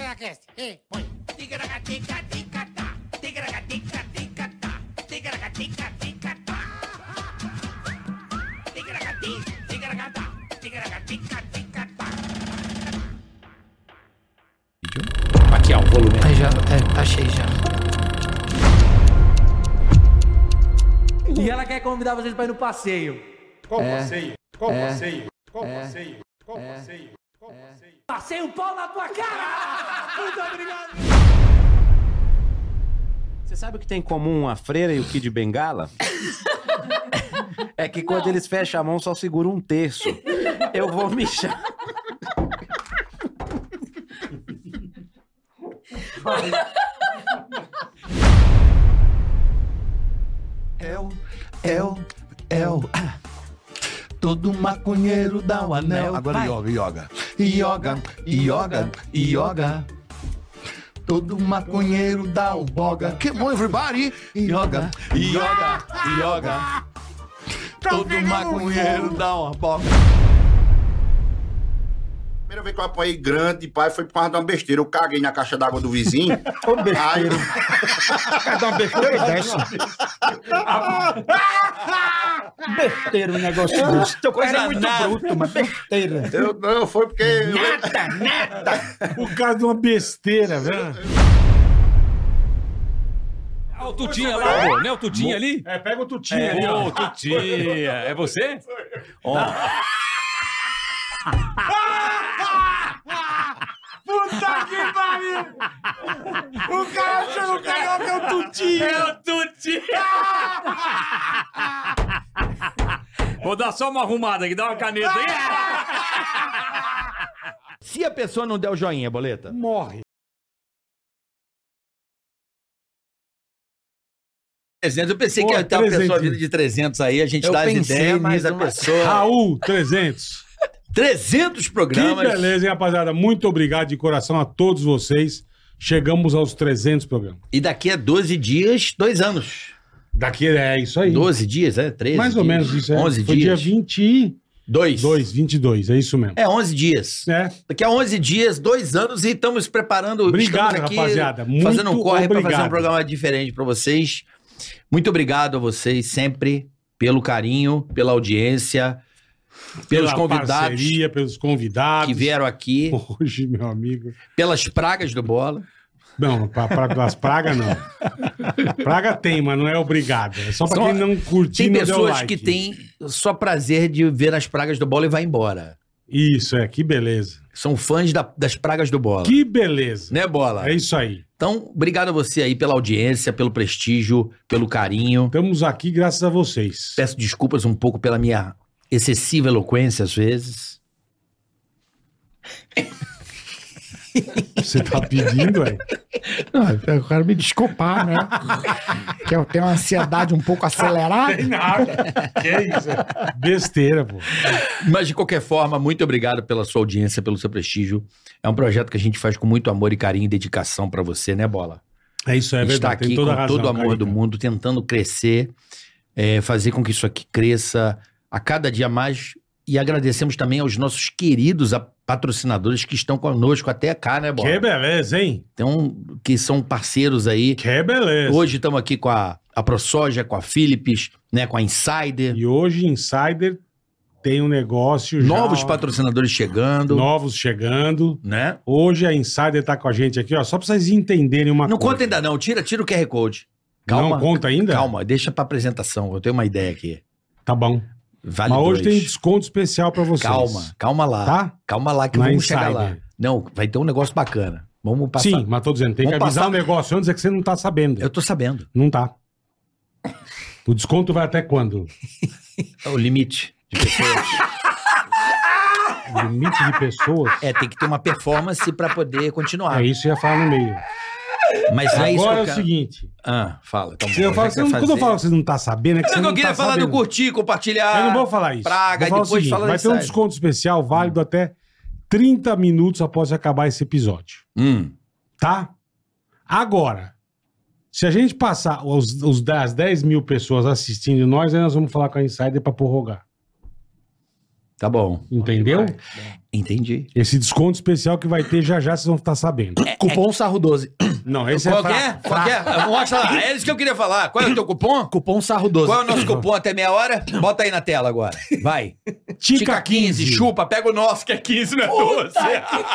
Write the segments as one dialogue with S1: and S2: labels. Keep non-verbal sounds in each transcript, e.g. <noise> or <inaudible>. S1: Tigracast, e põe. Tigragatica-tica-tá, tigragatica-tica-tá, tigragatica-tica-tá. Tigragati, tigragatá, tigragatica-tica-tá.
S2: Aqui, ó, o volume.
S3: Aí já, é, achei já.
S4: E ela quer convidar vocês para ir no passeio.
S5: Qual passeio? Qual
S4: É.
S5: passeio? Qual passeio? Qual passeio? Qual passeio?
S4: Passei o pau na tua cara! Muito obrigado!
S6: Você sabe o que tem em comum a freira e o Kid Bengala? é que quando eles fecham a mão, só segura um terço. Eu vou mijar.
S7: Eu, eu, eu. é ah. Todo maconheiro dá um anel. Agora yoga, yoga. Yoga, yoga, yoga. Todo maconheiro dá o boga. Come on, everybody! Yoga, yoga, yoga.
S5: Tá
S7: Todo maconheiro dá uma boga.
S5: Primeira vez que eu apanhei grande, pai, foi por causa de uma besteira. Eu caguei na caixa d'água do vizinho. aí,
S2: Cada uma besteira dessa. besteira, um negócio desse. Teu coisa é muito bruto, mas besteira.
S5: eu, não, foi porque.
S8: Por causa de uma besteira, velho.
S9: Ah, o Tutinha lá, pô, né? O Tutinha ali?
S8: É, pega o tutinho ali,
S9: Ô,
S8: ó.
S9: o Tutinha. É você?
S8: Puta que pariu! O cara achou que pegou meu tutinho!
S9: É o Tutinha! Vou dar só uma arrumada aqui, dá uma caneta aí.
S2: Se a pessoa não der o joinha, boleta.
S8: Morre.
S7: 300, eu pensei
S8: Pô,
S7: que ia ter uma
S8: 300.
S7: pessoa vindo de 300 aí, a gente
S2: Eu
S7: dá as
S2: pensei
S7: ideias, mas a
S2: nisso, mas-
S7: pessoa...
S8: Raul
S7: <laughs>
S8: 300.
S7: 300
S8: Que
S7: programas.
S8: beleza, hein, rapaziada? Muito obrigado de coração a todos vocês. Chegamos aos 300 programas.
S7: E daqui a 12 dias, dois anos.
S8: Daqui é isso aí.
S7: 12 dias, é? 13
S8: Mais ou
S7: dias,
S8: menos isso. É.
S7: 11
S8: foi
S7: dias.
S8: dia 22,
S7: Dois.
S8: 22, é isso mesmo.
S7: É, 11 dias.
S8: É.
S7: Daqui a 11 dias, dois anos, e estamos preparando.
S8: Obrigado,
S7: estamos
S8: rapaziada. Muito
S7: fazendo um corre para fazer
S8: obrigado.
S7: um programa diferente para vocês. Muito obrigado a vocês sempre pelo carinho, pela audiência, pelos
S8: Pela
S7: convidados
S8: Parceria, pelos convidados.
S7: que vieram aqui,
S8: Hoje, meu amigo.
S7: pelas pragas do bola.
S8: Não, pra, pra, pelas pragas não. Praga tem, mas não é obrigado. É só pra
S7: Só-
S8: quem não curtiu
S7: Tem
S8: não deu
S7: pessoas
S8: like.
S7: que têm só prazer de ver as pragas do bola e vai embora.
S8: Isso, é, que beleza.
S7: São fãs da- das pragas do bola.
S8: Que beleza.
S7: Né, bola?
S8: É isso aí.
S7: Então, obrigado a você aí pela audiência, pelo prestígio, pelo carinho.
S8: Estamos aqui graças a vocês.
S7: Peço desculpas um pouco pela minha excessiva eloquência às vezes.
S8: Você tá pedindo, velho.
S10: Não, Ah, eu quero me desculpar,
S7: <laughs>
S10: né? que eu tenho uma ansiedade um pouco acelerada.
S8: <laughs> nada. Que isso? é Besteira, pô.
S7: Mas de qualquer forma, muito obrigado pela sua audiência, pelo seu prestígio. É um projeto que a gente faz com muito amor e carinho e dedicação pra você, né, Bola?
S8: É isso, é
S7: a gente tá
S8: verdade.
S7: aqui
S8: Tem toda
S7: com
S8: a razão.
S7: todo o amor do
S8: Carica.
S7: mundo, tentando crescer, é, fazer com que isso aqui cresça a cada dia mais. E agradecemos também aos nossos queridos a- patrocinadores que estão conosco até cá, né, Bola?
S8: Que beleza, hein?
S7: Então, que são parceiros aí.
S8: Que beleza.
S7: Hoje estamos aqui com a, a ProSoja, com a Philips, né, com a Insider.
S8: E hoje, Insider tem um negócio. já-
S7: Novos patrocinadores chegando,
S8: Novos chegando.
S7: né?
S8: Hoje a Insider tá com a gente aqui, ó. Só pra vocês entenderem uma
S7: Não
S8: coisa.
S7: conta ainda não, tira, tira o QR Code.
S8: Não conta ainda?
S7: Calma, deixa pra apresentação, eu tenho uma ideia aqui.
S8: Tá bom.
S7: Vale
S8: Mas hoje
S7: dois.
S8: tem desconto especial pra vocês.
S7: Calma, calma lá.
S8: Tá?
S7: Calma lá que
S8: Na
S7: vamos chegar
S8: Insider.
S7: lá. Não, vai ter um negócio bacana. Vamos passar.
S8: Sim, mas tô dizendo, tem que
S7: Vamos
S8: avisar
S7: passar-
S8: o negócio antes, é que você não tá sabendo.
S7: Eu tô sabendo.
S8: Não tá. O desconto vai até quando?
S7: É o limite de pessoas.
S8: <laughs> Limite de pessoas?
S7: é, tem que ter uma performance pra poder continuar.
S8: É isso, eu ia falar no meio.
S7: Mas não é isso que
S8: Agora é
S7: eu
S8: o
S7: quero-
S8: seguinte.
S7: Ah, fala. então,
S8: Eu
S7: já
S8: falo,
S7: quer
S8: você não- quando eu
S7: fazer-
S8: falo que você não tá sabendo, é que você
S7: Não,
S8: não
S7: eu queria
S8: tá
S7: falar
S8: sabendo.
S7: do curtir, compartilhar.
S8: Eu não vou falar isso.
S7: Praga,
S8: Vou falar
S7: e
S8: o
S7: depois fala
S8: Vai
S7: da
S8: ter um
S7: Insider.
S8: desconto especial válido até 30 minutos após acabar esse episódio.
S7: Hum.
S8: Tá? Agora, se a gente passar os, os, dez- as 10 mil pessoas assistindo nós, aí nós vamos falar com a Insider pra prorrogar.
S7: Tá bom.
S8: Entendeu?
S7: Entendi.
S8: Esse desconto especial que vai ter já já vocês vão estar sabendo.
S4: é,
S7: Cupom Sarro12.
S8: Não, esse é
S7: É. Qual que é?
S8: fraco.
S7: Qual que é? Mostra lá. É isso que eu queria falar. Qual é o teu cupom?
S4: Cupom sarro12.
S7: Qual é o nosso cupom até meia hora? Bota aí na tela agora. Vai.
S8: Tica
S7: 15.
S8: 15.
S7: Chupa, pega o nosso que é 15, não é 12.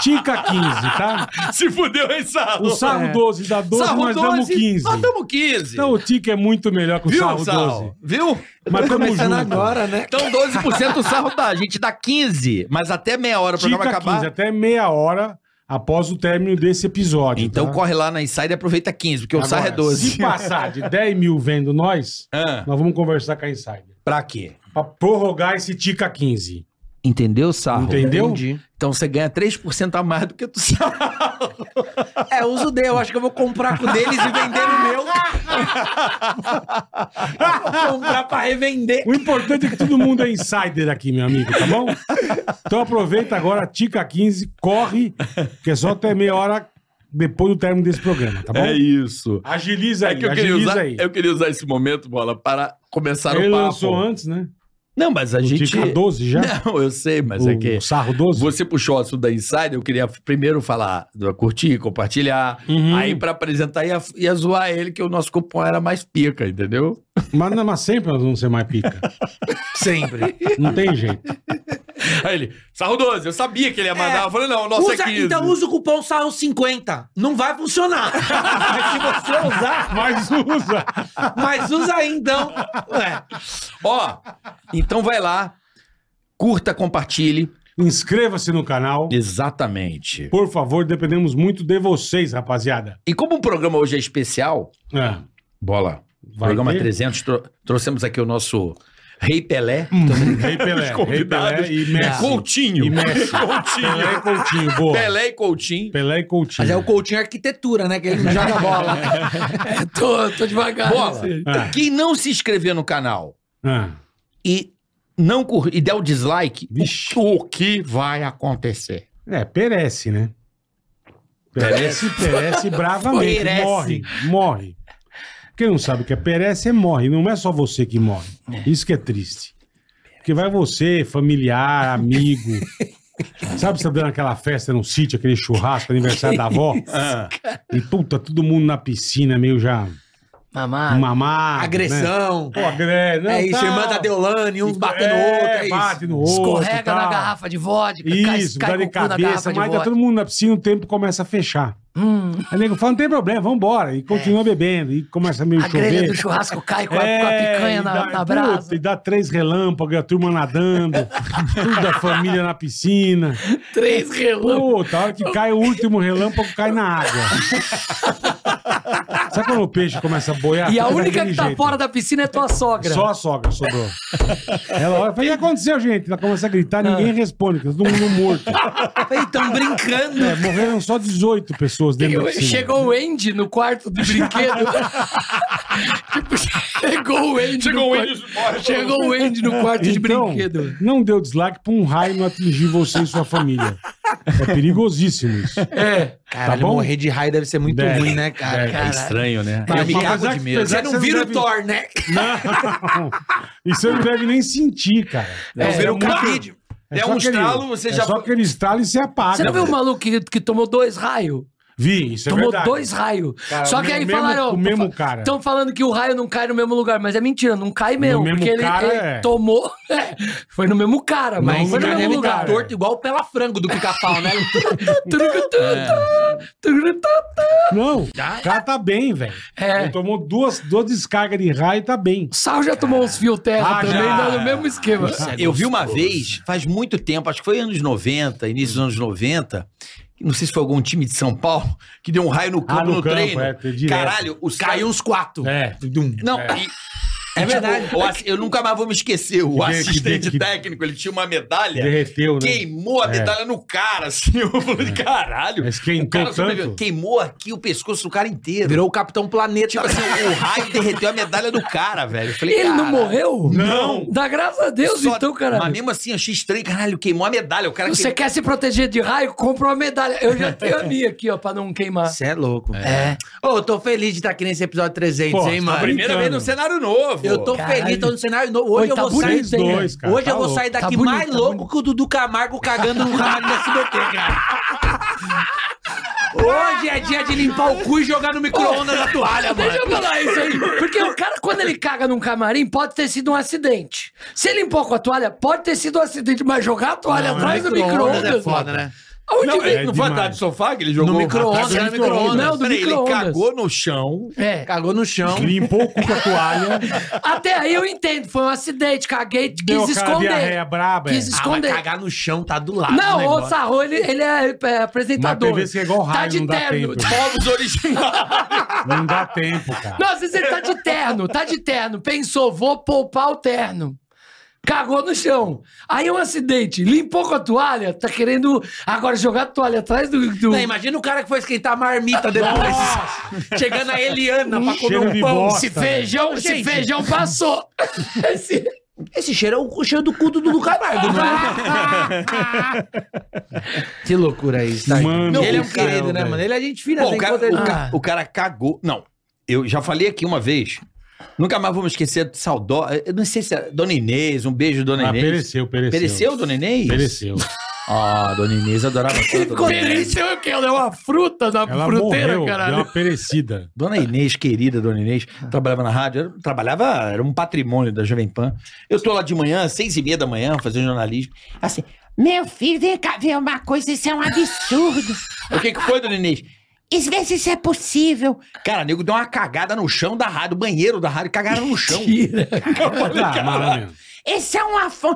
S8: Tica 15, tá?
S7: <laughs> Se fudeu, hein, Sarro? É.
S8: O sarro 12 dá 12,
S7: Sarro
S8: nós damos 15.
S7: Nós damos 15.
S8: Então o Tica é muito melhor que o
S7: Viu,
S8: sarro 12.
S7: Sarro? Tá Viu?
S8: Mas tamo junto.
S4: agora, né?
S7: Então 12% o Sarro dá. A gente dá 15. Mas até meia hora o programa
S8: Tica 15,
S7: acabar.
S8: até meia hora após o término desse episódio.
S7: Então
S8: tá?
S7: corre lá na Insider e aproveita 15, porque o
S8: Agora,
S7: Sarro é 12.
S8: Se passar de 10 mil vendo nós,
S7: Ah,
S8: nós vamos conversar com a Insider.
S7: pra quê?
S8: Pra prorrogar esse Tica 15.
S7: Entendeu, Sarro?
S8: Entendeu?
S7: Então você ganha 3% a mais do que tu sabe.
S4: É, uso dele. Eu acho que eu vou comprar com o deles e vender o meu. Eu vou comprar pra revender.
S8: O importante é que todo mundo é insider aqui, meu amigo, tá bom? Então aproveita agora, Tica 15, corre, que é só até meia hora depois do término desse programa, tá bom?
S11: É isso.
S8: Agiliza
S11: É
S8: aí,
S11: que eu queria,
S8: agiliza
S11: usar,
S8: aí.
S11: eu queria usar esse momento, Bola, para começar
S8: Ele
S11: o papo.
S8: lançou antes, né?
S11: Não, mas a gente...
S8: Tica 12 já.
S11: Não, eu sei, mas
S8: o
S11: é que...
S8: Sarro 12.
S11: Você puxou o assunto da Insider, eu queria primeiro falar, do- curtir, compartilhar,
S8: Uhum.
S11: aí pra apresentar ia, ia zoar ele que o nosso cupom era mais pica, entendeu?
S8: Mas, não- mas sempre nós vamos ser mais pica.
S7: <laughs> Sempre.
S8: Não tem
S11: <laughs>
S8: jeito.
S11: Aí ele, Sarro 12, eu sabia que ele ia mandar, eu falei, não, o nosso é
S4: Usa,
S11: 15.
S4: então usa o cupom sarro50. Não vai funcionar. Mas se você usar,
S8: Mas usa.
S4: mas usa aí então. Ué.
S11: Ó,
S7: então vai lá, curta, compartilhe.
S8: Inscreva-se no canal.
S7: Exatamente.
S8: Por favor, dependemos muito de vocês, rapaziada.
S7: E como o programa hoje é especial,
S8: É,
S7: bola,
S8: vai
S7: programa
S8: ter?
S7: 300, tro- trouxemos aqui o nosso Rei Pelé. É,
S8: Rei Pelé, Rei Pelé e Messi.
S11: Coutinho.
S8: É. E Messi. Pelé e Coutinho, boa. Pelé,
S11: Pelé e Coutinho.
S8: e Coutinho.
S4: Mas é o Coutinho Arquitetura, né? Que ele não joga bola. É, tô, tô devagar. né,
S7: Bola,
S8: Ah.
S7: quem não se inscrever no canal
S8: Ah.
S7: e não cur... e der o dislike,
S8: Vixe.
S7: o que vai acontecer?
S8: É, perece, né? Perece, perece bravamente.
S4: Perece.
S8: Morre, morre. Quem não sabe o que é perece, é morre. Não é só você que morre. Isso que é triste. Porque vai você, familiar, amigo.
S4: <laughs>
S8: Sabe, você tá dando aquela festa no sítio, aquele churrasco, aniversário da avó?
S4: <laughs>
S8: Ah. E puta, todo mundo na piscina, meio já
S4: Mamar.
S8: mamado. Né?
S4: Ah, Agressão.
S8: Pô, agressão.
S4: é isso,
S1: tá
S4: irmã da Deolane, um batendo no outro. É isso.
S8: bate no outro.
S1: Escorrega na
S8: tal.
S1: garrafa de vodka,
S8: tá? Isso, dá
S1: com
S8: de
S1: o cu na
S8: cabeça, mas tá todo mundo na piscina, o tempo começa a fechar.
S1: Hum.
S8: Aí o nego fala, não tem problema, vambora. E continua bebendo, e começa a meio
S1: É. A
S8: chover.
S1: grelha do churrasco cai com a, com a
S8: É,
S1: picanha
S8: e
S1: na,
S8: dá-
S1: na brasa.
S8: puta, E dá três relâmpagos, e a turma
S1: <laughs>
S8: nadando, toda a família na piscina.
S1: Três relâmpagos.
S8: Puta, a hora que cai o último relâmpago, cai na
S1: <laughs>
S8: água. Sabe quando o peixe começa a boiar?
S1: E a
S8: Fica
S1: única
S8: daquele
S1: que tá
S8: jeito.
S1: fora da piscina é tua sogra.
S8: Só a sogra sobrou. <laughs> Ela olha e fala, o que aconteceu, gente? Ela começa a gritar, ninguém responde, porque todo mundo <laughs> morto.
S4: Estão brincando.
S8: É, morreram só 18 pessoas dentro da piscina.
S1: Chegou o Andy no quarto do brinquedo.
S8: <laughs>
S1: Tipo, chegou o Andy no quarto. Chegou o Andy no quarto um de
S8: Então,
S1: brinquedo.
S8: não deu dislike pra um raio não atingir você e sua família. É perigosíssimo isso.
S4: Caralho,
S8: bom?
S4: morrer de raio deve ser muito
S8: Deve,
S4: ruim, né, cara?
S8: deve.
S4: Cara,
S7: Estranho, né?
S4: Eu me
S8: Apesar
S4: cago
S8: que-
S4: de medo.
S8: apesar
S4: Você
S8: que
S4: não
S8: você
S4: vira
S8: não
S4: o
S8: deve-
S4: Thor, né?
S8: Não. E você não deve nem sentir, cara.
S7: É,
S8: Você
S7: o
S8: muito-
S7: cabide. É
S8: só
S7: um
S8: aquele-
S7: estralo, você
S8: é
S7: já-
S8: só aquele estralo e você apaga.
S1: Você não viu o maluco que, que tomou dois raios?
S8: Vi, isso é
S1: Tomou
S8: verdade.
S1: dois raios.
S8: Cara,
S1: Só
S8: o
S1: que aí
S8: mesmo-
S1: falaram.
S8: o mesmo cara.
S1: Estão falando que o raio não cai no mesmo lugar, mas é mentira, não cai mesmo.
S8: mesmo
S1: porque ele,
S8: cara,
S1: ele
S8: é.
S1: tomou. <laughs> É, foi no mesmo cara, mas
S8: Não,
S1: foi no
S8: não
S1: mesmo
S8: deve
S1: lugar.
S7: É.
S8: estar torto.
S4: Igual o Pela Frango do pica-pau,
S7: <laughs>
S4: né?
S7: É.
S8: Não, o cara tá bem, velho.
S1: É.
S8: Ele tomou duas, duas descargas de raio e tá bem.
S1: O Sal já tomou uns fio terra
S8: Ah,
S1: também,
S8: já.
S1: dá no mesmo esquema.
S8: é
S7: Eu vi uma vez, faz muito tempo, acho que foi anos 90, início dos anos 90, não sei se foi algum time de São Paulo, <laughs> que deu um raio no campo
S8: no
S7: no,
S8: campo,
S7: treino.
S8: é, foi direto.
S7: Caralho, os
S4: Caiu uns quatro.
S8: É.
S7: Não, e- e, tipo,
S4: verdade.
S7: o assi- eu nunca mais vou me esquecer. O
S8: Que-
S7: assistente
S8: que- que-
S7: técnico, ele tinha uma medalha,
S8: Derreteu, né?
S7: queimou a
S8: É.
S7: medalha no cara, assim. Eu falei, caralho.
S8: <laughs> Mas quem
S7: O cara
S8: tanto.
S1: tá
S7: sobreviveu. Queimou aqui o pescoço do cara inteiro.
S4: Virou o Capitão Planeta.
S7: Tipo assim, o raio derreteu a medalha do cara, velho. Eu falei,
S1: Ele não
S7: "Caralho".
S1: morreu?
S8: Não.
S1: Dá graças a Deus,
S7: Só-
S1: então,
S7: Mas
S1: caralho.
S7: mesmo assim, eu achei estranho. Caralho, queimou a medalha. O cara
S1: Você quer se proteger de raio? Compra uma medalha. Eu já tenho a minha aqui, ó, pra não queimar.
S4: É. Você é louco. É. Ô, eu tô feliz de estar aqui nesse episódio 300,
S8: Pô,
S4: hein,
S8: tá
S4: mano?
S8: brincando.
S7: Primeira vez num cenário novo.
S4: Eu tô
S1: Caralho.
S4: feliz, tô no cenário novo. Hoje
S1: Oi,
S4: eu
S1: tá
S4: vou sair.
S1: bonito, hein,
S8: Dois, cara.
S4: hoje eu
S8: Tá
S4: vou
S8: louco.
S7: é
S4: sair daqui
S1: Tá bonito,
S4: mais
S1: tá
S4: louco que o Dudu Camargo cagando no ramalho da SBT,
S7: <laughs>
S4: cara. Hoje é dia de limpar o cu e jogar no micro-ondas na toalha, mano.
S1: Deixa eu falar isso aí. Porque o cara, quando ele caga num camarim, pode ter sido um acidente. Se ele limpou com a toalha, pode ter sido um acidente, mas jogar a toalha atrás do micro-ondas.
S12: é foda, né?
S1: Onde
S8: Não,
S1: vem?
S8: é
S1: não
S8: demais.
S1: foi
S8: atrás
S1: atrás do
S8: do
S1: sofá que ele jogou? No micro-ondas.
S12: Atrás do
S1: no micro-ondas. Não, do
S12: Peraí, ele
S1: micro-ondas.
S12: cagou no chão.
S1: É.
S12: Cagou no chão.
S8: Limpou o cu
S1: <laughs> Tá
S8: com a toalha.
S1: Até aí eu entendo. Foi um acidente, caguei, quis
S8: Deu aquela diarreia
S1: esconder.
S8: braba. é.
S1: Quis
S4: Ah, mas
S1: esconder.
S4: cagar no chão tá do lado. do
S1: não, o
S4: negócio.
S1: Sarro, ele, ele é, é,
S8: Mas
S1: apresentador.
S8: tem vezes que é igual raio,
S1: tá de
S8: não dá
S1: terno.
S8: tempo.
S1: Povos originais.
S8: Não dá tempo, cara.
S1: Não, às vezes ele tá de terno, tá de terno. Pensou, vou poupar o terno. Cagou no chão. Aí um acidente, limpou com a toalha, tá querendo agora jogar a toalha atrás do. do...
S4: Não, né, imagina o cara que foi esquentar a marmita depois. Chegando a Eliana pra comer
S8: Cheiro
S4: um
S8: de
S4: pão.
S8: bosta.
S1: Esse feijão, esse
S4: Gente.
S1: feijão passou. <laughs> Esse-
S8: né?
S4: Esse cheiro é o cheiro do cu do Dudu Camargo, mano. que loucura isso, tá?
S8: Mano
S4: Não, ele é
S8: do
S4: um
S8: céu,
S4: querido, né,
S8: velho.
S4: mano? Ele é gente fina,
S7: Bom,
S4: tem
S7: o,
S4: poder
S7: cara, o
S4: de-
S7: ca- o cara cagou. Não, eu já falei aqui uma vez. Nunca mais vamos esquecer de saudó. Eu não sei se é Dona Inês, um beijo, Dona
S8: Ah,
S7: Inês.
S8: pereceu, pereceu.
S7: Pereceu, Dona Inês?
S8: Pereceu.
S7: Ah, Dona Inês
S4: <laughs>
S7: adorava tanto.
S1: Ficou
S7: Dona Inês.
S1: triste, é o quê? Ela é uma fruta na
S8: Ela
S1: fruteira,
S8: morreu,
S1: caralho.
S8: deu
S1: <laughs>
S8: uma perecida.
S7: Dona Inês, querida Dona Inês, trabalhava na rádio, era- trabalhava, era um patrimônio da Jovem Pan. Eu tô lá de manhã, seis e meia da manhã, fazendo jornalismo. Assim,
S13: Meu filho, vem cá ver uma coisa, isso é um absurdo.
S7: o que que foi, Dona Inês?
S13: Isso, vê se isso é possível.
S7: Cara, nego deu uma cagada no chão da rádio, banheiro da rádio, cagaram no chão.
S8: Ah, mano,
S13: Esse é um afon...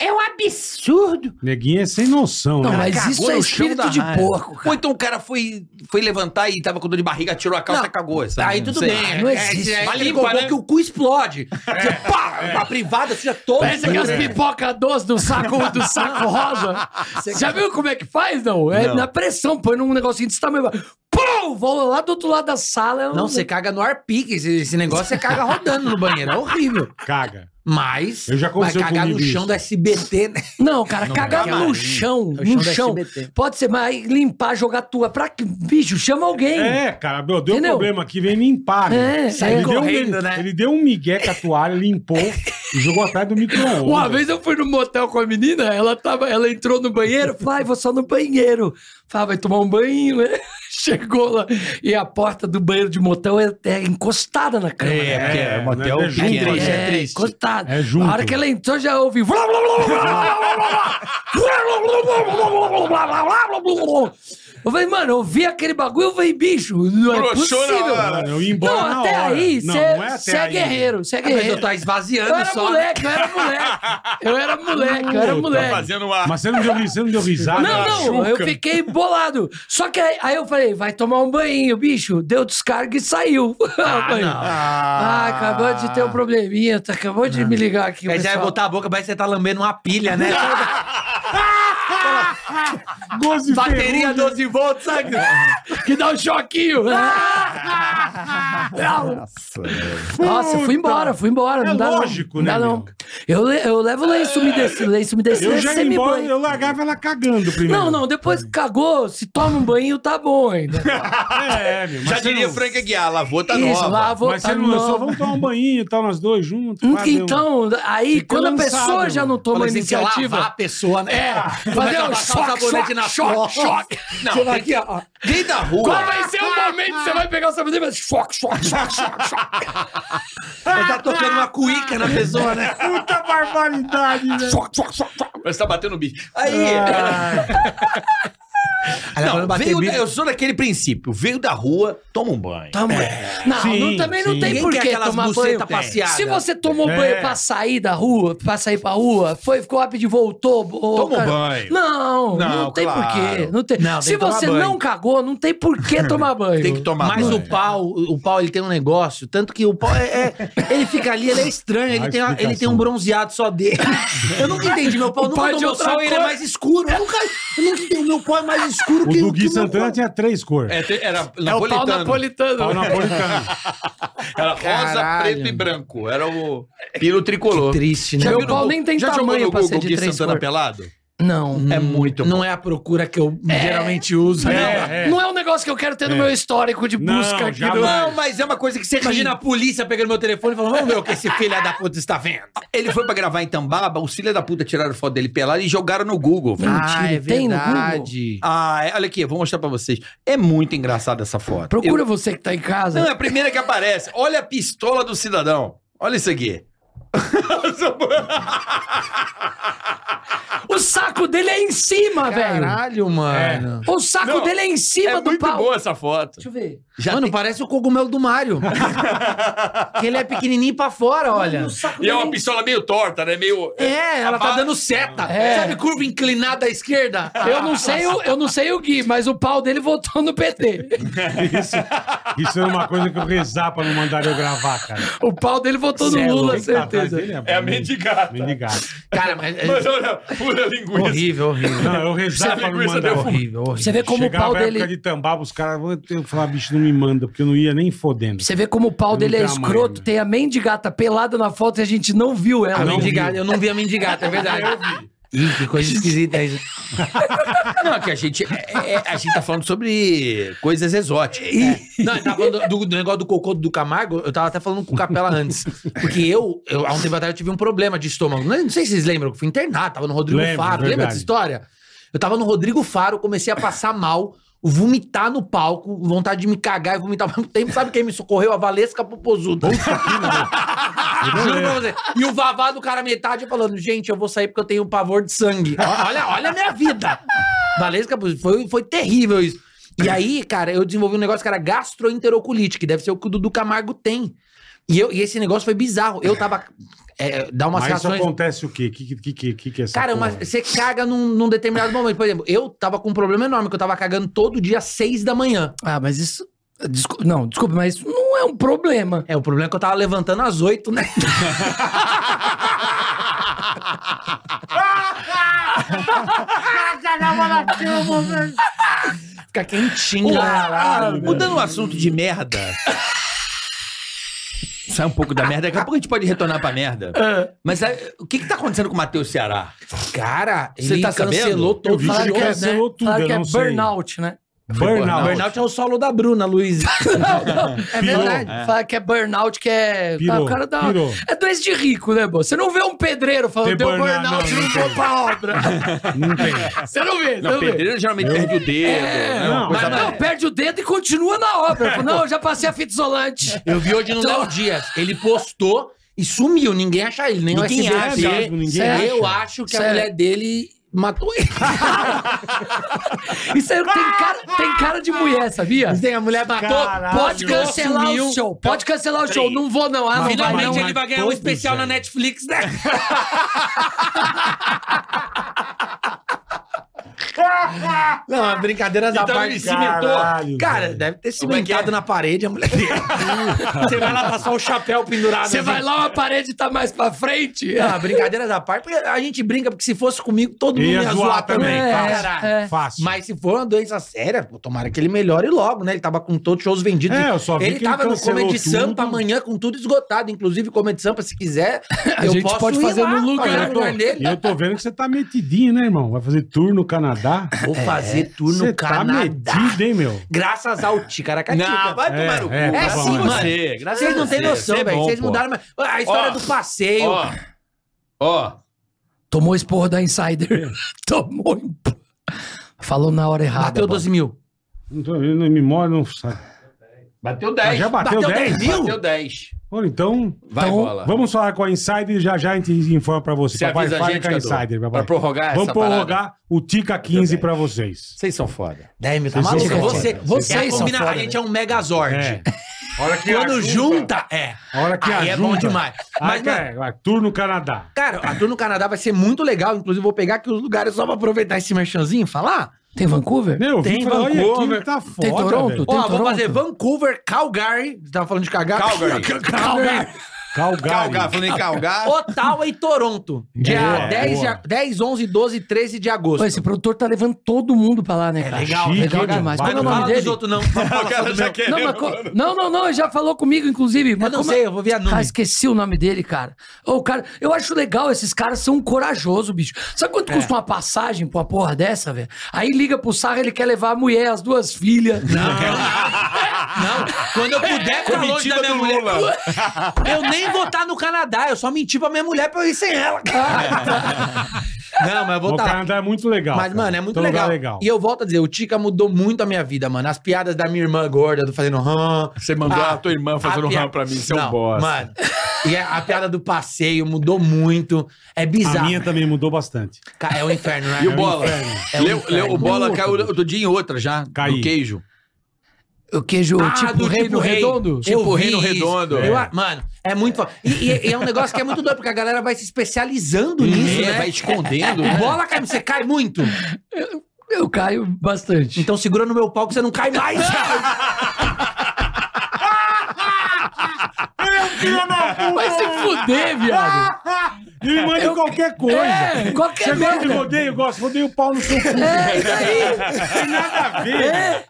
S13: É um absurdo.
S8: neguinho é sem noção,
S1: Não,
S8: né?
S1: mas
S7: Cagou
S1: isso é
S7: no chão da
S1: espírito de
S7: rádio.
S1: porco,
S7: Ou
S1: cara.
S7: então o cara foi, foi levantar e tava com dor de barriga, tirou a calça
S4: Não,
S7: e cagou. sabe?
S4: Aí
S7: Não
S4: tudo
S7: sei.
S4: bem.
S1: não
S4: é-
S1: existe.
S4: É, é,
S7: Vai
S4: ele
S7: limpar,
S4: cagou
S7: né?
S4: que o cu explode. Você, pá, a privada suja todo.
S1: Parece aquelas
S4: é.
S1: pipoca doce do saco, do saco rosa. Já viu como é que faz, não? É
S7: Não.
S1: na pressão, põe num negocinho desse tamanho. vai- Pum! Vola lá do outro lado da sala. é um-
S4: Não, você caga no ar pique. Esse, esse negócio você caga rodando no banheiro. É horrível.
S8: Caga.
S4: Mas.
S8: Eu já
S4: Mas
S8: aconteceu
S4: cagar no
S8: comigo
S4: chão
S8: isso.
S4: do SBT, né?
S1: Não, cara, cagar
S4: cara.
S1: no chão,
S4: É o
S1: no
S4: chão da
S1: chão.
S4: SBT.
S1: Pode ser, mas limpar, jogar tua. Pra que? Bicho, chama alguém.
S8: É, cara, meu, deu um
S1: Entendeu?
S8: problema aqui, vem limpar. né?
S1: É, sai
S8: ele, deu um,
S4: correndo, né?
S8: ele deu um migué com a toalha, limpou e jogou atrás do micro-ondas.
S1: Uma vez eu fui no motel com a menina, ela, tava, ela entrou no banheiro, falei, "Ai, vou só no banheiro. Falei, "Ah, vai tomar um banho, né? <laughs> Chegou lá, e a porta do banheiro de motel é, é encostada na cama.
S7: É, porque é,
S8: É,
S7: motel
S8: né, junto,
S7: pequeno.
S8: né?
S7: É,
S1: É, encostado.
S8: É junto.
S1: A hora que ela entrou, já ouvi. "Blá, blá, blá, blá, blá, blá, blá, blá, blá, blá, blá, blá, blá, blá, blá, blá." Eu falei, mano, eu vi aquele bagulho, eu falei, bicho, não é possível.
S8: Cara, eu ia embora
S1: Não,
S8: na
S1: até
S8: hora.
S1: aí,
S8: Não,
S1: você
S8: não é até
S1: é,
S8: aí. Ah,
S1: guerreiro, você é
S4: Mas
S1: guerreiro.
S4: eu tô
S1: Eu
S4: esvaziando
S1: era
S4: só. né?
S1: moleque, eu era moleque. Eu era moleque, eu era
S7: Tá
S1: moleque.
S8: Mas você não deu, ri- você não deu risada?
S1: Não, não, eu fiquei bolado. Só que aí, aí eu falei, vai tomar um banho, bicho. Deu descarga e saiu. <laughs> Ah, ah acabou de ter um probleminha, tá, acabou de me ligar aqui.
S4: Aí já ia
S1: pessoal.
S4: botar a boca, parece que você tá lambendo uma
S1: <laughs>
S4: pilha, né?
S8: Doze
S4: Bateria
S8: ferrugem.
S4: 12 volts, sabe?
S1: Que dá um
S8: <laughs>
S1: choquinho. Nossa, eu fui embora, fui embora.
S8: Ah! É
S1: não dá
S8: lógico,
S1: não,
S8: né,
S1: Não dá não.
S8: meu?
S1: Eu, le- eu levo lenço umedecido, lenço umedecido
S8: Eu
S1: é
S8: já ia embora,
S1: semi-banho.
S8: eu É. largava ela cagando primeiro.
S1: Não, não, depois que cagou, se toma um banho, tá bom ainda.
S8: <laughs> É, meu, mas
S7: Já
S8: você
S7: diria
S8: não-
S7: Franca Guiar, lavou tá
S1: Isso,
S7: nova.
S1: lá tá. vou
S8: Mas
S1: tá
S8: você não lançou,
S1: nova.
S8: vamos tomar um banhinho e tal, nós dois juntos.
S1: Hum,
S8: pá,
S1: que
S8: deu um-
S1: então, aí
S8: Fica
S1: quando
S8: lançado,
S1: a pessoa já não toma a
S4: Falei assim, você lavar a
S1: iniciativa.
S4: pessoa, né?
S1: É, <laughs> fazer um choque, choque, na choque, choque.
S4: Não,
S1: Você vai
S4: tem que-
S1: aqui, ó.
S7: Quem da rua?
S1: Qual vai ser o momento que você vai pegar o sabonete? Mas Choque, choque, choque, choque, choque,
S4: Ele tá tocando uma cuíca na pessoa, né?
S8: Puta barbaridade, velho.
S1: choque, choque, choque, choque.
S7: Você tá batendo o bicho.
S4: É,
S7: Aí,
S1: <laughs>
S4: Aí ela
S7: não,
S4: vai bater
S7: veio
S4: bico.
S7: da- eu sou daquele princípio. Veio da rua, toma um banho.
S1: Tá, mãe. Não,
S8: sim,
S1: não, também não
S8: sim. É.
S1: tem
S4: Ninguém
S1: por
S4: quer
S1: que
S4: aquelas
S1: tomar
S4: bucetas
S1: banho. é.
S4: passeadas.
S1: Se você tomou banho pra sair da rua, pra sair pra rua, foi, ficou rápido e voltou. ô,
S7: Toma um
S1: cara-
S7: banho.
S1: Não, não,
S7: Não,
S1: tem
S7: claro.
S1: porquê. Não tem.
S4: Não, tem
S1: Se
S4: que tomar
S1: você
S4: banho.
S1: não cagou, não tem por que
S4: <laughs>
S1: tomar banho.
S7: Tem que tomar
S4: Mas
S7: banho.
S4: o pau, o pau, ele tem um negócio, tanto que o pau é, é- ele fica ali, ele é estranho, ele
S8: Mais
S4: tem, uma- ele tem
S8: explicação.
S4: um bronzeado só dele. Eu nunca entendi, meu pau
S1: O
S4: nunca
S1: pau é de
S4: tomou
S1: outra
S4: sol, ele é
S1: cor.
S4: mais escuro. Eu nunca, eu nunca entendi, meu pau é mais escuro
S8: O
S4: que
S8: do
S4: que
S8: Gui
S4: meu
S8: Santana
S4: pau.
S8: tinha três cores.
S7: É, tem- era
S1: É o pau
S7: napolitano.
S1: napolitano.
S8: Pau napolitano.
S7: Era rosa, preto e branco. Era o <laughs> piro tricolor.
S4: Triste, né?
S1: Meu
S7: viu no
S1: pau
S7: Gu-
S1: nem tem
S7: já
S1: tamanho
S7: jogou no
S1: pra ser
S7: Google
S1: de
S7: Gui
S1: três
S7: Santana
S1: cores.
S7: pelado?
S1: Não.
S4: É muito Não é a procura que eu geralmente uso.
S1: Não,
S4: né?
S1: não é um negócio que eu quero ter no
S4: É.
S1: meu histórico de busca aqui.
S4: não,
S1: no-
S4: não, mas é uma coisa que você imagina a polícia pegando meu telefone e falando, vamos ver o que esse filho da puta está vendo.
S14: Ele foi pra gravar em Tambaba, os filhos da puta tiraram foto dele pelado e jogaram no Google. velho.
S6: Ah, é verdade.
S14: Ah, é- olha aqui, eu vou mostrar pra vocês. É muito engraçada essa foto.
S1: Procura
S14: Eu-
S1: você que tá em casa.
S14: Não, é a primeira que aparece. Olha a pistola do cidadão. Olha isso aqui. <laughs> É
S1: O saco dele é em cima,
S4: Ah,
S1: velho.
S4: Caralho, mano.
S1: O saco
S4: Não,
S1: dele é em cima
S4: é
S1: do
S4: muito
S1: pau.
S4: boa
S14: essa foto.
S1: Deixa eu ver.
S4: mano, parece o cogumelo do Mário. que ele é pequenininho pra fora, olha.
S1: Tipo,
S14: E é uma pistola meio torta, né? Meio.
S4: É, ela tá
S14: Abaixa.
S4: dando seta.
S1: É.
S4: Sabe curva inclinada à esquerda? Ah,
S1: Eu não sei o, eu não sei o Gui, mas o pau dele voltou no PT.
S8: Isso, isso é uma coisa que eu rezar pra não mandar eu gravar, cara.
S1: O pau dele voltou
S8: Cê é
S1: no Lula,
S8: louco.
S1: certeza.
S8: É
S14: <laughs>
S8: a mendigata. Mendigata.
S4: Cara, mas. é
S9: Mas olha, pura linguiça.
S4: Horrível, horrível.
S8: Não, eu rezava pra não mandar.
S1: Você vê como
S8: Chegava
S1: o pau
S8: a época
S1: dele.
S8: de tambaba, os caras vão eu falar, bicho, não me manda, porque eu não ia nem fodendo.
S1: Você vê como o pau
S8: Eu
S1: dele é
S8: não tenho a mãe,
S1: escroto, tem a mendigata pelada na foto e a gente não viu ela.
S4: A mendigata, eu não vi a mendigata, é verdade. Ih, que coisa esquisita isso.
S14: Não, que a gente. é- é- a gente tá falando sobre coisas exóticas. <laughs>
S4: <laughs> Não, eu tava falando do, do negócio do cocô do Camargo, eu tava até falando com o Capela antes. Porque eu, eu, há um tempo atrás, eu tive um problema de estômago. Não, não sei se vocês lembram, eu fui internado, tava no Rodrigo
S8: Lembro,
S4: Faro. Lembra
S8: verdade.
S4: dessa história? Eu tava no Rodrigo Faro, comecei a passar mal, vomitar no palco, vontade de me cagar e vomitar ao mesmo tempo. Sabe quem me socorreu? A Valesca Popozuda. Juro pra você. E o vavá do cara metade falando, gente, eu vou sair porque eu tenho um pavor de sangue. Ó, Olha, olha a minha vida. Valesca, foi, foi terrível isso. E aí, cara, eu desenvolvi um negócio que era gastroenterocolite, que deve ser o que o Dudu Camargo tem. E, eu, e esse negócio foi bizarro. Eu tava... É, dá umas
S8: Mas
S4: reações...
S8: isso acontece o quê? O que, que, que, que, que é essa
S4: Cara, uma-
S8: porra?
S4: você caga num, num determinado momento. Por exemplo, eu tava com um problema enorme, que eu tava cagando todo dia às seis da manhã.
S1: Ah, mas isso. Desculpa, não, desculpa, mas isso não é um problema.
S4: É, o problema é que eu tava levantando às oito, né? <laughs> Fica quentinho.
S14: Ah, mudando o assunto de merda. Sai um pouco da merda, daqui a pouco a gente pode retornar pra merda. Mas é, o que que tá acontecendo com o Matheus Ceará?
S4: Cara,
S14: Você tá sabendo?
S4: todo o
S1: Falaram
S4: show,
S1: que é,
S4: né?
S1: né? Falaram que é burnout, né?
S4: Burnout. Burnout é o solo da Bruna, Luiz.
S1: É verdade. Fala que é burnout, que é.
S4: Pirou,
S1: o cara dá...
S4: pirou.
S1: É doença de rico, né, bô? Você não vê um pedreiro falando,
S4: Tem
S1: deu
S4: burnout,
S1: burnout,
S4: não,
S1: não
S4: não
S1: vou
S4: tem.
S1: pra
S4: <laughs>
S1: obra.
S8: Não tem.
S1: Você não vê, você
S14: Não,
S1: não, vê.
S14: pedreiro geralmente perde o dedo.
S8: É.
S14: né? Uma
S1: não,
S14: coisa
S1: mas não, perde o dedo e continua na obra. Fala, Não, eu já passei a fita isolante.
S4: Eu vi hoje no Léo Dias. Ele postou e sumiu. Ninguém acha ele, nem
S14: Ninguém
S4: o
S14: acha,
S4: SBT.
S14: ninguém
S4: Sério? Eu
S14: acha.
S4: acho que a
S1: Sério.
S4: mulher dele matou ele.
S1: Isso aí tem cara, tem cara de mulher, sabia?
S4: Tem, a mulher matou.
S1: Caralho. Pode
S4: postou,
S1: cancelar
S4: sumiu.
S1: o show. Pode cancelar o show. Não vou, não. Ah, não vai, não.
S4: Finalmente ele vai ganhar um especial na Netflix, né? <laughs> Não, é brincadeiras à
S14: Então
S4: parte.
S14: ele cimentou.
S4: Caralho, cara,
S14: velho.
S4: deve ter
S14: Como é que é?
S4: cimentado na parede a mulher dele. Você vai lá, tá só o chapéu pendurado.
S1: Você
S4: assim.
S1: vai lá, uma parede tá mais pra frente.
S4: Não, brincadeiras à parte, porque a gente brinca porque se fosse comigo, todo mundo
S8: Ia
S4: ia
S8: zoar
S4: zoar
S8: também,
S4: também.
S8: fácil,
S4: caralho.
S8: fácil.
S4: Mas se for uma doença séria, pô, tomara que ele melhore logo, né? Ele tava com todos os shows vendidos.
S8: É, eu só vi
S4: ele
S8: que ele
S4: tava no
S8: cancelou
S4: Comedy
S8: tudo.
S4: Sampa amanhã com tudo esgotado. Inclusive, Comedy Sampa, se quiser,
S1: A gente pode
S4: ir
S1: fazer
S4: lá,
S1: no lugar,
S4: fazer
S1: né?
S4: no lugar
S8: E
S4: dele.
S8: eu tô vendo que você tá metidinho, né, irmão? Vai fazer tour no Canadá?
S4: Vou fazer tour no
S8: Você
S4: Canadá.
S8: É, Tá metido, hein, meu?
S4: Graças ao Ticaracatica.
S14: Não, vai
S8: É,
S14: tomar no cu.
S8: é,
S14: graças
S8: tá
S14: a
S8: bom,
S14: você,
S4: mano.
S14: graças
S4: Vocês
S14: a
S4: não têm
S14: você.
S4: noção,
S14: Você é
S4: velho.
S14: bom,
S4: Vocês
S14: pô.
S4: mudaram. mas- Ó, A história
S14: Ó.
S4: do passeio.
S14: Ó, ó.
S1: Tomou esporro da Insider. <laughs> Tomou. em- Falou na hora errada.
S4: Bateu
S1: bom.
S4: 12 mil.
S8: Não tô vendo, não me mora, não sabe.
S14: Bateu
S8: Ah,
S14: 10.
S8: já bateu,
S4: Bateu 10
S8: 10?
S4: mil?
S14: Bateu 10.
S8: Pô, então,
S14: Vai,
S1: Então,
S14: bola.
S8: vamos falar com a Insider e já já a gente informa pra você.
S14: Você avisa a
S8: fala
S14: gente,
S8: com a
S14: Cadu,
S8: Insider, papai.
S14: pra prorrogar essa
S8: Vamos prorrogar o Tica 15
S14: Tudo bem.
S8: pra vocês.
S14: Vocês são foda.
S4: 10 mil, tá
S8: Vocês
S4: maluco?
S8: são foda.
S4: Você,
S8: Vocês
S4: você
S1: são
S4: é combina,
S1: foda,
S4: a gente é um megazord.
S8: É. A hora que
S4: Quando junta, é.
S8: A hora que
S4: Aí é
S8: ajunta.
S4: bom demais. Mas,
S8: Mas,
S4: mano,
S8: é, vai, tour no Canadá.
S4: cara, a tour no Canadá vai ser muito legal. Inclusive, vou pegar aqui os lugares só pra aproveitar esse merchanzinho e falar.
S1: Tem Vancouver?
S8: Meu, eu vi
S4: Tem
S8: e falei, olha,
S4: Vancouver.
S8: aqui tá foda,
S1: Toronto?
S8: velho.
S1: Tem
S4: Ó, vou
S1: Toronto?
S4: fazer Vancouver, <laughs> Calgary. Você tava falando de cagar?
S14: Calgary.
S4: Calgary.
S8: Calgar.
S2: Calgar, falando em Calgar.
S4: Ottawa e Toronto. Dia
S1: Boa,
S4: 10,
S1: boa.
S4: de a- 10, 11, 12, 13 de agosto.
S1: Pô, esse produtor tá levando todo mundo pra lá, né, cara?
S4: É legal,
S1: legal,
S4: legal
S1: demais.
S4: demais.
S1: Qual é o
S4: Mas não
S1: nome
S4: fala dos
S1: dele?
S4: <laughs> outros, não. Fala só do meu.
S1: Não, mas co- não, não, não, ele já falou comigo, inclusive. Mas
S4: não sei, eu vou ver a
S1: Ah, esqueci o nome dele, cara. Ô, cara, eu acho legal, esses caras são corajosos, bicho. Sabe
S4: É.
S1: quanto custa uma passagem pra uma porra dessa, velho? Aí liga pro Sarra, ele quer levar a mulher, as duas filhas. Não,
S4: Quando eu puder ficar longe
S1: Comitiva
S4: da minha
S1: do
S4: mulher.
S1: Lula.
S4: <laughs> Eu nem vou estar no Canadá, eu só menti pra minha mulher pra eu ir sem <laughs> ela. Não, mas eu vou tá. estar.
S8: O Canadá é muito legal.
S4: Mas,
S8: cara.
S4: mano, é muito
S8: Todo lugar
S4: legal.
S8: é
S4: E eu volto a dizer, o Tica mudou muito a minha vida, mano. As piadas da minha irmã gorda, do fazendo ram. Ah,
S7: Você mandou a tua irmã fazendo ram pra mim, seu
S4: Não,
S7: bosta.
S4: Mano, e é, a, a piada do passeio mudou muito. É bizarro.
S8: A minha também mudou bastante.
S4: Cara, é o inferno, né?
S2: E o
S4: É um
S2: Bola?
S4: inferno.
S2: Leu-
S14: um
S4: inferno.
S2: leu- o Bola
S4: Puta,
S2: caiu outro dia em outra já,
S8: Caí.
S2: do queijo.
S1: O queijo
S4: Ah,
S1: tipo
S4: do
S1: reino
S4: tipo rei.
S1: redondo?
S4: Eu
S1: tipo
S4: vi
S1: reino
S4: isso.
S1: redondo.
S4: Eu
S1: é.
S4: a- mano, é muito. fo- E, e- e é um negócio que é muito doido, porque a galera vai se especializando
S7: Uhum.
S1: É,
S4: nisso. né?
S1: vai escondendo,
S14: É.
S1: né?
S4: Bola cai, você cai muito. tipo-
S1: Eu caio bastante.
S4: Então segura no meu pau que você não cai mais.
S1: Ah,
S4: Então,
S1: Vai se
S4: é.
S1: fuder, viado.
S8: Ele manda
S1: Eu-
S8: qualquer coisa.
S1: É, qualquer
S8: Você gosta de
S1: merda.
S8: rodeio? Gosto. Rodeio o pau no seu cu.
S1: É, isso aí.
S8: Tem nada a ver.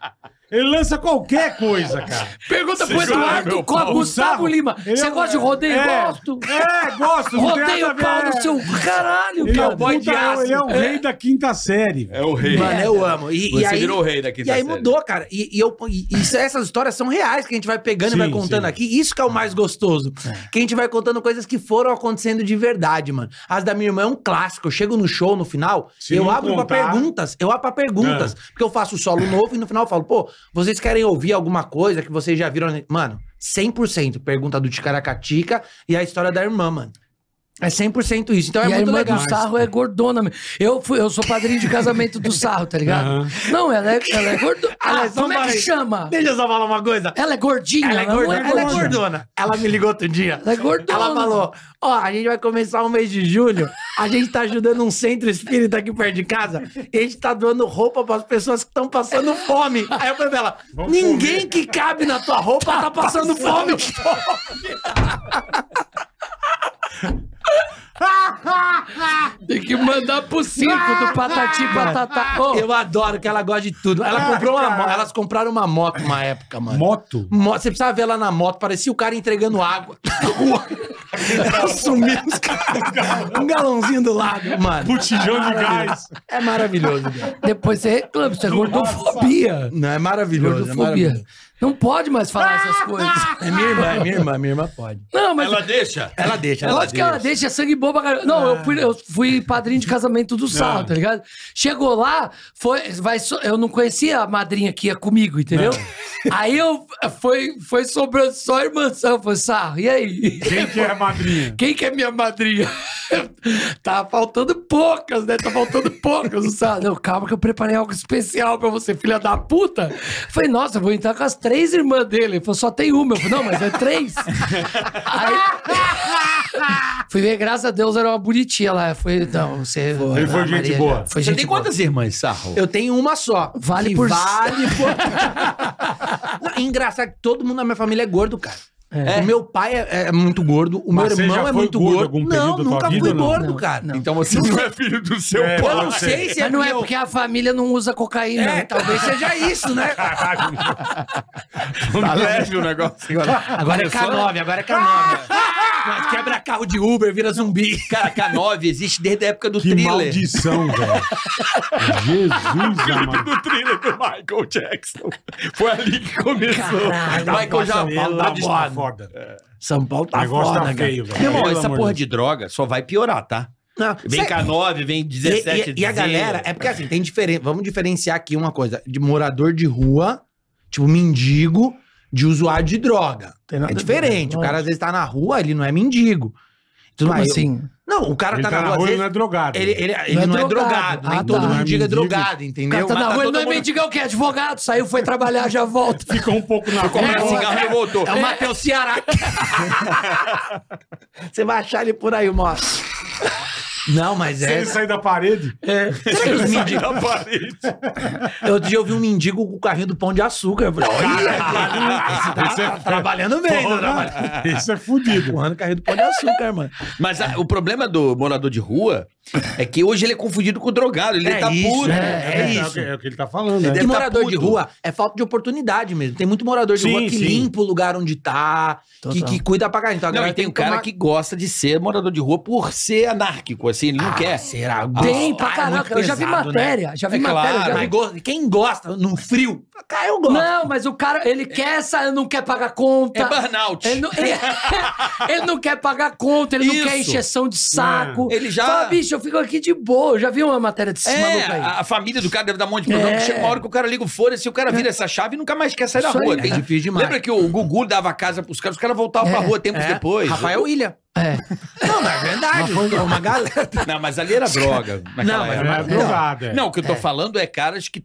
S8: Ele lança qualquer coisa, cara.
S1: Pergunta
S8: Você
S1: pro
S8: sabe,
S1: Eduardo
S8: meu
S1: Costa,
S8: pau.
S1: Gustavo
S8: Sarro,
S1: Lima.
S8: ele
S1: Você
S8: é um-
S1: gosta de rodeio?
S8: é.
S1: Gosto.
S8: É, gosto. não tem
S1: Rodeio
S8: nada a
S1: pau
S8: ver.
S1: no seu caralho,
S8: Ele é,
S1: cara.
S8: o puta- ele é
S1: um
S8: o rei da quinta série.
S7: É o rei.
S4: Mano, eu amo. E, e
S7: Você
S4: aí,
S7: virou o rei da
S4: E
S7: quinta
S4: aí
S7: série.
S4: mudou, cara. E, e eu, e isso- essas histórias são reais que a gente vai pegando e vai
S7: Sim,
S4: contando
S7: sim.
S4: aqui. Isso que é o mais gostoso. Que a gente vai contando coisas que foram acontecendo de verdade, mano. As da minha irmã é um clássico. Eu chego no show, no final,
S8: Se
S4: eu
S8: não
S4: abro pra
S8: contar-
S4: perguntas. Eu abro pra perguntas. Porque eu faço solo novo e no final eu falo, pô, vocês querem ouvir alguma coisa que vocês já viram? Mano, 100% pergunta do Ticaracatica e a história da irmã, mano. É 100% isso. Então é
S1: e a
S4: muito
S1: irmã
S4: legal.
S1: do Sarro é gordona mesmo. Eu, fui, eu sou padrinho de casamento do Sarro, tá ligado? Não, ela é, ela é gordona.
S8: Ah,
S4: Ela é
S8: então
S4: só
S1: como é que
S4: mais-
S1: chama?
S4: Deixa eu só falar uma coisa.
S1: Ela é gordinha,
S4: Ela é
S1: não
S4: gordona. Ela é gordona. Ela me ligou outro dia.
S1: Ela é gordona.
S4: Ela falou: Ó, a gente vai começar o mês de julho. A gente tá ajudando um centro espírita aqui perto de casa. E a gente tá doando roupa pras pessoas que estão passando fome. Aí eu falei pra ela: Ninguém que cabe na tua roupa tá passando fome.
S1: Tem que mandar pro circo do Patati
S8: Ah!
S1: Patatá. Ô,
S4: Eu adoro que ela gosta de tudo. Ela comprou uma mo- Elas compraram uma moto uma época, mano.
S8: Moto?
S4: Mo- Você precisava ver ela na moto, parecia o cara entregando água. Sumiu os caras. Um galãozinho do lado, mano.
S8: Botijão de
S4: Maravilhoso.
S8: gás.
S4: É <laughs> maravilhoso.
S1: Depois você reclama, isso é gordofobia.
S4: Não, é maravilhoso. é
S1: Gordofobia.
S4: maravilhoso.
S1: Não pode mais falar
S4: <laughs>
S1: essas coisas.
S4: É minha irmã, é minha irmã, minha irmã pode.
S1: Não, mas
S2: deixa.
S4: Ela deixa,
S1: Eu
S4: ela
S1: acho que ela
S4: deixa.
S1: deixa sangue bom pra caralho. Não, eu, fui, eu fui padrinho de casamento do Sarro, tá ligado? Chegou lá, foi, vai, so- eu não conhecia a madrinha que ia comigo, entendeu? Aí eu, foi, foi sobrando só a irmã Sarro. Eu falei, Sarro, e aí?
S8: Quem que é a madrinha?
S1: Quem que é minha madrinha? <laughs> tá faltando poucas, né? Tá faltando poucas. O Sarro, não, calma que eu preparei algo especial pra você, filha da puta. Eu falei, nossa, eu vou entrar com as três irmãs dele. Ele falou, só tem uma. Eu falei, não, mas é
S2: <laughs>
S1: três. Fui ver, graças a Deus, era uma bonitinha lá. Foi, não, você...
S8: Ele foi
S1: a
S8: gente
S1: Maria-
S8: boa.
S1: Foi
S2: Você
S1: gente
S2: tem
S1: boa.
S2: quantas irmãs, Sarro?
S4: Eu tenho uma só.
S1: Vale
S4: que
S1: por-
S4: Vale por. Não, <laughs> engraçado que todo mundo na minha família é gordo, cara. O meu pai é, é muito gordo, o
S8: Mas
S4: meu
S8: você já
S4: irmão é
S8: foi
S4: muito
S8: gordo
S4: gordo.
S8: algum período
S4: Não,
S8: da tua
S4: nunca fui
S8: vida ou não?
S4: gordo,
S1: Não,
S4: cara.
S1: não.
S7: Então você não é filho do seu
S8: É,
S7: pai.
S4: Eu não sei se é,
S1: Mas não é
S4: eu-
S1: porque a família não usa cocaína.
S4: É,
S1: né?
S4: talvez seja isso, né?
S7: Tá leve
S4: <laughs>
S7: o negócio agora.
S4: <laughs> Agora é K9, agora é
S8: Ah!
S4: K9. Mas Ah, quebra carro de Uber, vira zumbi.
S2: Cara, K9 existe desde a época do
S8: Que
S2: thriller.
S8: maldição, velho. Jesus amado.
S7: Do thriller do Michael Jackson. Foi ali que começou.
S2: Michael
S7: é
S2: já
S8: Pelo
S2: tá
S8: amor
S2: de-
S8: de tá foda.
S4: São Paulo
S8: O
S4: tá
S8: negócio
S4: foda,
S8: tá
S4: cara.
S8: feio, velho.
S2: Meu irmão,
S8: Pelo
S2: essa
S8: amor
S2: porra
S8: de
S2: de droga só vai piorar, tá?
S4: Não,
S2: Vem
S4: cê-
S2: K9, vem
S4: E- e-
S2: 17,
S4: e, a
S2: 16.
S4: galera, é porque assim, tem diferença. Vamos diferenciar aqui uma coisa: de morador de rua, tipo mendigo, de usuário de droga. É diferente. O cara às vezes tá na rua, ele não é mendigo. Tudo
S1: Como
S4: mais. Eu-
S1: assim?
S4: Não, o cara
S8: Ele
S4: tá na rua, às
S8: ele
S4: vezes.
S8: não é drogado.
S4: Ele, ele, ele
S1: Não é
S4: não, é
S1: drogado.
S4: drogado, nem
S1: Ah,
S4: todo
S1: tá.
S4: mendigo é
S8: Mendigo.
S4: drogado, entendeu?
S1: O cara tá na
S4: Mas
S1: rua, ele
S4: todo
S1: não é
S4: mundo-
S1: mendigão que é advogado. Saiu, foi trabalhar, já volta.
S8: Fica um pouco na
S2: Comprar
S8: rua.
S2: cigarro e voltou.
S4: É o Matheus
S1: <laughs>
S4: Ceará. Você vai achar ele por aí, moço. Não, mas
S8: Se
S4: é.
S8: ele sair da parede.
S4: É. Será que os
S8: Sai
S4: mendigos-
S8: da parede.
S4: Outro dia eu vi um mendigo com o carrinho do pão de açúcar. Eu falei, olha, esse tá, tá trabalhando bem. tá
S7: Porra,
S4: trabalhando.
S8: <laughs> Isso é fudido.
S4: Porra, no carrinho do pão de açúcar, mano.
S7: Mas a- o problema do morador de rua é que hoje ele é confundido com drogado. Ele
S4: É
S7: tá
S4: isso,
S7: puto.
S4: é,
S8: É,
S4: é
S8: isso.
S4: isso.
S8: É o que ele tá falando,
S4: E
S8: né?
S4: morador de rua é falta de oportunidade mesmo. Tem muito morador de
S8: Sim,
S4: rua que
S8: sim.
S4: limpa o lugar onde tá, que,
S7: Total.
S4: que cuida pra caralho. Então, a
S7: Não,
S4: galera
S7: e tem um
S4: que
S7: cara
S4: tomar-
S7: que gosta de ser morador de rua por ser anárquico, assim, ele não
S4: Ah,
S7: quer.
S4: Será?
S7: é
S1: Tem pra caraca, eu já vi
S7: né?
S1: matéria, já vi matéria, já vi-
S4: Mas go- Quem gosta, num frio, cara, eu gosto.
S1: Não, mas o cara, ele quer essa, ele não quer pagar conta.
S4: É burnout.
S1: Ele não, ele, <laughs> ele não quer pagar conta, ele
S7: Isso.
S1: não quer encheção de saco.
S7: É. Ele já-
S1: Fala, bicho, eu fico aqui de boa. Eu já vi uma matéria desse
S7: É,
S1: maluco aí.
S7: a, a família do cara deve dar um monte de problema.
S1: É.
S7: que Chega uma hora que o cara liga o fone, se o cara vira essa chave e nunca mais quer sair da
S4: Isso
S7: rua.
S4: aí,
S7: Tem-
S4: é difícil demais.
S7: Lembra que o Gugu dava a casa pros caras, os caras voltavam pra rua tempos
S4: é.
S7: depois.
S4: Rafael Ilha. É. Não, mas é verdade. é uma galera.
S7: Não, mas ali era droga. naquela
S4: Não, mas
S7: época.
S4: era drogado, é.
S7: Não, o que eu tô
S4: É.
S7: falando é caras que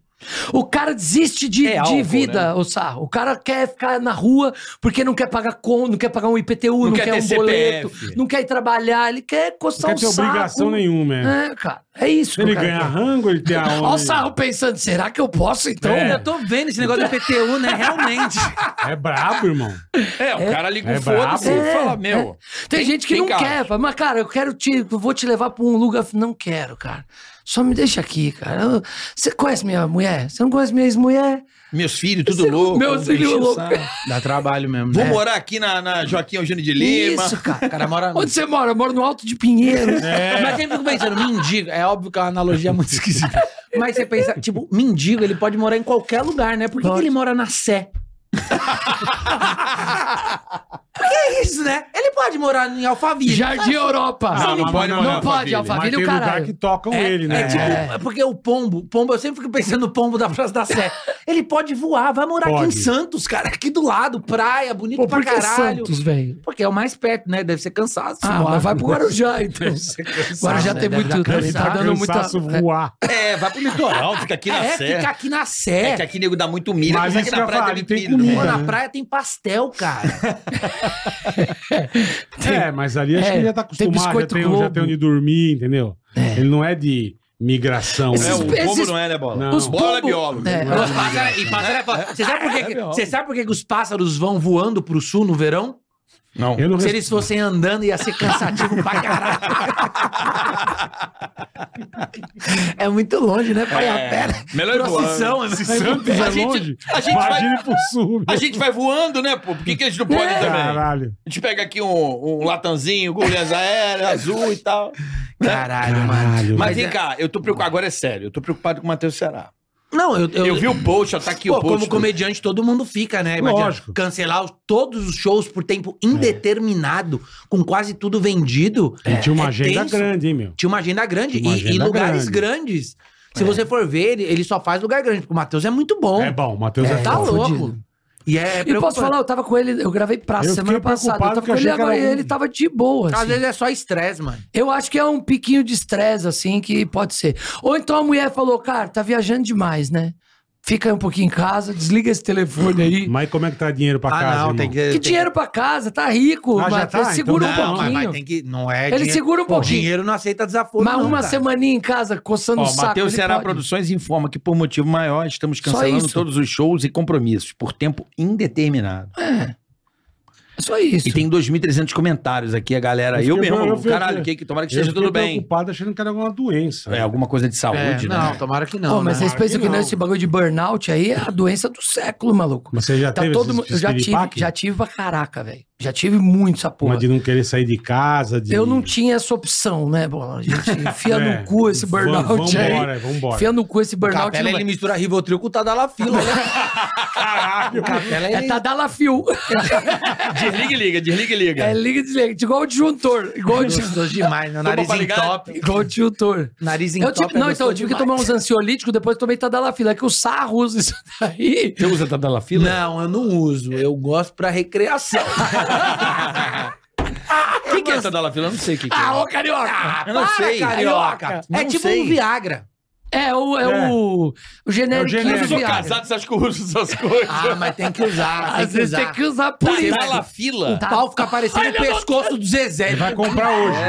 S1: O cara desiste de,
S7: É
S1: de
S7: álcool,
S1: vida,
S7: né?
S1: o sarro. O cara quer ficar na rua porque não quer pagar conta, não quer pagar um IPTU, não,
S7: quer
S1: quer,
S7: ter
S1: um
S7: CPF.
S1: boleto, não quer ir trabalhar, ele quer coçar
S8: Não
S1: o
S8: quer ter
S1: é um saco.
S8: obrigação nenhuma, é.
S1: é. cara. É isso
S8: Ele
S1: que o cara
S8: ganha
S1: quer.
S8: rango, ele tem a
S1: Olha o sarro pensando, será que eu posso então?
S8: É.
S4: Eu tô vendo esse negócio do PTU, né? Realmente.
S8: É brabo, irmão.
S7: É, o cara liga
S8: é
S7: o foda-se
S8: brabo.
S7: e fala, meu.
S1: Tem, gente que não
S7: cara.
S1: quer, fala, mas cara, eu quero te, eu vou te levar pra um lugar. Eu falo, Não quero, cara. Só me deixa aqui, cara. Eu- Você conhece minha mulher? Você não conhece minha ex-mulher?
S7: Meus filhos, tudo louco.
S1: meu filho
S7: enche o
S1: louco.
S7: saco.
S4: Dá trabalho mesmo.
S7: Vou
S4: né?
S7: morar aqui na, na Joaquim Eugênio de Lima.
S1: Isso, cara.
S4: O cara mora.
S1: Onde você mora? Eu moro no Alto de Pinheiros.
S8: É.
S7: É.
S4: Mas quem fica pensando, mendigo, é óbvio que é uma analogia muito esquisita. Mas você pensa, tipo, mendigo, ele pode morar em qualquer lugar, né? Por que, que ele mora na Sé? Porque é isso, né? Ele pode morar em Alphaville.
S1: Jardim Europa.
S8: Não, Ah, não pode morar
S1: Não
S8: em
S1: pode,
S8: Alphaville.
S1: Alphaville,
S8: Mas
S1: o
S8: tem lugar
S1: caralho.
S8: que tocam
S4: É,
S8: ele, né?
S4: é tipo, é porque o pombo, pombo, eu sempre fico pensando no pombo da Praça da Sé. Ele pode voar, vai morar aqui em
S8: Pode.
S4: Santos, cara, aqui do lado, praia, bonito
S1: Pô,
S4: pra
S1: por que
S4: caralho.
S1: Santos, velho?
S4: Porque é o mais perto, né? Deve ser cansado.
S1: Ah, mas vai pro
S8: <laughs>
S1: Guarujá, então.
S8: é
S1: Guarujá tem muito... Ele tá dando muita...
S8: né? Cansaço voar.
S7: É, vai pro litoral, fica aqui na
S4: é,
S7: Sé.
S4: fica aqui na Sé.
S7: É que aqui é. nego dá muito milho,
S8: Mas
S7: mas aqui
S8: isso que eu
S7: na praia
S8: falo,
S7: tem
S8: tem
S7: pilho.
S8: comida.
S4: Pô, na
S8: né?
S4: praia tem pastel, cara.
S8: É, mas ali acho
S1: É,
S8: que ele já tá
S1: tem
S8: acostumado, já
S1: biscoito
S8: tem, um- já
S1: Globo.
S8: tem onde dormir, entendeu? Ele não é de migração,
S1: Esses
S8: né?
S1: pe-
S8: O-
S1: esses-
S7: Pombo não é, né, Bola?
S8: Não.
S1: Os
S7: Bola é
S1: pombo-
S7: biólogo.
S1: É.
S4: Os pássaros- e pássaros- Você sabe por que, que- você sabe por que, que os pássaros vão voando pro sul no verão?
S7: Não.
S8: Eu não
S4: Se eles fossem andando, ia ser cansativo pra caralho. é muito longe, né? Pra ir
S7: É.
S4: a pé. né?
S7: Melhor ir
S4: Procissão, é
S8: Se
S4: muito
S8: Santos é
S7: A gente-
S8: longe,
S7: a gente vai-
S8: imagina pro sul.
S7: A
S8: né?
S7: gente vai voando, né, pô? Por que, que a gente não pode
S8: É.
S7: também?
S8: Caralho.
S7: A gente pega aqui um, um latanzinho, gulhas aéreas, azul e tal.
S4: né? Caralho, mano.
S8: Caralho.
S7: Mas
S4: É, Mas
S7: vem
S4: é-
S7: cá, eu tô preocupado, agora é sério, eu tô preocupado com o Matheus Ceará.
S4: Não, eu, eu,
S7: Eu vi o post, ó, tá aqui
S4: Pô,
S7: o post.
S4: como comediante, todo mundo fica, né? Imagina,
S8: Lógico.
S4: Cancelar os- todos os shows por tempo indeterminado, com quase tudo vendido.
S8: E tinha uma agenda
S4: tenso.
S8: grande, hein, meu?
S4: Tinha uma agenda grande
S8: É. Uma
S4: e,
S8: agenda
S4: e lugares
S8: grande.
S4: grandes. Se você for ver, ele, ele só faz lugar grande, porque o Matheus é muito bom.
S8: É bom, o Matheus é,
S4: tá
S8: foda.
S4: louco. E é
S1: E posso
S4: preocupante.
S1: falar, eu tava com ele, eu gravei praça
S8: Eu
S1: semana
S8: fiquei
S1: passada.
S8: preocupado
S1: Eu tava
S8: que
S1: com ele
S8: achei que
S1: agora e
S8: era um-
S1: ele tava de boa.
S4: Às
S1: assim.
S4: vezes é só estresse, mano.
S1: Eu acho que é um piquinho de estresse, assim, que pode ser. Ou então a mulher falou, cara, tá viajando demais, né? Fica aí um pouquinho em casa, desliga esse telefone aí.
S8: Mas como é que tá dinheiro
S4: Ah,
S8: pra casa, irmão?
S1: Que dinheiro pra casa, tá rico.
S8: Ah, já
S1: mas
S8: tá?
S1: segura
S8: Então
S1: um
S8: não,
S1: pouquinho.
S4: tem que. Não é
S1: Ele segura um
S4: Pô,
S1: pouquinho.
S4: Dinheiro não aceita desaforo.
S1: Mas
S4: não,
S1: uma
S4: cara.
S1: semaninha em casa, coçando
S7: Ó,
S1: o saco.
S7: Matheus
S1: ele
S7: Ceará
S1: pode.
S7: Produções informa que por motivo maior estamos
S1: Só
S7: cancelando
S1: isso.
S7: todos os shows e compromissos por tempo indeterminado.
S1: Só isso.
S7: E tem 2.300 comentários aqui, a galera. Eu,
S8: Eu fiquei-
S7: mesmo,
S8: eu fiquei-
S7: caralho, que, que tomara que
S8: Eu
S7: esteja
S8: fiquei
S7: tudo bem.
S8: preocupado achando que era alguma doença.
S7: É, alguma coisa de
S4: É,
S7: saúde, né?
S4: não, tomara que não.
S1: Pô, mas
S4: né?
S1: vocês pensam
S8: que
S1: que,
S8: não.
S1: não. esse bagulho de burnout aí é a doença do século, maluco.
S8: Mas você já
S1: Tá
S8: teve
S1: todo
S8: esses-
S1: mundo. Eu
S8: esses
S1: já tive,
S8: piripaque?
S1: já tive pra caraca, velho. Já tive muito essa porra.
S8: Mas de não querer sair de casa, de...
S1: Eu não tinha essa opção, né, Bola? A gente enfia
S8: É,
S1: no cu esse burnout
S8: vamos-
S1: aí.
S8: vambora, é, vambora.
S1: Enfia no cu esse burnout.
S4: Capela,
S1: não
S4: ele
S1: vai.
S4: mistura Rivotril com
S1: <laughs>
S4: Tadalafila. Caralho. Capela,
S1: É
S4: ele...
S1: Tadalafil.
S7: Desliga e liga, desliga e liga.
S1: <laughs> É liga e desliga. Igual o disjuntor. Igual o disjuntor.
S4: Gostoso demais, né? O
S7: Toma
S4: nariz
S7: pra
S4: em
S7: ligar?
S4: top.
S1: Igual o disjuntor.
S4: Nariz em
S1: Eu
S4: top. é
S1: tive, não, então, eu tive que tomar uns ansiolíticos, depois tomei Tadalafil. É que o sarro usa isso daí. <laughs>
S7: Você usa Tadalafila?
S4: Não, eu não uso. Eu gosto
S1: <laughs>
S4: pra recreação.
S7: O que, que é Tadalafila? Eu não sei o que, que é.
S1: Ah, ô, carioca!
S7: Eu não sei.
S4: Carioca. É
S7: Não
S4: tipo
S7: sei.
S4: um Viagra.
S1: É, o, é,
S14: É.
S1: O, o genérico. é
S14: Eu não sou casado, você acha que eu uso essas coisas?
S4: Ah, mas tem que usar.
S1: Às vezes tem que usar por
S14: Tá
S7: é
S1: isso.
S14: na la fila.
S4: O pau fica parecendo
S14: Ai,
S4: o
S14: meu Deus.
S4: pescoço do Zezé.
S8: Ele vai comprar hoje.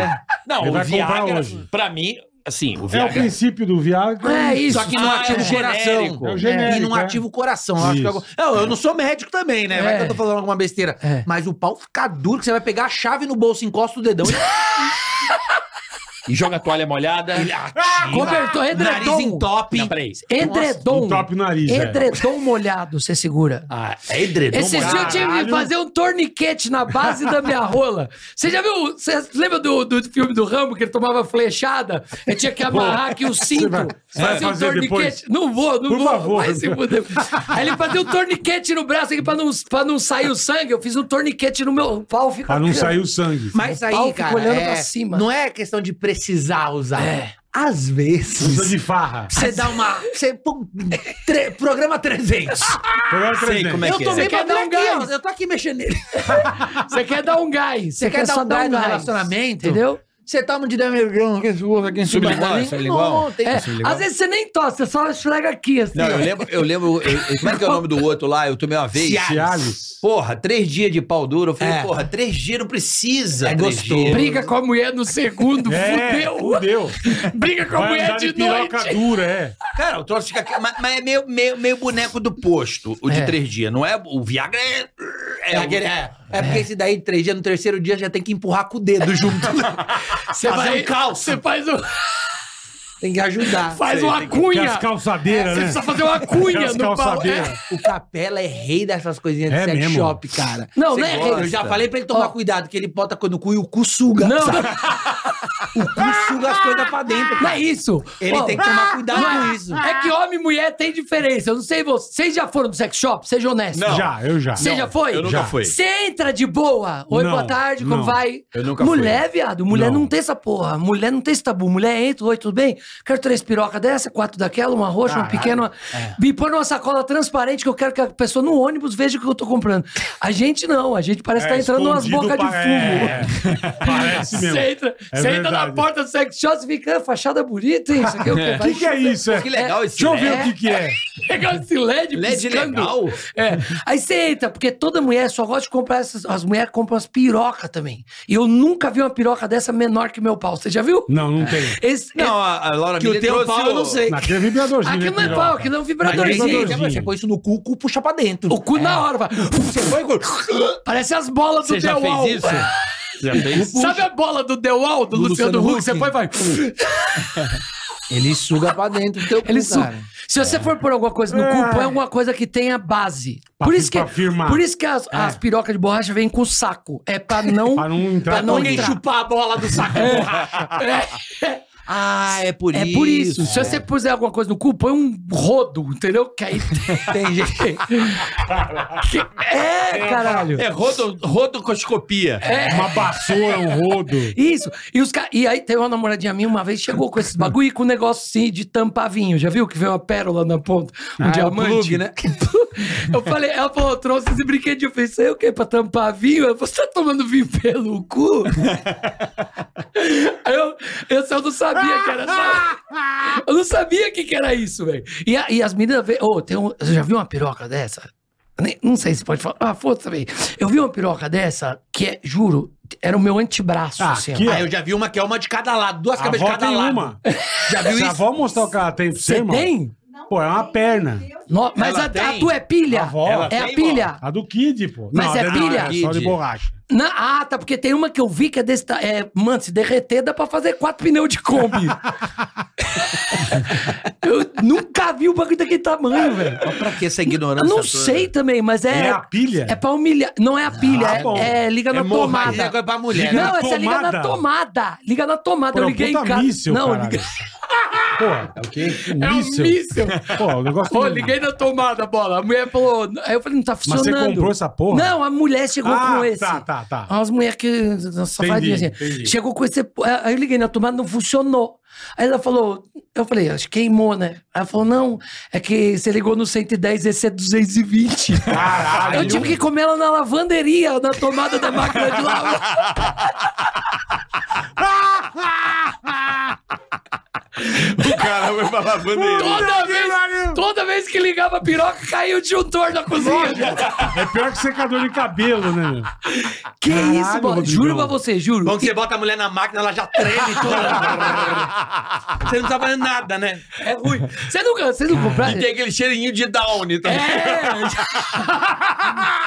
S14: Não,
S8: Ele
S14: o
S8: vai comprar
S14: Viagra,
S8: hoje.
S14: pra mim, assim, o
S8: É o
S14: Viagra...
S8: princípio do um Viagra.
S1: É
S4: Só que
S1: Ah,
S4: não ativa o coração.
S8: É o genérico,
S4: e não
S8: é.
S4: ativa o coração. Eu, acho que
S8: Isso.
S4: eu, eu não sou médico também, né? Vai que eu tô falando alguma besteira. Mas o pau fica duro, que você vai pegar a chave no bolso, encosta o dedão e.
S14: E joga a toalha molhada.
S1: Ah, cobertor, edredom.
S14: Nariz em top. Não, peraí.
S1: Edredom.
S14: Nossa,
S8: top nariz, é.
S1: edredom molhado, você segura.
S14: Ah, é edredom
S1: Esse dia eu tive que
S14: Caralho.
S1: fazer um torniquete na base da minha rola. Você já viu? Você lembra do, do filme do Rambo que ele tomava flechada? Eu tinha que amarrar aqui o
S8: Você
S1: cinto,
S8: vai- você vai
S1: fazer um
S8: fazer
S1: torniquete.
S8: depois?
S1: Não vou, não
S8: Por
S1: vou.
S8: favor.
S1: vai se fuder. Aí ele fazia um torniquete no braço aqui pra não, pra não sair o sangue. Eu fiz um torniquete no meu o pau. Fica
S8: Pra não sair o sangue.
S4: Mas
S1: pau
S4: aí,
S1: fica
S4: cara.
S1: olhando
S4: é-
S1: pra cima.
S4: Não é questão de precisar usar.
S1: É.
S4: Às vezes.
S8: Usa de farra.
S4: Você dá uma. Você, pum, tre- programa 300.
S8: Programa
S14: Sei
S8: 300.
S14: como é
S4: eu
S14: que é.
S4: tomei
S1: Você
S4: pra
S1: quer
S4: dar
S1: dar
S4: um
S1: um
S4: gás.
S1: gás?
S4: eu tô aqui mexendo nele.
S1: Você quer dar um gás.
S4: Você quer dar um gás no relacionamento?
S1: Entendeu?
S4: Você toma de Damergão, que surra, que
S14: Sublingual, sublingual.
S1: É,
S14: legal.
S1: às vezes você nem tosse, você só esfrega aqui, assim.
S14: Não,
S1: ó.
S14: eu lembro, eu lembro. eu- eu- como é que é o nome do outro lá? Eu tomei uma vez.
S8: Cialis.
S14: Porra, três dias de pau duro. Eu falei,
S4: É.
S14: porra, três dias não precisa.
S4: É
S14: três
S4: gostoso.
S14: dias.
S1: Briga com a mulher no segundo,
S8: É,
S1: fudeu.
S8: fudeu.
S1: Briga com a
S8: Vai
S1: mulher
S8: andar
S1: de,
S8: de
S1: noite.
S8: piroca dura, é.
S14: Cara, o troço fica. aqui, Mas, mas é meio, meio, meio boneco do posto, o de
S1: É.
S14: três dias. Não é. O Viagra é.
S4: É, aquele- é, é porque esse daí, três dias, no terceiro dia, já tem que empurrar com o dedo junto.
S1: Você
S14: Fazer
S1: vai-
S14: um calço.
S1: Você faz, um-
S4: tem que ajudar.
S1: faz
S14: Sei,
S1: uma
S14: tem
S8: Que
S1: cunha.
S8: as calçadeiras,
S1: Você
S8: né?
S1: precisa fazer uma cunha
S8: Aquelas
S1: no pau.
S8: calçadeiras.
S1: É.
S4: O Capela é rei dessas coisinhas de
S8: É
S4: sex
S8: mesmo?
S4: shop, cara.
S1: Não,
S4: Você
S1: não é
S4: gosta?
S1: rei.
S4: Eu já falei pra ele tomar
S1: Ó.
S4: cuidado, que ele bota a coisa no cu e o cu suga.
S1: É. Não,
S4: sabe? O cu suga as coisas pra dentro.
S1: Não
S4: Cara.
S1: é isso.
S4: Ele
S1: Ó,
S4: tem que tomar cuidado
S1: não é-
S4: com isso.
S1: É que homem e mulher tem diferença. Eu não sei vocês. Vocês já foram no sex shop? Seja honesto.
S14: Não.
S8: Já, eu já.
S1: Você já foi?
S14: Eu nunca
S8: Já.
S14: fui.
S1: Você entra de boa. Oi,
S8: Não,
S1: boa tarde, como
S8: não.
S1: vai?
S14: Eu nunca
S1: Mulher, viado. Mulher não.
S8: Não.
S1: tem essa porra. Mulher não tem esse tabu. Mulher entra, oi, tudo bem? Quero três pirocas dessa, quatro daquela, uma roxa, uma
S8: Caralho.
S1: pequena. Uma...
S14: é.
S1: Me põe numa sacola transparente que eu quero que a pessoa no ônibus veja o que eu tô comprando. A gente não. A gente parece que tá entrando numas
S8: É, escondido
S1: bocas de
S8: pa-
S1: fumo.
S8: é, parece mesmo.
S1: Você entra,
S8: É
S1: você entra na
S8: verdade.
S1: porta do sex shop e fica, "Ah, fachada bonita, hein? Isso aqui é o quê?
S8: <laughs> O que, que é
S1: <laughs>
S8: isso? É?
S14: Que legal esse
S8: Deixa eu ver
S14: LED.
S8: o que, que é.
S1: Legal esse LED,
S14: LED
S1: piscando.
S14: legal?
S1: É. Aí você entra, porque toda mulher só gosta de comprar essas. As mulheres compram as pirocas também. E eu nunca vi uma piroca dessa menor que meu pau. Você já viu?
S8: Não, não tem.
S1: Esse,
S14: Não, a, a Laura
S4: Que o
S14: Miller
S4: teu
S14: trouxe
S4: pau, eu não sei.
S8: Aqui é vibradorzinho.
S1: aquilo não é pau, aquilo é um
S4: Mas
S1: vibradorzinho.
S4: gente, você põe isso no cu, o cu puxa pra dentro.
S1: O cu na hora, vai.
S4: Você põe o cu.
S1: Parece as bolas do
S14: Você
S1: The
S14: já
S1: Wall.
S14: fez isso? Já fez?
S1: <laughs> Sabe a bola do The Wall, do, Luciano,
S4: Luciano
S1: Huck?
S4: Huck?
S1: Você põe e vai.
S4: <laughs> Ele suga pra dentro do teu cu,
S1: Ele su-
S4: cara.
S1: Se você for pôr alguma coisa no cu, põe alguma coisa que tenha base. Por
S8: fi-
S1: isso que,
S8: pra firmar.
S1: por isso que as, as pirocas de borracha vêm com saco. É pra não.
S8: <laughs> Pra não entrar
S1: pra não
S8: ninguém
S1: entrar.
S4: Chupar a bola do saco. Ah, é por
S1: É
S4: isso.
S1: por isso. Se você puser alguma coisa no cu, põe um rodo, entendeu? Que aí tem gente. É, caralho. É.
S14: É rodo, rodocoscopia.
S4: É.
S8: Uma vassoura, um rodo.
S1: Isso. E, os ca- e aí tem uma namoradinha minha uma vez chegou com esses bagulho e com um negócio assim de tampar vinho. Já viu que veio uma pérola na ponta? Um diamante. né? <laughs> eu falei, ela falou, trouxe esse brinquedinho. Eu falei, isso aí é o quê? Pra tampar vinho? Ela falou, você tá tomando vinho pelo cu? Aí eu, eu só não sabia que era só. Eu não sabia o que, que era isso, velho. E, a- e as meninas. Ô, oh, tem um, você já viu uma piroca dessa? Nem- não sei se pode falar. Ah, foda também. Eu vi uma piroca dessa que é, juro, era o meu antebraço.
S8: Ah,
S1: assim, ó.
S8: aqui, ó.
S4: Ah, eu já vi uma que é uma de cada lado, duas
S8: A
S4: cabeças de
S8: avó
S4: cada
S8: tem
S4: lado.
S8: uma.
S4: Já viu
S8: Se
S4: isso?
S8: a avó mostrar o que ela tem pra você,
S1: Você
S8: irmão?
S1: tem?
S8: Pô, é uma perna.
S1: No- mas
S14: Ela
S1: a, a
S14: tem?
S1: tua é pilha?
S8: A avó? Ela
S1: é a
S14: tem,
S1: pilha?
S8: A do Kid, pô.
S1: Mas é
S8: a dela
S1: pilha?
S8: é Só de
S14: Kid.
S8: borracha.
S1: Na, ah, tá, porque tem uma que eu vi que é desse. ta- É, mano, se derreter dá pra fazer quatro pneus de
S8: <laughs>
S1: Kombi. eu nunca vi um bagulho daquele tamanho, velho.
S14: Mas pra que essa
S1: Eu
S14: ignorância?
S1: não
S14: toda?
S1: sei também, mas
S8: É,
S1: é.
S8: a pilha?
S1: É pra humilhar. Não é a pilha,
S8: Ah,
S1: é-
S8: bom.
S1: é, liga na
S8: Hemorragia
S1: tomada.
S4: Agora é pra mulher. né?
S8: Liga
S1: Não,
S8: na
S1: essa é liga na
S8: né? É tomada?
S1: tomada. Liga na tomada.
S8: Pô, é
S1: eu
S8: um
S1: liguei em
S8: puta
S1: casa.
S8: míssil,
S1: não,
S8: caralho.
S1: liga...
S8: Pô, é o quê? Um
S1: é um
S8: míssil.
S1: míssil.
S8: Pô, o negócio
S1: Pô,
S8: tem-
S1: liguei na tomada, bola. A mulher falou. Aí eu falei, não tá
S8: Mas
S1: funcionando.
S8: você comprou essa porra?
S1: Não, a mulher chegou
S8: Ah,
S1: com esse.
S8: tá, tá, tá.
S1: Umas mulheres que. Safadinha assim.
S8: entendi.
S1: Chegou com esse. Aí eu liguei na tomada, não funcionou. Aí ela falou. Eu falei, acho que queimou, né? Ela falou, não, é que você ligou no 110, esse é 220.
S8: Caralho.
S1: Eu tive que comer ela na lavanderia, na tomada da máquina de
S8: <laughs>
S1: lavar.
S7: O
S14: <laughs>
S7: cara vai pra lavanderia.
S1: Toda vez, toda vez que ligava a piroca, caía o disjuntor da cozinha.
S8: É pior que secador de cabelo, né? meu?
S1: Que
S8: Caralho,
S1: isso, mano.
S8: Rodrigão.
S1: Juro pra você, juro.
S4: Bom que você bota a mulher na máquina, ela já treme toda. você não tá fazendo nada, né?
S1: É ruim. Você nunca, você não comprar.
S4: E tem aquele cheirinho de Downy também.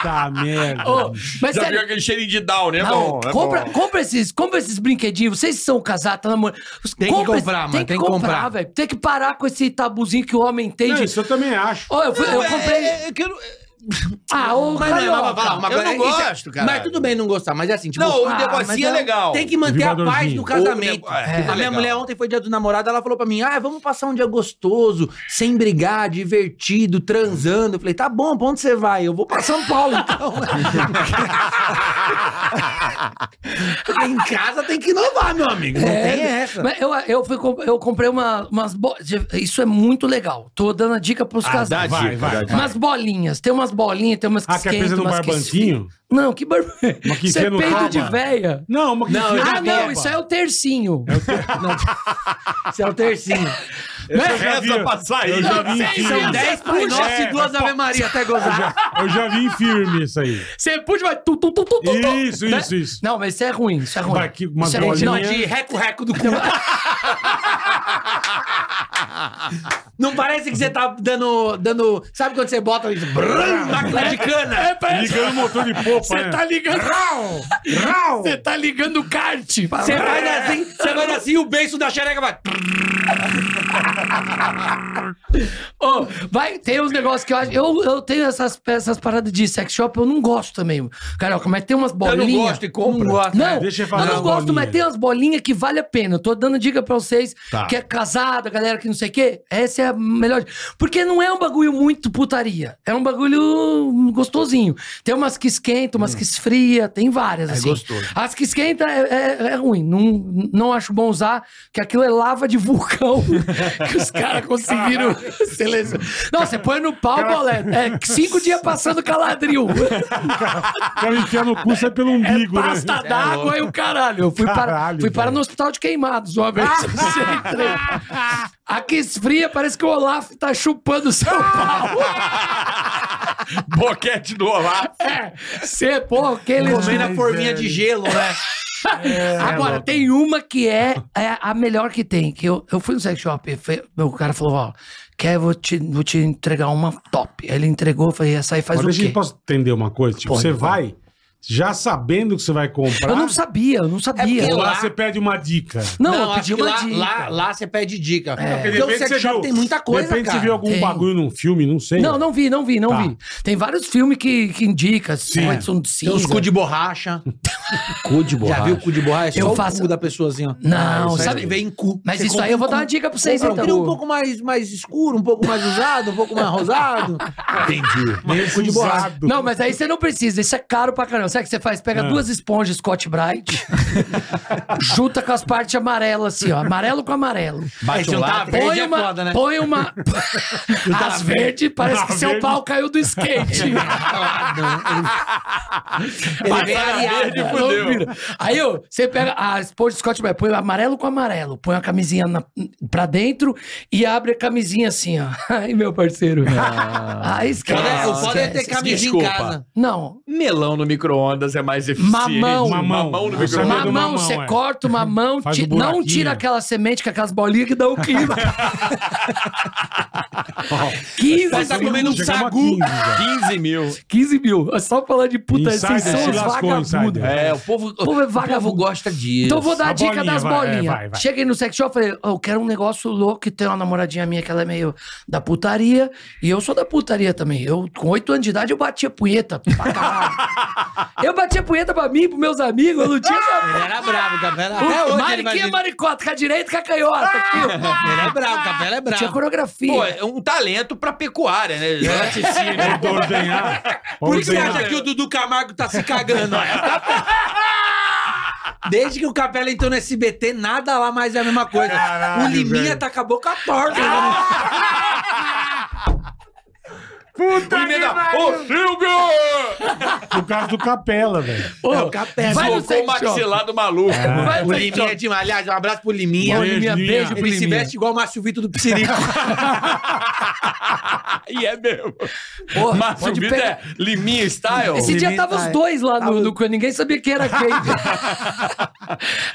S8: Tá, merda.
S1: Ô, mas
S7: Já
S1: sério,
S7: viu aquele cheirinho de down, né? É
S1: não,
S7: bom, é
S1: compra,
S7: bom.
S1: compra esses, compra esses brinquedinhos. Vocês que são casados, tá namorando.
S4: Tem que comprar, mano, tem que comprar.
S1: velho. Tem que parar com esse tabuzinho que o homem tem
S8: Não,
S1: de.
S8: isso eu também acho.
S1: Ó, eu, fui-
S4: Não,
S1: eu
S4: é-
S1: comprei.
S4: é- é que eu não-
S1: Ah, ô,
S4: Mas não, é mas
S1: carioca.
S4: vai falar uma
S1: Eu
S4: coisa.
S1: não
S4: isso é-
S1: gosto, cara.
S4: Mas tudo bem não gostar, mas é assim, tipo.
S1: Não, o
S4: ah,
S1: negocinho
S4: mas
S1: é
S4: eu-
S1: legal.
S4: Tem que manter a paz
S8: Vibradorzinho.
S4: do casamento.
S7: O nego- é,
S4: A minha
S7: legal.
S4: mulher ontem foi dia do namorado, ela falou pra mim: ah, vamos passar um dia gostoso, sem brigar, divertido, transando. Eu falei: tá bom, pra onde você vai? Eu vou pra São Paulo,
S1: <laughs>
S4: então. Aí em casa tem que inovar, meu amigo. Não
S1: É,
S4: tem essa.
S1: Mas eu, eu, fui comp- eu comprei uma, umas bo- Isso é muito legal. Tô dando a dica pros
S7: Ah, dá
S1: casais.
S7: dica,
S8: Vai, vai,
S7: dá dica.
S1: Umas bolinhas. Tem umas bolinhas, tem umas que
S8: Ah, que é
S1: esquentam,
S8: presa no
S1: umas que esfriam.
S8: barbantinho?
S1: Não, que barbantinho.
S8: Uma que
S1: <laughs> Isso é
S8: enfia no
S1: peido
S8: rabo.
S1: de véia.
S8: Não, mas que
S4: Não,
S8: filho
S4: eu
S8: da
S1: Ah, não,
S8: peba.
S1: isso é o tercinho. <laughs>
S4: Esse é o tercinho.
S8: Eu
S1: Né?
S8: já vi-
S7: Essa pra sair.
S8: Eu já vi em
S1: Seis
S8: filme.
S1: anos.
S4: Dez Pai Nosso
S8: É,
S4: e duas Ave Maria até gozar.
S8: Eu já vi em filme isso aí.
S1: Você puxa, vai. Tu, tu, tu, tu, tu, tu.
S8: Isso,
S1: Né?
S8: isso, isso.
S1: Não, mas isso é ruim, isso é ruim.
S8: Vai, que umas
S1: isso é ruim.
S8: bolinhas.
S1: Não,
S4: Não, de reco-reco do cu.
S1: Então, <laughs>
S4: Não parece que você tá dando. dando sabe quando você bota isso? Brum, máquina de cana.
S1: É, parece-
S8: Ligando o motor de popa,
S1: Você
S8: né?
S1: tá ligando. Você tá ligando o kart.
S4: Você
S1: É.
S4: faz assim, você faz assim e o beiço da xereca vai.
S1: Ô, vai, tem uns negócios que eu acho. Eu, eu tenho essas, essas paradas de sex shop, eu não gosto também. Carioca, mas tem umas bolinhas.
S4: gosto e compra.
S1: Não, gosto. né? não,
S8: Deixa eu
S1: eu,
S8: falar
S1: não
S8: as
S1: gosto,
S8: bolinhas.
S1: mas tem umas bolinhas que vale a pena. Eu tô dando dica pra vocês
S15: Tá.
S1: que é casada, galera que não sei o quê. Essa é a melhor. Porque não é um bagulho muito putaria. É um bagulho gostosinho. Tem umas que esquentam, umas que esfria, tem várias. assim.
S15: gostoso.
S1: As que esquenta é, é- é ruim. Não, não acho bom usar, que aquilo é lava de vulcão. <laughs> que os caras conseguiram selecionar. Não, você põe no pau, boleto. É cinco dias passando caladril.
S8: Pra enfiar no cu, sai pelo
S4: É
S8: umbigo, né?
S1: Pasta d'água e o caralho. Eu fui, para,
S8: Caralho,
S1: fui para
S8: velho.
S1: no hospital de queimados uma
S4: <laughs>
S1: vez. Entrei. Aqui esfria, parece que o Olaf tá chupando o seu
S4: Ah,
S1: pau.
S7: Boquete do Olaf.
S1: <laughs> É, você, porra, aquele...
S4: Comendo a forminha de gelo, né?
S1: Agora, tem uma que é, é a melhor que tem. Que eu, eu fui no sex shop, e foi- o cara falou, ó, quer, vou te, vou te entregar uma top. Aí ele entregou, eu falei, essa aí faz
S8: Mas
S1: o
S8: deixa eu
S1: quê?
S8: posso entender uma coisa. Tipo,
S1: Pode,
S8: você
S1: pode.
S8: vai já sabendo que você vai comprar.
S1: Eu não sabia, eu não sabia.
S4: É porque
S8: Ou lá
S4: lá.
S8: você pede uma dica.
S1: Não, eu
S4: acho
S1: pedi
S4: que
S1: uma
S4: lá,
S1: dica. É. Então
S4: Lá, lá você pede dica.
S8: Porque de
S4: É. Porque o
S8: repente
S4: sex
S8: você
S4: shop
S8: viu-
S4: tem muita coisa,
S8: De repente
S4: cara.
S8: você viu algum
S1: Tem.
S8: bagulho num filme, não sei.
S1: Não, não vi, não vi, não
S8: Tá.
S1: vi. Tem vários filmes que, que indicam. Sim. de
S4: Tem
S1: cinza.
S4: uns cu de
S1: <laughs>
S4: borracha. cu de borracha. Já viu o cu de borracha? É
S1: Eu
S4: só
S1: faço-
S4: o cu da pessoa assim, ó.
S1: Não,
S4: Isso aí
S1: sabe-
S4: Vem em cu.
S1: Mas
S4: Você
S1: isso aí
S4: compra
S1: eu vou
S4: um
S1: dar
S4: cu-
S1: uma dica pra vocês,
S4: compra um
S1: então.
S4: cu um pouco mais, mais escuro, um pouco mais usado, um pouco mais
S1: <laughs>
S4: rosado.
S8: Entendi. Meio
S4: cu de borracha.
S8: usado.
S1: Não, mas aí você não precisa, isso é caro pra caramba. Sabe o que você faz? Pega duas esponjas Scott Bright, junta com as partes amarelas, assim, ó. Amarelo com amarelo.
S4: Aí você não tá
S1: Põe
S4: verde, é
S1: uma.
S4: foda, né?
S1: Põe uma. As verde, parece que
S8: A
S1: seu
S8: verde-
S1: pau caiu do skate.
S4: Ele vem aliado.
S7: verde fudeu.
S1: né? Vira. Aí, ó, você pega a esponja Scott Bright, põe o amarelo com amarelo, põe a camisinha na, pra dentro e abre a camisinha assim, ó. <laughs> Aí, meu parceiro.
S8: Ah.
S1: Aí
S4: O
S1: esquece.
S4: foda é- O foda é ter
S1: esquece.
S4: camisinha em
S7: Desculpa.
S4: casa.
S1: Não,
S7: Melão no micro-ondas é mais eficiente.
S1: Mamão.
S7: Mamão no
S8: Mamão.
S7: micro-ondas.
S8: Mamão.
S1: Mamão,
S8: do mamão,
S1: você
S8: é.
S1: corta o mamão,
S8: Faz
S1: ti-
S8: o buraquinho.
S1: não tira aquela semente com aquelas bolinhas que dá o
S8: <laughs>
S1: clima. que
S4: Mas tá comendo um
S8: Chegamos a
S4: sagu.
S8: 15 já.
S7: 15 mil.
S1: 15 mil. É só falar de puta,
S8: Insider
S1: vocês são
S8: se
S1: os
S8: lascou,
S1: vagabundos.
S8: Insider.
S4: É, o povo, o
S1: povo é vagabundo.
S4: povo gosta disso.
S1: Então eu vou dar a,
S8: A
S1: dica
S8: bolinha,
S1: das
S8: vai,
S1: bolinhas.
S8: é, vai, vai.
S1: Cheguei no sex shop, falei, eu quero um negócio louco, que tem uma namoradinha minha que ela é meio da putaria, e eu sou da putaria também. Eu, com oito anos de idade, eu batia punheta pra caralho. eu batia punheta pra mim, pros meus amigos, eu não tinha...
S4: Ele era bravo, o Capela. Ah!
S1: O
S4: Até hoje ele
S1: Mariquinha
S4: vai...
S1: é maricota, com a direita e com a canhota. aqui, ó.
S4: Ele é bravo, o Capela é bravo.
S1: Tinha coreografia.
S4: Pô, é um talento pra pecuária, né? Laticínio.
S8: Pra ordenhar. pra
S4: <laughs> Por que você
S8: ordenhar.
S4: acha que o Dudu Camargo tá se cagando? <laughs> Desde que o Capela entrou no SBT, nada lá mais é a mesma coisa. tá
S8: Caralho,
S4: o Liminha
S8: velho.
S4: tá com a boca torta. né?
S7: Puta o emenda- Ô, Silvio!
S8: Por causa do Capela, velho.
S7: É, o
S8: Capela.
S7: Vai o maxilar do maluco.
S8: É.
S7: Vai
S4: o
S7: no sex
S4: Liminha é
S7: shop.
S4: demais. Aliás, um abraço pro Liminha.
S7: Bom, Liminha, beijo pro
S4: Ele se
S7: Liminha.
S4: veste igual o Márcio Vitor do <laughs> Psirico.
S7: E é mesmo.
S1: Porra,
S7: Mas o
S1: pode
S7: Vitor
S1: pegar.
S7: é Liminha Style.
S1: Esse dia tava os dois lá no, no... Ninguém sabia quem era quem.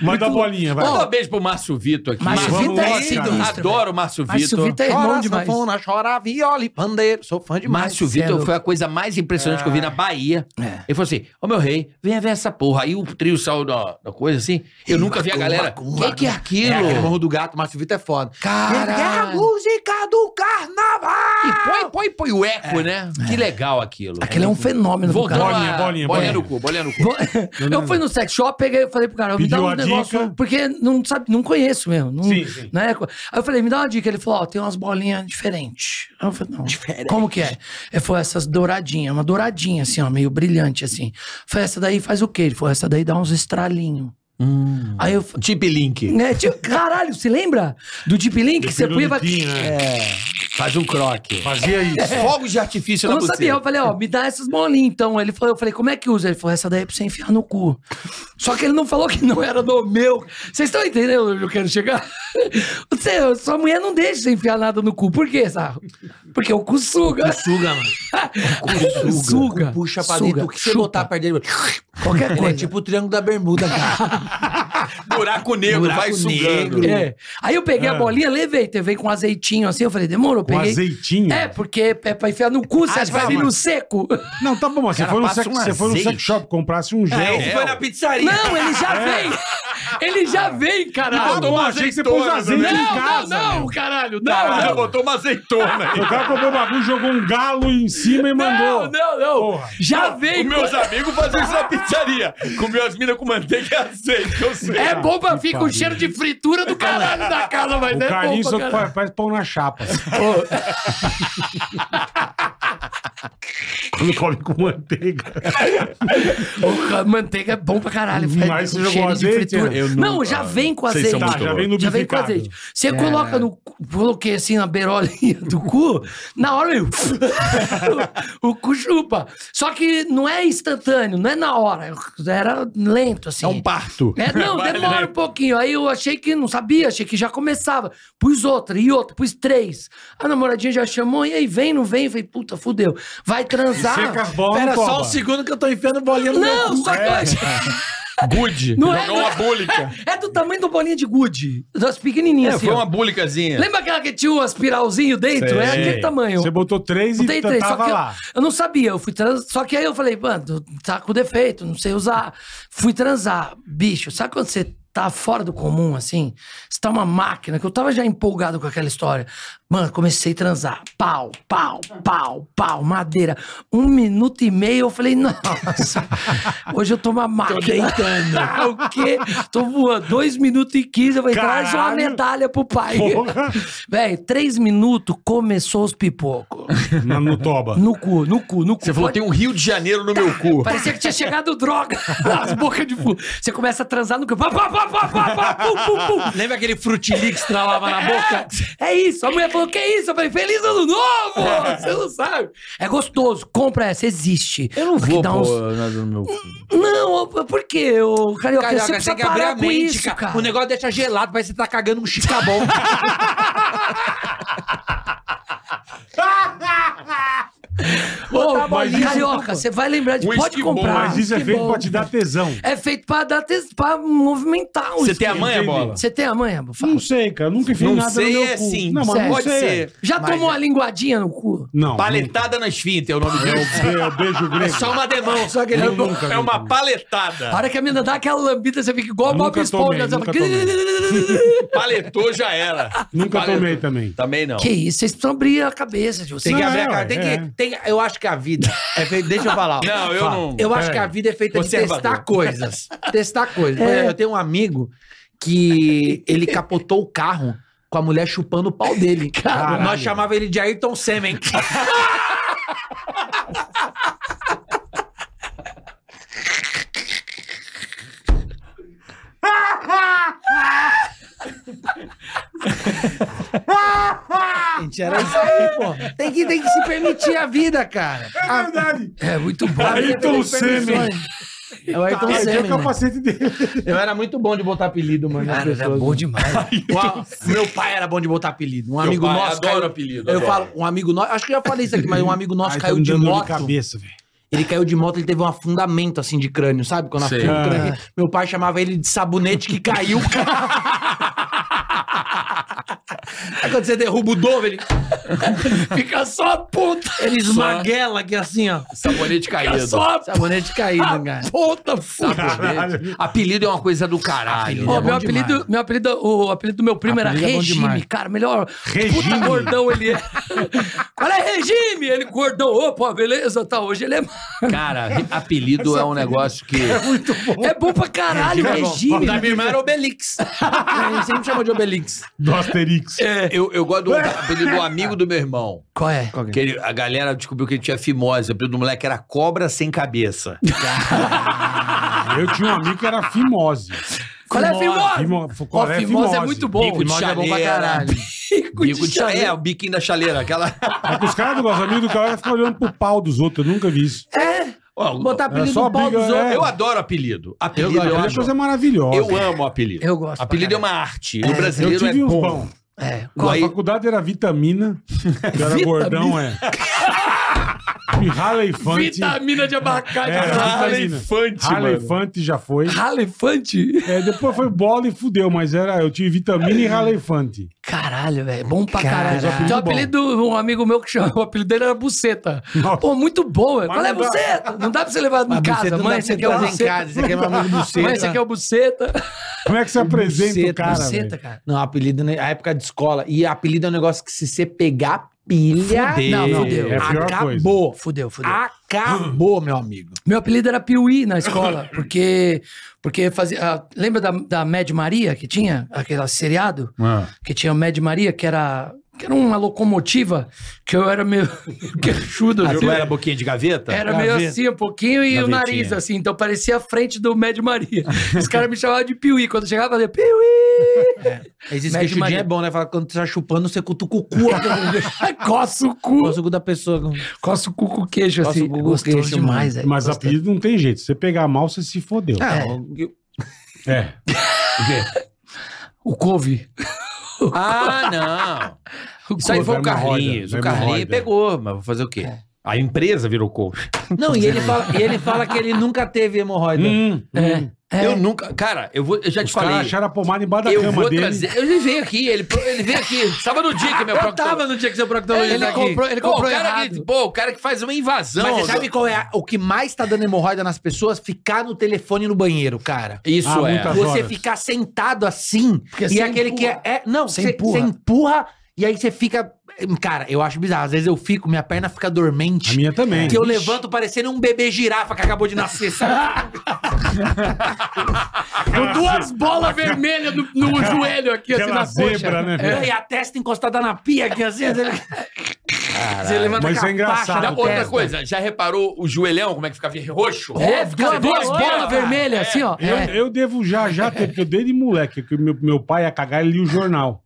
S8: Manda a bolinha, vai.
S7: Manda um beijo pro Márcio Vitor aqui.
S4: Márcio Vitor é
S7: Vitor,
S4: sinistro, é-
S7: Adoro o Márcio Vitor.
S4: chora sanfona, chora viola e pandeiro. Sou fã demais.
S2: Márcio Vitor foi a coisa mais impressionante que eu vi na Bahia. Ele falou assim: Ô meu rei, venha ver essa porra. Aí o trio saiu da, da coisa assim. Eu nunca vi a galera. O que, que é aquilo?
S4: É, Morro do Gato, Márcio Vitor é foda.
S2: Caralho.
S4: É a música do carnaval!
S2: E põe, põe, põe o eco, né? Que legal aquilo.
S1: Aquele é um fenômeno. do
S2: Voltando
S1: cara.
S2: bolinha, bolinha, bolinha, no cu, bolinha no cu.
S1: <laughs> Eu fui no sex shop, peguei, eu falei pro cara, me dá
S2: Pediu
S1: um
S2: a
S1: negócio,
S2: dica.
S1: porque não sabe, não conheço mesmo. Não,
S2: Sim, sim.
S1: né? Aí eu falei, me dá uma dica. Ele falou, ó, tem umas bolinhas diferentes. Aí eu falei, não, como que é? Ele falou, essas douradinhas, uma douradinha assim, ó, meio brilhante assim. Eu falei, essa daí faz o quê? Ele falou, essa daí dá uns estralinhos. Aí eu...
S2: Tip Hum. Link.
S1: Né? Tipo, caralho, você lembra do Deep Link? que Você põe
S2: pirulidinho, né? Faz um croque.
S8: Fazia
S1: É.
S2: Fogos de artifício
S1: eu
S2: na
S1: não
S2: buceta.
S1: sabia, eu falei, ó, me dá essas bolinhas então. Ele falou, eu falei, como é que usa? Ele falou, essa daí é pra você enfiar no cu. Só que ele não falou que não era do meu. Vocês estão entendendo onde eu quero chegar? Você, sua mulher não deixa você enfiar nada no cu. Por quê, Sarro? Porque o cu suga.
S4: Suga, mano.
S1: <laughs> suga. Suga.
S4: Puxa pra
S1: Suga.
S4: dentro. O que você botar perto dele...
S1: Qualquer
S4: Ele
S1: coisa.
S4: É tipo o Triângulo da
S1: <laughs>
S4: Bermuda, cara.
S7: Buraco negro,
S4: Buraco
S7: vai sugando.
S1: É. Aí eu peguei a bolinha, levei, teve com azeitinho assim. Eu falei, demorou,
S8: Com
S1: peguei.
S8: azeitinho?
S1: É, porque é pra enfiar no cu, você
S8: Ah,
S1: vai
S8: tá,
S1: vir no
S8: mas-
S1: seco. <laughs>
S8: Não, tá bom, mas você
S1: Cara,
S8: foi, no
S1: passa
S8: sex,
S1: um
S8: você foi no sex
S1: azeite.
S8: shop, comprasse
S4: É,
S8: um gel.
S2: é.
S7: ele foi na pizzaria.
S1: Não, ele já
S7: É.
S1: vem! Ele já vem, caralho!
S8: Ah,
S7: E botou uma Achei que você pôs azeitona azeite
S1: né? não,
S7: em
S8: casa,
S1: Não, não,
S8: meu.
S1: caralho! Não,
S7: Caralho,
S1: não!
S7: botou uma azeitona aí.
S8: O cara comprou o bagulho, jogou um galo em cima e mandou.
S1: Não, não, não! Já vem!
S7: Os meus amigos faziam isso na pizzaria. Comiam as minas com manteiga e azeite, eu sei.
S1: É bom pra
S7: Que
S1: fica o
S7: pariu.
S1: cheiro de fritura do caralho da casa, mas
S8: O
S1: não é bom
S8: Carlinhos
S1: pra
S8: só que faz,
S1: caralho.
S8: faz pão na chapa. Quando come com manteiga.
S1: O ca- Manteiga é bom pra caralho.
S8: Mas
S1: faz
S8: você
S1: um
S8: jogou
S1: cheiro
S8: azeite, é? Eu
S1: não,
S8: nunca-
S1: já vem com
S8: Vocês
S1: azeite.
S8: são muito Tá, já vem loucos.
S1: Já vem com
S8: lubrificado.
S1: azeite. Você
S8: É.
S1: coloca no... cu- Coloquei assim na beirolinha do cu, na hora eu... <laughs> o cu chupa. Só que não é instantâneo, não é na hora. Era lento, assim. É um
S7: parto. <laughs>
S1: É, não,
S7: Vai né?
S1: demora
S7: lento.
S1: um pouquinho. Aí eu achei que não sabia, achei que já começava. Pus outra e outra, pus três. A namoradinha já chamou, e aí vem, não vem? Eu Falei, puta, fudeu. Vai transar.
S4: Seca
S7: é
S4: as bolas, Pera só toma. um
S1: segundo que eu tô enfiando bolinha no Não, só que eu achei...
S7: Good.
S1: Não
S7: Não
S1: é,
S7: Jogou
S1: não
S7: uma
S1: é.
S7: búlica.
S1: É do tamanho do bolinha de gude. Das pequenininhas,
S7: É,
S1: assim.
S7: foi
S1: ó.
S7: uma búlicazinha.
S1: Lembra aquela que tinha um aspiralzinho dentro?
S7: Sei.
S1: É aquele tamanho.
S7: Você
S8: botou três
S7: e
S1: Botei três, só
S7: então tava
S1: que eu-
S7: lá.
S1: Eu, não sabia, eu fui trans... Só que aí eu falei, mano, tá com defeito, não sei usar. Fui transar. Bicho, sabe quando você tá fora do comum, assim? Você tá uma máquina, que eu tava já empolgado com aquela história. Mano, comecei a transar. Pau, pau, pau, pau, madeira. Um minuto e meio, eu falei, <laughs> nossa, hoje eu tô uma máquina. <laughs>
S7: deitando.
S1: o quê? Tô voando. Dois minutos e quinze, eu falei, traz uma
S7: Caralho.
S1: medalha pro pai.
S7: Porra.
S1: <laughs> Véi, três minutos, começou os pipocos. <laughs>
S8: No, toba.
S1: No cu, no cu, no cu.
S7: Você falou, tem um Rio de Janeiro no meu cu.
S1: Parecia que tinha chegado droga <laughs> nas bocas de fumo. Você começa a transar no campo. Pá, pá, pá, pá, pá, pá, pum, pum, pum.
S4: Lembra aquele frutilix que tralava na boca?
S1: É isso. A mulher falou, que é isso? Eu falei, feliz ano novo! <laughs> Você não sabe. É gostoso. Compra essa, existe. Eu não
S7: Vou
S1: dá
S7: pôr
S1: uns...
S7: nada no meu cu.
S1: Não, por quê? ô, Carioca, <laughs> você
S4: Carioca, você
S1: precisa
S4: tem que abrir
S1: parar
S4: a
S1: com
S4: mente,
S1: isso,
S4: cara.
S1: cara.
S4: O negócio deixa gelado, parece que você tá cagando um <laughs> chicabol.
S1: Ô,
S8: mas isso-
S1: Carioca, você vai lembrar de... Pode comprar.
S8: Mas isso é
S1: Ah, Que
S8: feito
S1: bom.
S8: pra te dar tesão.
S1: É feito pra dar tes... pra movimentar o
S7: um
S8: Você tem a
S1: esquema.
S8: manha, Bola?
S1: Você tem a manha,
S8: Não sei, cara. Nunca enfiei
S1: Não
S8: nada
S1: sei,
S8: no meu
S1: é
S8: cu.
S1: sim.
S8: Não, mas
S1: Sério.
S8: não
S1: Pode
S8: sei.
S1: ser. Já
S7: Mas
S1: tomou
S7: é-
S1: uma linguadinha no cu?
S8: Não.
S7: Paletada na esfinter é o nome dele.
S8: É o beijo grego.
S7: É só uma demão. Só que ele é,
S8: Eu nunca vi
S7: uma
S1: A hora
S7: paletada.
S1: que a menina dá aquela lambida, você fica igual o Bob
S8: Nunca tomei,
S1: Esponja. Você
S8: nunca
S1: fala...
S7: Paletou já era.
S8: Nunca
S7: Paletou.
S8: tomei também.
S7: Também não.
S1: <laughs> Que isso, vocês precisam abrir a cabeça de vocês.
S4: Tem que abrir a cara. Tem
S1: é.
S4: que, tem, eu acho que a vida. é feita- deixa eu falar.
S7: Não, eu
S4: Fala.
S7: não-
S4: Eu acho
S7: Pera
S4: que a
S7: aí.
S4: vida é feita de
S7: Conservador.
S4: testar coisas. testar coisas. Por
S7: É.
S4: exemplo, Eu tenho um amigo que ele capotou o carro com a mulher chupando o pau dele.
S7: Caralho.
S4: Nós chamava ele de Ayrton Semen. gente. Era isso aí, pô. Tem que, tem que se permitir a vida, cara.
S8: É verdade.
S4: É muito bom.
S8: Ayrton Senna.
S4: É o Ayrton
S8: Tá,
S4: Senna,
S8: é o
S7: né?
S4: mano.
S8: capacete dele.
S4: Eu era muito bom de botar apelido, mano. nas
S8: Cara,
S7: é
S1: é
S8: era
S4: pessoas,
S8: bom
S4: mano.
S1: <laughs>
S8: demais.
S4: Uau, Tipo, meu pai era bom de botar apelido. Um
S8: Teu
S4: amigo
S8: pai
S4: nosso.
S8: adora
S4: caiu-
S8: apelido,
S4: Eu
S8: adora.
S4: falo, um amigo nosso. Acho que eu já falei isso aqui, mas um amigo nosso
S8: Ai, tá
S4: caiu
S8: me
S4: de
S8: dando dor
S4: moto.
S8: cabeça, velho.
S4: Ele caiu de moto, ele teve um afundamento assim de crânio, sabe? Quando
S8: Sei.
S4: afunda o crânio.
S8: Ah.
S4: Meu pai chamava ele de sabonete que caiu. Aí quando você derruba o dobro, ele. Fica só a ponta. Ele esmaguela aqui assim, ó.
S7: Sabonete
S4: Fica
S7: caído.
S4: só a Sabonete caído,
S1: A
S4: cara.
S1: Puta foda.
S4: Sabonete.
S7: Apelido é uma coisa do caralho.
S4: é
S1: Ó, meu, apelido, meu apelido, o é apelido do meu primo
S7: Apelido é
S1: era
S7: bom
S1: Regime,
S7: demais.
S1: cara, melhor. Puta gordão ele <laughs> é. Olha, Regime! Ele gordão, opa, beleza, tá, hoje ele é...
S7: Cara, re- apelido é um negócio que.
S1: muito bom. É bom pra caralho,
S7: É bom.
S1: Regime.
S7: Da minha irmã era
S4: <laughs> Obelix. Ele sempre chama de Obelix.
S8: <laughs> Do Asterix.
S7: Eu, eu gosto do apelido do amigo do meu irmão.
S4: Qual é?
S7: É. Que ele- a galera descobriu que ele tinha fimose. O apelido do moleque era cobra sem cabeça.
S8: Eu tinha um amigo que era Fimose.
S7: Qual é a fimose?
S8: Fimo- Qual
S7: Ó,
S8: é a
S7: fimose é
S8: fimose?
S7: muito bom. Bico de Fimose é bom pra chaleira. caralho.
S8: Bico
S7: de chaleira. É, o biquinho da chaleira. Aquela.
S8: É que os caras do nosso amigo do cara ficam olhando pro pau dos outros. Eu nunca vi isso.
S7: Ó,
S8: Botar apelido
S7: é só
S8: no pau
S7: briga,
S8: dos
S7: é.
S8: outros.
S7: Eu adoro apelido. Apelido
S8: Eu gosto,
S7: eu,
S8: apelido é
S7: acho.
S8: coisa maravilhosa.
S7: Eu amo apelido.
S8: Eu gosto pra
S7: Apelido é uma arte. o brasileiro
S8: eu tive
S7: é
S8: uns
S7: bom.
S8: bom.
S7: É.
S8: Na
S7: Aí-
S8: faculdade era vitamina. Eu era
S7: Vitamina? <laughs>
S8: gordão, é. Ralefante.
S1: Vitamina de abacate.
S4: É.
S8: Ralefante, Ralefante já foi.
S1: Ralefante?
S8: É, depois foi bola e fudeu, mas era, eu tive vitamina e ralefante.
S1: Caralho, velho. Bom pra
S8: Caralho,
S1: caralho.
S8: apelido
S4: é
S1: Tinha um
S8: bom.
S1: apelido, um amigo meu que chamava, o apelido dele era Buceta. Pô, muito bom, velho.
S4: Mas
S1: Qual é
S4: não dá.
S1: Buceta? Não dá pra você levar
S4: Mas
S1: em casa.
S4: buceta não dá
S1: Mãe,
S4: pra
S1: você
S4: você
S1: quer o
S4: trazer em
S1: Buceta.
S4: casa, você quer uma buceta.
S1: Mãe, você quer o Buceta.
S8: Como é que você apresenta o cara,
S4: buceta,
S8: velho?
S4: cara. Não, apelido na época de escola. E apelido é um negócio que se você pegar pilha.
S1: Fudeu.
S4: Não, fudeu.
S1: É a pior
S4: Acabou.
S1: Fudeu, fudeu.
S4: Ah. Acabou, meu amigo.
S1: Meu apelido era Piuí na escola, porque. Porque fazia. ah, lembra da, da Mad Maria que tinha? Aquele seriado? Que tinha o Mad Maria, que era. Que era uma locomotiva, que eu era meio <laughs> queixudo.
S7: Ah,
S1: assim.
S7: não era boquinha de gaveta?
S1: Era meio assim, um pouquinho, e o
S7: Gavetinha.
S1: nariz, assim. Então parecia a frente do Mad Maria. Os caras me chamavam de Piuí. Quando eu chegava, eu fazia Piuí!
S4: Existe
S1: Mede
S4: queixudinho
S1: Maria.
S4: é bom, né? Fala, quando você tá chupando, você cutuca o cu.
S1: <laughs>
S4: <laughs>
S1: Coça o cu.
S4: Coça o cu da pessoa.
S1: Coça o cu com queijo, assim. Gostoso demais, velho.
S8: Mas
S1: Gostoso.
S8: apelido não tem jeito. Se você pegar mal, você se fodeu.
S4: Ah,
S8: É. É.
S1: O couve.
S7: Ah, não.
S1: O
S7: Isso aí
S4: couve.
S7: foi o
S4: Vai hemorroida,
S7: Carlinhos.
S4: vai
S7: O Carlinhos
S4: hemorroida.
S7: pegou, mas vou fazer o quê? É. A empresa virou coach.
S4: Não, e ele, fala, e ele fala que ele nunca teve hemorroida.
S7: Eu nunca. Cara, eu, vou, eu já te
S8: Os
S7: falei.
S8: Hum, caras acharam a pomada embaixo da
S7: eu
S8: cama
S7: vou
S8: dele.
S7: trazer. Ele veio aqui, ele, ele veio aqui. Tava no dia que meu
S4: Eu
S7: proctologista.
S4: tava no dia que seu proctologista
S7: Ele
S4: tá aqui.
S7: comprou, ele
S4: Pô,
S7: comprou
S4: o cara
S7: errado.
S4: que-
S7: pô, o cara que faz uma invasão.
S4: Mas você sabe qual é a- o que mais tá dando hemorroida nas pessoas? Ficar no telefone no banheiro, cara.
S7: Isso Ah, é. muitas
S4: Você
S7: horas.
S4: ficar sentado assim
S7: Porque
S4: e
S7: você
S4: aquele
S7: empurra.
S4: que é, é- não, você
S7: Você
S4: você empurra.
S7: empurra.
S4: e aí você fica Cara, eu acho bizarro. Às vezes eu fico, minha perna fica dormente.
S8: A minha também.
S4: Que eu levanto parecendo um bebê girafa que acabou de nascer, sabe?
S1: Com duas bolas vermelhas no, no joelho aqui, assim, na coxa.
S8: né,
S4: É, e a testa encostada na pia aqui, assim. às vezes-
S7: Você levanta
S1: né?
S8: Mas isso é
S7: aquela faixa
S8: engraçado,
S7: da- Outra
S8: testa.
S7: coisa, já reparou o joelhão, como é que ficava roxo?
S1: É, ficava duas
S7: vermelho,
S1: bolas
S7: cara.
S1: vermelhas, assim, ó.
S8: Eu,
S1: É.
S8: eu devo já, já ter, porque eu desde moleque, que meu, meu pai ia cagar e lia o jornal.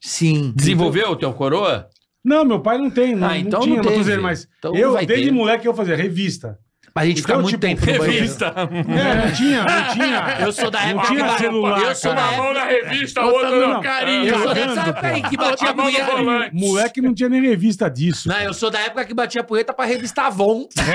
S4: Sim.
S7: Desenvolveu o teu coroa?
S8: Não, meu pai não tem. Não,
S7: Ah, então
S8: não tinha,
S7: não
S8: não tô
S7: teve.
S8: dizendo, mas
S7: Então
S8: eu,
S7: não vai
S8: desde
S7: ter.
S8: moleque, eu fazia revista.
S4: Mas a gente fica muito tempo no banheiro.
S8: revista. É, não tinha, não tinha.
S4: Eu sou da
S8: Não
S4: época
S8: tinha
S4: que-
S8: celular,
S4: eu sou
S8: cara.
S4: da época-
S16: revista,
S4: Eu
S16: outra
S4: também
S16: no
S4: não.
S16: carinho.
S4: Eu sou dessa época aí que batia
S16: a mão no
S4: punheta.
S16: volante.
S8: Moleque não tinha nem
S4: <laughs>
S8: revista disso.
S4: Não, eu sou da época que batia punheta pra revistar Avon.
S8: Mas,
S4: É,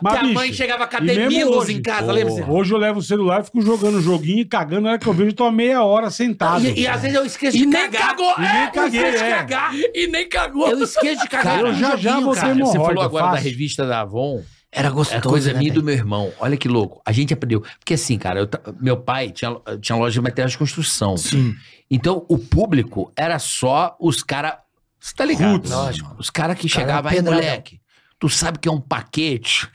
S4: que a mãe
S8: bicho,
S4: chegava com a
S8: e mesmo
S4: Demilos
S8: hoje-
S4: em casa, lembra?
S8: Porra. Hoje eu levo o celular e fico jogando joguinho e cagando. Na hora que eu vejo, eu tô meia hora sentado.
S4: E, e às vezes eu esqueço
S1: E
S4: de
S1: nem
S4: cagar.
S1: cagou,
S8: E nem
S4: é, eu
S8: caguei,
S4: esqueço de
S8: é.
S4: cagar.
S1: E nem cagou.
S4: Eu esqueço de cagar.
S7: Cara,
S4: no
S7: já já
S4: joguinho,
S7: você
S4: cara.
S7: Você
S4: Você
S7: falou agora da
S4: fácil.
S7: revista da Avon.
S4: Era gostoso,
S7: É coisa
S4: né,
S7: minha e do
S4: velho?
S7: meu irmão. Olha que louco. A gente aprendeu. Porque assim, cara, eu ta- meu pai tinha, tinha loja de materiais de construção. Sim. Então, o público era só os caras. Você tá ligado?
S4: Roots.
S7: Lógico. Os caras que
S4: Cara,
S7: chegavam aí,
S4: pedradão.
S7: moleque. Tu sabe que é um paquete?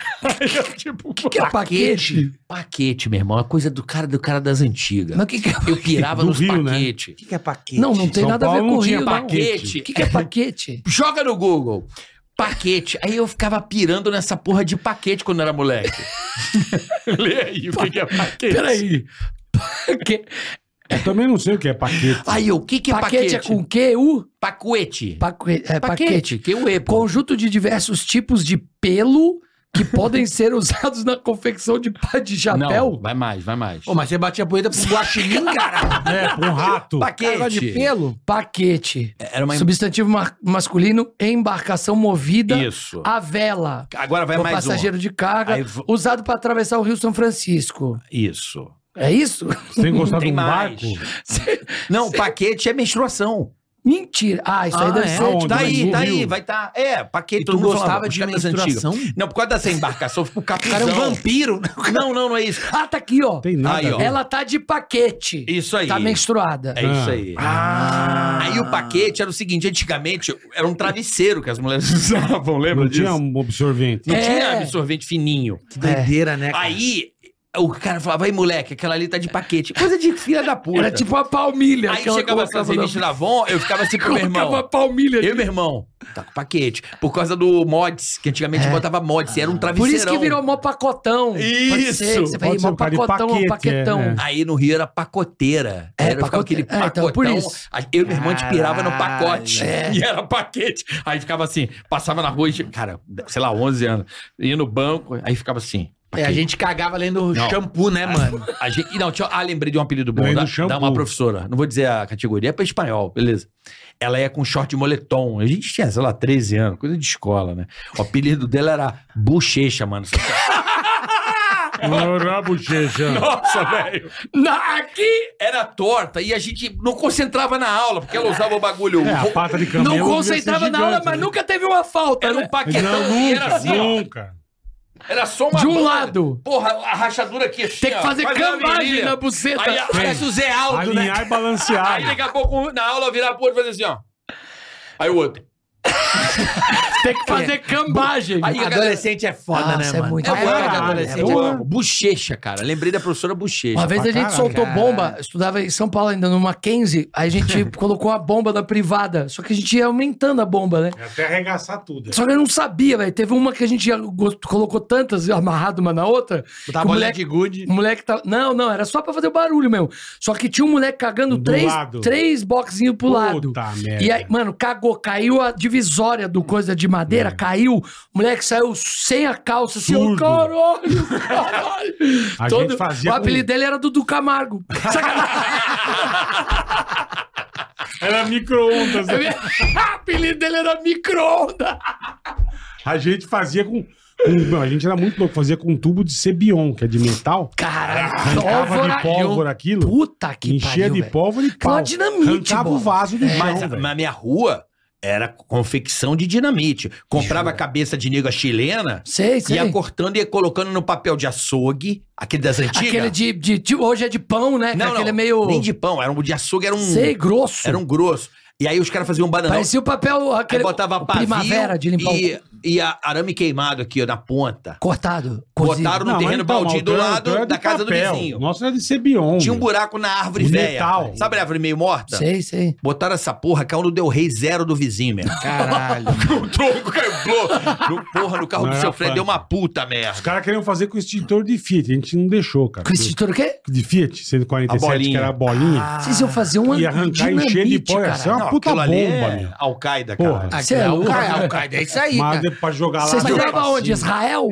S4: tipo,
S7: que, que é paquete? Paquete, meu irmão. É coisa do cara do cara das antigas. Mas o que, que é Eu pirava
S1: Do
S7: nos
S1: Rio, né?
S7: paquete. O
S4: que, que é paquete?
S1: Não, não tem nada a ver com o Rio, não.
S7: paquete.
S1: O que, que é paquete?
S7: Joga no Google. Paquete. Aí eu ficava pirando nessa porra de paquete quando era <laughs> moleque. Lê aí <laughs> o que que é paquete.
S1: Peraí. Paque- É
S8: Eu também não sei o que é paquete.
S7: Aí, o que, que é paquete?
S1: Paquete é com Q, U?
S7: Paquete.
S1: Paque, é, paquete.
S7: Paquete, que o E, pô.
S1: Conjunto de diversos tipos de pelo que <laughs> podem ser usados na confecção de pá de chapéu.
S7: Não, vai mais, vai mais.
S4: Pô, mas você batia poeta pro guaxinim, caralho.
S8: É, com um rato.
S4: Paquete. Cara de pelo.
S1: Paquete.
S7: Era É uma...
S1: Substantivo ma- masculino, embarcação movida
S7: Isso.
S1: à vela.
S7: Agora vai
S1: Ou
S7: mais
S1: passageiro de carga,
S7: Aí v-
S1: usado para atravessar o Rio São Francisco.
S7: um. Isso.
S1: É isso?
S8: Você tem gostado de
S7: Tem
S8: um
S7: mais.
S8: barco?
S7: Não, paquete é menstruação.
S1: Mentira. Ah, isso aí
S4: Ah,
S1: deve
S4: é?
S1: ser.
S8: Aonde?
S7: Tá aí,
S8: Mas
S7: tá
S8: no
S7: aí,
S8: Rio.
S7: vai tá. É, paquete,
S4: E
S7: todo
S4: tu
S7: mundo
S4: gostava
S7: falava,
S4: de
S7: os caras das
S4: menstruação?
S7: antigas. Não, por causa dessa embarcação, ficou capuzão.
S4: Cara, é um vampiro.
S7: Não, não, não é isso.
S1: Ah, tá aqui, ó.
S8: Tem nada.
S7: Aí, ó.
S8: a ver.
S1: Ela tá de paquete.
S7: Isso aí.
S1: Tá menstruada.
S7: É
S8: Ah.
S7: isso aí.
S1: Ah.
S7: Aí o paquete era o seguinte, antigamente era um travesseiro que as mulheres <laughs> usavam, lembra
S8: Não
S7: disso?
S8: tinha um absorvente.
S7: Não tinha
S1: É.
S7: absorvente fininho.
S4: Que doideira, né? cara?
S7: Aí o cara falava, aí moleque, aquela ali tá de paquete. Coisa de filha da puta.
S1: Era tipo uma palmilha.
S7: aí
S1: que ela
S7: chegava essas
S1: colocava na-
S7: revistas da Avon, eu ficava assim pro meu
S1: Colocava
S7: irmão.
S1: uma palmilha.
S7: Eu e meu irmão, tá com paquete. Por causa do mods, que antigamente botava mods, e era um travesseiro.
S1: É. Por isso que virou mó pacotão. Pode ser,
S7: Isso.
S1: Você vai
S8: Pode ser
S1: mó
S8: um cara de
S1: pacotão,
S8: paquete,
S1: mó paquetão.
S8: é, né?
S7: Aí no Rio era pacoteira.
S1: É,
S7: era ficava
S1: pacote-
S7: aquele
S1: é, então,
S7: pacotão.
S1: por isso.
S7: A- Eu e meu irmão a gente pirava no
S4: Caralho. é.
S7: pacote. <laughs> E era paquete. Aí ficava assim, passava na rua, e, cara, sei lá, 11 anos. Ia no banco, aí ficava assim.
S4: É, a gente cagava lendo
S7: Não.
S4: shampoo, né, mano?
S7: A gente, não, tinha, ah, lembrei de um apelido bom
S8: Lei
S7: da,
S8: do shampoo.
S7: da uma professora. Não vou dizer a categoria, é para espanhol, beleza. Ela ia com short de moletom. A gente tinha, sei lá, 13 anos, coisa de escola, né? O apelido dela era bochecha, mano.
S8: Ora, bochecha.
S7: Nossa, velho.
S1: Na- aqui
S7: Era torta e a gente não concentrava na aula, porque ela usava o bagulho.
S8: É, a pata de camelo.
S1: não
S8: devia ser
S1: concentrava na aula,
S8: gigante,
S1: mas
S8: né?
S1: nunca teve uma falta.
S7: um Era um
S1: Né?
S7: paquetão
S8: Não,
S7: e era
S8: nunca,
S7: assim, ó.
S8: nunca.
S7: Era só uma
S1: De um
S7: banda.
S1: lado.
S7: Porra, a rachadura aqui. assim,
S1: Tem que
S7: ó,
S1: fazer
S7: quase na
S1: cambagem
S7: virilha.
S1: na buceta.
S7: Aí, parece o Zé Aldo, né?
S8: Alinhar e
S7: Aí
S8: balancear.
S7: daqui a pouco, na aula, eu virar pro outro e fazer assim, ó. Aí o outro.
S1: Tem que
S8: <laughs>
S1: fazer cambagem.
S7: Aí a galera...
S4: Adolescente é
S1: Nossa,
S4: foda, né,
S1: é
S4: mano?
S1: muito
S7: É
S1: foda.
S7: banda de
S8: caralho,
S7: adolescente.
S8: é boa.
S7: tipo, Bochecha, cara. Lembrei da professora Bochecha.
S1: Uma vez a
S8: pra
S1: gente
S8: caralho.
S1: soltou
S4: Caralho.
S1: bomba, eu estudava em São Paulo ainda, no Mackenzie, aí a gente
S8: <laughs>
S1: colocou a bomba na privada, só que a gente ia aumentando a bomba, né?
S8: É Até arregaçar tudo.
S1: Só que eu não sabia, velho. Teve uma que a gente go- colocou tantas amarrado uma na outra.
S4: Tava
S1: que o moleque,
S4: moleque good.
S1: o moleque tá. Não, não, era só pra fazer o barulho mesmo. Só que tinha um moleque cagando
S8: Do
S1: três,
S8: lado.
S1: três boxinhos pro lado.
S8: Puta merda.
S1: E aí, mano, cagou, caiu a divisória do coisa de madeira, caiu. O moleque saiu sem a calça, assim, ô,
S8: É. Surdo. <laughs>
S1: caralho, caralho.
S8: A gente fazia
S1: o
S8: com- um-
S1: apelido dele era Dudu
S8: <laughs>
S1: Camargo.
S8: Era micro-ondas. né?
S1: <laughs> o apelido dele era micro-onda.
S8: A gente fazia com. com- meu, a gente era muito louco, fazia com um tubo de Sebion, que é de metal.
S1: Caralho,
S8: Arrancava de pólvora aquilo.
S1: Puta que
S8: enchia
S1: pariu,
S8: de
S1: velho.
S8: pólvora e pau.
S1: Aquela dinamite,
S8: Arrancava o
S1: bola.
S8: vaso do chão,
S1: um,
S7: Mas
S8: velho.
S7: na minha rua era confecção de dinamite. Comprava a cabeça de nega chilena,
S1: Sei, sei.
S7: ia cortando e ia colocando no papel de açougue, aquele das antigas.
S1: Aquele de, de, de- Hoje é de pão, né?
S7: Não,
S1: Aquele
S7: não,
S1: é meio.
S7: nem de pão, era um de açougue, era um
S1: Sei, grosso.
S7: era um grosso. E aí os caras faziam um bananão,
S1: Parecia o papel.
S7: aí
S1: Aquele...
S7: botava
S1: o
S7: pavio
S1: Primavera de limpar o.
S7: e, e a- arame queimado aqui ó, na ponta.
S1: Cortado. cozido.
S7: Botaram no
S8: Não, mas
S7: um terreno
S8: então,
S7: baldio
S8: o
S7: do
S8: teu-
S7: lado
S8: o teu é
S7: da
S8: de
S7: casa do
S8: papel.
S7: vizinho.
S8: O Nosso era de Sebion.
S7: Tinha um
S8: meu.
S7: buraco na árvore
S8: De
S7: velha.
S8: metal.
S7: Sabe a árvore meio morta?
S1: Sei, sei.
S7: Botaram essa porra, caiu no Del Rey zero do vizinho mesmo.
S4: Caralho.
S7: <laughs> o tronco caiu. blô. No- porra, no carro
S8: Não é
S7: do
S8: era
S7: seu Fred
S8: funk.
S7: deu uma puta
S8: Os
S7: merda.
S8: caras queriam fazer com extintor de Fiat, a gente não deixou, cara.
S1: Com esse extintor o quê?
S8: De Fiat 147, que
S7: bolinha.
S8: era a bolinha.
S1: Vocês iam fazer uma.
S8: e arrancar e encher de pó.
S1: cara.
S8: Isso é uma puta bomba, meu.
S7: Al-Qaeda,
S8: Porra.
S7: cara.
S1: Você é louco.
S4: Ah, é, o Caio, é isso aí,
S8: Mas
S4: cara.
S8: de- pra jogar lá.
S1: Vocês
S8: na
S1: moravam
S8: pracinha.
S1: onde? Israel?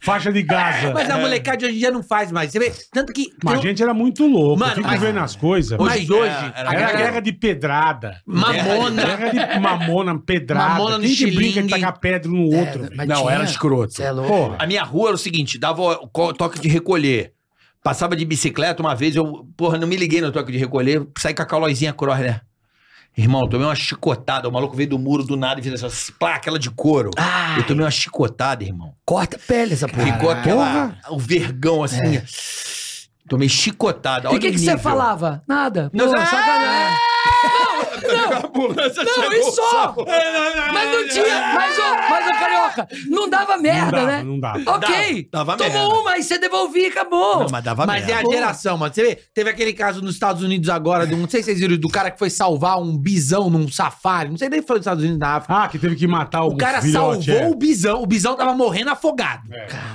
S8: Faixa de Gaza.
S4: É, Mas a molecada de hoje em dia não faz mais. Você vê, tanto que... tem
S8: Mas a
S4: um-
S8: gente era muito louco.
S4: Mano,
S8: eu fico
S4: mas-
S8: vendo as coisas.
S4: Mas
S8: velho.
S4: hoje,
S7: era-
S4: a
S7: era-
S8: Era
S4: galera-
S8: guerra de pedrada.
S4: Mamona... <laughs>
S8: Guerra de mamona, pedrada.
S4: Mamona no
S8: Quem que brinca de
S4: xilingue. É.
S8: tacar pedra no outro? velho?
S7: Não, era escroto.
S1: Você é louco.
S8: Porra.
S7: A minha rua era o seguinte, dava o co- toque de recolher. Passava de bicicleta uma vez, eu, porra, não me liguei no toque de recolher, saí com a calóizinha cross, né? Irmão, tomei uma chicotada, o maluco veio do muro do nada e fez assim, pá, aquela de couro.
S1: Ai.
S7: Eu tomei uma chicotada, irmão.
S1: Corta a pele essa porra. É.
S7: Ficou aquela, o vergão assim. Tomei
S1: E
S7: chicotada. olha
S1: o que, que
S7: nível.
S1: você falava? Nada. Pô,
S7: Não, é! você-
S1: sacanagem.
S17: ambulância
S1: Não, e só? Mas não tinha. Mas, ô, mas ô, Carioca, não dava merda,
S8: dava,
S1: né?
S8: não dava.
S1: Ok.
S7: Dava- dava
S1: Tomou
S7: merda.
S1: uma, aí você devolvia e acabou.
S7: Não, mas dava
S4: Mas é
S7: merda.
S4: a geração, mano. Você vê, teve aquele caso nos Estados Unidos agora, do, não sei se vocês viram, do cara que foi salvar um bisão num safari. Não sei nem se foi nos Estados Unidos, na África.
S8: Ah, que teve que matar é.
S4: O cara salvou o bisão. O bisão tava morrendo afogado.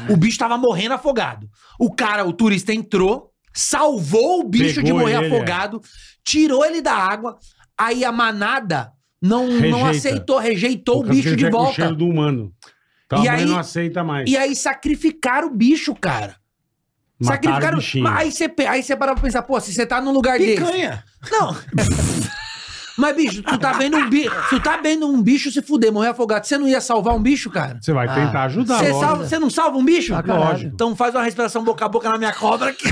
S4: O bicho tava morrendo afogado. O cara, o turista entrou, salvou o bicho
S8: Pegou
S4: de morrer
S8: ele, é.
S4: afogado, tirou ele da água, aí a manada não, não
S8: Rejeita.
S4: aceitou, rejeitou o
S8: Porque
S4: bicho de
S8: é com O
S4: volta.
S8: cheiro do humano. Tua
S4: E
S8: mãe
S4: aí-
S8: não aceita mais.
S4: E aí sacrificaram o bicho, cara.
S8: Mataram o
S4: sacrificaram.
S8: bichinho.
S4: Mas aí você, pe- aí você para pra pensar, pô, se você tá num lugar
S8: Picanha.
S4: desse. Não. <laughs> Mas, bicho, tu tá vendo um bicho. Tu tá vendo um bicho se fuder, morrer afogado. Você não ia salvar um bicho, cara?
S8: Você vai tentar ajudar,
S4: Ah, Você,
S8: lógico.
S4: salva- você não salva um bicho?
S8: Ah, caralho. Lógico.
S4: Então faz uma respiração boca a boca na minha
S1: <laughs>
S4: cobra que.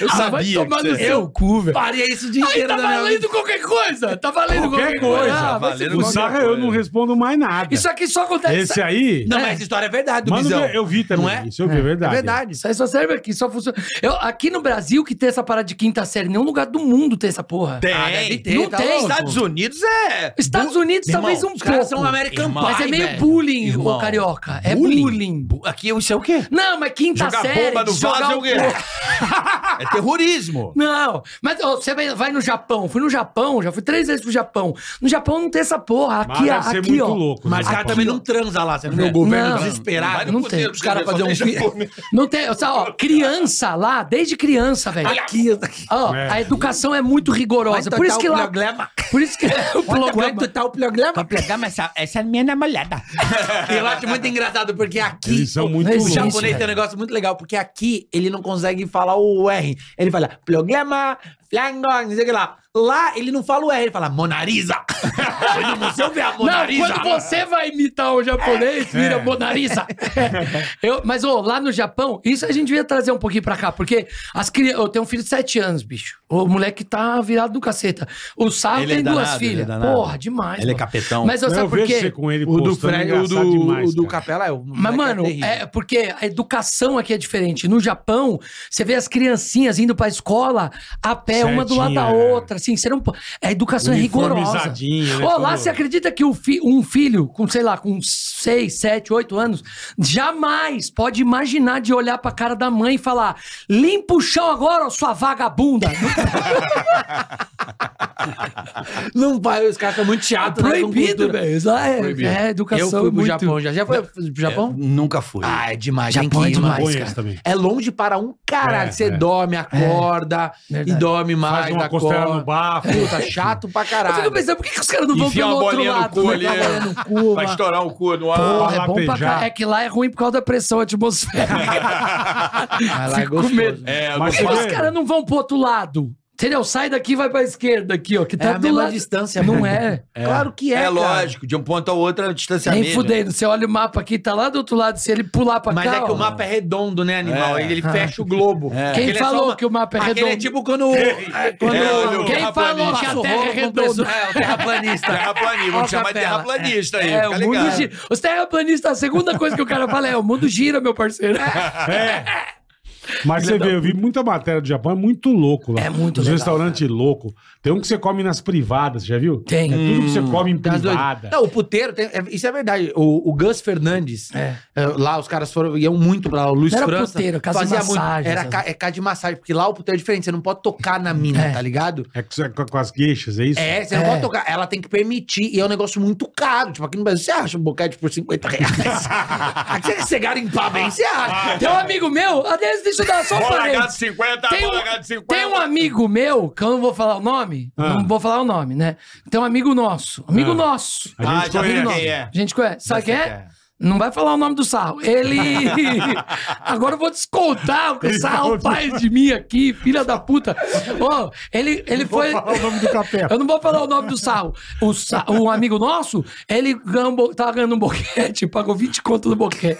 S1: Eu sabia Ah, vai tomar no seu cu, velho.
S4: Faria isso o dia
S1: Aí
S4: inteiro
S1: tá
S4: na minha
S1: valendo
S4: vida.
S1: qualquer coisa. Tá valendo qualquer, coisa. Ah, vai se
S8: o
S1: fuder.
S8: Saga, eu não respondo mais nada.
S1: Isso aqui só acontece.
S6: é-
S8: Esse aí.
S4: é- Não, mas essa história é verdade, do
S8: Mas não
S4: Bizão.
S8: é- eu vi também.
S4: Não é?
S8: Isso eu vi, é verdade.
S4: verdade.
S1: Isso aí só serve aqui, só funciona. Eu, aqui no Brasil que tem essa parada de quinta série, nenhum lugar do mundo tem essa porra.
S6: Tem.
S1: Ah, deve ter, não
S6: tá
S1: tem.
S6: louco. Estados Unidos é.
S1: Estados Unidos
S6: Irmão,
S1: talvez um
S6: os
S1: pouco.
S6: caras são American Pie,
S1: Mas é meio
S6: velho.
S1: bullying,
S6: Irmão.
S1: o carioca. É
S6: Bullying?
S1: bullying.
S6: Bu- Aqui isso é o quê?
S1: Não, mas quinta
S6: Jogar
S1: série.
S6: bomba no
S1: jogar
S6: vaso é o quê? <laughs> É terrorismo.
S1: Não, mas ó, você vai, vai no Japão. Fui no Japão, já fui três vezes pro Japão. No Japão não tem essa porra. Aqui,
S4: Mas deve ser
S1: aqui
S4: muito
S1: ó.
S4: louco,
S8: né?
S4: Mas os caras também não transam lá. Você não viu o
S1: É.
S4: governo
S1: Não,
S4: desesperado?
S1: não tem.
S4: Os caras fazer um filho.
S1: Não tem, sabe, ó, criança lá, desde criança, velho.
S4: Aqui,
S1: Ó,
S4: É.
S1: a educação é muito rigorosa.
S4: Quanto
S1: Por
S4: tá
S1: isso que
S4: o
S1: lá. é
S4: programa?
S1: Por isso que <laughs> o programa.
S4: Quanto tá o programa? O programa, essa, essa é minha namorada. Eu acho muito engraçado, porque aqui.
S8: Eles são muito
S4: o
S8: loucos,
S4: japonês tem um
S8: velho.
S4: negócio muito legal, porque aqui ele não consegue falar o R. Ele fala programa, flango, não sei o que lá. Lá ele não fala o R, ele fala <laughs> Monarisa. Quando você vê a Monarisa.
S1: Não, quando você vai imitar o japonês, vira
S4: É.
S2: <laughs>
S1: Monarisa. Eu, mas, ô, lá no Japão, isso a gente devia trazer um pouquinho pra cá, porque as crianças. Eu tenho um filho de 7 anos, bicho. O moleque tá virado do caceta. O Sávio
S2: Ele é
S1: tem duas
S2: danado,
S1: filhas.
S2: ele é danado.
S1: Porra, demais.
S2: Ele é
S1: mano.
S2: capetão.
S1: Mas eu,
S2: Não,
S1: sabe
S2: eu
S1: por
S2: vejo
S1: quê?
S2: você com ele O do postando, Fred- é engraçado o do- demais, o do cara.
S4: Capela é o.
S1: Mas, mano, é porque a educação aqui é diferente. No Japão, você vê as criancinhas indo pra escola a pé, uma do lado da
S8: Certinha, é.
S1: outra. Assim, você não... po- A educação é rigorosa.
S8: Uniformizadinha, né,
S1: Ó,
S8: tudo.
S1: lá você acredita que o fi- um filho, com, sei lá, com 6, 7, 8 anos, jamais pode imaginar de olhar pra cara da mãe e falar: limpa o chão agora, ó, sua vagabunda.
S4: Não vai, os caras são muito chatos. né, com
S1: Proibido,
S4: cultura.
S1: velho. Isso lá é,
S4: Proibido.
S1: é educação.
S4: Eu fui pro
S1: muito- É,
S4: Japão já. Já foi pro Japão?
S2: Nunca fui.
S4: Ah, é demais.
S1: Japão
S4: tem que
S1: é
S4: ir,
S1: demais,
S4: mano.
S1: cara.
S8: também.
S4: É longe para um caralho.
S8: É,
S4: você
S8: é.
S4: dorme, acorda, e
S1: É Verdade.
S4: dorme mais,
S8: Faz uma costela no bafo. <laughs>
S4: Puta, chato pra
S1: Eu
S4: caralho.
S1: fico pensando, por que, que os caras não vão
S7: Enfia
S1: pelo
S7: uma
S1: outro
S7: bolinha no
S1: lado?
S7: cu
S1: né?
S7: ali.
S1: Uma bolinha no cu,
S7: Vai
S1: uma-
S7: estourar o cu no ar.
S1: Porra, é bom pra
S8: lapejar.
S1: cá. É que lá é ruim por causa da pressão atmosférica.
S4: lá é gostoso.
S7: É,
S8: Mas
S1: Por que
S8: você
S1: os
S8: vê,
S1: caras não vão pro outro lado? Entendeu? Sai daqui e vai pra esquerda aqui, ó. Que
S4: É
S1: tá
S4: a
S1: do
S4: mesma
S1: lado.
S4: distância,
S1: Não
S4: mano. <laughs>
S1: é.
S4: Claro que é,
S6: É
S4: cara.
S6: lógico, de um ponto ao outro é a distância
S1: Nem
S6: mínima.
S1: fudendo. Você olha o mapa aqui, tá lá do outro lado. Se ele pular pra
S4: né? Mas
S1: cá.
S4: é que
S1: ó.
S4: o mapa é redondo, né, animal?
S6: É.
S4: Ele, ele fecha o globo.
S6: É.
S1: Quem
S4: Aquele é só
S1: falou
S4: uma-
S1: que o mapa é
S4: Aquele
S1: redondo?
S4: é tipo quando... é, quando
S6: É, olha o
S1: Quem falou
S6: terraplanista.
S1: que a
S4: Nosso
S1: terra é
S4: rolo compressor-
S1: redonda?
S4: É, o terraplanista.
S6: <laughs> Terraplanista,
S4: Ó,
S6: vamos chamar de
S4: Capela.
S6: terraplanista aí,
S1: É,
S6: fica
S1: o mundo
S6: ligado.
S1: gira. Os terraplanistas, a segunda coisa que o cara fala é: o mundo gira, meu
S4: <laughs>
S1: parceiro.
S8: É. Mas você vê, eu vi muita matéria do Japão, é muito louco lá.
S1: É muito
S8: Os
S1: legal,
S8: restaurantes loucos. Tem um que você come nas privadas, já viu?
S1: Tem.
S8: É tudo que você come em
S4: As doidas.
S8: privada.
S4: Tá Não, o puteiro, tem- é- isso é verdade. O, o Gus Fernandes, é, lá os caras foram, iam muito pra lá. O Luiz
S1: Não era
S4: França.
S1: puteiro, casa de massagem,
S4: Era
S1: sabe?
S4: ca, é casa de massagem, porque lá o puteiro é diferente. Você não pode tocar na mina,
S1: É.
S4: tá ligado?
S8: É com- com, com as queixas, é isso?
S4: É, você não
S1: É.
S4: pode tocar. Ela tem que permitir. E é um negócio muito caro. Tipo, aqui no Brasil, você acha um boquete por 50 reais? <laughs> aqui você- você garimpar bem, você acha.
S1: Tem um amigo meu, aliás, deixa eu dar só um
S7: Bola
S1: parênteses.
S7: gato 50,
S1: Tem
S7: bola
S1: um-
S7: gato 50.
S1: Tem um amigo meu, que eu não vou falar o nome,
S8: Ah.
S1: não vou falar o nome, né? Tem um amigo nosso, amigo
S8: Ah.
S1: nosso.
S8: A gente
S7: Ah, já
S8: conhece.
S7: vi
S1: Amigo
S7: quem
S1: nosso.
S7: é.
S1: A gente conhece. Sabe quem é? Não vai falar o nome do Sarro. Ele. Agora eu vou descontar o que o
S8: Ele
S1: Sarro
S8: falou-
S1: faz de mim aqui, filha da puta. Ó, ele, ele foi.
S8: falar o nome
S1: <laughs>
S8: do capeta.
S1: Eu não vou falar o nome do Sarro. O, Sa- o amigo nosso, ele ganhou um bo- tava ganhando um boquete, pagou 20 conto no boquete.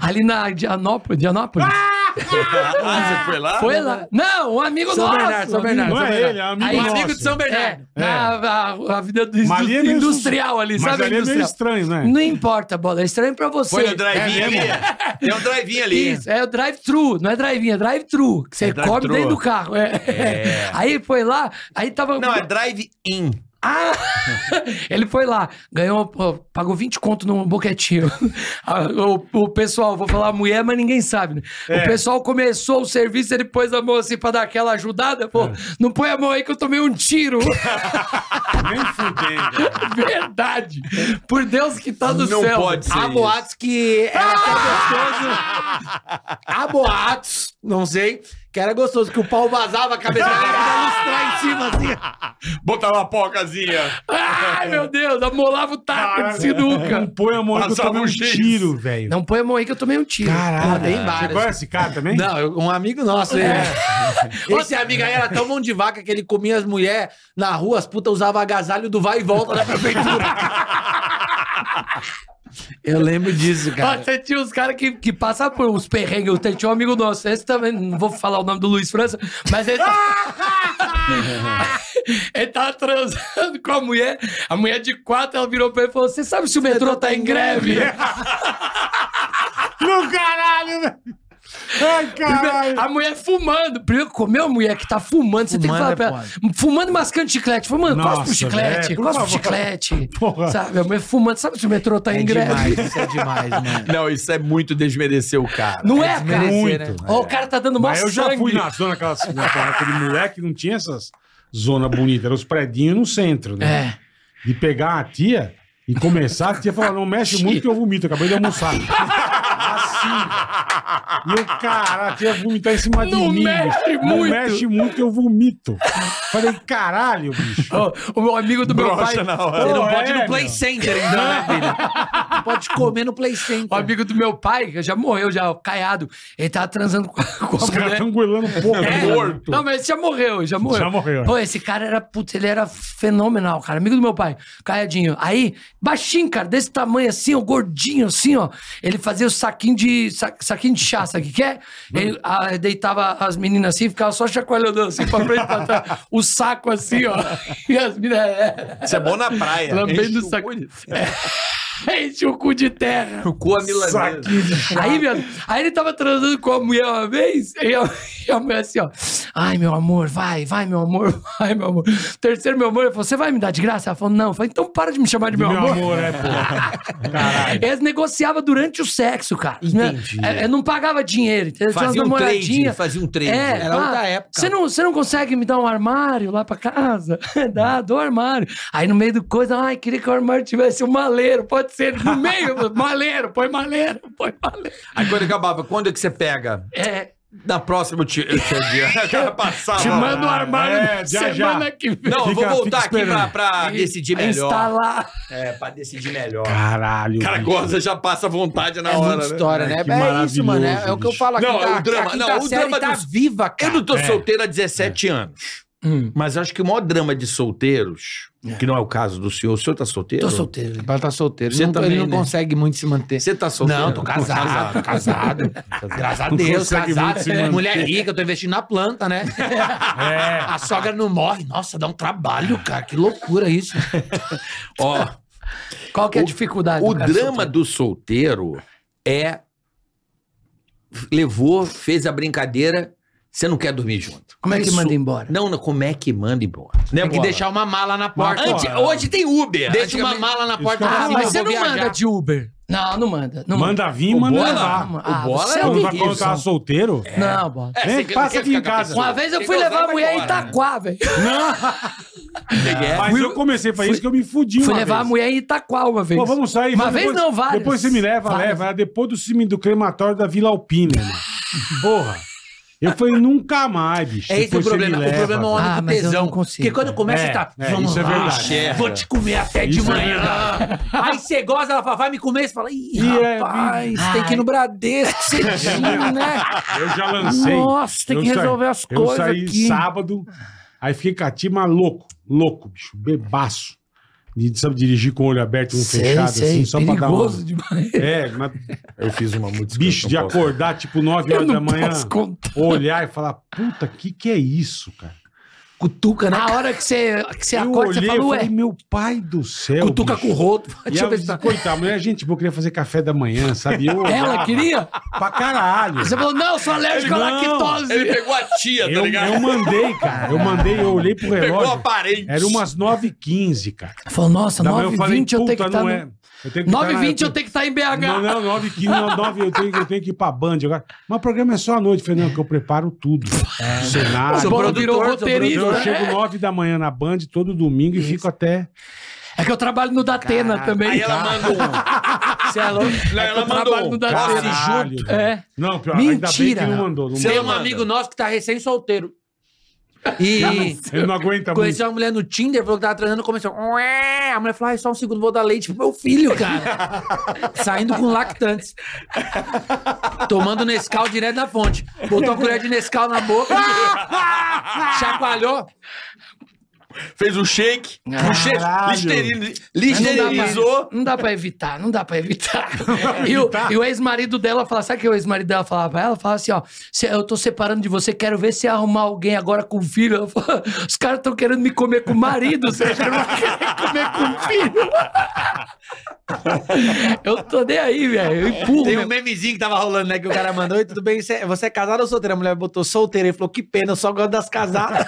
S1: Ali na Dianópolis. Dianópolis.
S7: Ah, você foi lá?
S1: Foi lá. Não, um amigo
S4: São
S1: nosso.
S4: Bernardo, São
S1: um amigo
S4: Bernardo.
S8: Não
S4: São
S8: é
S4: Bernardo.
S8: ele, é um amigo
S4: Aí,
S8: nosso.
S4: amigo de São Bernardo.
S1: É, na a, a vida do
S8: Mas ali é meio
S1: industrial ali,
S8: Mas
S1: sabe?
S8: ali é meio
S1: industrial.
S8: estranho, né?
S1: Não importa, bola. É estranho pra você.
S6: Foi no drive-in
S8: É
S6: ali.
S8: mesmo?
S6: Tem um drive-in ali.
S1: Isso, é o drive-thru, não é drive-in, é drive-thru. Que você
S6: drive-thru.
S1: come dentro do carro. é. Aí foi lá, aí tava.
S6: Não, é drive-in.
S1: Ah! <laughs> Ele foi lá, ganhou, ó, pagou 20 conto num boquetinho. <laughs> Ah, O, o pessoal, vou falar mulher, mas ninguém sabe, né?
S6: É.
S1: O pessoal começou o serviço, ele pôs a mão assim pra dar aquela ajudada. Pô,
S6: É.
S1: não põe a mão aí que eu tomei um
S6: <laughs>
S1: tiro.
S8: Nem fudendo.
S1: <laughs> Verdade. Por Deus que tá no
S6: né? Não
S1: céu.
S6: pode ser.
S4: Há
S6: isso.
S4: Ah! boatos que era até gostoso. Há boatos, não sei, que Que era gostoso, que o pau vazava, a <laughs> cabeça dele ia lustrar em cima, assim.
S7: Botar uma pocazinha.
S1: Ai, meu Deus, amolava o taco de sinuca.
S8: Não põe a mão aí que eu
S7: Passava
S8: tomei É, um
S7: um giz.
S8: tiro, velho.
S1: Não põe a mão aí que eu tomei um tiro.
S8: Caralho.
S4: Ah, tem
S8: Você
S4: várias.
S8: conhece esse cara também?
S4: Não, eu- um amigo nosso. ele- <laughs> Esse amigo aí era tão mão de vaca que ele comia as mulheres na rua, as putas usavam agasalho do vai e volta da prefeitura. <laughs> eu lembro disso,
S1: Ó,
S4: cara.
S1: você tinha uns caras que, que passavam por uns perrengues. Eu tinha um amigo nosso, esse também, não vou falar o nome do Luiz França, mas ele. tá-
S8: <laughs>
S1: ele tava transando com a mulher, a mulher de quatro, ela virou pra ele e falou: Você sabe se o metrô tá em greve?
S8: No caralho, velho. Ai, caralho.
S1: A mulher fumando. Primeiro, comeu a mulher que tá fumando, você tem que
S4: Fumando
S1: falar
S4: é
S1: pra ela. Fumando e mascando chiclete. Falei, mano, cospe
S8: Nossa,
S1: o chiclete,
S8: velho, por
S1: cospe o
S8: favor.
S1: chiclete.
S8: Porra.
S1: Sabe, a mulher fumando, sabe se o metrô tá em greve?
S4: demais, isso é demais, mano.
S7: Não, isso é muito desmerecer o cara.
S1: Não é, cara?
S8: Muito.
S4: né?
S1: Ó, o cara tá dando mó
S8: Mas eu já
S1: sangue.
S8: fui na zona, aquelas, naquela- aquele moleque, não tinha essas zona bonita, era os predinhos no centro,
S1: É.
S8: né? De pegar a tia e começar, a tia falar, não mexe muito que eu vomito, acabei de almoçar. Assim. E o cara, a tia vomitar em cima de
S1: Não
S8: mim.
S1: mexe
S8: bicho. Não
S1: muito.
S8: mexe muito que eu vomito. Falei, caralho, bicho.
S1: Ó, o meu amigo do meu pai.
S7: Brocha na hora.
S4: Você não
S8: Pô,
S4: pode ir
S8: é,
S4: no Play
S8: meu.
S4: Center então, né, filho? Não <laughs> pode comer no Play Center.
S1: O amigo do meu pai, que já morreu, já, o caiado. Ele tava transando com a, com a
S8: Os caras
S1: mulher.
S8: estão goelando um pouco.
S1: né? É.
S8: morto.
S1: Não, mas esse já morreu, já morreu.
S8: Já morreu, né?
S1: Pô, esse cara era, putz, ele era fenomenal, cara. Amigo do meu pai, caiadinho. Aí, baixinho, cara, desse tamanho assim, ó, gordinho assim, ó. Ele fazia o saquinho de, sa- saquinho de chá, sabe o que que é? Ele ah, deitava as meninas assim, ficava só chacoalhando assim pra frente e pra trás. O saco assim, ó. <laughs> E as meninas... É,
S7: Isso é bom na praia.
S1: lambendo
S7: Enche
S1: o saco. É, <laughs> enche o cu de terra.
S7: O cu a milanesa.
S1: Aí, viado, aí ele tava transando com a mulher uma vez, e a, <laughs> e a mulher assim, ó. Ai, meu amor, vai, vai, meu amor, <laughs> vai, meu amor. Terceiro, meu amor, ele falou: você vai me dar de graça? Ela falou, não. Eu falei, então para de me chamar de meu,
S8: Meu
S1: amor.
S8: amor, é, pô.
S1: <laughs> Eles negociavam durante o sexo, cara.
S4: Entendi.
S1: É, é, não pagava dinheiro, entendeu? Tinha umas
S6: Fazia um trade,
S1: namoradinhas.
S6: fazia um trade.
S1: É,
S4: Era
S1: ah,
S4: outra época.
S1: Você não, você não consegue me dar um armário lá pra casa? <laughs> Dá, dou armário. Aí no meio do coisa, ai, queria que o armário tivesse um maleiro. Pode ser no meio, maleiro, põe maleiro, põe maleiro.
S6: Aí quando acabava, quando é que você pega?
S1: É,
S6: Na próxima eu te, eu te adio. O cara passava.
S1: te manda o
S8: ah,
S1: armário
S8: é, já,
S1: semana
S8: já.
S1: que vem.
S6: Não, eu vou
S8: Fica- fica
S6: voltar aqui pra,
S8: esperando.
S7: ah,
S6: pra decidir melhor.
S1: Instalar.
S6: É, pra decidir melhor.
S8: Caralho.
S7: O cara
S8: bicho.
S7: goza, já passa vontade na
S4: É
S7: hora.
S4: muita
S7: né?
S4: história, né?
S8: Que
S4: É isso, mano. É, é o que eu
S8: maravilhoso,
S4: falo aqui.
S6: bicho. Não, é o
S4: a
S6: drama-
S4: quinta
S6: não, o
S4: série
S6: drama
S4: tá
S6: dos-
S4: viva, cara.
S6: Eu não tô
S8: É.
S6: solteiro há 17 anos.
S1: Hum.
S6: Mas acho que o maior drama de solteiros, que não é o caso do senhor, o senhor tá solteiro?
S1: Tô solteiro.
S4: Ela tá solteiro.
S6: Você
S4: Ele não-
S6: também,
S4: ele não
S6: né?
S4: consegue muito se manter.
S6: Você tá solteiro?
S4: Não, tô casado, tô casado. Graças a
S8: Não
S4: Deus,
S8: consegue
S4: casado.
S8: muito se manter.
S4: Mulher rica, eu tô investindo na planta, né?
S8: É.
S4: A sogra não morre. Nossa, dá um trabalho, cara. Que loucura isso.
S8: É
S6: Ó,
S1: Qual que é a
S6: O-
S1: dificuldade?
S6: o
S1: do cara
S6: drama
S1: solteiro?
S6: do solteiro é. Levou, fez a brincadeira, você não quer dormir junto.
S1: Como é que
S6: Isso-
S1: manda embora?
S6: Não, não, como é que manda embora? Né,
S4: Tem que
S6: Bola?
S4: deixar uma mala na porta.
S8: Mas,
S4: Antes-
S6: Antes- hoje tem Uber.
S4: Deixa uma
S6: Antigamente-
S4: mala na
S8: Isso
S4: porta.
S8: que eu
S4: fala
S1: Ah,
S8: Não, tipo,
S1: mas
S4: assim, eu
S1: você
S4: vou
S1: não manda
S4: viajar.
S1: de Uber. Não, não manda. Não
S8: Manda vir, manda
S6: Bola,
S8: levar.
S1: manda. Ah,
S6: O Bola
S1: você é
S6: é
S1: um
S8: Quando vai
S1: terrível.
S8: quando tá solteiro,
S1: Não, Bola.
S6: É, você
S8: Vem,
S6: quer-
S8: Né? passa
S6: quer
S8: aqui em
S6: ficar com a
S8: casa.
S6: pessoa.
S1: Uma vez eu
S6: Quer
S1: fui
S6: gozar,
S1: levar a
S6: vai
S1: mulher em
S6: embora, né?
S1: Itaquá, velho.
S8: mas eu comecei pra isso que eu me fudi
S1: Fui
S8: uma
S1: levar a
S8: vez.
S1: mulher em Itaquá uma vez.
S8: Pô, vamos sair.
S1: Uma
S8: vamos
S1: vez não, várias.
S8: Depois você me leva,
S1: Várias.
S8: leva. Era depois do cime do crematório da Vila Alpina, mano. Porra. Eu falei, nunca mais, bicho.
S4: É esse o
S8: Depois você me
S4: problema. O
S8: tipo assim, leva.
S4: problema é o
S1: Ah,
S4: homem do
S1: mas eu não
S4: tesão.
S1: consigo.
S4: Porque quando começa,
S8: É,
S4: tá.
S8: é,
S4: vamos
S8: isso é
S4: lá,
S8: verdade.
S4: Vou te comer até de
S8: Isso é
S4: manhã.
S8: verdade.
S4: Aí você goza, ela fala, vai me comer. Você fala, ih,
S8: E é,
S4: rapaz, tem que ir no Bradesco, cedinho, né?
S8: Eu já lancei.
S4: Nossa, tem
S8: Eu
S4: que
S8: saí-
S4: resolver as
S8: Eu
S4: coisas
S8: saí
S4: aqui.
S8: sábado, aí fiquei com a tima louco, louco, bicho, bebaço. De, sabe, dirigir com o olho aberto e <laughs> um
S1: Sei,
S8: fechado,
S1: sei,
S8: assim, só
S1: perigoso
S8: pra
S1: demais.
S8: dar uma... É, mas
S7: Eu fiz uma música.
S8: bicho, de acordar, tipo, 9
S1: Eu
S8: horas da
S1: não
S8: manhã,
S1: posso contar.
S8: olhar e falar, puta, o que que é isso, cara?
S4: Cutuca, né?
S1: Na hora que você, que você acorda, você fala,
S8: eu
S1: ué,
S8: falei, meu pai do céu,
S4: Cutuca
S8: é bicho."
S4: com o roto.
S8: E
S4: Deixa eu
S8: ela
S4: ver se
S8: disse,
S4: tá.
S8: coitada, mas a gente, boa, eu queria fazer café da manhã, sabe? Eu
S1: <laughs> ela
S8: olhava
S1: queria?
S8: Pra caralho.
S1: Você falou, não, eu sou alérgico à
S8: Não,
S1: lactose.
S7: Ele pegou a tia, tá
S8: Eu,
S7: ligado?
S8: eu mandei, cara. Eu mandei, eu olhei pro
S7: Pegou a
S8: relógio.
S7: parente.
S8: Era umas 9h15, cara.
S1: Falou, nossa,
S8: Da manhã
S1: 9h20
S8: eu
S1: eu,
S8: falei,
S1: tenho que
S8: "Puta,
S1: estar
S8: não
S1: no...
S8: é. Eu tenho que estar na-
S1: 9h20 eu tenho que estar em BH.
S8: Não, não, 9 15 não, 9 eu tenho, que- eu tenho que ir pra Band agora. Mas o programa é só à noite, Fernando, que eu preparo
S1: <laughs>
S8: tudo. O cenário.
S1: Sobrou,
S8: tudo.
S1: virou
S4: produtor,
S8: Então
S1: roteirista.
S8: eu
S1: né?
S8: chego 9 da manhã na Band todo domingo e fico até.
S1: É que eu trabalho no Datena também.
S7: Aí ela manda um.
S1: Você é louco?
S7: Não, ela
S1: É que o
S7: mandou.
S1: trabalho
S6: um
S1: Não dá
S7: Caralho,
S1: certo.
S8: um-
S7: junto.
S1: É.
S8: Não, pior,
S1: Mentira.
S8: ainda bem que não mandou. Não
S4: Tem
S8: mandou.
S4: um amigo nosso que tá recém-solteiro. E
S8: Ele não aguenta muito.
S4: conheceu uma mulher no Tinder, falou que tava transando, começou. "Ué". A mulher falou: ai, só um segundo, vou dar leite pro meu filho, cara. <laughs> Saindo com lactantes. Tomando Nescau direto na fonte. Botou a colher de Nescau na <laughs> boca, chacoalhou.
S7: Fez um shake. Um shake. Listerine-
S1: Mas não dá pra-
S7: Listerinizou.
S1: Não dá pra evitar, não dá pra evitar. e, o, e o ex-marido dela fala, sabe o que o ex-marido dela falava pra ela? Fala assim, ó, "Cê- eu tô separando de você, quero ver se arrumar alguém agora com filho. Ela fala, <laughs> os caras estão querendo me comer com o marido, você acha que eu não vou querer comer com filho? <laughs> eu tô nem aí, velho, eu empurro.
S4: Tem um
S1: meu.
S4: memezinho que tava rolando, né? Que o cara mandou. Oi, tudo bem? Você é- você é casado ou solteira? A mulher botou solteira e falou: que pena, eu só gosto das casadas.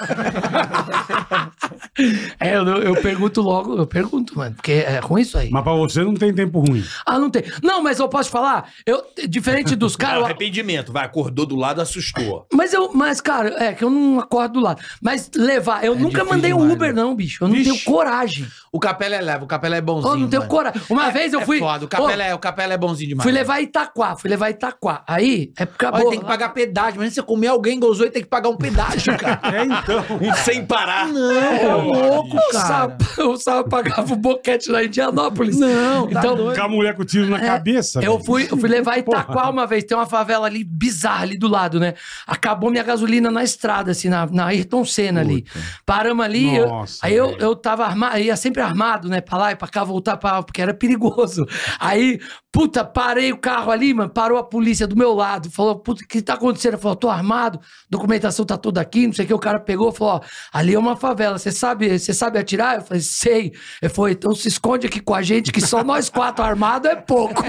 S1: É, eu, eu pergunto logo, eu pergunto, mano, porque é ruim isso aí.
S8: Mas pra você não tem tempo ruim.
S1: Ah, não tem. Não, mas eu posso falar, eu, diferente dos
S7: Ah,
S1: caras,
S7: arrependimento, vai, acordou do lado, assustou.
S1: Mas eu, mas, cara, é que eu não acordo do lado. Mas levar,
S4: É
S1: eu nunca mandei um Uber,
S4: né?
S1: não, bicho. Eu não tenho coragem.
S4: <laughs> O Capela é leva, o Capela é
S1: Eu
S4: bonzinho.
S1: não tenho
S4: mano.
S1: coragem. Uma
S4: É-
S1: vez eu
S4: é
S1: fui.
S4: foda, o Capela,
S1: Ô,
S4: é, o Capela é bonzinho demais.
S1: Fui levar Itaquá, fui levar Itaquá. Aí, é porque
S4: Olha,
S1: acabou.
S4: tem que pagar pedágio. Imagina você comer alguém, gozou e tem que pagar um <laughs> pedágio, cara.
S8: É, então.
S7: Sem parar.
S4: Não, é louco,
S1: O
S4: cara.
S1: Sal- <laughs> O Sal pagava o boquete lá em Indianópolis.
S4: Não, tá
S1: então,
S8: <laughs> Com a mulher com o tiro na cabeça.
S1: Eu
S8: velho.
S1: fui, eu fui levar Itaquá uma vez, tem uma favela ali bizarra ali do lado, né? Acabou minha gasolina na estrada, assim, na, na Ayrton Senna ali. Paramos ali, eu-
S8: Nossa,
S1: aí eu, eu tava armado, ia sempre armado, né? Pra lá e pra cá, voltar pra. porque era perigoso. Aí, puta, parei o carro ali, mano, parou a polícia do meu lado, falou, puta, o que tá acontecendo? Falou, tô armado, documentação tá toda aqui, não sei o que. O cara pegou e falou, ó, ali é uma favela, você sabe, você sabe atirar? Eu falei, sei. Ele falou, então se esconde aqui com a gente, que só nós quatro armados é pouco. <laughs>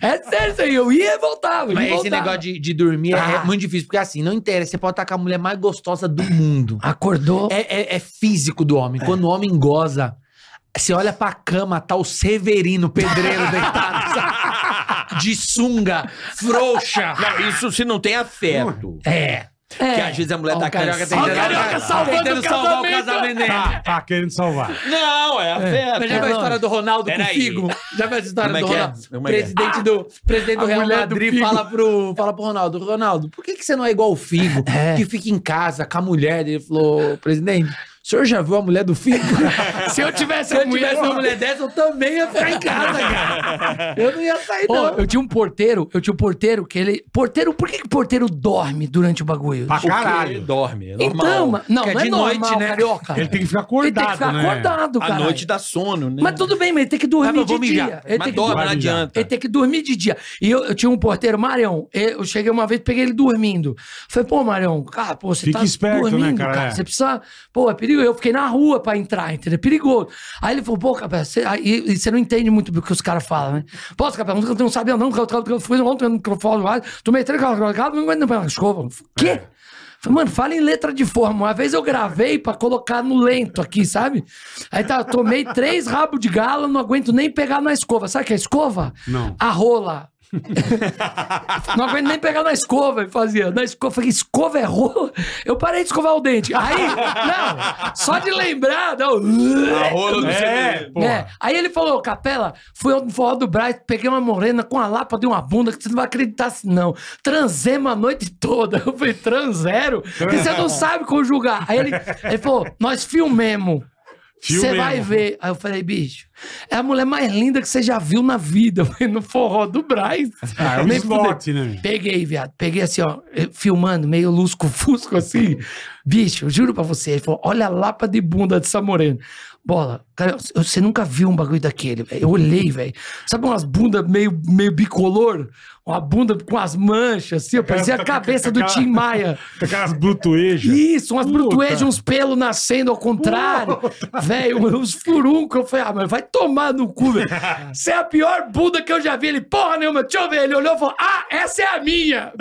S1: é sério isso aí, eu ia e voltava. ia e
S4: Mas esse
S1: voltava.
S4: negócio de, de dormir é- é
S1: Ah.
S4: muito difícil, porque assim, não interessa. Você pode estar com a mulher mais gostosa do mundo.
S1: Acordou.
S4: É, é- é físico do homem. Quando o homem goza, você olha pra cama, tá o Severino pedreiro deitado, <laughs> sabe? De sunga, frouxa.
S7: Não, isso se não tem afeto.
S1: É. É.
S7: Que às vezes a mulher
S4: Ó,
S7: tá
S4: o carioca
S7: cansada.
S4: tentando-
S7: Ó, o carioca
S1: salvando o
S4: tentando salvar o
S1: casamento.
S4: casamento dele.
S8: Tá, tá querendo salvar.
S7: Não, é afeto.
S4: Mas já viu a história do Ronaldo com o
S7: Peraí.
S4: Figo? Já viu a história
S7: Como é
S4: do
S7: que é?
S4: Ronaldo?
S7: Como é que é?
S4: presidente do, presidente do
S1: A
S4: Real
S1: mulher do
S4: Madrid
S1: Figo.
S4: fala pro, fala pro Ronaldo, Ronaldo, por que, que você não é igual o Figo,
S1: É.
S4: que fica em casa com a mulher? Ele falou, presidente, o senhor já viu a mulher do <laughs> Figo?
S1: Se eu tivesse
S4: É, Se eu tivesse uma mulher dessa, eu também ia ficar em casa, cara. Eu não ia sair,
S1: Ô,
S4: não.
S1: eu tinha um porteiro, eu tinha um porteiro que ele. Porteiro, por que, que porteiro dorme durante o bagulho?
S8: Pra
S7: Ele
S8: caralho.
S7: dorme, é normal.
S1: Então, ma- não,
S4: Porque é
S1: não é
S4: de
S1: normal,
S4: noite, né?
S1: carioca.
S8: Ele tem que ficar
S1: Ele tem que
S8: acordado,
S1: ficar
S8: né?
S1: acordado,
S7: a
S1: cara.
S7: noite dá sono, né?
S1: Mas tudo bem, mas ele tem que dormir
S4: Mas eu
S1: de
S4: vou mijar.
S1: dia. Ele
S7: Mas
S1: tem que
S7: dorme,
S1: dormir.
S7: não adianta.
S1: Ele tem que dormir de dia. E eu, eu tinha um porteiro, Marião. Eu cheguei uma vez, peguei ele dormindo. Falei, pô, Marião, cara, pô, você
S8: Fica
S1: tá
S8: esperto, né,
S1: dormindo,
S8: cara?
S1: cara.
S8: É.
S1: Você precisa. Pô, é perigo. Eu fiquei na rua pra entrar, entendeu? É perigoso. Aí ele falou, pô, Capé, você, aí- e você não entende muito do que os caras falam, né? Pô, Capé, não, não sabia não, que eu, que eu, que eu fui ontem no microfone lá, tomei três garrafadas, não aguento mais escova. Eu falei, Quê? Falei, mano, fala em letra de forma. Uma vez eu gravei pra colocar no lento aqui, sabe? Aí tá, eu tomei três rabos de gala, não aguento nem pegar na escova. Sabe o que é escova?
S8: Não.
S1: A rola. <laughs> não aguento nem pegar na escova, ele fazia. Na escova, eu falei, escova é rola? Eu parei de escovar o dente. Aí, não, só de lembrar, um não.
S7: A rola do
S8: É,
S7: segredo.
S8: porra.
S1: É. Aí ele falou, Capela, fui ao forró do Braz, peguei uma morena com a lapa de uma bunda, que você não vai acreditar se não. Transemos a noite toda. Eu falei, transero? Que você
S8: <laughs>
S1: não sabe conjugar. Aí ele, ele falou, nós filmemos. Você
S8: Filmemos.
S1: vai ver. Aí eu falei, bicho, é a mulher mais linda que você já viu na vida. Eu falei, no forró do Braz.
S8: Ah, é um
S1: Nem fudeu.
S8: slot, né?
S1: Peguei, viado. Peguei assim, ó, eh, filmando, meio lusco-fusco assim. Bicho, eu juro pra você. Ele falou: olha a lapa de bunda dessa morena. Bola, cara, eu- você nunca viu um bagulho daquele, velho. Eu olhei, velho. Sabe umas bundas meio, meio bicolor? Uma bunda com as manchas, assim, ó, parecia a cabeça do Tim Maia.
S8: Com Aquelas brutuejas.
S1: Isso, umas
S8: Puta.
S1: brutuejas, uns pelos nascendo ao contrário. Velho, uns furuncos. Eu falei, ah, mas vai tomar no cu,
S8: <laughs>
S1: velho. Você é a pior bunda que eu já vi. Ele, porra nenhuma, deixa eu ver. Ele olhou e falou, ah, essa é a
S8: <laughs>
S1: minha.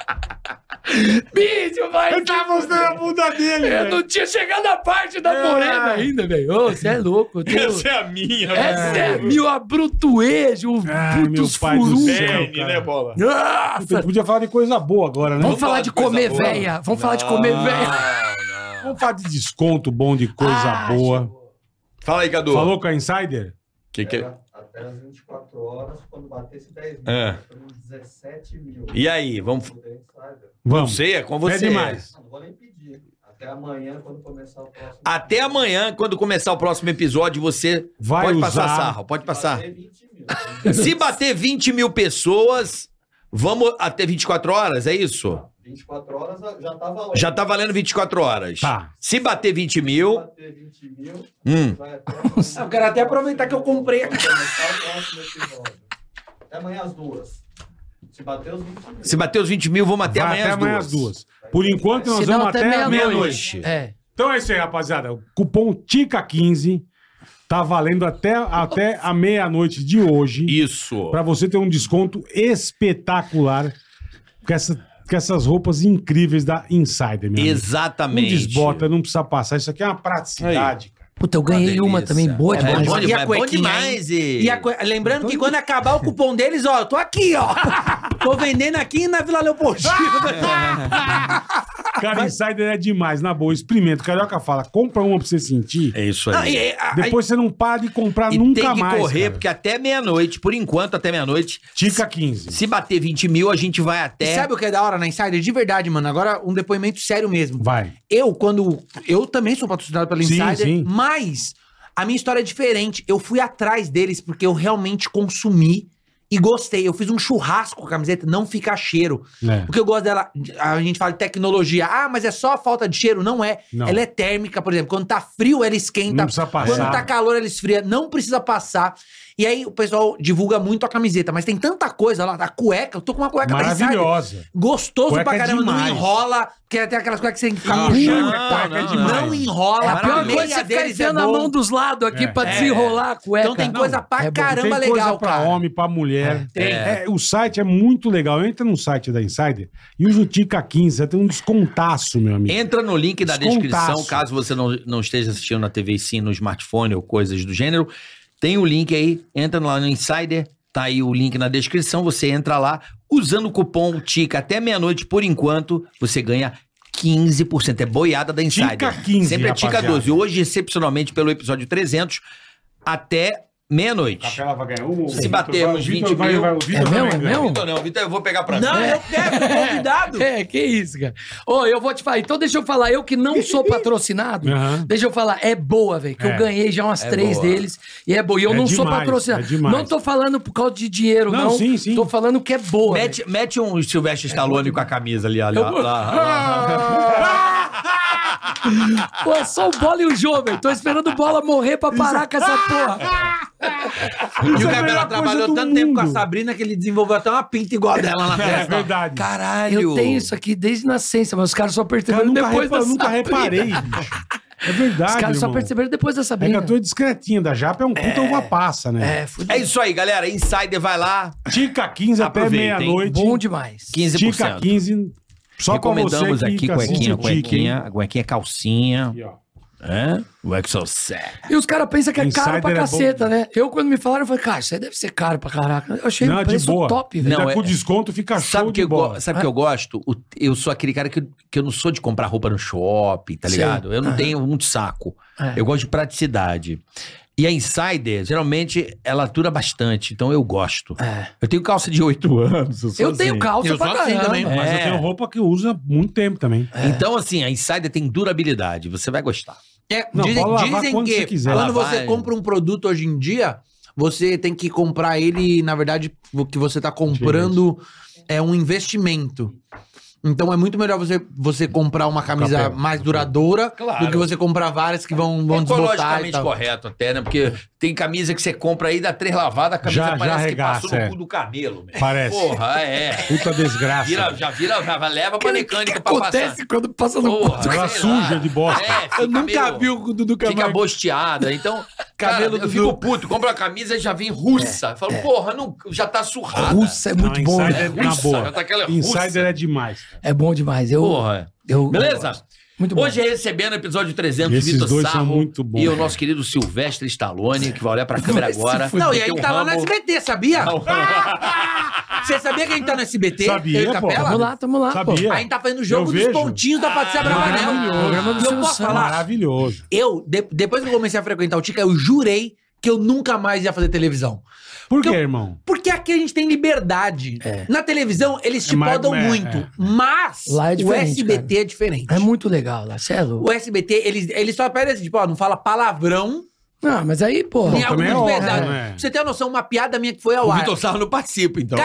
S1: Bicho! Bicho, vai.
S8: Ele tá mostrando a bunda dele,
S1: Eu
S8: velho. É.
S1: não tinha chegado na parte da morena ainda, velho. Ô, Você é louco. eu tenho-
S7: Essa é a minha,
S1: Essa é a minha, um a brutuejo, o
S8: Ah, meu
S1: putos
S8: pai do céu.
S1: furunca.
S7: velho. N, né, bola?
S1: Nossa,
S8: Puta, podia falar de coisa boa agora, né?
S1: Vamos falar de
S7: coisa
S1: comer
S7: boa.
S1: véia. Vamos falar de comer véia.
S7: Não, não.
S8: Vamos falar de desconto bom, de coisa
S1: Ah,
S8: boa.
S7: Fala aí, Cadu.
S8: Falou com a Insider?
S7: Que é? que...
S18: Até as 24 horas, quando batesse 10 mil,
S7: É.
S18: foram 17 mil.
S7: E aí, vamos-
S8: Vamos.
S7: Não sei, é com
S8: Pede
S7: você.
S8: mais.
S18: Não vou nem pedir. Até amanhã, quando começar o próximo.
S7: Até amanhã, quando começar o próximo episódio, você
S8: Vai
S7: pode
S8: usar.
S7: passar sarro, pode passar. Se bater 20 mil pessoas, vamos até 24 horas, é isso?
S18: 24 horas já tá valendo.
S7: Já tá valendo 24 horas.
S8: Tá.
S7: Se bater 20 mil,
S18: Bater 20 mil,
S7: hum,
S18: vai até
S4: <laughs> Eu quero até aproveitar que eu comprei aqui.
S18: começar o próximo episódio. Até amanhã às duas. Se bater os 20 mil.
S7: se bater os 20 mil, vamos até
S8: Vai
S7: amanhã,
S8: até amanhã
S7: às
S8: às
S7: duas.
S8: duas. Por enquanto, nós
S1: Senão
S8: vamos
S1: até
S8: até
S1: meia-noite.
S8: meia-noite.
S1: É.
S8: Então é isso aí, rapaziada. O cupom TICA15 tá valendo até, até a meia-noite de hoje.
S7: Isso.
S8: Pra você ter um desconto espetacular com, essa- com essas roupas incríveis da Insider, meu amigo. Não
S7: Exatamente.
S8: Um desbota, não precisa passar. Isso aqui é uma praticidade. cara.
S1: Puta, eu ganhei
S7: Uma
S1: uma
S7: delícia.
S1: também, boa
S7: É,
S1: demais.
S7: bom
S4: E a
S7: demais, bom
S4: cuequinha,
S7: demais.
S4: hein? E a cue- Lembrando que quando acabar o cupom deles, ó, eu tô aqui, <laughs> ó. Tô vendendo aqui na Vila Leopoldina. <laughs>
S8: Cara, Insider é demais, na boa. Experimenta. O Carioca fala, compra uma pra você sentir.
S7: É isso aí.
S4: Não, e- e- a-
S8: Depois você não para de comprar
S7: E
S8: nunca
S7: tem que
S8: mais.
S7: correr,
S8: cara.
S7: porque até meia-noite, por enquanto, até meia-noite,
S8: Tica 15.
S7: se bater 20 mil, a gente vai até.
S4: E sabe o que é da hora na Insider? De verdade, mano. Agora um depoimento sério mesmo.
S8: Vai.
S4: Eu, quando. Eu também sou patrocinado pela
S8: Sim,
S4: Insider,
S8: sim.
S4: mas a minha história é diferente. Eu fui atrás deles porque eu realmente consumi e gostei. Eu fiz um churrasco com a camiseta, não fica cheiro.
S8: É.
S4: Porque eu gosto dela. A gente fala de tecnologia. Ah, mas é só a falta de cheiro? Não é.
S8: Não.
S4: Ela é térmica, por exemplo. Quando tá frio, ela esquenta.
S8: Não precisa passar.
S4: Quando tá calor, ela esfria. Não precisa passar. E aí o pessoal divulga muito a camiseta, mas tem tanta coisa lá. A cueca, eu tô com uma cueca da Insider.
S8: Maravilhosa.
S4: Gostoso
S8: Cueca é
S4: pra caramba, não
S8: demais.
S4: enrola, porque tem aquelas cuecas que você tem que ficar
S7: Não,
S4: puxando.
S7: Ah, não,
S8: Puta, que é
S7: não,
S8: demais.
S4: Não enrola,
S1: A pior coisa é você ficar
S4: deles é
S1: enfiando a mão
S4: mão do...
S1: dos lados aqui
S8: É.
S1: pra desenrolar a cueca.
S4: Então tem coisa pra
S1: é bom.
S4: caramba
S8: tem coisa
S4: legal,
S8: pra
S4: cara.
S8: homem, pra mulher.
S4: tem.
S8: É, o site é muito legal. Entra no site da Insider e usa o Tica 15. Você tem um descontaço, meu amigo.
S7: Entra no link da
S8: Descontaço.
S7: descrição, caso você não, não esteja assistindo na TV Sim, no smartphone ou coisas do gênero. Tem o link aí, entra lá no Insider, tá aí o link na descrição, você entra lá, usando o cupom TICA até meia-noite, por enquanto, você ganha 15%. É boiada da Insider.
S8: Tica 15,
S7: Sempre é TICA
S8: rapaziada.
S7: 12. Hoje, excepcionalmente, pelo episódio 300, até meia-noite.
S8: Capela vai ganhar um.
S7: Se batermos 20
S8: vai,
S7: mil-
S8: vai, o Vitor
S1: É
S8: também
S1: mesmo? É
S8: ganha.
S1: mesmo?
S7: Vitor, não, Vitor, eu vou pegar pra
S4: Não, é,
S7: mim.
S8: É.
S4: eu quero, tô convidado.
S1: É, que isso, cara. Ô, eu vou te falar. Então deixa eu falar. Eu que não sou patrocinado,
S8: Aham.
S1: deixa eu falar. É boa, velho. Que
S8: É.
S1: eu ganhei já umas
S7: É
S1: três
S7: boa.
S1: deles. E é boa. E eu
S8: É
S1: não sou
S8: demais, é
S1: patrocinado.
S8: demais.
S1: não tô falando por causa de dinheiro,
S8: Não,
S1: não.
S8: sim, sim.
S1: Tô falando que é boa. velho.
S7: Mete, mete um Silvestre Stallone com a camisa ali, ali, ó,
S1: Eu-
S7: lá, lá, lá.
S1: Pô, é só o bola e o Jô, velho. Tô esperando o bola morrer pra parar com essa porra.
S4: E
S8: Isso
S4: o
S8: é a melhor
S4: Gabriel
S8: coisa
S4: trabalhou
S8: do
S4: tanto tempo com a
S8: mundo.
S4: Sabrina que ele desenvolveu até uma pinta igual a dela na
S8: É
S4: testa.
S8: verdade.
S7: Caralho.
S1: Eu tenho isso aqui desde nascença, mas os caras só
S8: Cara, eu
S1: perceberam
S8: nunca,
S1: depois
S8: repa-
S1: da
S8: eu nunca
S1: Sabrina.
S8: reparei, bicho. É verdade,
S1: Os caras só
S8: irmão.
S1: perceberam depois da
S8: É que
S1: Sabrina.
S8: a tua é discretinha da Japa é um puta uva passa, né?
S1: É, fudeu.
S7: É isso aí, galera. Insider vai lá.
S8: Tica 15 até
S7: Aproveitem.
S8: meia-noite.
S1: É. Bom demais.
S8: Tica
S7: 15%.
S8: 15. Só pra
S7: Recomendamos
S8: você que
S7: aqui
S8: assiste
S7: cuequinha,
S8: o Tica, hein?
S7: cuequinha, cuequinha calcinha.
S8: Aqui, ó.
S7: Hã? É? O Exocet.
S1: E os caras pensam que é
S8: Insider
S1: caro pra
S8: é bom.
S1: caceta, né? Eu, quando me falaram, eu falei, cara, isso aí deve ser caro pra caraca. Eu achei
S8: Não,
S1: um
S8: de
S1: preço
S8: boa.
S1: top, velho.
S8: Ainda
S7: Não,
S8: com
S7: é-
S8: desconto fica show
S7: Sabe, que
S8: de
S7: eu,
S8: bola.
S7: go- sabe que eu gosto? O- Eu sou aquele cara que, que eu não sou de comprar roupa no shopping, tá
S1: Sei.
S7: ligado? Eu não
S1: Aham.
S7: tenho muito saco.
S1: É.
S7: Eu gosto de praticidade. E a Insider, geralmente, ela dura bastante, então eu gosto.
S1: É.
S7: Eu tenho calça de 8 anos.
S1: Eu tenho calça
S7: Eu
S1: pra
S7: sou assim
S1: caramba.
S7: também.
S1: É.
S8: Mas eu tenho roupa que eu uso há muito tempo também.
S7: Então, assim, a Insider tem durabilidade. Você vai gostar.
S4: É,
S8: Não,
S4: dizem
S8: pode lavar
S4: dizem
S8: quando
S4: que
S8: você quiser.
S4: quando
S7: Lavar,
S4: você
S7: hein?
S4: compra um produto hoje em dia, você tem que comprar ele, na verdade, o que você está comprando é um investimento. Então é muito melhor você, você comprar uma camisa
S8: Capela,
S4: mais duradoura
S7: Claro.
S4: do que você comprar várias que vão, vão desbotar então. e
S7: Ecologicamente
S4: tal.
S7: correto até, né? Porque tem camisa que você compra aí, dá três lavadas, a camisa
S8: Já- já
S7: parece
S8: arregaça,
S7: que passou
S8: é.
S7: no cu do camelo. Meu.
S8: Parece.
S7: Porra, é.
S8: Puta desgraça.
S7: Vira, já vira, já leva pra mecânica pra
S1: acontece quando passa
S7: passar.
S1: no cu?
S7: Porra,
S8: Ela
S7: sei lá.
S8: suja de bosta.
S7: É, fica
S4: Eu nunca
S7: meio-
S4: vi o Dudu
S7: Fica
S4: Camargo.
S7: bosteada. Então,
S4: Cabelo
S7: cabelo
S4: do
S7: eu fico puto. Compro a camisa e já vem russa. Eu Falo, porra, não, já tá surrada.
S1: Russa é muito
S8: Não,
S1: bom.
S8: Insider,
S1: velho.
S7: né?
S8: na
S7: Russa,
S8: boa.
S7: já tá aquela
S8: Insider
S7: russa.
S8: é demais. cara.
S1: É bom demais. Eu,
S7: Porra.
S1: eu- eu
S7: Beleza?
S1: gosto. Muito bom.
S7: Hoje é recebendo o episódio 300,
S8: Esses
S7: Vitor
S8: dois
S7: Sarro
S8: são muito bons,
S7: e o
S8: cara.
S7: nosso querido Silvestre
S6: um
S8: um
S7: Stallone, que vai olhar pra câmera agora.
S4: Não, e aí
S7: Tem um
S8: Ah,
S4: tá lá no
S7: ramo-
S4: SBT, sabia? <laughs> Você sabia que a gente tá no SBT?
S8: Sabia,
S4: Eu e
S8: pô.
S4: Capela?
S8: Tamo lá, tamo lá, pô. Sabia.
S4: A gente tá fazendo o jogo
S8: Eu
S4: dos
S8: vejo.
S4: pontinhos da Patrícia Bravanel.
S8: Maravilhoso.
S4: Programa do Eu
S8: Silvio
S4: posso
S7: Tá
S8: Santos.
S4: falar?
S8: Maravilhoso.
S4: Eu, de- depois que eu comecei a frequentar o Tica, eu jurei que eu nunca mais ia fazer televisão.
S8: Por quê, irmão?
S4: Porque aqui a gente tem liberdade. Na televisão, eles te
S8: É mais-
S4: podam
S8: é,
S4: muito.
S8: é.
S4: Mas
S1: Lá é
S4: o
S1: diferente,
S4: SBT é diferente.
S1: É muito legal lá, cê é louco.
S4: O SBT, eles, eles só pedem assim, tipo, ó, não fala palavrão.
S1: Não, mas aí, pô.
S4: Tem algo
S8: é
S4: muito pesado.
S1: né?
S4: Pra você ter uma noção, uma piada minha que foi ao
S6: O
S4: ar.
S6: Vitor Sarro não participa, então.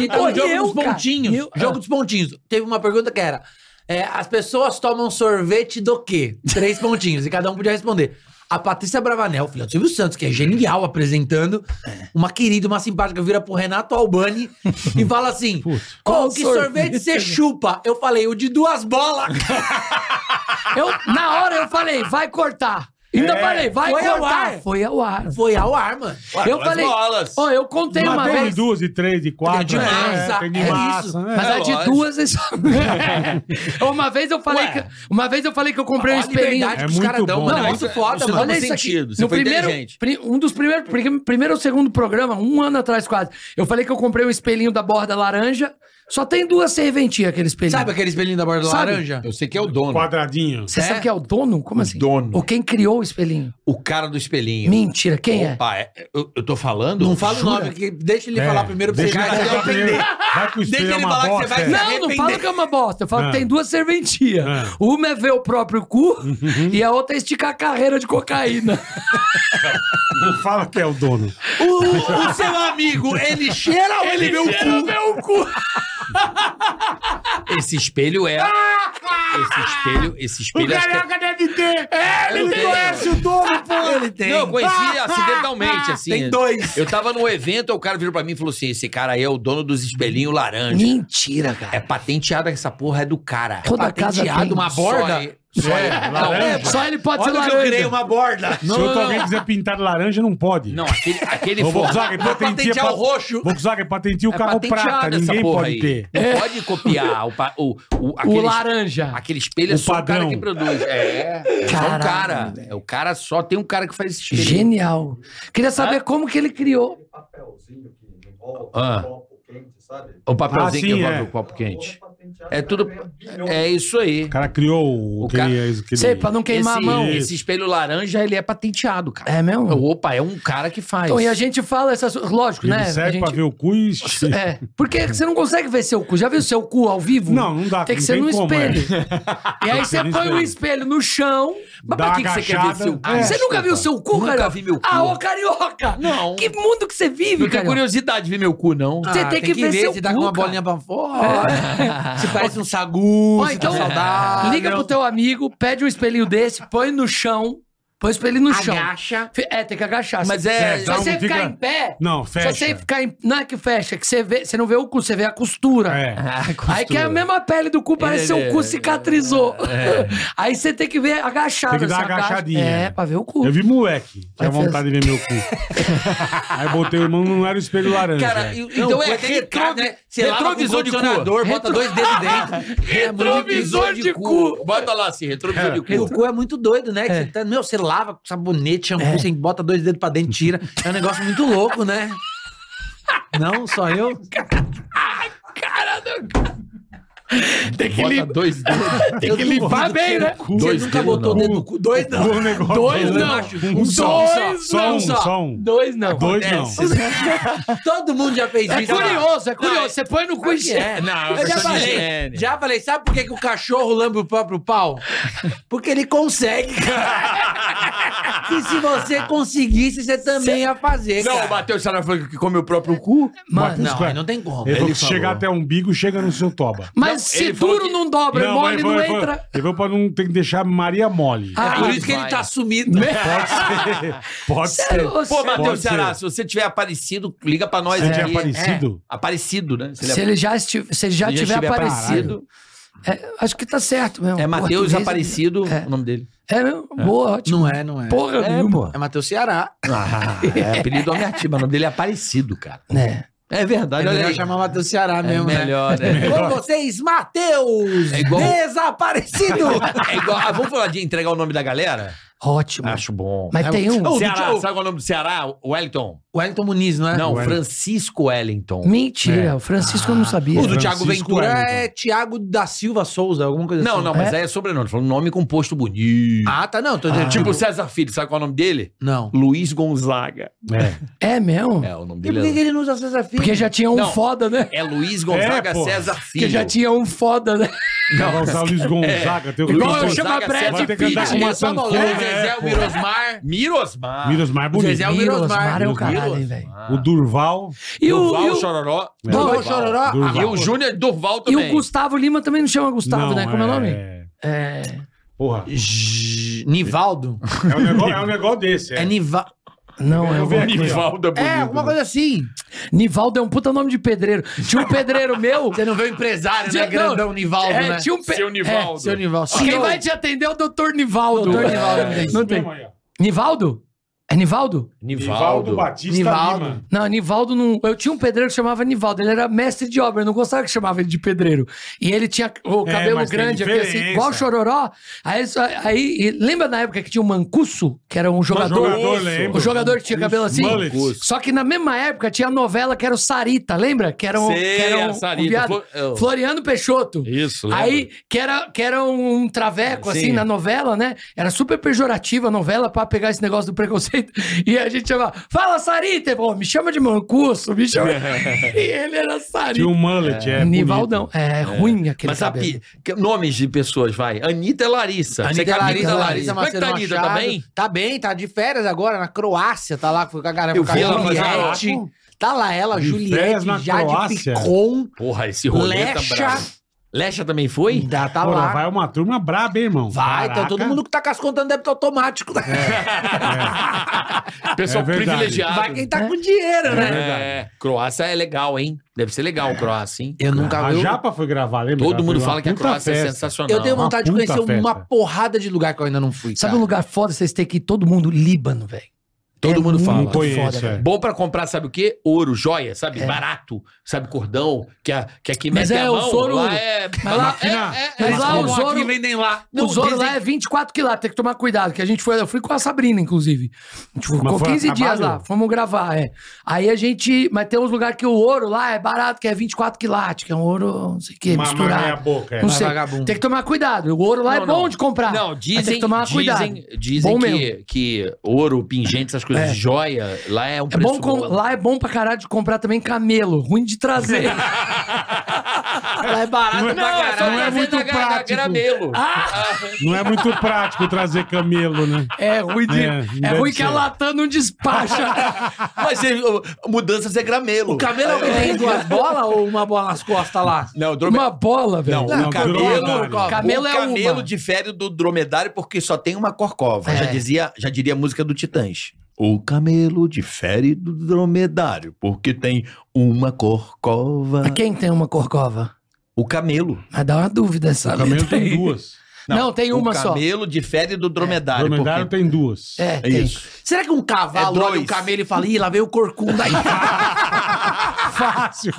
S4: Então,
S1: Pô,
S4: jogo
S1: eu,
S4: dos
S1: cara?
S4: pontinhos.
S1: Eu-
S4: jogo dos pontinhos. Teve uma pergunta que era: é, as pessoas tomam sorvete do quê? Três pontinhos. e cada um podia responder. A Patrícia Bravanel, filha do Silvio Santos, que é genial apresentando, uma querida, uma simpática, vira pro Renato Albani e fala assim: Qual que sorvete você chupa? Eu falei, o de duas bolas.
S1: Eu, na hora eu falei, vai cortar. Ainda
S4: É.
S1: falei, vai
S4: Foi ao
S1: cortar.
S4: ar.
S1: Foi ao ar.
S4: Foi ao ar, mano.
S8: Ué,
S1: eu
S8: duas
S1: falei,
S8: bolas.
S1: ó, eu contei
S8: Mas
S1: uma
S8: tem de
S1: vez.
S8: duas, de três, de quatro. é,
S1: de massa,
S8: tem
S1: é
S8: massa,
S1: isso.
S8: né?
S1: Mas a de duas é só... <laughs> É, uma vez eu falei que uma vez eu falei que eu comprei um
S4: Olha a
S1: espelhinho.
S4: liberdade que os É caras muito dão, bom. mano, é muito foda,
S1: né? Você
S4: mano.
S1: Olha
S4: Você
S1: isso aqui.
S4: sentido, você
S1: no
S4: foi
S1: primeiro,
S4: inteligente.
S1: pri- um dos primeiros prim- primeiro ou segundo programa, um ano atrás quase. Eu falei que eu comprei um espelhinho da borda laranja. Só tem duas serventinhas aquele espelhinho.
S4: Sabe aquele espelhinho da borda
S1: Sabe?
S4: laranja?
S6: Eu sei que é o dono.
S8: Quadradinho.
S1: Você sabe quem é o dono? Como assim?
S6: Dono.
S1: Ou quem criou o espelhinho?
S6: O cara do espelhinho.
S1: Mentira, quem é?
S6: Opa, é? Eu, eu tô falando?
S4: Não fala o
S6: Jura?
S4: nome, porque deixa ele
S6: É,
S4: falar primeiro pra você
S6: deixa ele
S4: já-
S6: falar
S4: já
S6: primeiro.
S4: entender.
S8: Vai com o espelho,
S6: Deixa
S8: é
S6: ele
S8: uma
S6: falar que
S8: bosta.
S6: você vai
S8: é.
S6: se
S1: Não, não fala que é uma bosta. Eu falo
S8: Ah.
S1: que tem duas serventias.
S8: Ah.
S1: Uma é ver o próprio cu e a outra é esticar a carreira de cocaína.
S8: Não fala que é o dono.
S6: O, o seu amigo, ele cheira ou ele, vê o cu?
S1: meu cu.
S7: Esse espelho é. Esse espelho, esse espelho. acho que é-
S8: deve ter!
S7: ele Ele tem. conhece
S8: o dono, pô!
S4: Ele tem.
S7: Não, eu conheci acidentalmente, assim.
S4: Tem dois.
S7: Eu tava num evento, o cara virou pra mim e falou assim: esse cara aí é o dono dos espelhinhos laranja.
S1: Mentira, cara.
S7: É patenteado essa porra, é do cara. É
S1: Toda casa
S7: patenteado,
S1: tem.
S7: uma
S1: Só
S7: borda.
S4: ele-
S7: Só ele.
S8: É,
S7: Não,
S8: laranja.
S1: Só ele pode
S7: Olha
S1: ser
S7: o que eu criei,
S1: laranja.
S7: uma borda.
S8: Se outro alguém quiser pintar de laranja, não pode.
S7: Não, aquele, aquele
S8: Ô,
S7: for-
S8: Volkswagen,
S7: Vou
S8: patenteia
S7: patentear
S8: pra-
S7: o roxo.
S8: Volkswagen, patenteia o
S7: É
S8: carro
S7: patenteada
S8: prata,
S7: essa
S8: ninguém
S7: porra
S8: pode
S7: aí.
S8: ter. É.
S7: Não pode copiar o, pa- o, o,
S1: O
S7: aquele,
S1: laranja.
S7: aquele espelho é
S8: O
S7: só o cara
S8: padrão.
S7: que produz. É, só um
S1: Caralho,
S7: cara. É o cara só, tem um cara que faz esse espelho.
S1: Genial. Queria saber como que ele criou.
S18: Aquele papelzinho que envolve
S7: Ah.
S18: o copo quente, sabe?
S7: O papelzinho
S8: Ah, sim,
S7: que envolve
S8: é.
S7: o copo quente.
S18: Patenteado,
S7: É
S18: o cara
S7: tudo.
S18: ganha bilhão.
S7: É isso aí.
S8: O cara criou o
S7: O
S8: que
S7: cara-
S8: ele- que ele-
S1: Sei, pra não queimar
S7: esse,
S1: a mão.
S7: esse espelho laranja, ele é patenteado, cara.
S1: É mesmo?
S7: Opa, é um cara que faz.
S1: Então, e a gente fala essas... Lógico,
S8: Ele
S1: né? A
S8: serve
S1: gente...
S8: pra ver o cu e...
S1: É, porque você não consegue ver seu cu. Já viu seu cu ao vivo?
S8: Não, não dá,
S1: Tem que
S8: não
S1: ser
S8: tem
S1: no
S8: como, é.
S1: espelho. E aí
S8: que ser
S1: você
S8: no
S1: põe o
S8: espelho.
S1: espelho no chão.
S7: Mas pra
S8: Dá
S7: que, que você quer ver
S8: agachada.
S7: seu cu?
S8: É.
S1: você nunca viu seu cu,
S7: Nunca
S1: cara?
S7: vi meu cu.
S1: Ah, ô carioca!
S7: Não.
S1: Que mundo que você vive,
S7: Não tenho
S1: cara?
S7: curiosidade de ver meu cu, não.
S1: Você tem que ver seu
S4: se tá
S1: cu,
S4: com uma
S1: cara.
S4: bolinha pra fora. <laughs> Se parece um sagu,
S1: Ó,
S4: se
S1: então,
S4: tá saudável.
S1: liga pro teu amigo, pede um espelhinho desse, põe no chão. Põe o espelho no chão.
S4: Agacha.
S1: Fe- É, tem que agachar.
S7: Mas
S1: Se-
S7: é-
S1: Se
S8: dá
S1: você
S8: um-
S1: ficar
S8: fica-
S1: em pé.
S8: Não, fecha.
S1: Se você ficar em. Não é que fecha, que você, vê, você não vê o cu, você vê a costura.
S8: É.
S1: Aí que é a mesma pele do cu, parece seu cu cicatrizou. <laughs> Aí você tem que ver agachado.
S8: É, Tem que
S1: você
S8: dar uma
S1: agacha-
S8: agachadinha.
S1: É, pra ver o cu.
S8: Eu vi moleque,
S1: Vai
S8: tinha
S1: fazer-
S8: vontade de ver meu
S1: <laughs>
S8: cu. Aí botei o irmão, não era o espelho laranja.
S4: Cara,
S8: é.
S4: e-
S7: Não,
S4: então é
S7: é
S4: aquele
S7: retro-
S4: cara, né? Você lava com
S7: retrovisor de cu.
S4: condicionador, bota dois dedos
S1: <laughs>
S4: dentro.
S1: É
S7: Retrovisor de cu. Bota lá assim, retrovisor de
S4: O
S7: cu.
S4: cu é muito doido, né? Que você tá- meu, você lava com sabonete, shampoo,
S1: É.
S4: você bota dois dedos pra dentro e tira. É um negócio muito louco, né? Não, só eu?
S8: É,
S7: Tem que limpar dois
S8: <laughs>
S7: dedos.
S4: Tem que limpar
S1: bem, né?
S4: Você
S7: Dois
S4: nunca
S7: dedos,
S4: botou o
S7: não.
S4: dedo no cu? Dois não.
S8: Um negócio-
S1: Dois
S8: um
S1: não.
S8: negócio- Um só.
S1: Dois
S8: Só
S1: não.
S8: um, só um.
S1: Dois não.
S8: Dois não.
S4: <laughs> Todo mundo já fez
S1: É
S4: isso.
S1: curioso, é curioso.
S4: Não, é-
S1: Você põe no cu e
S4: É,
S7: não,
S4: eu já
S7: questão de
S4: falei.
S7: higiene.
S4: Já falei, sabe por que, que o cachorro lambe o próprio pau? Porque ele consegue, cara. que se você conseguisse, você também ia fazer,
S7: Não,
S4: cara.
S7: o Matheus Sarah falou que come o próprio cu.
S1: Mano,
S4: Não, aí não tem como.
S8: Ele, falou
S7: Ele
S8: que chegar
S7: falou.
S8: até o umbigo, chega no seu toba.
S1: mas se
S7: ele falou
S1: duro
S7: que-
S1: não dobra, e mole
S8: mas
S1: não
S8: foi- foi-
S1: entra.
S8: Ele falou pra não ter que deixar
S1: <laughs>
S8: Maria mole.
S1: Ah,
S4: Por isso que ele tá sumido.
S8: Pode ser. Pode ser.
S1: Sério,
S7: Pô,
S1: se-
S7: Matheus
S8: Pode ser.
S7: Ceará, se você tiver aparecido, liga pra nós
S8: Se tiver
S7: aqui.
S8: aparecido?
S7: É, aparecido, né? Se ele
S1: se ele já, esti- se ele já
S7: Ele já
S1: tiver
S7: estiver
S1: aparecido. É, acho que tá certo mesmo.
S7: É Matheus
S1: Português é-
S7: Aparecido,
S1: É.
S7: o nome dele.
S1: É mesmo? Boa, ótimo.
S4: Não é, não é.
S1: Porra,
S7: É,
S1: viu?
S7: pô.
S4: É Matheus Ceará.
S7: Ah, é apelido homem ativo, mas o nome dele é Aparecido, cara.
S1: É.
S7: É
S4: É
S7: verdade, olha
S4: melhor
S7: aí.
S4: chamar Matheus Ceará mesmo, né?
S7: É melhor, né?
S4: Com vocês, Matheus!
S7: É igual-
S4: Desaparecido!
S7: <laughs> É igual- ah, vamos falar de entregar o nome da galera?
S1: Ótimo.
S7: Acho bom.
S1: Mas tem um-
S7: Ô, do
S1: Ceará,
S7: Diogo- sabe qual é o nome do Ceará? Wellington.
S4: Wellington Muniz, não é?
S7: Não,
S4: Wellington.
S7: Francisco Wellington.
S1: Mentira, o Francisco eu não sabia.
S4: O do Thiago Ventura é Thiago da Silva Souza, alguma coisa
S7: Não,
S4: assim.
S7: não, mas
S4: é.
S7: aí é sobrenome. Falando nome composto bonito.
S4: Ah, tá, não. Tô dizendo,
S7: tipo
S4: tipo,
S7: o César Filho, sabe qual é o nome dele?
S4: Não.
S7: Luiz Gonzaga.
S1: É mesmo?
S7: É, o
S4: E por
S7: nome dele
S4: que, que
S7: é...
S4: ele não usa César Filho?
S1: Porque já tinha um foda, né?
S7: É Luiz Gonzaga
S4: É, pô.
S7: César Filho.
S1: Porque já tinha um foda, né?
S8: Não, vai usar o Luiz Gonzaga.
S7: É.
S8: tem o
S7: Igual
S8: Luiz
S7: eu
S8: Gonzaga,
S7: chamo a Brad
S8: vai ter que andar
S7: Pitt.
S8: com uma
S7: Só não
S8: sanfona,
S7: lembro,
S8: é,
S7: Zezé,
S8: pô.
S7: o Mirosmar. Mirosmar.
S8: Mirosmar é bonito.
S7: Zezé é o Mirosmar.
S1: Mirosmar é o caralho, hein, velho.
S8: O Durval.
S1: E o-
S7: Durval
S1: e o-
S7: Chororó.
S1: Durval
S8: Chororó.
S7: E o Júnior Durval
S1: E
S7: também.
S1: o Gustavo Lima também não chama Gustavo,
S8: Não,
S1: né? Como é o nome?
S8: é-
S1: É.
S8: Porra.
S4: Nivaldo?
S8: É um negócio, é um negócio desse.
S4: É Nivaldo.
S1: Não, é
S8: Eu
S1: o
S8: vi aqui, ó.
S7: Nivaldo é bonito.
S4: É, alguma coisa assim.
S1: Nivaldo é um puta nome de pedreiro. Tinha um
S7: <laughs>
S1: pedreiro meu.
S4: Você não vê o empresário, né?
S1: Não,
S4: Grandão Nivaldo,
S1: é,
S4: né?
S1: tinha um pe-
S7: Seu Nivaldo.
S1: é,
S4: Seu Nivaldo.
S1: Quem
S4: Senhor.
S1: vai te atender é o Dr. Nivaldo.
S4: Dr. Nivaldo, não tem.
S1: <laughs> Não tem. Nivaldo? É Nivaldo?
S8: Nivaldo Batista
S4: Nivaldo.
S8: Lima.
S1: Não, Nivaldo não. Eu tinha um pedreiro que chamava Nivaldo. Ele era mestre de obra. Eu não gostava que chamava ele de pedreiro. E ele tinha o
S8: É,
S1: cabelo
S8: mas tem
S1: grande aqui, assim,
S8: diferença.
S1: igual o chororó. Aí, só- aí- e lembra na época que tinha o Mancuso, que era um jogador.
S8: jogador, lembro.
S1: o jogador que tinha cabelo assim.
S8: Mullet.
S1: Só que na mesma época tinha a novela que era o Sarita, lembra? Que era um.
S7: Sei,
S1: que era um,
S7: a Sarita. é,
S1: um viado.
S7: Flo- eu-
S1: Floriano Peixoto.
S7: Isso, lembro.
S1: Aí, que era, que era um traveco,
S7: Sim.
S1: assim, na novela, né? Era super pejorativa a novela pra pegar esse negócio do preconceito. E a gente chamava, fala Sarita! Pô, me chama de mancuso, me
S7: <laughs>
S1: chama... e ele era
S8: Tinha
S1: Sarita.
S8: um mullet, é.
S1: Nivaldão. É, ruim aquele
S7: Mas
S1: cabelo.
S7: sabe, que- nomes de pessoas, vai. Anitta é Larissa. Você quer
S4: Anitta Larissa, Larissa,
S7: Como é que
S4: Marcelo
S7: tá a Anitta?
S4: Machado.
S7: Tá bem?
S4: Tá bem, tá de férias agora na Croácia, tá lá com a galera
S7: Eu
S4: com a
S7: vi ela fazer
S4: Juliette.
S8: uma-
S4: Tá lá ela,
S8: De férias
S4: Juliette,
S8: na
S4: Jade
S8: Croácia?
S4: Picon,
S7: Porra, esse rolê tá
S4: Lecha.
S7: bravo. Lecha também foi?
S4: Tá, tá
S8: Porra,
S4: lá.
S8: vai uma turma braba, hein, irmão.
S4: Vai,
S8: Caraca.
S4: então todo mundo que tá com as contas no débito automático.
S7: Pessoal
S8: É verdade.
S7: privilegiado.
S4: Vai <laughs> quem tá com dinheiro, né?
S7: É, Croácia é legal, hein? Deve ser legal o Croácia, hein?
S4: Eu nunca
S8: A
S4: vi.
S8: Japa foi gravar, lembra?
S7: Todo mundo
S8: Foi uma
S7: fala que a
S8: puta
S7: Croácia é
S8: festa.
S7: sensacional.
S4: Eu tenho
S8: Uma
S4: vontade de
S8: puta
S4: conhecer uma
S8: festa.
S4: porrada de lugar que eu ainda não fui.
S1: Sabe
S4: cara.
S1: um lugar foda vocês têm que ir todo mundo? Líbano, velho. É
S7: Todo mundo
S1: muito
S7: fala.
S8: Não conheço,
S1: foda,
S8: é.
S7: Bom pra comprar, sabe o quê? Ouro, joia, sabe? Barato, sabe? Cordão, que, a, que aqui
S1: É. Mas
S7: mete
S1: é,
S7: a
S1: o
S7: mão,
S1: Zoro-
S7: lá é...
S1: Mas lá- mas lá o Zoro-
S7: Não vendem lá.
S1: o Zoro lá é 24 quilates, tem que tomar cuidado, que a gente foi, eu fui com a Sabrina, inclusive. A gente ficou
S8: foi a
S1: 15 dias
S8: trabalho?
S1: lá, fomos gravar, é. Aí a gente, mas tem uns lugares que o ouro lá é barato, que é 24 quilates, que é um ouro, não sei o que,
S8: Uma meia
S1: misturado.
S8: boca, é.
S1: Não
S4: Mas
S1: sei,
S4: vagabundo.
S1: tem que tomar cuidado, o ouro lá é
S7: Não,
S1: bom
S7: não.
S1: de comprar.
S7: Não,
S1: mas
S7: dizem,
S1: tem que tomar cuidado.
S7: dizem, dizem
S1: Bom
S7: que, é
S1: mesmo.
S7: que ouro, pingentes, essas coisas,
S1: É.
S7: joia, lá é um
S1: É
S7: preço
S1: bom com- lá é bom pra caralho de comprar também camelo, ruim de
S7: <laughs>
S1: trazer.
S4: Ela é barata
S8: Não,
S4: pra
S8: é só
S4: caralho.
S8: Não é muito
S7: da, da- da
S1: <laughs>
S8: prático.
S7: gramelo.
S8: Não é muito prático trazer camelo, né?
S1: É ruim de,
S8: É,
S1: é,
S8: deve
S1: ruim que a
S8: ser.
S1: Latam não
S7: <laughs>
S1: despacha.
S7: Mas eh, mudanças é gramelo.
S4: O cabelo é o que tem duas bolas ou uma bola nas costas lá?
S7: Não, drome...
S1: uma bola, velho.
S7: Não,
S8: não,
S7: o camelo,
S8: dromedário.
S1: Camelo
S7: o
S1: é
S7: camelo
S1: uma.
S7: difere do dromedário porque só tem uma corcova.
S1: É.
S7: Já, dizia, já diria a música do Titãs. O camelo difere do dromedário porque tem uma corcova.
S1: Mas Quem tem uma corcova?
S7: O camelo.
S1: Mas dá uma dúvida essa
S8: O camelo tem duas.
S1: Não, tem uma
S7: O
S1: só.
S7: camelo difere do
S8: O
S7: dromedário.
S8: É. dromedário
S7: porque...
S8: tem duas.
S1: É,
S7: É
S1: tem.
S7: isso.
S4: Será que um cavalo
S7: É
S4: olha
S7: dois.
S4: um camelo e fala, ih, lá veio o corcunda aí?
S8: Fácil.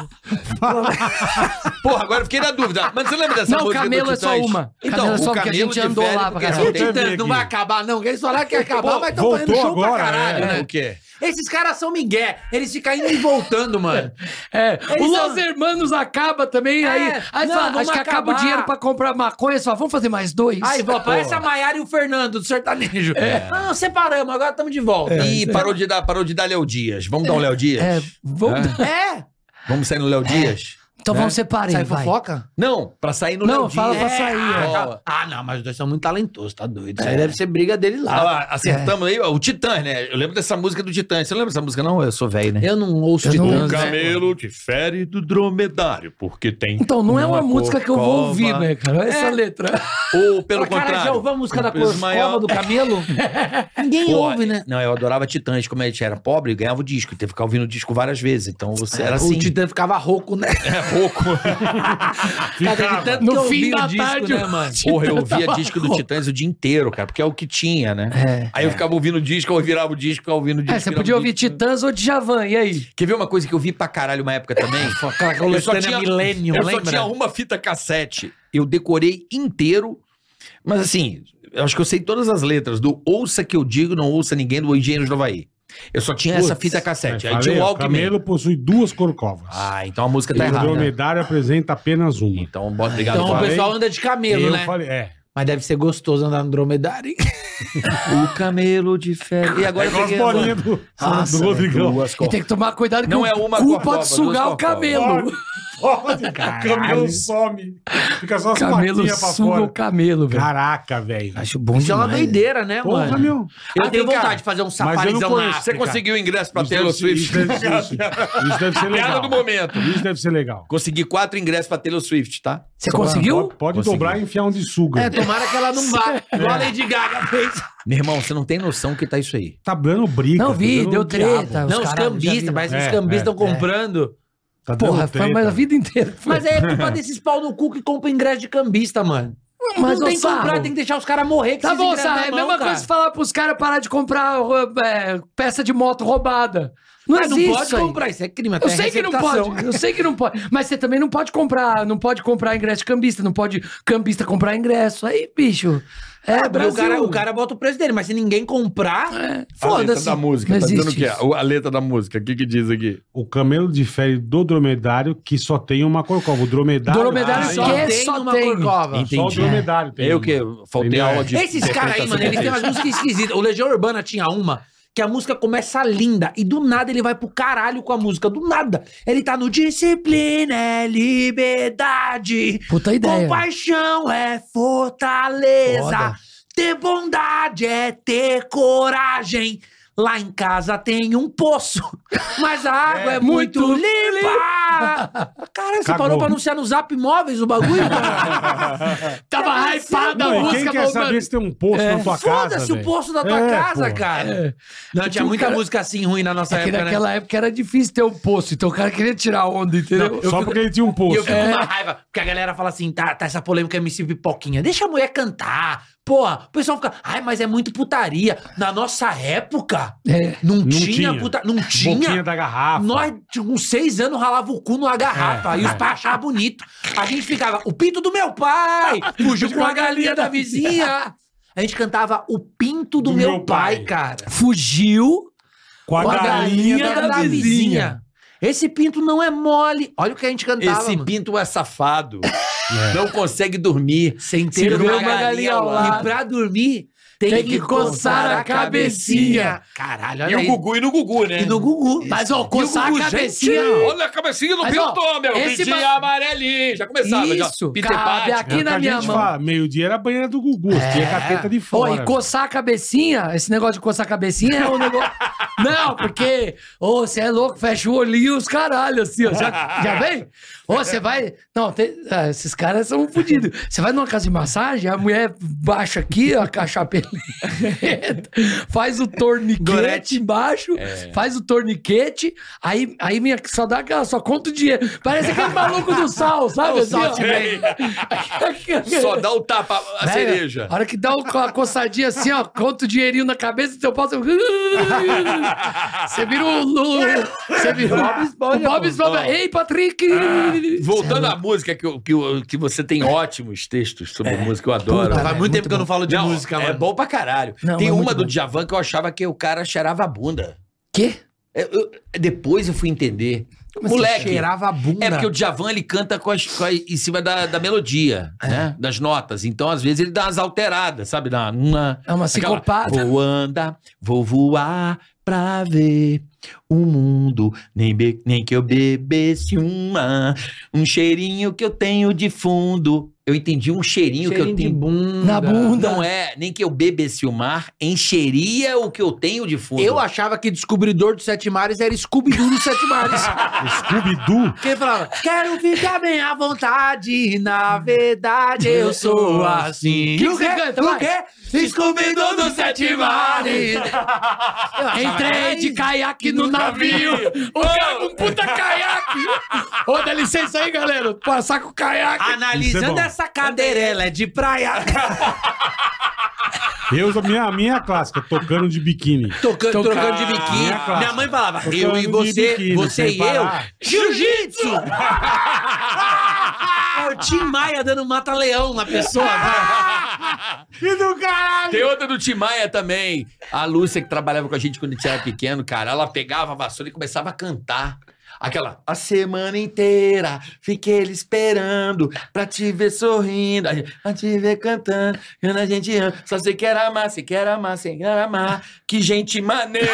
S7: Porra, agora eu fiquei na dúvida. Mas você lembra dessa
S1: Não,
S7: música
S1: camelo
S7: do
S1: é só
S7: Titãs?
S1: uma.
S7: Então,
S1: Camelo é só
S7: o
S1: porque a
S7: camelo
S1: gente andou
S7: difere
S1: lá
S7: porque
S1: pra
S7: só
S4: E o
S8: caralho.
S7: tem-
S4: Titãs Então, não vai acabar, não. Eles falaram que ia acabar,
S7: Pô,
S4: mas estão fazendo
S8: voltou
S4: então show pra
S8: agora,
S4: caralho,
S8: é.
S4: né?
S7: O quê?
S4: Esses caras são migué. Eles ficam indo e voltando, mano. <laughs>
S1: É, o
S4: Eles são-
S1: Los Hermanos acaba também,
S4: É,
S1: aí, aí
S4: não,
S1: fala,
S4: vamos
S1: acho que acaba o
S4: acabar.
S1: dinheiro pra comprar maconha, só vamos fazer mais dois.
S4: Aí vó, parece a Maiara e o Fernando do sertanejo. Ah, Não, separamos, agora estamos de volta.
S7: É. Ih, parou de dar, parou de dar Léo Dias. Vamos dar um Léo Dias?
S1: É, vamos...
S4: É?
S7: Vamos sair no Léo Dias?
S1: Então vamos separar,
S4: Sai
S1: hein, vai.
S4: fofoca?
S7: Não, pra sair no Léo
S1: Não,
S7: Dias. É.
S1: fala pra sair. é.
S4: Ah,
S1: ó.
S4: tá- ah, não, mas os dois são muito talentosos, tá doido. Isso aí deve ser briga dele
S7: Ah,
S4: lá.
S7: lá, acertamos aí, ó, o Titãs, né? Eu lembro dessa música do Titãs. Você não lembra dessa música, não? Eu sou velho, né?
S4: Eu não ouço
S1: Eu não-
S4: Titãs, né?
S7: difere do dromedário, porque tem.
S1: Então, não é uma música que eu vou ouvir, né, cara? Essa letra. <laughs>
S7: Ou pelo
S4: Fala, Cara, já
S7: contrário.
S4: ouviu a música da
S7: Peso
S4: Corcova
S7: maior.
S4: do <laughs> Camelo? Ninguém
S7: Pô,
S4: ouve, né?
S7: Não, eu adorava Titãs. Como a gente era pobre, eu ganhava o disco. Teve que ficar ouvindo o disco várias vezes. Então você era assim.
S4: É, O Titã ficava rouco, né?
S7: é <laughs> rouco.
S4: Cara, de tanto que eu
S1: No
S4: ouvi
S1: fim
S4: o
S1: da
S4: disco,
S1: tarde,
S4: né, mano?
S7: Porra, eu ouvia
S1: é tava
S7: disco do
S1: rouco.
S7: Titãs o dia inteiro, cara, porque é o que tinha, né?
S1: <laughs> É.
S7: Aí eu ficava ouvindo o disco, eu virava o disco, ficava ouvindo o disco.
S1: É, você
S7: virava
S1: podia
S7: o
S1: ouvir
S7: disco.
S1: Titãs ou Djavan, e aí?
S7: Quer ver uma coisa que eu vi pra caralho uma
S4: <laughs>
S7: época também?
S4: Caraca, o
S7: eu só
S4: Letânia
S7: tinha,
S4: Millennium,
S7: eu só
S4: lembra?
S7: tinha uma fita cassete. Eu decorei inteiro, mas assim, eu acho que eu sei todas as letras do Ouça Que Eu Digo, Não Ouça Ninguém, do Engenheiros do Havaí. Eu só tinha essa
S8: Putz,
S7: fita cassete.
S8: mas
S7: Aí tinha o
S8: É, falei,
S7: Walkman.
S8: Camelo possui duas corcovas.
S7: Ah, então a música tá
S8: E o
S7: errada.
S8: dromedário apresenta apenas uma.
S7: Então, bota ligado.
S4: Então o
S7: Fábio.
S4: pessoal anda de camelo,
S7: Eu
S4: né?
S8: falei, é.
S4: Mas deve ser gostoso andar no dromedário. hein?
S7: o camelo de ferro. E agora
S4: É igual
S7: peguei
S4: as bolinhas
S7: agora.
S4: do- do
S7: Nossa,
S4: Rodrigão.
S7: duas
S1: E tem que tomar cuidado que
S7: Não
S1: o
S7: é uma
S1: cu
S7: corcova,
S1: pode sugar
S7: duas
S1: o camelo.
S8: Pode,
S1: Caralho.
S8: camelo some. Fica só as
S1: Camelo
S8: patinhas pra
S1: suga
S8: fora.
S1: o camelo, velho.
S8: Caraca, velho.
S1: Acho bom
S4: Isso é uma doideira, né,
S8: Porra,
S4: mano?
S8: meu.
S4: Eu
S8: Ah,
S4: tenho
S8: vem cá.
S4: vontade de fazer um
S8: Mas eu não
S4: safarizão na
S8: conheço,
S4: África.
S6: Você conseguiu o ingresso pra
S8: Isso
S6: Taylor
S8: deve ser-
S6: Swift?
S4: é
S8: Isso deve, ser- isso- isso deve ser legal.
S6: Piada do momento.
S8: Isso deve ser legal.
S6: Consegui quatro ingressos pra Taylor Swift, tá?
S1: Você
S8: Só
S1: conseguiu?
S8: Pode, pode
S6: Consegui.
S8: dobrar e enfiar um de suga.
S4: É, tomara que ela não vá. Igual a Lady Gaga fez.
S7: Meu irmão, você não tem noção que tá isso aí.
S8: Tá dando briga.
S1: Não vi,
S8: tá dando
S1: deu
S8: um diabo.
S1: treta.
S4: Não, os
S1: caralho, É, já
S4: cambistas,
S1: viram.
S4: parece que
S8: É,
S4: os cambistas
S8: é,
S4: estão comprando.
S8: Tá dando
S1: Porra, foi,
S8: treta.
S1: mas a vida inteira. Foi.
S4: Mas aí é culpa desses pau no cu que compra ingresso de cambista, mano.
S1: Mas,
S4: não
S1: ô,
S4: tem que comprar,
S1: Sarro,
S4: um tem que deixar os caras morrer.
S1: Tá bom, Sarra, é a mesma coisa que falar pros caras parar de comprar ro- é, peça de moto roubada. Não
S4: Mas não
S1: existe
S4: pode
S1: isso aí.
S4: comprar, isso é crime. até
S1: Eu sei que não
S4: receptação.
S1: pode, eu sei que não pode. Mas você também não pode comprar, não pode comprar ingresso de cambista, não pode cambista comprar ingresso. Aí, bicho, é
S4: É, porque
S1: Brasil. É.
S4: o cara, o cara bota o preço dele, mas se ninguém comprar,
S6: A letra
S4: foda-se.
S6: da música.
S1: Não
S6: Tá dizendo o
S1: existe
S6: quê?
S1: isso.
S6: A letra da música. O que que diz aqui?
S8: O camelo difere do dromedário que só tem uma corcova. O dromedário.
S1: Dromedário
S8: Ah,
S1: só
S8: só-
S1: que só tem.
S4: corcova.
S8: Só o dromedário tem.
S4: É
S8: um.
S7: Eu que faltei
S8: Entendeu?
S7: aula de.
S4: Esses caras aí, mano,
S1: assim.
S4: eles têm umas músicas esquisitas. O Legião Urbana tinha uma que a música começa linda e do nada ele vai pro caralho com a música. Do nada. Ele tá no disciplina é liberdade.
S1: Puta ideia.
S4: Compaixão é fortaleza.
S1: Foda.
S4: Ter bondade é ter coragem. Lá em casa tem um poço, <laughs> mas a água é, muito,
S1: muito
S4: limpa. Cara, você
S8: Cagou.
S4: parou pra anunciar no Zap Móveis o bagulho?
S1: <laughs>
S4: cara?
S1: Tava
S4: Que
S1: hypada
S8: Não,
S1: a
S8: e
S1: música,
S8: quem quer
S1: mano.
S8: saber se tem um poço
S1: É.
S8: na tua casa?
S4: Foda-se o
S8: velho?
S4: poço da tua
S8: É,
S4: casa,
S8: pô.
S4: cara.
S1: É.
S4: Não, tinha muita
S1: cara-
S4: música assim ruim na nossa
S1: É que
S4: época, né?
S1: naquela época era difícil ter um poço, então o cara queria tirar a onda, entendeu?
S8: Só porque ele tinha
S4: E
S8: um
S4: eu
S8: poço.
S4: fico com
S1: é.
S4: uma raiva, porque a galera fala assim, tá, tá essa polêmica MC Pipoquinha, deixa a mulher cantar. Porra, o pessoal fica, ai, mas é muito putaria. Na nossa época,
S1: É.
S4: não,
S8: Não
S4: tinha,
S8: tinha.
S4: puta, não
S8: Boquinha
S4: tinha.
S8: da garrafa.
S4: Nós, de uns seis anos, ralava o cu numa garrafa.
S8: É,
S4: e os
S8: é.
S4: pais achavam bonito. A gente ficava, o pinto do meu pai,
S8: <laughs>
S4: fugiu com a galinha da vizinha. A gente cantava o pinto do, meu, pai, cara.
S1: Fugiu.
S8: Com a
S4: Com a
S8: galinha,
S4: galinha
S8: da, É vizinha.
S4: Esse pinto não é mole. Olha o que a gente cantava,
S6: Esse
S4: mano.
S6: pinto é safado.
S4: É.
S6: Não consegue dormir.
S4: Sem
S1: Se
S4: ter
S1: vê
S4: uma
S1: uma galinha
S4: galinha
S1: ao
S4: ao lado.
S1: lado.
S4: E pra dormir, tem,
S1: Tem
S4: que coçar a cabecinha.
S6: E
S4: Caralho, olha
S6: o
S4: aí.
S6: Gugu e no Gugu, né?
S4: E no Gugu.
S1: Mas, ó, coçar
S4: Gugu,
S1: a cabecinha.
S4: gente,
S6: Olha a cabecinha do
S1: Mas, ó,
S6: pinto, meu.
S1: esse
S6: Pintinho
S1: ba-
S6: amarelinho.
S1: é
S6: Já começava. já.
S1: Isso,
S6: Peter
S1: cabe
S6: Pan.
S8: É o
S1: aqui
S8: que
S1: na
S8: a
S1: minha
S8: gente
S1: mão.
S8: fala, meio-dia era a banheira do Gugu, tinha cateta é de
S1: Ó,
S8: fora.
S1: É. e coçar a cabecinha, esse negócio de coçar a cabecinha é um negócio. Não, porque, ô, você é louco, fecha o olhinho e os caralho, assim, ó. Já, já vem? Ô, você vai. Não, tem- ah, esses caras são fodidos. Você vai numa casa de massagem, a mulher baixa aqui, ó, a chapeleta, <laughs> faz o torniquete embaixo, faz o torniquete, aí, aí minha, só dá aquela, só conta o dinheiro. Parece aquele maluco do sal, sabe? assim, ó. <laughs>
S6: Só dá o tapa, a
S4: Né?
S1: Velho,
S6: cereja.
S1: A hora que dá o- a coçadinha assim, ó, conta o dinheirinho na cabeça do teu pau, você... Você vira o... o- Você vira o Bob Esponja. Bob Esponja. Ei, Patrick!
S6: Voltando à música, que, eu- que, eu- que você tem ótimos textos sobre É música, eu adoro.
S4: É. Faz é muito, tempo que eu não falo de
S6: Não,
S4: música,
S6: é
S4: mano.
S6: bom pra caralho.
S1: Não,
S6: tem
S1: é
S6: uma
S1: muito
S6: do
S1: bom.
S6: Djavan que eu achava que o cara cheirava a bunda. É,
S1: Quê?
S6: Eu- eu- depois eu fui entender.
S1: assim,
S6: Moleque,
S4: Cheirava a bunda.
S6: É porque o Djavan ele canta com as- com a- em cima da, da melodia, né? Das notas. Então, às vezes, ele dá umas alteradas, sabe? Dá uma.
S1: É uma
S6: aquela,
S7: Ah, tá.
S1: psicopata.
S6: Vou andar, vou voar pra ver o mundo. Nem, be- nem que eu bebesse uma. Um cheirinho que eu tenho de fundo. Eu entendi um cheirinho, que eu
S4: Cheirinho de
S6: tenho.
S4: bunda.
S1: Na bunda.
S6: Não é, nem que eu bebesse o mar, encheria o que eu tenho de fundo.
S4: Eu achava que descobridor dos sete mares era Scooby-Doo dos sete mares.
S8: Scooby-Doo.
S4: Quem falava, quero ficar bem à vontade, na verdade eu sou
S1: Que
S4: assim.
S1: que você canta,
S4: O
S1: vai?
S4: quê? Scooby-Doo dos sete mares.
S1: Entrei de caiaque no navio. Ô, cara, um puta caiaque. Ô, dá licença aí, galera. Passar com o caiaque.
S8: Isso é
S4: Analisando
S8: bom.
S4: essa cadeira, ela é de praia.
S8: Eu, a minha, a minha clássica, tocando de biquíni.
S4: Tocando,
S1: Tocando.
S4: trocando de biquíni.
S8: Ah, é clássico.
S4: Minha mãe falava,
S8: Tocando
S4: eu
S8: de
S4: e você,
S8: biquíni,
S4: você
S8: sem
S4: e
S8: parar.
S4: eu,
S8: <laughs>
S4: jiu-jitsu!
S8: <laughs>
S4: É o Tim Maia dando mata-leão na pessoa.
S8: Que do caralho!
S7: Tem outra do Timaya também. A Lúcia, que trabalhava com a gente quando a gente era pequeno, cara, ela pegava a vassoura e começava a cantar. Aquela, a semana inteira fiquei ele esperando pra te ver sorrindo, a gente- pra te ver cantando, quando a gente ama. Só sei que era amar, sei que era amar, sei que era amar. Que gente maneira!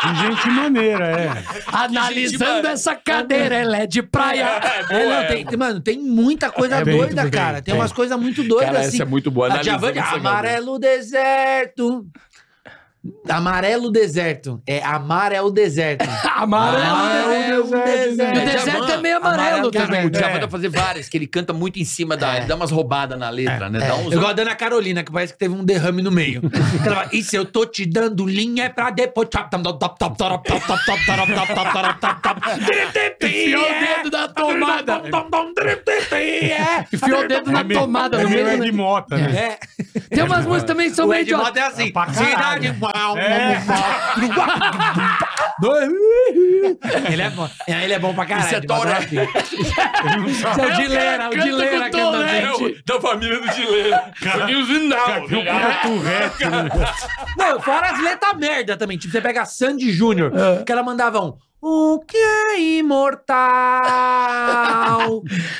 S8: Que gente maneira, é.
S1: Analisando essa cadeira, ela é de
S7: <laughs>
S1: praia.
S4: É, não, tem- tem- mano, tem muita coisa
S1: É, tem,
S4: doida,
S1: tem,
S4: cara. Tem,
S1: tem.
S4: umas coisas muito doidas
S7: Cara, essa
S4: assim.
S7: é muito boa,
S4: A
S7: analisando
S4: Djavan,
S7: essa galera.
S4: amarelo deserto. Amarelo deserto. É amar é o deserto.
S1: <laughs> amarelo,
S4: é o deserto.
S7: O deserto é meio amarelo também. né? O Djavan
S4: é.
S7: dá pra fazer várias, que ele canta muito em cima
S8: É.
S7: da... Ele dá umas roubadas na letra, né?
S4: É,
S7: Dá uns...
S6: um-
S4: Eu gosto da Ana Carolina, que parece que teve um derrame no meio. Ela fala, e se eu tô te dando linha é pra depois. Tap, tap, tap, tap, tap, tap, tap, tap, tap, tap, tap, tap, tap, tap, tap.
S1: Enfiou o
S4: é.
S1: dedo na
S4: Tá
S1: tomada. Enfiou o dedo na
S8: meio-
S1: Tá tomada.
S8: é
S1: no
S8: meio
S1: meio, né?
S8: Ed Mota, né?
S4: É.
S1: Tem umas músicas também que são
S7: O
S1: meio
S7: Ed
S1: idiotas.
S7: Mota é assim.
S8: Pra caralho.
S4: Cidade mal,
S8: É.
S4: Ele é bom. É, Ele é bom pra caralho.
S7: Isso é Toré.
S4: Isso é o Dileira, o Dileira que anda gente.
S9: da família do Dileira.
S8: Cara,
S9: Original.
S8: Viu o cara Tourette, né?
S4: Não, fora as letras merda também. Tipo, você pega a Sandy Júnior, que ela mandava um. O que é imortal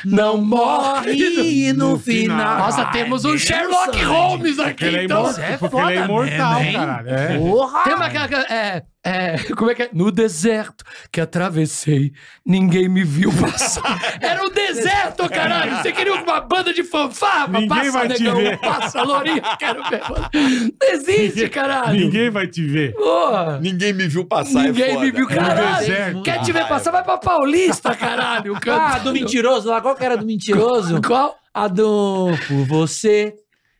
S4: não morre no final.
S8: Ah,
S1: Nossa, temos um Sherlock Holmes
S8: Porque
S1: aqui,
S8: ele é
S1: então.
S8: imortal, porque ele é imortal, caralho. É.
S4: Porra!
S1: Tem uma aquela. É, é, como é que é? No deserto que atravessei, ninguém me viu
S8: <laughs>
S1: passar. Era um deserto, caralho! Você queria uma banda de fanfarra?
S8: Ninguém
S1: passa,
S8: vai te
S1: negão,
S8: ver.
S1: passa, lourinho, quero ver.
S8: <laughs>
S1: Não existe, caralho!
S8: Ninguém vai te ver.
S1: Porra.
S7: Ninguém me viu passar, é
S1: Ninguém
S7: foda.
S1: me viu,
S8: deserto. Ah, é.
S1: caralho. Quer te ver passar? Vai pra Paulista, caralho.
S4: Ah,
S1: mentira.
S4: do mentiroso lá. Qual que era do mentiroso?
S1: Qual?
S4: A do. Por você,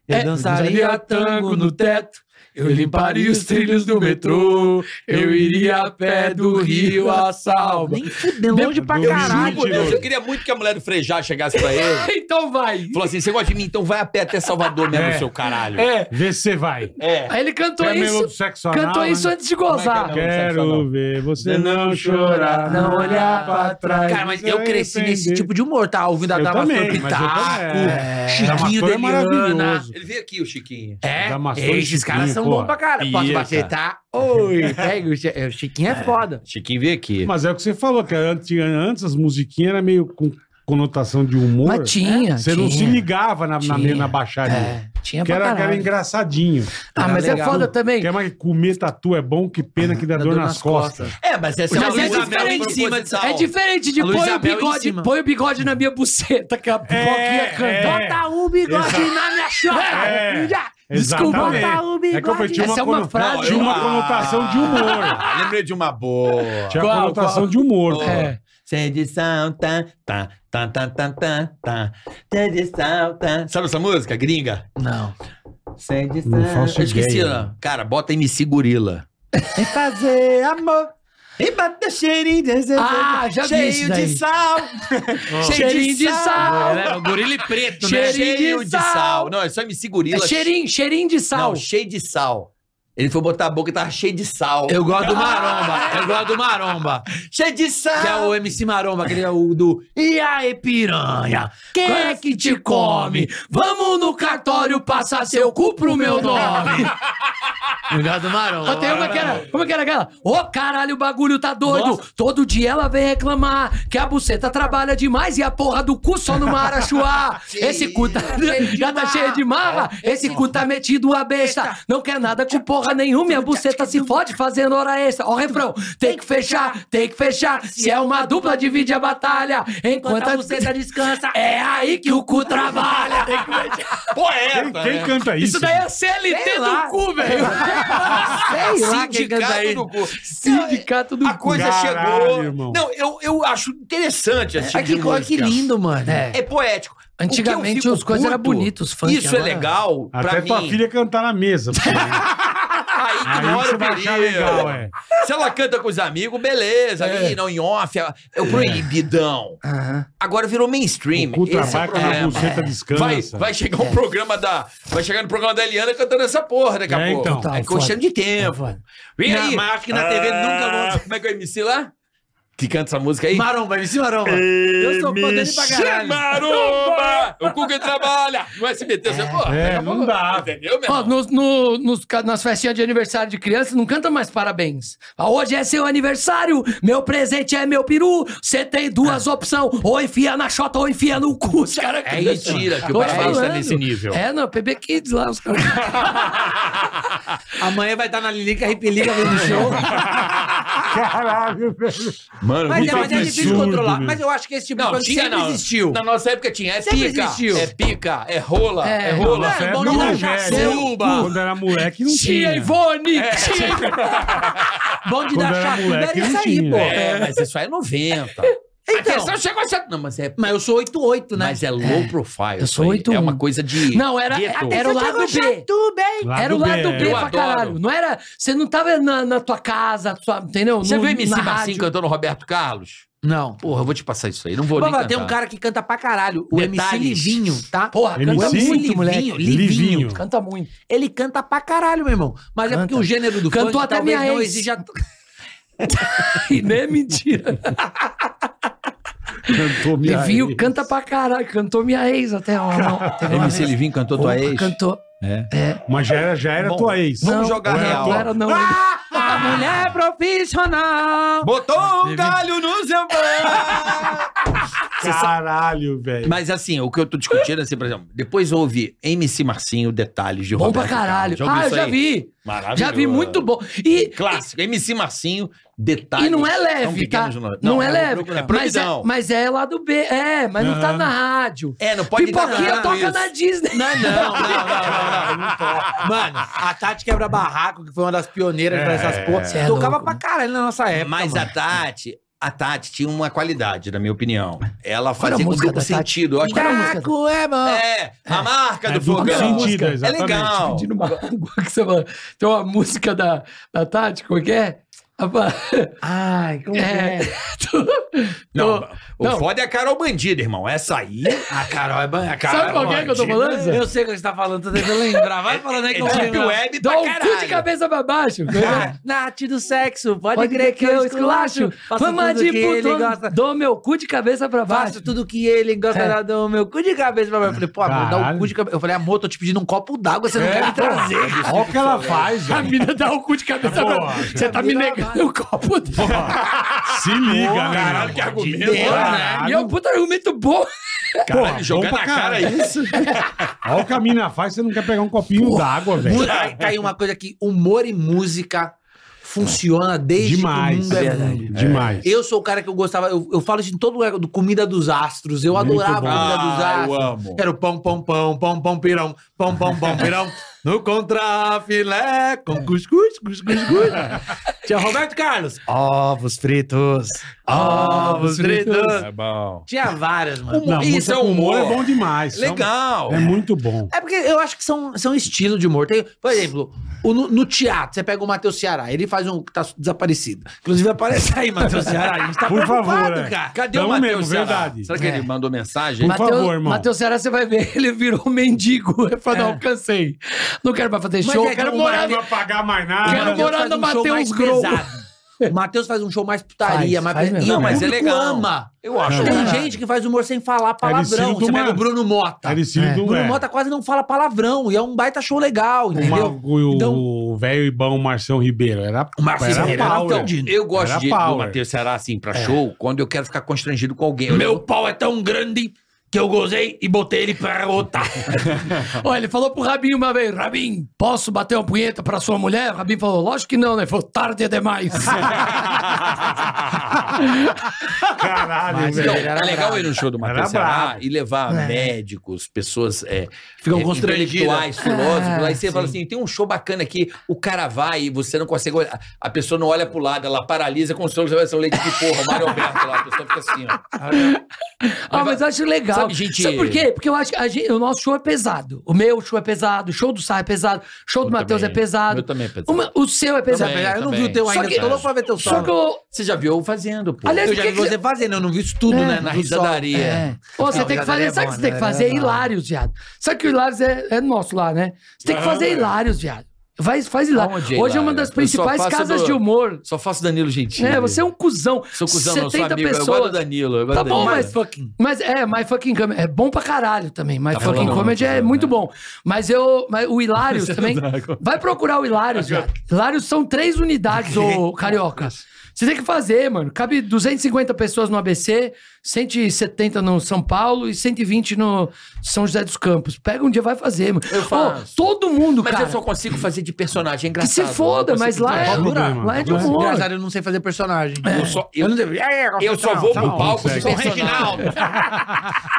S4: eu
S1: É,
S4: dançaria tango no teto.
S1: Eu limparia os trilhos do metrô. Eu iria a pé do rio a salva.
S4: Nem fudendo, longe pra
S8: Eu
S4: caralho.
S8: juro,
S6: Eu queria muito que a mulher do Frejá chegasse pra ele.
S1: Então vai.
S6: Falou assim: você gosta de mim, então vai a pé até Salvador mesmo,
S8: É.
S6: seu caralho.
S1: É.
S8: Vê se você vai.
S1: Aí ele cantou
S8: Tem a melodia
S1: isso.
S8: sexual,
S1: Cantou
S8: né?
S1: isso antes de gozar.
S8: Quero ver você não chorar, não olhar pra trás.
S4: Cara, mas eu cresci nesse tipo de humor, tá? Ouvindo a
S8: Eu
S4: Dama
S8: também,
S4: Pitaco,
S8: mas eu também, é.
S4: Chiquinho
S8: Damastor é
S4: Deliana.
S8: maravilhoso.
S6: Ele veio aqui, o Chiquinho.
S4: É,
S8: Damastor e
S4: esses caras
S8: Chiquinho,
S4: são
S8: porra.
S4: bons pra cara. Posso
S8: Ia,
S4: bater, tá? Oi, pega o Chi- é, o Chiquinho é foda.
S7: Chiquinho veio aqui.
S8: Mas é o que você falou, que antes, antes as musiquinhas eram meio com conotação de humor.
S1: Mas tinha,
S8: Você não se
S1: Ah, tinha.
S8: ligava na, na,
S1: Tinha.
S8: na baixaria.
S1: É, tinha
S8: que
S1: pra
S8: era, que era
S1: caralho.
S8: engraçadinho.
S1: Ah, mas é
S4: legal.
S1: foda também.
S8: Quer mais comer tatu é bom, que pena que dá dor, nas, costas.
S6: É, mas essa
S1: Mas é
S6: Luísa Mel
S1: diferente,
S6: proposital.
S1: é diferente de
S4: A Luísa
S1: põe o,
S4: Mel em
S1: bigode,
S4: cima.
S1: põe o bigode na minha buceta, que a pipoquinha canta.
S8: é.
S4: Bota um bigode
S8: Exato.
S4: na minha chora.
S8: É.
S4: Já.
S1: Desculpa,
S8: Exatamente.
S4: tá, o
S8: É que eu falei,
S1: bigode.
S8: tinha uma,
S1: Essa é uma
S8: cono-
S1: frase.
S8: tinha uma conotação de humor.
S6: Ah, lembrei de uma boa.
S8: Tinha
S1: Qual,
S8: conotação
S1: qual?
S8: de humor.
S1: É.
S6: Sedição, tá, tá, tá, tá, tá, tá, tá. Sedição, tá. Sabe essa música, gringa?
S4: Não.
S6: Sedição.
S8: Não faço
S6: Eu esqueci,
S8: ideia.
S6: né? cara, bota MC Gorila.
S4: Vem fazer amor. E bater cheirinho de
S1: Ah, já vi isso daí.
S4: sal.
S1: Cheirinho de sal.
S6: É, o gorila e
S4: né?
S6: preto,
S1: Cheirinho de
S6: Cheio de
S1: sal.
S6: sal. Não, é só MC Gorila.
S1: É cheirinho, cheirinho de
S6: Não,
S1: sal.
S6: cheio de sal. Ele foi botar a boca e tava cheio de sal.
S4: Eu gosto do Maromba. Eu gosto do Maromba.
S6: Cheio de sal.
S4: Que é o MC Maromba, aquele é o do. E aí, piranha? Quem é que te come?
S1: Vamos no cartório passar seu cu pro meu nome.
S4: Eu gosto do Maromba.
S1: Ó, tem uma que era, como é que era aquela? Ô caralho, o bagulho tá doido. Todo dia ela vem reclamar que a buceta trabalha demais e a porra do cu só numa <laughs> arachuá. Esse cu tá, <laughs> já tá cheio de marra. Esse cu tá metido a besta. Não quer nada com porra nenhuma e a buceta se fode fazendo hora extra. Ó, refrão, tem que fechar, tem que fechar. Se é uma dupla, divide a batalha. Enquanto a <laughs> buceta descansa, é aí que o cu trabalha. Tem que fechar.
S8: Quem,
S6: Poeta,
S8: quem
S6: né?
S8: canta isso?
S1: Isso daí é CLT
S4: Sei lá.
S1: do cu, velho.
S4: Sei lá quem canta
S6: Sindicato
S4: isso.
S6: do cu.
S1: Sindicato do
S6: A coisa
S8: Caralho,
S6: chegou.
S8: irmão. É
S6: Não, eu, eu acho interessante esse tipo
S1: é
S4: Ai, que,
S6: de
S4: coisa, que
S6: música.
S4: lindo, mano.
S6: É poético. O que eu
S1: Antigamente
S6: fico
S1: os coisas eram
S6: puto,
S1: bonitos, os funk
S6: Isso
S1: agora-
S6: é legal
S8: Até
S6: pra mim.
S8: tua filha cantar na mesa. porque-
S6: Aí que
S8: Aí
S6: mora
S8: você
S6: o
S8: vai achar
S6: perigo.
S8: legal, é.
S6: Se ela canta com os amigos, beleza. Ali, não, em off, é é o proibidão.
S4: Aham.
S6: Agora virou mainstream.
S8: O cu
S6: Esse é o
S8: trabalha com a
S6: problema.
S8: buceta descansa.
S6: Vai, vai chegar um programa da. Vai chegar no programa da Eliana cantando essa porra daqui a
S8: É,
S6: pouco.
S8: então. Ah.
S6: é
S1: Total,
S6: questão
S1: foda.
S6: de tempo. Vem
S4: Não,
S6: aí.
S4: mas
S6: acho que na TV nunca vão. Como é que é o MC lá?
S7: que canta essa música aí?
S4: Maromba, MC Maromba.
S7: Eu sou fã dele pra
S4: pra
S7: caralho.
S4: caralho.
S7: Maromba! o Cuca trabalha no SBT. você, pô,
S8: É,
S7: daqui a
S8: não
S7: pouco-
S8: dá.
S7: Entendeu, meu
S1: Ó,
S7: irmão?
S1: nos, no- nos ca- nas festinhas de aniversário de criança, não canta mais parabéns. Ah, Hoje é seu aniversário, meu presente é meu peru. Você tem duas opções: ou enfia na xota ou enfia no cu. Os caras
S7: É mentira que o
S1: Tô te
S7: parabéns tá
S1: falando.
S7: nesse nível.
S1: É, não, PB Kids lá, os caras.
S4: Amanhã vai estar na Lilica
S1: <laughs>
S4: Ripelica vendo show.
S10: Caralho, velho.
S7: Mano,
S4: Mas, é, mas é difícil
S7: absurdo,
S4: controlar.
S7: né?
S4: Mas eu acho que esse tipo de
S7: Não,
S4: coisa
S7: tinha
S4: sempre
S7: não.
S4: existiu.
S7: Na nossa época tinha. É
S4: Sempre
S7: pica,
S4: existiu.
S7: é pica, é rola, é, rola.
S8: Nossa, é
S7: bom,
S8: muito
S7: não,
S8: velho.
S7: suba.
S8: Quando era moleque, não tinha.
S1: Ivone! Tia
S4: Bom de
S8: Quando
S4: dar
S8: era
S4: charcuda
S8: moleque,
S4: era isso
S8: não
S4: aí,
S8: tinha.
S4: pô.
S7: É, mas isso aí é 90.
S4: Então,
S7: Atenção, chegou a ser... Não, mas é...
S4: mas eu sou 8-8, né?
S7: Mas é low profile.
S1: Eu
S7: isso
S1: sou
S7: aí.
S1: oito um.
S7: É
S1: tá
S7: uma coisa de...
S1: Não, era,
S7: gueto.
S1: era o lado B.
S8: Lado
S1: era o
S8: B,
S1: lado
S8: é.
S1: B,
S7: Eu
S1: pra
S7: adoro.
S1: caralho. Não era. Você não tava na, na tua casa, tua- entendeu?
S7: Você
S1: No-
S7: viu MC
S1: na
S7: Marcinho
S1: rádio.
S7: cantando Roberto Carlos?
S4: Não.
S7: Porra, eu vou te passar isso aí. Não vou
S4: Pô,
S7: nem cantar.
S4: tem um cara que canta pra caralho, o MC
S7: Detalhes.
S4: Livinho, tá?
S1: Porra,
S8: MC?
S1: canta
S8: Sim,
S1: muito, moleque.
S4: Livinho, Livinho.
S8: Livinho.
S1: Canta muito.
S4: Ele canta pra caralho, meu irmão. Mas é
S1: Canta.
S4: porque o gênero do
S1: Cantou
S4: funk
S1: até
S4: talvez
S1: minha
S4: não
S1: ex. <laughs>
S4: exija...
S1: E nem é mentira.
S8: Cantou minha
S1: Livinho
S8: ex.
S1: canta pra caralho. Cantou minha ex até ó. não, teve uma
S7: um MC
S1: vez.
S7: Livinho cantou tua
S1: Opa,
S7: ex?
S1: Cantou.
S8: Mas já era, já era
S7: Bom,
S8: tua ex.
S7: vamos jogar
S8: Ou era
S7: real.
S8: tua-
S1: Não era, não.
S4: A mulher profissional.
S7: Botou um galho no seu pé.
S8: Caralho, velho.
S7: Mas assim, o que eu tô discutindo, assim, por exemplo, depois houve MC Marcinho, detalhes de
S1: Bom pra
S7: Roberto
S1: caralho.
S7: Carlos. ouviu
S1: Ah, eu
S7: isso
S1: já
S7: aí? Tá
S1: vi.
S7: Maravilhoso.
S1: Já vi, muito bom. E,
S7: Clássico, MC Marcinho, detalhes.
S1: e não é
S7: tão
S1: leve, tá?
S7: pequenos de nós.
S1: Não, é leve.
S7: proibido, É
S1: mas, é,
S7: proibidão.
S1: mas é lá do B. É, mas não tá
S8: Aham.
S1: na rádio.
S7: É, não pode
S1: Pipoquinha
S7: dar
S1: toca
S7: isso.
S1: na Disney.
S4: Não, não, não, não, não, não, não toca. Mano, a Tati Quebra Barraco, que foi uma das pioneiras pra essas porras,
S1: Cê é
S4: tocava
S1: louco,
S4: pra
S1: né?
S4: caralho na nossa época.
S7: Mas
S4: mano.
S7: a Tati, a Tati tinha uma qualidade, na minha opinião.
S1: Qual era
S7: Ela
S1: a
S7: fazia com
S1: música
S7: duplo
S1: da Tati?
S7: sentido. Eu acho que
S1: Qual era a música?
S4: Taco é, mano.
S7: É, a marca
S8: É
S7: do
S8: duplo
S7: programa.
S8: sentido,
S7: é
S8: exatamente.
S7: legal.
S1: Pedindo uma <laughs> água que você fala. Tem uma música da, da Tati, como é que é? Apa-
S4: Ai,
S1: <laughs>
S4: como
S1: É.
S7: Não, o
S1: não.
S7: foda é a Carol Bandida, irmão. Essa aí, a Carol é ban- a Carol
S1: Sabe qual que é que eu tô
S7: bandida.
S1: falando? Zé?
S4: Eu sei o que você tá falando, tô tentando lembrar. Vai falando aí
S7: É
S4: que eu vou
S7: Deep
S4: lembrar.
S7: Web
S1: Dá
S7: pra
S1: um cu de
S7: caralho.
S1: cabeça pra
S4: <laughs>
S1: baixo. <laughs>
S4: Ah, Nath do sexo, pode,
S1: Pode crer que eu esculacho.
S4: Faço
S1: Fama
S4: tudo
S1: de
S4: que ele gosta.
S1: puto. Dou meu cu de cabeça pra baixo. <laughs>
S4: Faço tudo que ele gosta,
S1: É.
S4: ela dá o meu cu de cabeça pra baixo. Eu falei, pô, amor, dá o
S8: Caralho. É.
S4: cu de cabeça. Eu falei, amor, tô te pedindo um copo d'água, você não quer me trazer.
S8: Olha o que ela faz,
S1: A
S8: velho.
S1: mina dá o cu de cabeça pra baixo. Você tá me negando o copo dela.
S8: Se liga, né? Caralho,
S7: Que argumento.
S1: E
S7: Ah,
S1: é um puta argumento bom.
S8: Porra,
S7: jogar
S8: bom
S7: na
S8: pra
S7: cara
S8: caralho.
S7: isso.
S8: Olha o que a mina faz, você não quer pegar um copinho d'água, velho.
S4: Mu- Aí tá aí uma coisa que humor e música funciona desde
S8: Demais.
S4: que o mundo é
S8: Verdade.
S4: mundo.
S8: Demais.
S4: Eu sou o cara que eu gostava, eu, eu falo isso em todo lugar, do Comida dos Astros. Eu
S8: Muito
S4: adorava
S8: bom.
S4: Comida dos
S7: Ah, eu
S4: Astros.
S7: amo.
S4: Era o pão, pão, pão, pão, pão, pirão, pão, pão, pão,
S8: <laughs>
S4: pirão. No contrafilé, com cuscuz, cuscuz, cuscuz. Tinha Roberto Carlos. Ovos fritos, ovos fritos.
S7: É bom.
S4: Tinha várias, mano.
S8: Não,
S7: Isso
S8: música
S7: é
S8: com humor.
S7: humor.
S8: É bom demais.
S7: Legal.
S8: É, um- é muito bom.
S4: É porque eu acho que são, são estilos de humor. Tem, por exemplo, o- no, no teatro, você pega o Matheus Ceará, ele faz um que tá desaparecido. Inclusive, aparece aí, Matheus
S7: <laughs>
S4: Ceará. A gente tá
S8: Por favor,
S4: preocupado,
S8: é.
S4: cara.
S7: Cadê o
S8: Tamo
S7: Matheus
S8: mesmo,
S7: Ceará?
S8: verdade.
S7: Será que Ah, ele mandou mensagem?
S8: Por Mas- favor, irmão.
S1: Matheus Ceará, você vai ver, ele virou um mendigo. <laughs> Ele falou, não, cansei. Não quero mais fazer
S4: É. Mas
S1: show,
S4: é
S1: eu
S4: que
S1: quero
S4: não
S1: morar...
S8: vai pagar mais
S4: O
S8: nada.
S1: Quero
S4: Matheus
S1: morar
S4: faz
S1: no
S4: um show
S1: Matheus
S4: mais
S1: Grohl.
S4: pesado. O Matheus faz um show mais putaria,
S1: Faz,
S4: mas
S1: faz mesmo.
S4: e o
S7: Não, mas é
S4: público
S7: legal. Ah.
S4: ama.
S7: Eu acho.
S4: Tem
S7: legal.
S4: gente que faz humor sem falar
S8: estilo
S4: palavrão.
S8: do
S4: Você
S8: Mar-
S4: pega o Bruno Mota.
S8: Era estilo
S10: É.
S8: do
S4: Bruno
S8: é.
S4: Mota quase não fala palavrão e é um baita show legal,
S8: O
S4: entendeu?
S8: Mago-
S4: Então-
S8: o velho e bom Marcião Ribeiro. Era,
S4: O Marcião
S8: era
S4: Ribeiro era
S8: pau,
S4: tão
S8: né?
S4: de-
S7: assim, Então, Eu gosto
S8: Era
S7: de do
S8: power.
S7: Matheus Ceará, assim, pra show, quando eu quero ficar constrangido com alguém. Meu pau é tão grande que eu gozei e botei ele pra rotar.
S1: Olha, ele falou pro Rabinho uma vez, Rabinho, posso bater uma punheta pra sua mulher? O Rabinho falou, lógico que não, né? Ele Falou, tarde
S7: <laughs>
S1: demais.
S8: Caralho,
S7: Então,
S8: velho.
S7: é legal ir no show do Matheus
S8: Era
S7: Ceará
S8: bravo.
S7: e levar
S1: É.
S7: médicos, pessoas é,
S4: Ficam
S7: é,
S4: constrangidas.
S7: intelectuais, filósofos.
S1: Ah,
S7: aí você fala assim: tem um show bacana aqui, o cara vai e você não consegue olhar. A pessoa não olha pro lado, ela paralisa como se fosse um leite de porra, o Mário Alberto lá. A pessoa fica assim, ó.
S1: Ah, mas eu acho legal.
S7: Sabe, gente-
S1: Sabe por quê? Porque eu acho que a gente- o nosso show é pesado. O meu show é pesado, o show do Sá é pesado, o show do Matheus é
S7: também.
S1: pesado.
S7: Eu também é pesado.
S1: O meu- O seu é pesado.
S7: Também,
S4: eu não vi
S7: também.
S4: o teu
S1: Só
S4: ainda,
S1: que-
S4: tô louco pra ver teu
S1: Só
S4: solo.
S1: que eu...
S7: Você já viu eu fazendo, pô.
S1: Aliás,
S4: Eu
S1: por
S4: já
S1: que
S4: vi
S1: que
S4: você fazendo, eu não vi isso tudo,
S1: É.
S4: né?
S7: na
S4: vi só.
S7: risadaria.
S4: É.
S1: Pô, você
S4: Não,
S1: tem que
S4: Hilário
S1: fazer.
S4: é
S1: Sabe o
S4: bom,
S1: que você tem que
S4: Hilário
S1: fazer?
S4: é bom.
S1: Hilários, viado. Sabe que o Hilários é, é nosso lá, né? Você tem que fazer Hilários, viado. Vai, faz lá.
S7: Aonde é
S1: Hoje é uma
S7: Hilário?
S1: das
S7: Eu só
S1: principais
S7: faço
S1: casas
S7: do-
S1: de humor.
S7: Só faço Danilo Gentili.
S1: É, você é um cuzão.
S7: Sou cuzão, não, sou
S1: 70
S7: amigo. Eu
S1: pessoas.
S7: gosto do Danilo, eu gosto
S1: tá
S7: do
S1: bom,
S7: Danilo.
S1: mas... Mas é, My Fucking Comedy é bom pra caralho também. My
S7: Tá
S1: Fucking
S7: bom,
S1: Comedy é muito bom. Mas eu... Mas o Hilário
S7: <laughs> Você tá não
S1: também...
S7: dá conta.
S1: Vai procurar o Hilários, velho. Hilários são três unidades, ô Carioca. Você tem que fazer, mano. Cabe 250 pessoas no ABC, 170 no São Paulo e 120 no São José dos Campos. Pega um dia, vai fazer, mano. Eu
S7: faço.
S1: todo mundo,
S7: Mas
S1: cara.
S7: eu só consigo fazer de personagem, é
S1: Que
S7: engraçado.
S1: se foda,
S7: Eu não
S1: mas
S7: consigo
S1: lá é,
S7: fazer.
S1: lá é de humor.
S4: Engraçado, eu não sei fazer personagem.
S7: Eu só, eu,
S4: não sei-
S7: eu só vou
S4: Tá
S7: pro
S4: bom,
S7: palco de
S4: consegue.
S7: personagem.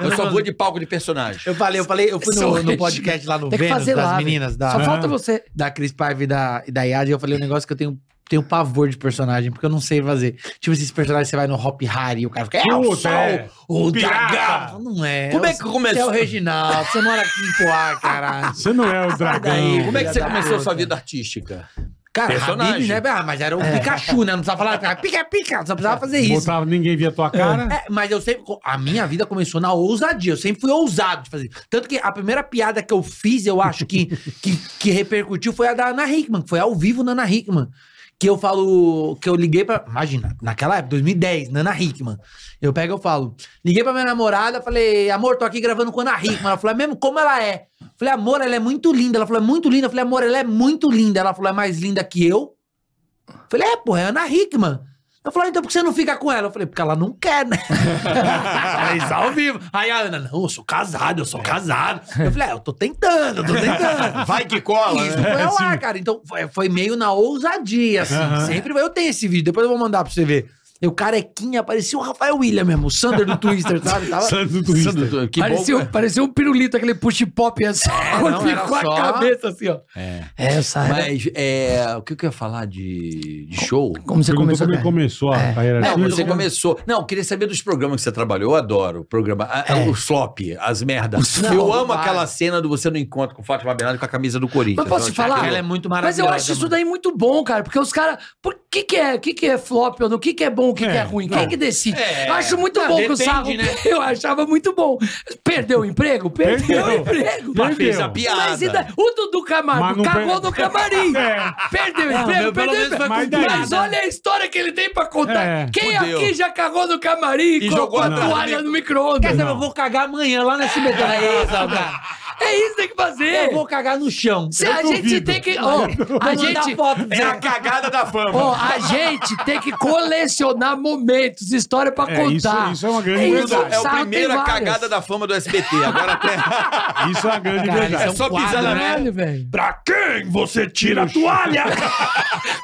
S7: Eu só vou de palco de personagem.
S4: Eu falei, eu falei, eu fui
S7: Sou
S4: no, no
S7: Regina.
S4: podcast lá no
S7: Tem que
S4: Vênus
S7: fazer
S4: das
S7: lá,
S4: meninas.
S7: velho.
S4: Da,
S7: Só falta
S1: você.
S4: Da Cris Paiva e da, e da Yad, e eu falei um negócio que eu tenho, tenho pavor de personagem, porque eu não sei fazer. Tipo, esses personagens você vai no Hop Hari e o cara fica, é o
S7: Puta,
S4: sol,
S7: é.
S4: o
S7: Pirata.
S4: dragão. Não é.
S7: Como é
S4: o-
S7: que começou?
S4: Você é o Reginaldo, você mora aqui em Poá, caralho.
S8: Você não é o
S4: dragão.
S7: Como é que você
S4: filha da
S7: começou
S4: puta.
S7: sua vida artística?
S4: Cara,
S7: Personagem.
S4: Habib, né? Ah, mas era o
S7: É.
S4: Pikachu, né? Não precisava falar, cara, pica, pica, só precisava fazer é isso.
S8: Botava, ninguém via tua cara.
S4: É, mas eu sempre. A minha vida começou na ousadia. Eu sempre fui ousado de fazer. Tanto que a primeira piada que eu fiz, eu acho que, que, que repercutiu, foi a da Ana Hickman, que foi ao vivo na Ana Hickman. Que eu falo. Que eu liguei pra. Imagina, naquela época, 2010, na Ana Hickman. Eu pego e eu falo. Liguei pra minha namorada, falei, amor, tô aqui gravando com a Ana Hickman. Ela falou, é mesmo como ela é? Falei, amor, ela é muito linda. Ela falou, é muito linda. Eu falei, amor, ela é muito linda. Ela falou, é mais linda que eu. Falei, é, porra, é Ana Hickman. Eu falei, então por que você não fica com ela? Eu falei, porque ela não quer,
S7: <laughs>
S4: né? falei, isso é ao vivo. Aí a Ana, não, eu sou casado, eu sou casado. Eu falei, é, eu tô tentando, eu tô tentando.
S7: <laughs> Vai que cola,
S4: Isso
S7: né?
S4: foi ao ar, cara. Então foi, foi meio na ousadia, assim.
S7: Aham.
S4: Sempre vai. Eu tenho esse vídeo, depois eu vou mandar pra você ver. Eu carequinha, parecia o Rafael William mesmo, o Sander do Twister, sabe? Tava...
S8: Sandro Twister.
S7: Que né? É,
S1: parecia, parecia um pirulito, aquele push-pop assim. <laughs> quando
S7: não, era
S1: ficou a
S7: só-
S1: cabeça assim, ó. É, eu saio.
S7: Mas é, o que eu ia falar de, de show?
S1: Como você
S8: Perguntou
S1: começou,
S8: como é
S1: cara?
S8: começou
S4: É.
S8: a carreira
S7: Não,
S8: artística.
S7: você começou. Não, eu queria saber dos programas que você trabalhou. Eu adoro o programa. a- a- O flop, as merdas.
S4: flop,
S7: eu amo
S4: vai.
S7: aquela cena do você no encontro com o Fátima Bernardo com a camisa do
S1: Mas
S7: Corinthians.
S1: posso te
S7: Aquela-
S1: falar?
S4: Ela é muito
S1: Mas
S4: maravilhosa.
S1: eu acho isso daí muito bom, cara, porque os caras. Por que que é? O que que é flop ou não? O que que é bom? O que que é ruim? Quem é que decide?
S7: É.
S1: eu acho muito
S7: Não,
S1: bom que o
S7: depende,
S1: Sarro.
S7: né?
S1: <laughs> Eu achava muito bom. Perdeu o emprego? Perdeu,
S7: Perdeu.
S1: o emprego.
S7: Mas Ah, fez a
S1: Mas e
S7: piada.
S1: daí? o Dudu
S8: Mas
S1: Camargo
S8: não
S1: cagou
S8: perde-
S1: no camarim.
S8: É.
S1: Perdeu o
S7: Não,
S1: emprego,
S7: meu, pelo
S1: perdeu o
S7: menos
S1: emprego.
S7: foi
S1: Mas,
S7: com piada.
S1: olha a história que ele tem pra contar.
S8: É.
S1: Quem
S7: Fudeu.
S1: aqui já cagou no camarim
S7: E jogou
S1: a
S7: atrás do
S1: toalha
S7: micro-
S1: no micro-ondas?
S4: Quer saber, eu vou cagar amanhã lá nesse BT. É isso, cara.
S1: É isso que tem que fazer.
S4: Eu vou cagar no chão.
S1: Se a gente tem que. ó, a gente.
S7: É a cagada da fama.
S1: Ó, a gente tem que colecionar momentos, história pra
S8: É,
S1: contar.
S8: isso- isso é uma grande
S1: isso,
S8: verdade.
S1: o
S7: É
S1: Sarro
S7: a
S1: tem
S7: primeira
S1: várias.
S7: cagada da fama do SBT. Agora até.
S8: Isso é uma grande
S4: Cara,
S8: verdade.
S4: isso
S7: É só
S4: quadro,
S7: pisar na
S4: né?
S7: merda.
S1: Caralho, velho.
S7: Pra quem você tira
S4: <laughs>
S7: a toalha?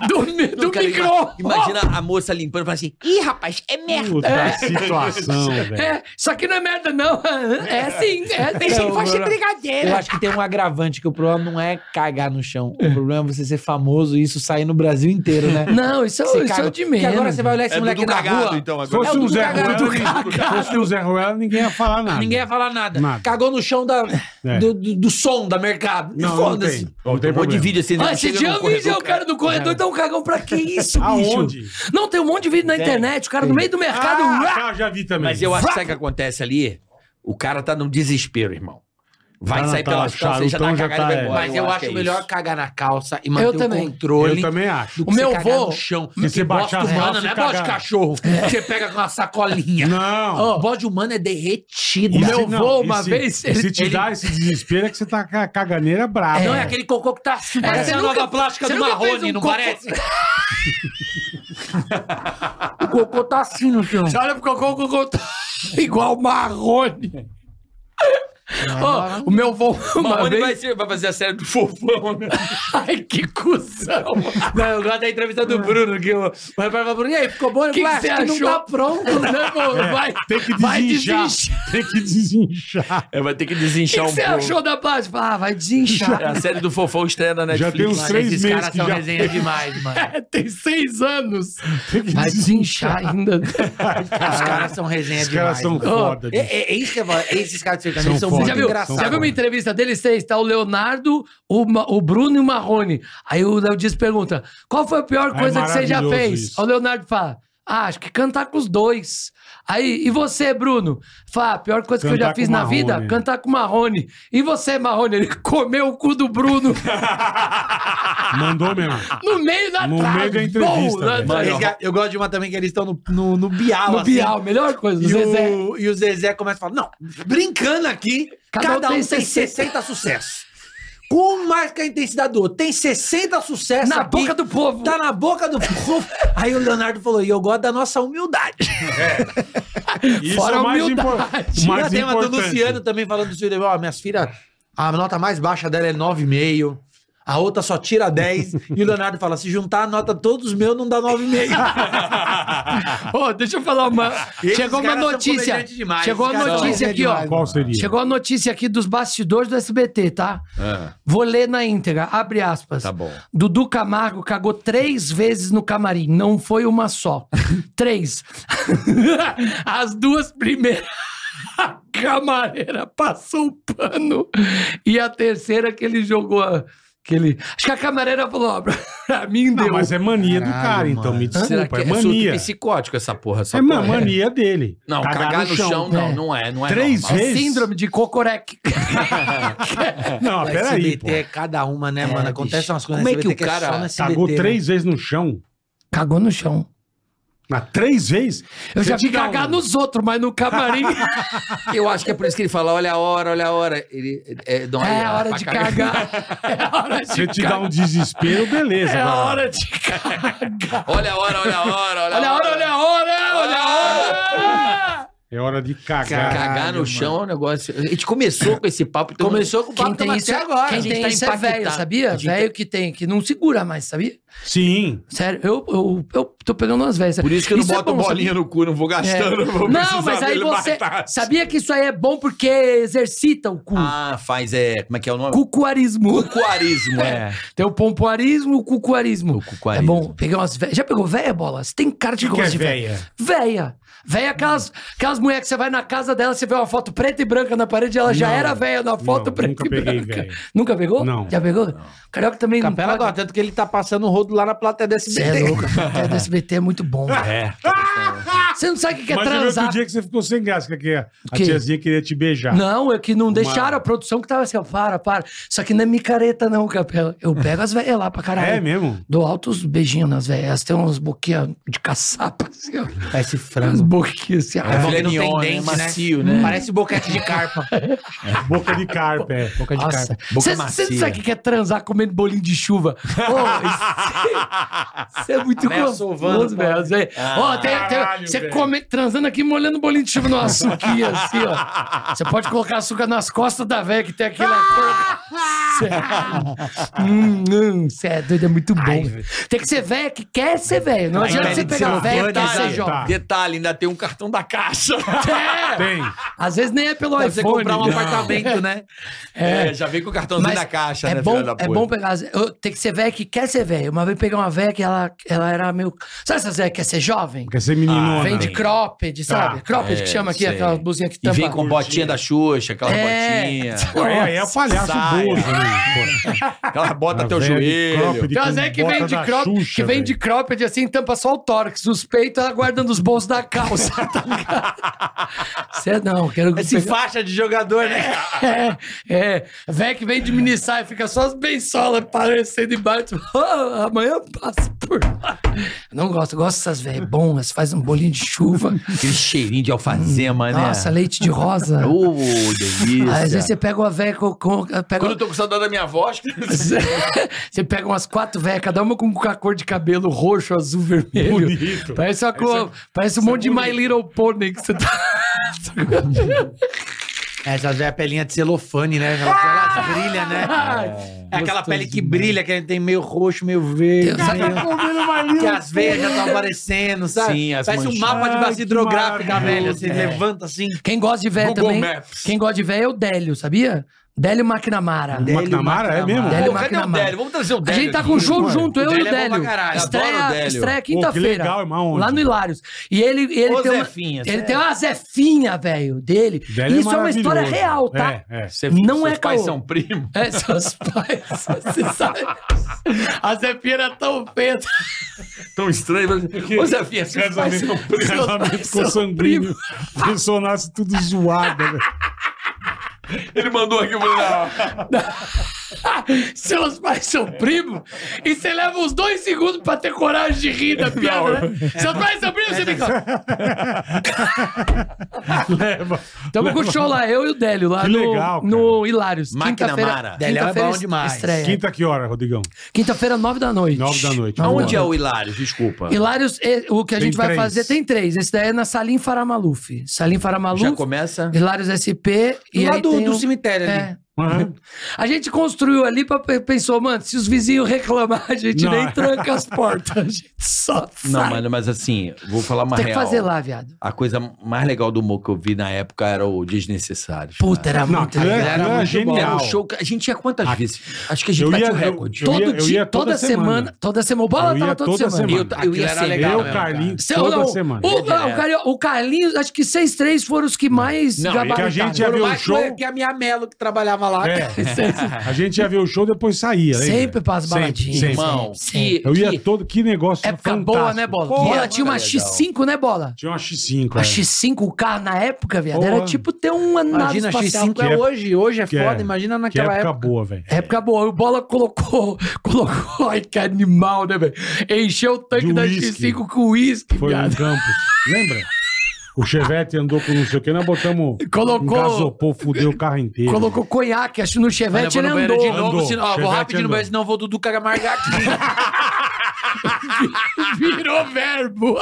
S1: Do, mi- do
S7: Cara,
S1: micro.
S7: ima- Imagina a moça limpando e falando assim: Ih, rapaz, é merda.
S8: Puta situação, velho.
S1: É, isso aqui não é merda, não. É sim, é
S4: Não,
S1: sim.
S4: não, não. Eu acho que tem um agravante, que o problema não é cagar no chão. O problema é você ser famoso e isso sair no Brasil inteiro, né?
S1: Não, isso, é-
S4: Você
S1: isso é
S4: caga-
S1: o de menos.
S4: Porque agora você vai olhar esse
S7: É
S4: moleque
S7: Dudu
S4: na
S7: cagado,
S4: rua...
S7: então.
S8: Se
S7: Agora.
S8: fosse
S4: É o
S8: um
S4: do
S8: Zé
S4: cagado,
S8: Ruela,
S4: do
S8: ninguém- se fosse um Zé Ruela, ninguém ia falar nada.
S4: Ninguém vai falar nada.
S8: Nada.
S4: Cagou no chão da,
S8: É.
S4: do, do- do som da mercado.
S8: Não, não
S4: Foda-se.
S8: tem. Não tem
S7: Um monte de
S8: problema.
S7: vídeo assim.
S1: Ah,
S7: né?
S1: esse
S7: Chega
S1: dia
S7: no
S1: eu vi já
S7: corredor,
S1: o cara do corredor, então um cagão pra que isso, bicho?
S8: Aonde?
S1: Não, tem um monte de vídeo na internet, o cara no meio do mercado.
S4: um
S1: um uá!
S8: Ah, já, já vi também.
S7: Mas eu acho que sabe o que acontece ali? O cara tá num desespero, irmão. Vai
S8: Tá, não,
S7: sair
S8: tá,
S7: pelas
S8: charutão
S7: calças, já tá
S8: já
S7: cagado e
S8: tá,
S7: vai
S8: é.
S7: embora.
S4: Mas eu, acho
S7: que é
S4: melhor
S7: isso.
S4: cagar na calça e manter
S1: Eu
S4: o
S1: também.
S4: controle.
S8: Eu também acho.
S4: do
S1: O
S4: que
S1: meu
S4: você cagar
S1: vô-
S4: no chão.
S8: Que você
S4: bosta
S8: baixar as
S4: humana, não
S8: calças e
S4: é bosta de
S8: cagar.
S4: cachorro. Você pega com uma sacolinha.
S8: Não.
S4: Ó, bode humano é derretido.
S8: E
S4: Não,
S8: se-
S1: meu
S8: não,
S1: vô,
S8: e
S1: uma
S8: se-
S1: vez,
S8: e Se
S1: ele-
S8: te
S1: ele-
S8: dá esse desespero, é que você tá com a caganeira brava.
S4: não é aquele cocô que tá assim. parece
S1: você
S4: a
S1: nunca-
S4: nova plástica
S1: você
S4: do
S1: nunca fez
S4: Marrone,
S1: um
S4: não
S1: cocô-
S4: parece? o cocô tá assim no chão.
S1: Você olha pro cocô, o cocô tá <laughs> igual marrone.
S8: É,
S1: Ó, o meu vô uma
S7: Marrone
S1: vez...
S7: vai, ser- vai fazer a série do fofão, né?
S1: Ai, que cuzão.
S4: Não, eu gosto da entrevista do Bruno, que o o repórter falou, e aí, ficou bom? Ele
S1: que
S4: falou, "Ah,
S1: você
S4: acho que não
S1: achou?"
S4: tá pronto.
S1: <laughs> Né, vô?
S8: É,
S1: vai,
S8: tem que
S1: vai
S8: desinchar.
S1: desinchar.
S8: Tem que desinchar.
S7: É, vai ter que
S1: O que,
S7: desinchar
S1: que
S7: um
S1: você
S7: pouco.
S1: achou da parte? Ah, vai desinchar.
S7: É, <laughs> A série do fofão estreia na
S8: Já
S7: Netflix.
S8: tem uns
S7: lá.
S8: três
S4: Esses
S8: meses
S4: caras
S8: que
S4: são
S8: já...
S4: resenha demais, mano.
S1: <laughs> <laughs> É, tem seis anos.
S8: Tem que
S1: Vai desinchar ainda.
S8: <laughs>
S4: Os caras são resenha
S8: Os
S4: demais.
S8: caras são
S4: mano.
S8: foda.
S4: É,
S8: bicho.
S4: é, é isso que eu falo, Esses caras de sertanejo
S8: São
S4: são
S8: foda.
S4: muito
S1: Você já viu,
S4: engraçados.
S1: já viu uma entrevista deles três? Tá o Leonardo, o, Ma- o Bruno e o Marrone. Aí o Léo Dias pergunta: qual foi a pior
S8: Ah, é
S1: coisa que você já
S8: maravilhoso
S1: fez?
S8: isso.
S1: Aí O Leonardo fala: Ah, acho que cantar com os dois. Aí, e você, Bruno? Fala, a pior coisa que eu
S8: Cantar
S1: já fiz
S8: com
S1: na
S8: Marrone.
S1: vida, cantar com o Marrone. E você, Marrone? Ele comeu o cu do
S8: <laughs>
S1: Bruno.
S8: Mandou mesmo.
S1: No meio da
S8: No
S1: tarde.
S8: meio da entrevista,
S1: Bom,
S8: velho.
S1: na-
S8: Mano,
S1: Esse cara-
S4: Eu gosto de uma também é que eles estão no, no, no Bial. assim.
S1: No Bial, melhor coisa,
S4: E,
S1: Zezé.
S4: O, e o Zezé começa a falar: não, brincando aqui,
S1: Cada
S4: cada,
S1: um
S4: um
S1: tem
S4: tem
S1: 60.
S4: 60, sucessos. Com mais que a intensidade do outro. Tem 60 sucessos.
S1: Na
S4: aqui,
S1: boca do povo.
S4: Tá na boca do povo. Aí o Leonardo falou: e eu gosto da nossa humildade.
S8: Isso
S1: Fora
S8: é o mais,
S1: humildade.
S8: impor... o mais
S4: Já tem uma do
S8: importante.
S4: Luciano também falando do filho. Ó, minhas filhas, a nota mais baixa dela é 9,5. A outra só tira 10. e o Leonardo fala: se juntar a nota todos os meus, não dá
S8: Ah,
S4: 9,5.
S1: Ô, deixa eu falar uma.
S4: Esses
S1: Chegou uma
S4: caras são
S1: notícia.
S4: comediantes demais.
S1: Chegou
S4: Esses
S1: a
S4: caras são
S1: notícia aqui, ó.
S8: Qual seria?
S1: Chegou a notícia aqui dos bastidores do SBT, tá?
S8: É.
S1: Vou ler na íntegra, abre aspas.
S7: Tá bom.
S1: Dudu Camargo cagou três vezes no camarim, não foi uma
S8: <laughs>
S1: só. três. <laughs> As duas primeiras. A camareira passou o pano. E a terceira que ele jogou. a- Que ele... Acho que a camareira falou: ó, <laughs> pra mim
S8: Não,
S1: deu.
S8: mas é mania do
S4: Caralho,
S8: cara, então.
S4: mano.
S8: Me
S7: Será
S8: desculpa,
S7: que
S8: é
S7: é, surto
S8: mania.
S7: psicótico essa porra? Essa
S8: É
S7: porra.
S8: uma mania dele.
S7: Não, cagar, no chão, não, não é. Não é
S8: Três
S7: normal.
S8: vezes?
S1: Síndrome de Cocorec.
S8: <laughs>
S1: <laughs>
S8: Não,
S4: O
S8: peraí,
S4: SBT
S8: pô.
S4: é cada uma, né, mano? Acontece
S7: bicho.
S4: umas coisas
S7: Como é que
S4: no
S7: o cara
S4: só no SBT,
S8: Cagou
S4: né?
S8: três vezes no chão.
S1: Cagou no chão.
S8: Mas três vezes?
S1: Eu
S8: Você
S1: já vi
S8: diga
S1: cagar
S8: um.
S1: nos outros, mas no
S8: <laughs>
S1: camarim.
S7: Eu acho que é por isso que ele fala: olha a hora, olha a hora. Ele, é, dá uma
S1: é a
S7: olhada
S1: hora
S7: pra
S1: de
S7: cagar.
S1: cagar. <laughs> É a hora
S8: Se
S1: de
S8: te dá um desespero, beleza.
S1: É a
S8: agora.
S1: hora de cagar.
S7: <laughs> Olha a hora, olha a hora, olha,
S1: Olha a hora, olha a hora, olha a hora.
S8: É hora de cagar.
S7: Cagar no chão é um negócio. A gente começou com esse papo. então-
S4: Começou com o
S1: Quem
S4: papo
S1: tem
S4: até
S1: isso é,
S4: agora.
S1: quem
S4: A gente
S1: tem
S4: tá
S1: isso é velho,
S4: impactado.
S1: sabia?
S4: A gente tá-
S1: Velho que tem, que não segura mais, sabia?
S8: Sim.
S1: Sério, eu, eu, eu tô pegando umas velhas.
S6: Por isso que eu não
S1: é
S6: boto
S1: bom,
S6: bolinha
S1: sabia?
S6: no cu, não vou gastando.
S1: É.
S6: Vou
S1: Não,
S6: precisar
S1: mas aí
S6: dele
S1: você.
S6: matar.
S1: Sabia que isso aí é bom porque exercita o cu.
S7: Ah, faz é. Como é que é o nome?
S1: Cucuarismo.
S7: Cuarismo, é.
S1: Tem o pompoarismo e o cucuarismo. É
S7: cucuarismo.
S1: bom, peguei umas velhas. Já pegou véia, bola? Você tem cara de
S8: Que é
S1: gosta de véia.
S8: véia.
S1: Véia. Véia, aquelas, aquelas mulheres que você vai na casa dela, você vê uma foto preta e branca na parede, ela já
S8: Não.
S1: era véia na foto
S8: Não,
S1: preta
S8: nunca
S1: e
S8: peguei
S1: branca.
S8: véia.
S1: Nunca pegou?
S8: Não.
S1: Já pegou? Carioca também
S4: Capela
S1: não
S4: agora,
S1: pode.
S4: tanto que ele tá passando o rodo lá na plateia da
S1: Você é
S4: SBT. <laughs>
S1: louco. A do SBT é muito bom.
S8: <laughs>
S7: É.
S1: Você não sabe o que que é
S8: Ah, Mas você viu outro
S1: transar.
S8: dia que você ficou sem graça, que a- a
S1: Que?
S8: tiazinha queria te beijar.
S1: Não, é que não deixaram a produção que tava assim, ó, para, para. Isso aqui não é micareta, não, Capela. Eu pego as velhas lá pra caralho.
S8: É mesmo?
S1: Dou altos beijinhos nas velhas. Elas têm uns boquinhas de caçapa, assim, ó.
S4: Parece
S1: Umas
S4: frango.
S1: boquinhas assim, ó.
S7: É filé
S4: não tem
S7: mignon, né?
S4: dente, né?
S7: Macio, né?
S4: Parece boquete de carpa.
S8: Boca de carpa, é.
S4: Boca de
S1: Nossa,
S4: carpa.
S1: você
S7: Boca
S1: não
S7: macia.
S1: sabe o que que é transar comendo bolinho de chuva? Ô, isso- Isso é muito gostoso, velho. Você- Ó, tem- tem-
S8: Ah, Caralho,
S1: Você
S8: velho.
S1: come transando aqui, molhando bolinho de chuva no açuquinha, assim, ó. Você pode colocar açúcar nas costas da velha que tem aquela... Cê- hum, hum, cê é doido, é muito bom. velho. tem que ser velha que quer ser velha. Não adianta
S7: Aí
S1: você
S7: tem que
S1: pegar
S8: é
S7: ser
S1: velha que quer
S7: Detalhe,
S1: ser jovem.
S8: Tá.
S7: detalhe, ainda tem um cartão da caixa.
S1: É,
S8: Tem.
S1: às vezes nem é pelo
S7: Pra
S1: iPhone.
S7: você comprar um
S1: Não.
S7: apartamento, né? É. já vem com o cartãozinho
S1: Mas
S7: da caixa,
S1: é
S7: né,
S1: bom,
S7: filha da
S1: é
S7: puta?
S1: bom pegar. as- eu- Tem que ser velha que quer ser velha. Uma vez peguei uma velha que ela, ela era meio. Sabe essas velhas que quer ser jovem?
S8: Quer ser meninona.
S1: Vem de cropped, sabe? cropped
S7: É,
S1: que chama aqui,
S7: sei.
S1: aquela blusinha que
S7: E
S1: tampa.
S7: vem com botinha da Xuxa, aquela
S1: É. <laughs>
S7: botinha.
S8: Pô, é, aí é o palhaço
S7: Saia.
S8: bozo, né?
S1: <laughs>
S7: Aquela bota
S1: Tá
S8: Uma
S7: até o
S8: velha de
S7: joelho.
S8: cropped
S1: Tem umas
S8: com
S1: velhas que vem
S8: bota
S1: de
S8: da
S1: cropped,
S8: Xuxa,
S1: que vem de
S8: velho.
S1: cropped assim, tampa só o tórax, os peitos, ela guarda nos bolsos da
S7: <laughs>
S1: calça. tá ligado? Você é não, quero
S4: Esse
S1: pegar-
S4: faixa de jogador, né?
S1: É, é. Véi que vem de minissai e fica só as bençolas parecendo embaixo. <laughs> Ah, amanhã eu passo por lá. Eu não gosto, eu gosto dessas velhas bombas, faz um bolinho de chuva.
S7: Aquele cheirinho de alfazema, né?
S1: Nossa, leite de rosa. Aí,
S7: Ô, É
S1: Às vezes
S7: delícia.
S1: você pega uma véia com. com- pega-
S6: Quando eu tô com saudade da minha voz,
S1: <laughs> você pega umas quatro velhas, cada uma com a cor de cabelo roxo, azul, vermelho.
S8: Bonito.
S1: Parece, uma cor- parece um
S6: é
S1: monte de My Little Pony que você tá.
S6: <laughs>
S4: Essas é a pelinha de celofane, né? Ela,
S7: <laughs>
S4: ela brilha, né? É aquela
S1: Gostoso
S4: pele que
S1: demais.
S4: brilha, que ela tem meio roxo, meio verde.
S1: Deus,
S4: meio-
S8: Comendo uma linda
S4: Que as veias já estão aparecendo, sabe?
S7: Sim, as É.
S4: Parece um
S7: manchadas.
S4: mapa de
S8: Ai,
S4: base
S8: que
S4: hidrográfica,
S8: maravilhoso.
S4: velho. Você levanta assim.
S1: Quem gosta de véia
S6: Google
S1: também.
S6: Maps.
S1: Quem gosta de véia é o Délio, sabia? Délio McNamara.
S8: Délio McNamara, é mesmo?
S1: Délio
S8: Pô, cadê o
S1: McNamara.
S8: Délio?
S7: Vamos trazer Ah, o
S1: A
S7: Délio
S1: gente tá
S7: aqui.
S1: com o show
S7: Mano,
S1: junto,
S7: o
S1: eu
S7: Délio
S1: e
S7: é
S1: o
S7: bom
S1: Délio.
S7: pra caralho, adoro
S1: Estreia,
S7: o Délio.
S1: estreia
S7: Pô, que
S1: quinta-feira.
S7: legal, irmão, onde?
S1: Lá no Hilários. E ele, ele
S7: Ô,
S1: tem uma,
S7: Zefinha,
S1: ele
S7: sério.
S1: tem uma Zefinha, velho, dele.
S7: Délio é
S1: Isso é, uma história
S7: maravilhoso.
S1: real, tá?
S7: É, é. Você-
S1: Não
S7: seus
S1: é
S7: pais
S1: caô.
S7: são primo?
S1: É, seus pais.
S7: <laughs>
S1: Você sabe. A Zefinha era tão feia.
S7: Tão estranho. Mas... Ô, Zefinha, seus pais
S8: Casamento,
S7: são primos.
S8: casamento ficou sanguíneo. A pessoa nasce tudo né? zoada,
S1: <laughs>
S8: velho.
S7: Ele mandou aqui, eu falei, não.
S1: Seus pais são primos e você leva uns dois segundos pra ter coragem de rir
S7: <laughs>
S1: da piada,
S8: Não.
S1: né? Seus pais são primos, você fica.
S8: Leva.
S1: Tamo com o
S8: leva.
S1: show lá, eu e o Délio, lá
S8: Que
S1: no,
S8: legal, cara.
S1: no Hilários.
S8: Máquina
S1: Quinta-feira-
S8: Mara.
S1: Délio é
S8: Quinta-feira
S1: bom demais. estreia.
S8: Quinta que hora, Rodrigão?
S1: Quinta-feira, nove da noite.
S8: Nove da noite.
S7: Aonde é
S8: Boa.
S7: o Hilários? Desculpa.
S1: Hilários, é, o que a
S7: Tem
S1: gente vai
S7: três.
S1: fazer tem três. Esse daí é na Salim Faramaluf. Salim Faramaluf.
S7: Já começa?
S1: Hilários SP. E
S7: Lá
S1: aí
S7: do-
S1: tem
S7: do
S1: o-
S7: cemitério ali.
S1: É. A gente construiu ali, pra, pensou, mano, se os vizinhos <laughs> reclamar, a gente
S7: Não.
S1: nem tranca as portas. A gente só
S7: Não,
S1: sai.
S7: mano, mas assim, vou falar uma
S1: Tem que
S7: real.
S1: fazer lá, viado.
S7: A coisa mais legal do humor que eu vi na época era o Desnecessários.
S1: Puta, era
S7: Não,
S1: muito
S7: aquilo
S1: legal.
S7: era muito bom. Era um show
S1: a gente ia quantas vezes? Acho
S7: que a gente
S1: eu
S7: bateu
S1: ia,
S7: o recorde.
S1: Eu, todo
S7: eu ia- eu
S1: dia,
S7: ia
S1: toda,
S7: toda
S1: semana,
S7: semana.
S1: Toda semana. O Bola
S7: Eu
S1: tava
S7: ia
S1: toda,
S7: toda
S1: semana.
S7: semana. Eu- eu ia sempre. Eu,
S8: Carlinhos,
S1: Seu-
S8: toda
S1: não,
S8: semana.
S1: O, não, o,
S8: É.
S1: Carlinhos- o Carlinhos, acho que vocês três foram os que mais
S8: Não, e que a gente ia
S1: <laughs>
S4: é
S1: Foram
S8: ver o
S1: mais-
S8: show.
S4: Que a minha Melo que trabalhava lá.
S8: É.
S1: <laughs>
S8: A gente ia ver o show, depois saía. lembra?
S1: Sempre pras baladinhas.
S8: Sempre,
S1: Irmão,
S8: sempre.
S1: que-
S8: eu ia todo. Que negócio
S1: Época boa, né, Bola? bola tinha uma X5, né, Bola?
S8: Tinha uma X5.
S1: A
S8: é.
S1: X5, o carro na época, viado,
S8: Porra.
S1: era tipo ter uma nave
S4: Imagina, a
S1: espacial.
S4: X5 um é hoje, hoje é
S8: Que
S4: foda,
S8: é-
S4: imagina
S8: Que
S4: naquela
S8: época,
S4: época.
S8: boa, velho.
S1: Época boa. E o Bola colocou, <laughs> colocou, ai que animal, né, velho? Encheu o tanque
S8: De
S1: da
S8: uísque.
S1: X5 com uísque,
S8: Foi
S1: viado.
S8: no campus. Lembra? O Chevette andou com não sei o que, nós botamos.
S1: <laughs> Colocou-
S8: Gasopou, fudeu o carro inteiro.
S1: Colocou conhaque, acho que no Chevette
S8: Olha,
S1: ele
S8: eu vou no
S1: andou.
S8: banheiro de novo, Andou. senão- ó, vou Chevette rapidinho no andou. banheiro,
S1: senão vou Dudu Cagamarga aqui. Virou verbo.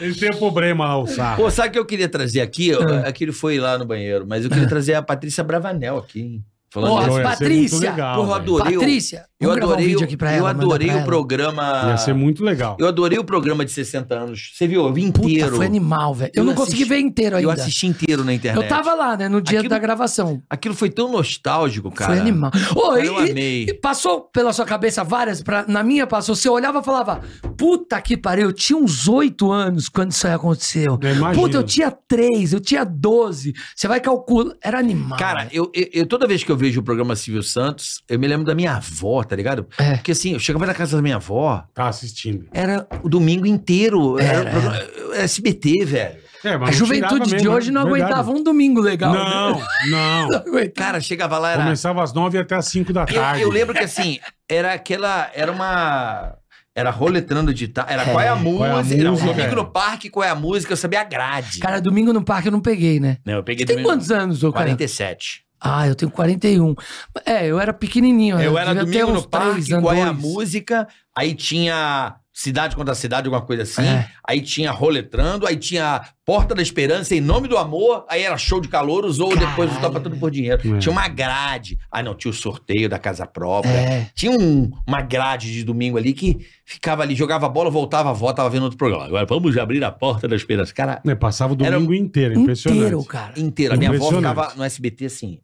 S8: Ele tem problema lá, o sarro.
S7: Pô, sabe o que eu queria trazer aqui? Eu-
S1: Ah.
S7: Aquele foi lá no banheiro, mas eu queria trazer a Patrícia Bravanel aqui, hein?
S1: Porra,
S7: nisso.
S1: Patrícia!
S8: Ah,
S7: Porra, eu adorei. o-
S1: Patrícia,
S7: eu
S1: vamos gravar um
S7: adorei,
S1: vídeo
S7: o-
S1: aqui pra
S7: eu
S1: ela, mandar
S7: adorei
S1: pra
S7: o
S1: ela.
S7: programa.
S8: Ia ser muito legal.
S7: Eu adorei o programa de 60 anos. Você viu? Eu vi inteiro.
S1: Puta, foi animal, velho. Eu, não consegui ver inteiro ainda.
S7: Eu assisti inteiro na internet.
S1: Eu tava lá, né, no dia da gravação.
S7: Aquilo foi tão nostálgico, cara.
S1: Foi animal. Ô,
S7: Cara,
S1: e-
S7: eu
S1: e-
S7: amei.
S1: E passou pela sua cabeça várias, pra- na minha passou. Você olhava e falava: Puta que pariu, eu tinha uns oito anos quando isso aí aconteceu.
S7: imagino.
S1: Puta, eu tinha três, eu tinha doze. Você vai calcular. Era animal.
S7: Cara, eu, eu- eu- toda vez que eu vejo o programa Silvio Santos, eu me lembro da minha avó, tá ligado?
S1: É.
S7: Porque assim, eu chegava na casa da minha avó.
S8: Tá assistindo.
S7: Era o domingo inteiro. Era, o programa- é SBT, velho.
S8: É, mas
S1: a
S8: não tirava
S1: juventude de
S8: mesmo,
S1: hoje
S8: né?
S1: não
S8: Verdade.
S1: aguentava um domingo legal. <laughs>
S8: Não,
S1: né?
S8: não.
S7: Cara, chegava lá, era.
S8: Começava às nove e até às cinco da
S7: Eu,
S8: tarde.
S7: eu lembro que assim, era aquela. Era uma. Era roletrando de tal. Era qual é a música? Era um
S8: música,
S7: domingo
S8: é.
S7: no parque, qual é a música? Eu sabia a grade.
S1: Cara, domingo no parque eu não peguei, né?
S7: Não, eu peguei
S1: Você tem
S7: domingo-
S1: quantos anos, ô, cara?
S7: 47.
S1: Ah, eu tenho 41. É, eu era pequenininho.
S7: Eu era
S1: devia ter
S7: domingo
S1: uns
S7: no
S1: três
S7: parque,
S1: anos,
S7: qual é a
S1: dois.
S7: música? Aí tinha Cidade contra Cidade, alguma coisa assim.
S1: É.
S7: Aí tinha Roletrando, aí tinha Porta da Esperança, Em Nome do Amor. Aí era show de calouros ou depois o Topa Tudo por Dinheiro. Tinha uma grade. Aí não, tinha o sorteio da casa própria.
S1: É.
S7: Tinha um- uma grade de domingo ali que ficava ali, jogava bola, voltava a avó, tava vendo outro programa. Agora vamos abrir a Porta da Esperança. Cara,
S8: É, passava o domingo inteiro, impressionante.
S7: inteiro. A minha avó
S8: Impressionante.
S7: ficava no SBT assim.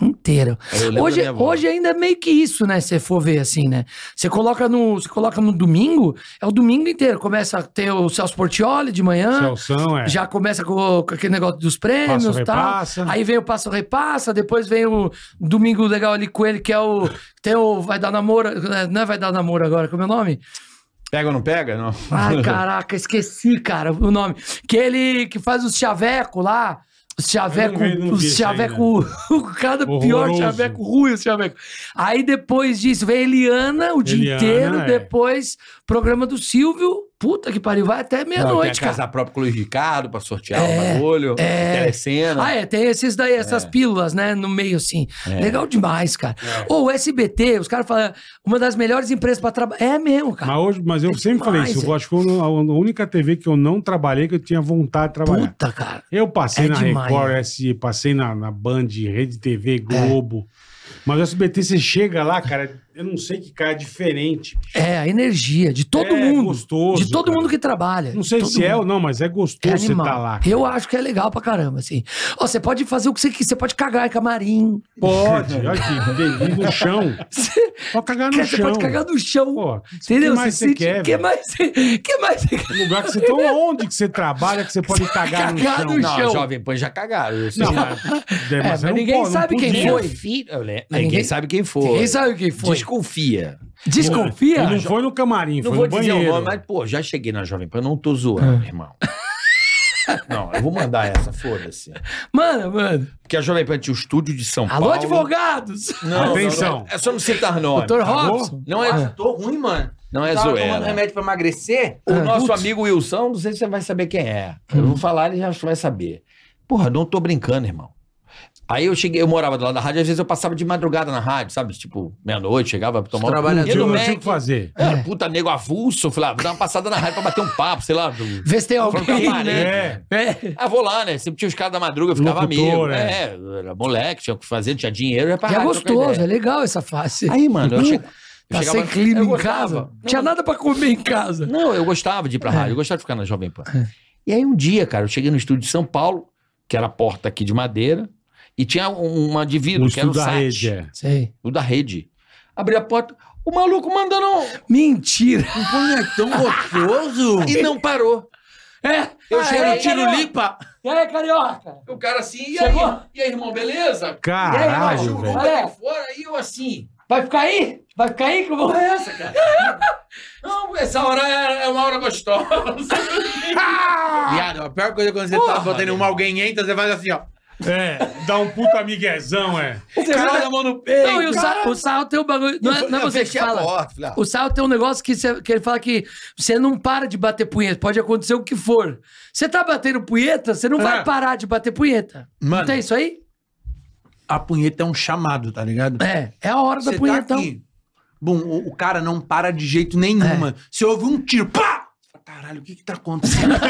S1: inteiro.
S7: Eu lembro
S1: Hoje,
S7: da minha avó.
S1: hoje ainda é meio que isso, né? Se você for ver assim, né? Você coloca no, você coloca no domingo, é o domingo inteiro. Começa a ter o Celso Portioli de manhã.
S8: Celção, é.
S1: Já começa com, o- com aquele negócio dos prêmios
S8: Passo,
S1: e tal.
S8: repassa.
S1: Aí vem o Passo Repassa, depois vem o Domingo Legal ali com ele, que é o. Tem o Vai Dar Namoro. Não é Vai Dar Namoro agora, como é o nome?
S7: Pega ou não pega? Não.
S1: Ai, Ah,
S8: <laughs>
S1: caraca, esqueci, cara, o nome. Que ele que faz os chaveco lá. Os chaveco,
S8: Eu não vi, não vi
S1: os
S8: esse
S1: chaveco, <laughs> o cada pior
S8: Horroroso.
S1: chaveco ruim, os chaveco. Aí depois disso, vem Eliana o dia
S7: Eliana,
S1: inteiro,
S7: é.
S1: depois programa do Silvio, puta que pariu, vai até meia-noite,
S7: Tem a
S1: cara.
S7: casa própria com o Luiz Ricardo pra sortear
S1: É,
S7: o bagulho.
S1: é.
S8: né?
S7: Telecena.
S1: Ah, é, tem esses daí, essas pílulas, né, no meio assim.
S7: É.
S1: Legal demais, cara.
S8: É.
S1: Ou o SBT, os caras falam, uma das melhores empresas pra trabalhar. É mesmo, cara.
S8: Mas, hoje, mas eu sempre falei isso.
S1: velho.
S8: Eu acho que foi a única TV que eu não trabalhei que eu tinha vontade de trabalhar.
S1: Puta, cara.
S8: Eu passei
S1: É
S8: na
S1: demais, É.
S8: Record,
S1: né?
S8: S, passei na, na Band, Rede TV, Globo. Mas o SBT, você chega lá, cara, Eu não sei que cara é diferente. bicho.
S1: É, a energia de todo
S8: É
S1: mundo.
S8: gostoso,
S1: de todo
S8: cara.
S1: mundo que trabalha.
S8: Não sei
S1: Todo
S8: se é
S1: mundo.
S8: ou não, mas é gostoso
S1: É
S8: você
S1: animal.
S8: tá lá.
S1: Eu acho que é legal pra caramba, assim. Ó, você pode fazer o que você quiser. Você pode cagar em camarim.
S8: Pode, olha aqui, bebi
S1: <laughs>
S8: no chão. Pode cagar no
S1: Cara,
S8: chão.
S1: <laughs> Você pode cagar no chão.
S8: que mais você
S1: sente-
S8: quer,
S1: que
S8: velho?
S1: mais você- que mais você quer?
S8: Lugar que você tá onde que você trabalha que você pode cagar,
S1: Cagar
S8: no chão.
S1: tá no chão.
S7: Pan já cagaram. eu sei
S8: Não,
S7: lá.
S8: mas,
S7: É,
S8: mas
S7: mas
S8: não
S7: ninguém
S8: pode, não
S7: sabe quem
S8: podia.
S7: foi. Filho, eu le-
S8: Mas
S7: ninguém,
S8: ninguém-
S7: sabe quem foi.
S8: Ninguém sabe quem foi.
S7: Desconfia.
S8: Ele não foi no camarim,
S7: Não vou
S8: foi no
S7: dizer
S8: banheiro.
S7: o nome, mas, pô, já cheguei na Jovem Pan, não tô zoando, irmão. Não, eu vou mandar essa, foda-se.
S1: Mano, mano.
S7: Porque a Jovem Pan tinha o estúdio de São
S1: Alô,
S7: Paulo.
S1: advogados!
S8: Tá,
S7: Atenção. é só não citar nome.
S1: Doutor
S7: tá bom?
S1: Robson.
S7: Não é,
S1: Ah.
S7: tô ruim, mano. Não é
S4: Tava tomando
S7: zoeira.
S4: remédio pra emagrecer?
S7: O
S1: Ah,
S7: nosso amigo Wilson, não sei se você vai saber quem é. Eu vou falar, ele já vai saber. Porra, não tô brincando, irmão. Aí eu cheguei, eu morava do lado da rádio, às vezes eu passava de madrugada na rádio, sabe? Tipo, meia-noite, chegava pra tomar um
S8: Não tinha,
S7: Eu
S8: não
S7: não
S8: tinha o que fazer.
S7: Era
S1: É.
S7: puta nego avulso, eu falei, ah, vou dar uma passada na rádio pra bater um papo, sei lá.
S1: <laughs>
S7: Do...
S1: Vê se tem alguém,
S7: Falando com a parede.
S1: né? É.
S7: Ah, vou lá, né? Sempre tinha os caras da madruga, eu ficava
S1: Locutor,
S7: amigo.
S1: é.
S7: É. era moleque, tinha o que fazer, tinha dinheiro, ia pra
S1: E é
S7: rádio trocar
S1: gostoso,
S7: ideia.
S1: é legal essa face.
S7: Aí, mano, eu, che... eu
S1: Tá sem
S7: chegava-
S1: clima
S7: eu
S1: em
S7: gostava.
S1: casa. Tinha nada pra comer em casa.
S7: Não, eu gostava de ir pra
S1: É.
S7: rádio, eu gostava de ficar na Jovem Pan. E aí um dia, cara, eu cheguei no estúdio de São Paulo, que era a porta aqui de madeira, e tinha um- uma de vidro,
S8: No
S7: que era o
S8: estúdio da
S7: SAT.
S8: rede, é.
S1: Sei.
S7: O da rede. Abri a porta, o maluco mandando um...
S1: Mentira!
S7: Um bonecão gostoso! e não parou.
S1: É,
S7: eu cheguei
S1: é,
S7: tiro
S1: carioca.
S7: limpa.
S1: E aí, carioca?
S7: O cara assim, e
S1: Chegou?
S7: aí, e aí, irmão, beleza?
S8: Caralho,
S7: e aí, irmão,
S8: velho.
S7: vai fora, aí eu assim...
S1: Vai ficar aí? Vai ficar aí que eu vou.
S7: Porra é essa, cara? Não, essa hora é, é uma hora gostosa.
S4: <laughs>
S7: Viado, a pior coisa é quando você tá botando uma alguém entra, você faz assim, ó.
S8: É, dá um puta amiguezão, é.
S7: O cara
S4: um
S7: da mão no peito.
S1: Não, e o sarro, o sarro tem um bagulho. Não é, não é
S7: Eu
S1: você que
S7: fechei a
S1: fala.
S7: porta, ah, filha.
S1: o sarro tem um negócio que, você- que ele fala que você não para de bater punheta. Pode acontecer o que for. Você tá batendo punheta, você não vai parar de bater punheta.
S4: Mano.
S1: Não tem isso aí?
S4: A punheta é um chamado, tá ligado?
S1: É, é a hora da
S4: Você tá
S1: punhetão.
S4: aqui. Bom, o, o cara não para de jeito nenhum,
S1: É.
S4: mano. Se houve um tiro, pá! Caralho, o que que tá acontecendo?
S8: <laughs>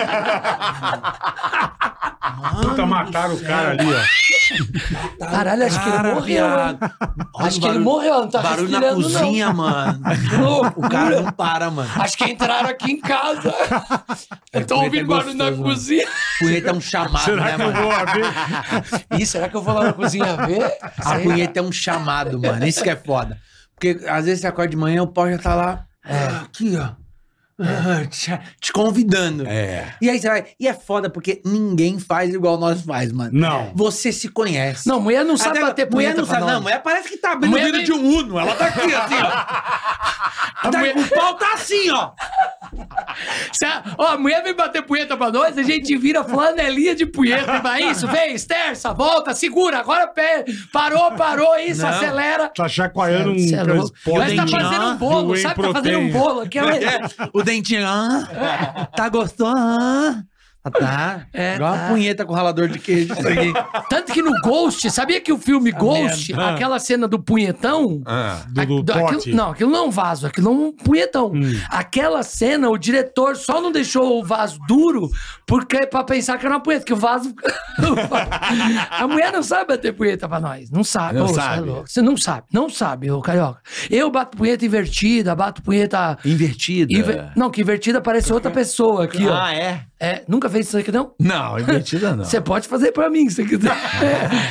S8: Puta, mataram o cara ali, ó.
S1: Caralho, acho que ele
S4: Cara,
S1: morreu.
S4: viado.
S1: hein? Acho que ele morreu, não tá
S4: Barulho na
S1: respirando, não. <laughs>
S4: cozinha, mano.
S1: Que louco.
S4: O cara não para, mano.
S1: Acho que entraram aqui em casa. Eu tô
S4: punheta
S1: ouvindo
S4: é
S1: barulho na
S4: gostoso,
S1: cozinha.
S4: Punheta é um chamado,
S8: Será
S4: né,
S8: que eu
S4: mano?
S8: vou abrir?
S1: Ih, será que eu vou lá na cozinha ver?
S4: A punheta é um chamado, mano. Isso que é foda. Porque às vezes você acorda de manhã, o pau já tá lá.
S1: É.
S4: ah, Aqui, ó. Ah, Te, te convidando.
S7: É.
S4: E aí você vai. E é foda porque ninguém faz igual nós faz, mano.
S8: Não.
S4: Você se conhece.
S1: Não, mulher não sabe
S4: Até-
S1: bater
S4: mulher
S1: punheta.
S4: não
S1: pra
S4: sabe.
S1: nós.
S4: Não, mulher parece que tá abrindo o
S1: Mulher
S4: vidro
S1: nem-
S4: de um Uno. Ela tá aqui, assim, ó. Tá- O pau tá assim, ó.
S1: Se a, ó, a mulher vem bater punheta pra nós, a gente vira flanelinha de punheta. Vai isso, vem, esterça, volta, segura, agora pé, parou, parou, isso,
S4: Não.
S1: acelera.
S8: Tá chacoalhando um
S1: Cê é louco. Mas
S8: transporte.
S1: tá
S4: Dentinho,
S1: fazendo um
S8: do
S1: bolo, sabe? Tá fazendo um
S8: Whey Protein.
S1: bolo aqui.
S4: <laughs>
S1: ó.
S4: É, O dentinho, ah, tá gostoso, ah. Ah, Tá.
S1: É,
S4: Igual
S1: tá. Assim,
S4: uma punheta com ralador de queijo, isso
S1: <laughs>
S4: aqui.
S1: Tanto que no Ghost, sabia que o filme Ghost,
S8: merda.
S1: aquela cena do
S4: Ah.
S1: punhetão.
S7: ah,
S8: Do, do
S1: aquilo-
S8: pote.
S1: não, aquilo não é um vaso, aquilo é um punhetão. Aquela cena, o diretor só não deixou o vaso duro porque é pra pensar que era uma punheta, que o vaso. <laughs> a mulher não sabe bater punheta pra nós. Não sabe.
S7: Não
S1: Ô,
S7: sabe.
S1: Você, é louco. Você não sabe, não sabe, ô carioca. Eu bato punheta invertida, bato punheta.
S7: Invertida.
S1: inver- Não, que invertida parece outra pessoa aqui, ó.
S7: Ah, é?
S1: É, nunca fez isso aqui, não?
S7: Não, invertida não.
S1: Você pode fazer pra mim, se você quiser.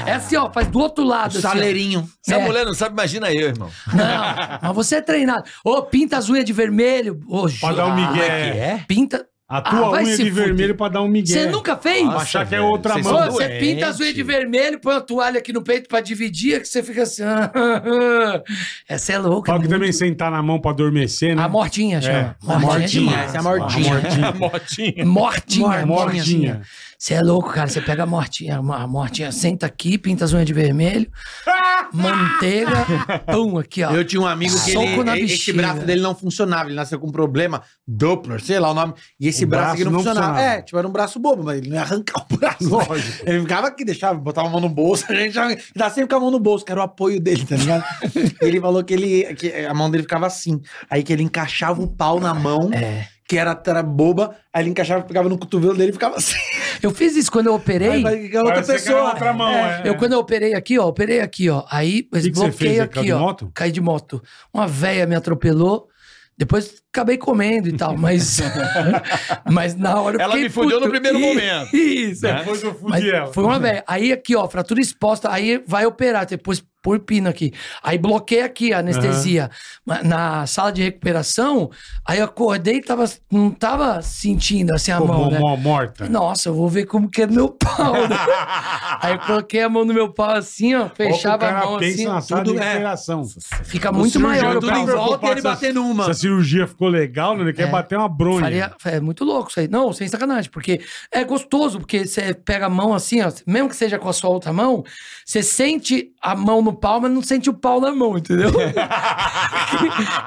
S1: É, assim, ó, faz do outro lado. assim, ó.
S4: Saleirinho.
S7: Se a
S1: É.
S7: mulher não sabe, imagina eu, irmão.
S1: Não, mas você é treinado. Ô, pinta as unhas de vermelho. Ô,
S8: Pra dar um migué.
S7: é?
S1: Pinta. Ah,
S8: A tua
S1: vai
S8: unha é
S1: se
S8: de
S1: fuder.
S8: vermelho pra dar um migué.
S1: Você nunca fez?
S8: Pra achar que é outra
S7: Vocês
S1: Ô,
S8: mão.
S7: são
S1: você
S7: doente.
S1: pinta as unhas de vermelho, põe a toalha aqui no peito pra dividir, que você fica assim. <laughs> ah, ah, ah. Essa é louca.
S8: Fala que
S1: é muito-
S8: também sentar na mão pra adormecer, né?
S1: A mortinha chama.
S8: É,
S1: Mortinha.
S4: Mortinha,
S1: demais.
S4: essa é a mortinha.
S1: <laughs>
S8: Mortinha.
S7: Motinha.
S1: Mortinha,
S8: Mortinha.
S1: mortinha. Você é louco, cara. Você pega a mortinha, a mortinha senta aqui, pinta as unhas de vermelho,
S8: <laughs>
S1: manteiga, pum, aqui, ó.
S4: Eu tinha um amigo que
S1: Soco
S4: ele,
S1: na
S4: e- esse
S1: bexiga.
S4: braço dele não funcionava, ele nasceu com um problema, Doppler, sei lá o nome, e esse
S8: O
S4: braço,
S8: braço
S4: aqui não,
S8: não
S4: funcionava.
S8: funcionava.
S4: É, tipo, era um braço bobo, mas ele não ia arrancar <laughs> o braço.
S8: Lógico.
S4: Ele ficava aqui, deixava, botava a mão no bolso, a gente já, ele tava sempre com a mão no bolso, que era o apoio dele, tá
S1: <laughs>
S4: ligado?
S1: É.
S4: e ele falou que, ele, que a mão dele ficava assim, aí que ele encaixava o pau na mão, que era, era boba, aí ele encaixava, pegava no cotovelo dele e ficava assim.
S1: Eu fiz isso quando eu operei.
S4: Aí vai ficar outra
S1: Parece que era
S4: pessoa.
S1: outra mão, é. Eu, quando eu operei aqui, ó, operei aqui, ó. Aí
S4: que
S1: desbloqueei
S4: que você fez?
S1: aqui,
S4: Caiu de
S1: ó.
S4: moto?
S1: Caí de moto. Uma véia me atropelou. Depois acabei comendo e
S4: <laughs>
S1: tal, mas. mas na hora eu
S7: Ela
S1: fiquei
S7: me fudeu
S1: puto.
S7: no primeiro
S1: Ih,
S7: momento.
S1: Isso.
S7: Né?
S1: é.
S7: Depois eu fudi
S1: Mas
S7: ela.
S1: Foi uma velha. Aí aqui, ó, fratura exposta, aí vai operar, depois por pino aqui. Aí bloqueia aqui a anestesia. Ma- Na sala de recuperação, aí eu acordei e tava, não tava sentindo assim a
S8: Pô,
S1: mão,
S8: mó-
S1: né?
S8: mó morta.
S1: Nossa, eu vou ver como que é meu pau,
S8: <laughs>
S1: né? Aí eu coloquei a mão no meu pau assim, ó, fechava
S8: o cara
S1: a mão
S8: pensa
S1: assim.
S8: na sala
S1: tudo,
S8: de
S1: é.
S8: recuperação.
S1: Fica muito maior o
S8: Tudo
S1: pau.
S8: em volta ele bater numa. Se a cirurgia ficou legal, né? ele quer bater uma bronha.
S1: Faria- é muito louco isso aí. Não, sem sacanagem, porque é gostoso, porque você pega a mão assim, ó, mesmo que seja com a sua outra mão, você sente a mão no pau, mas não sente o pau na mão,
S8: <laughs>
S1: entendeu? <laughs>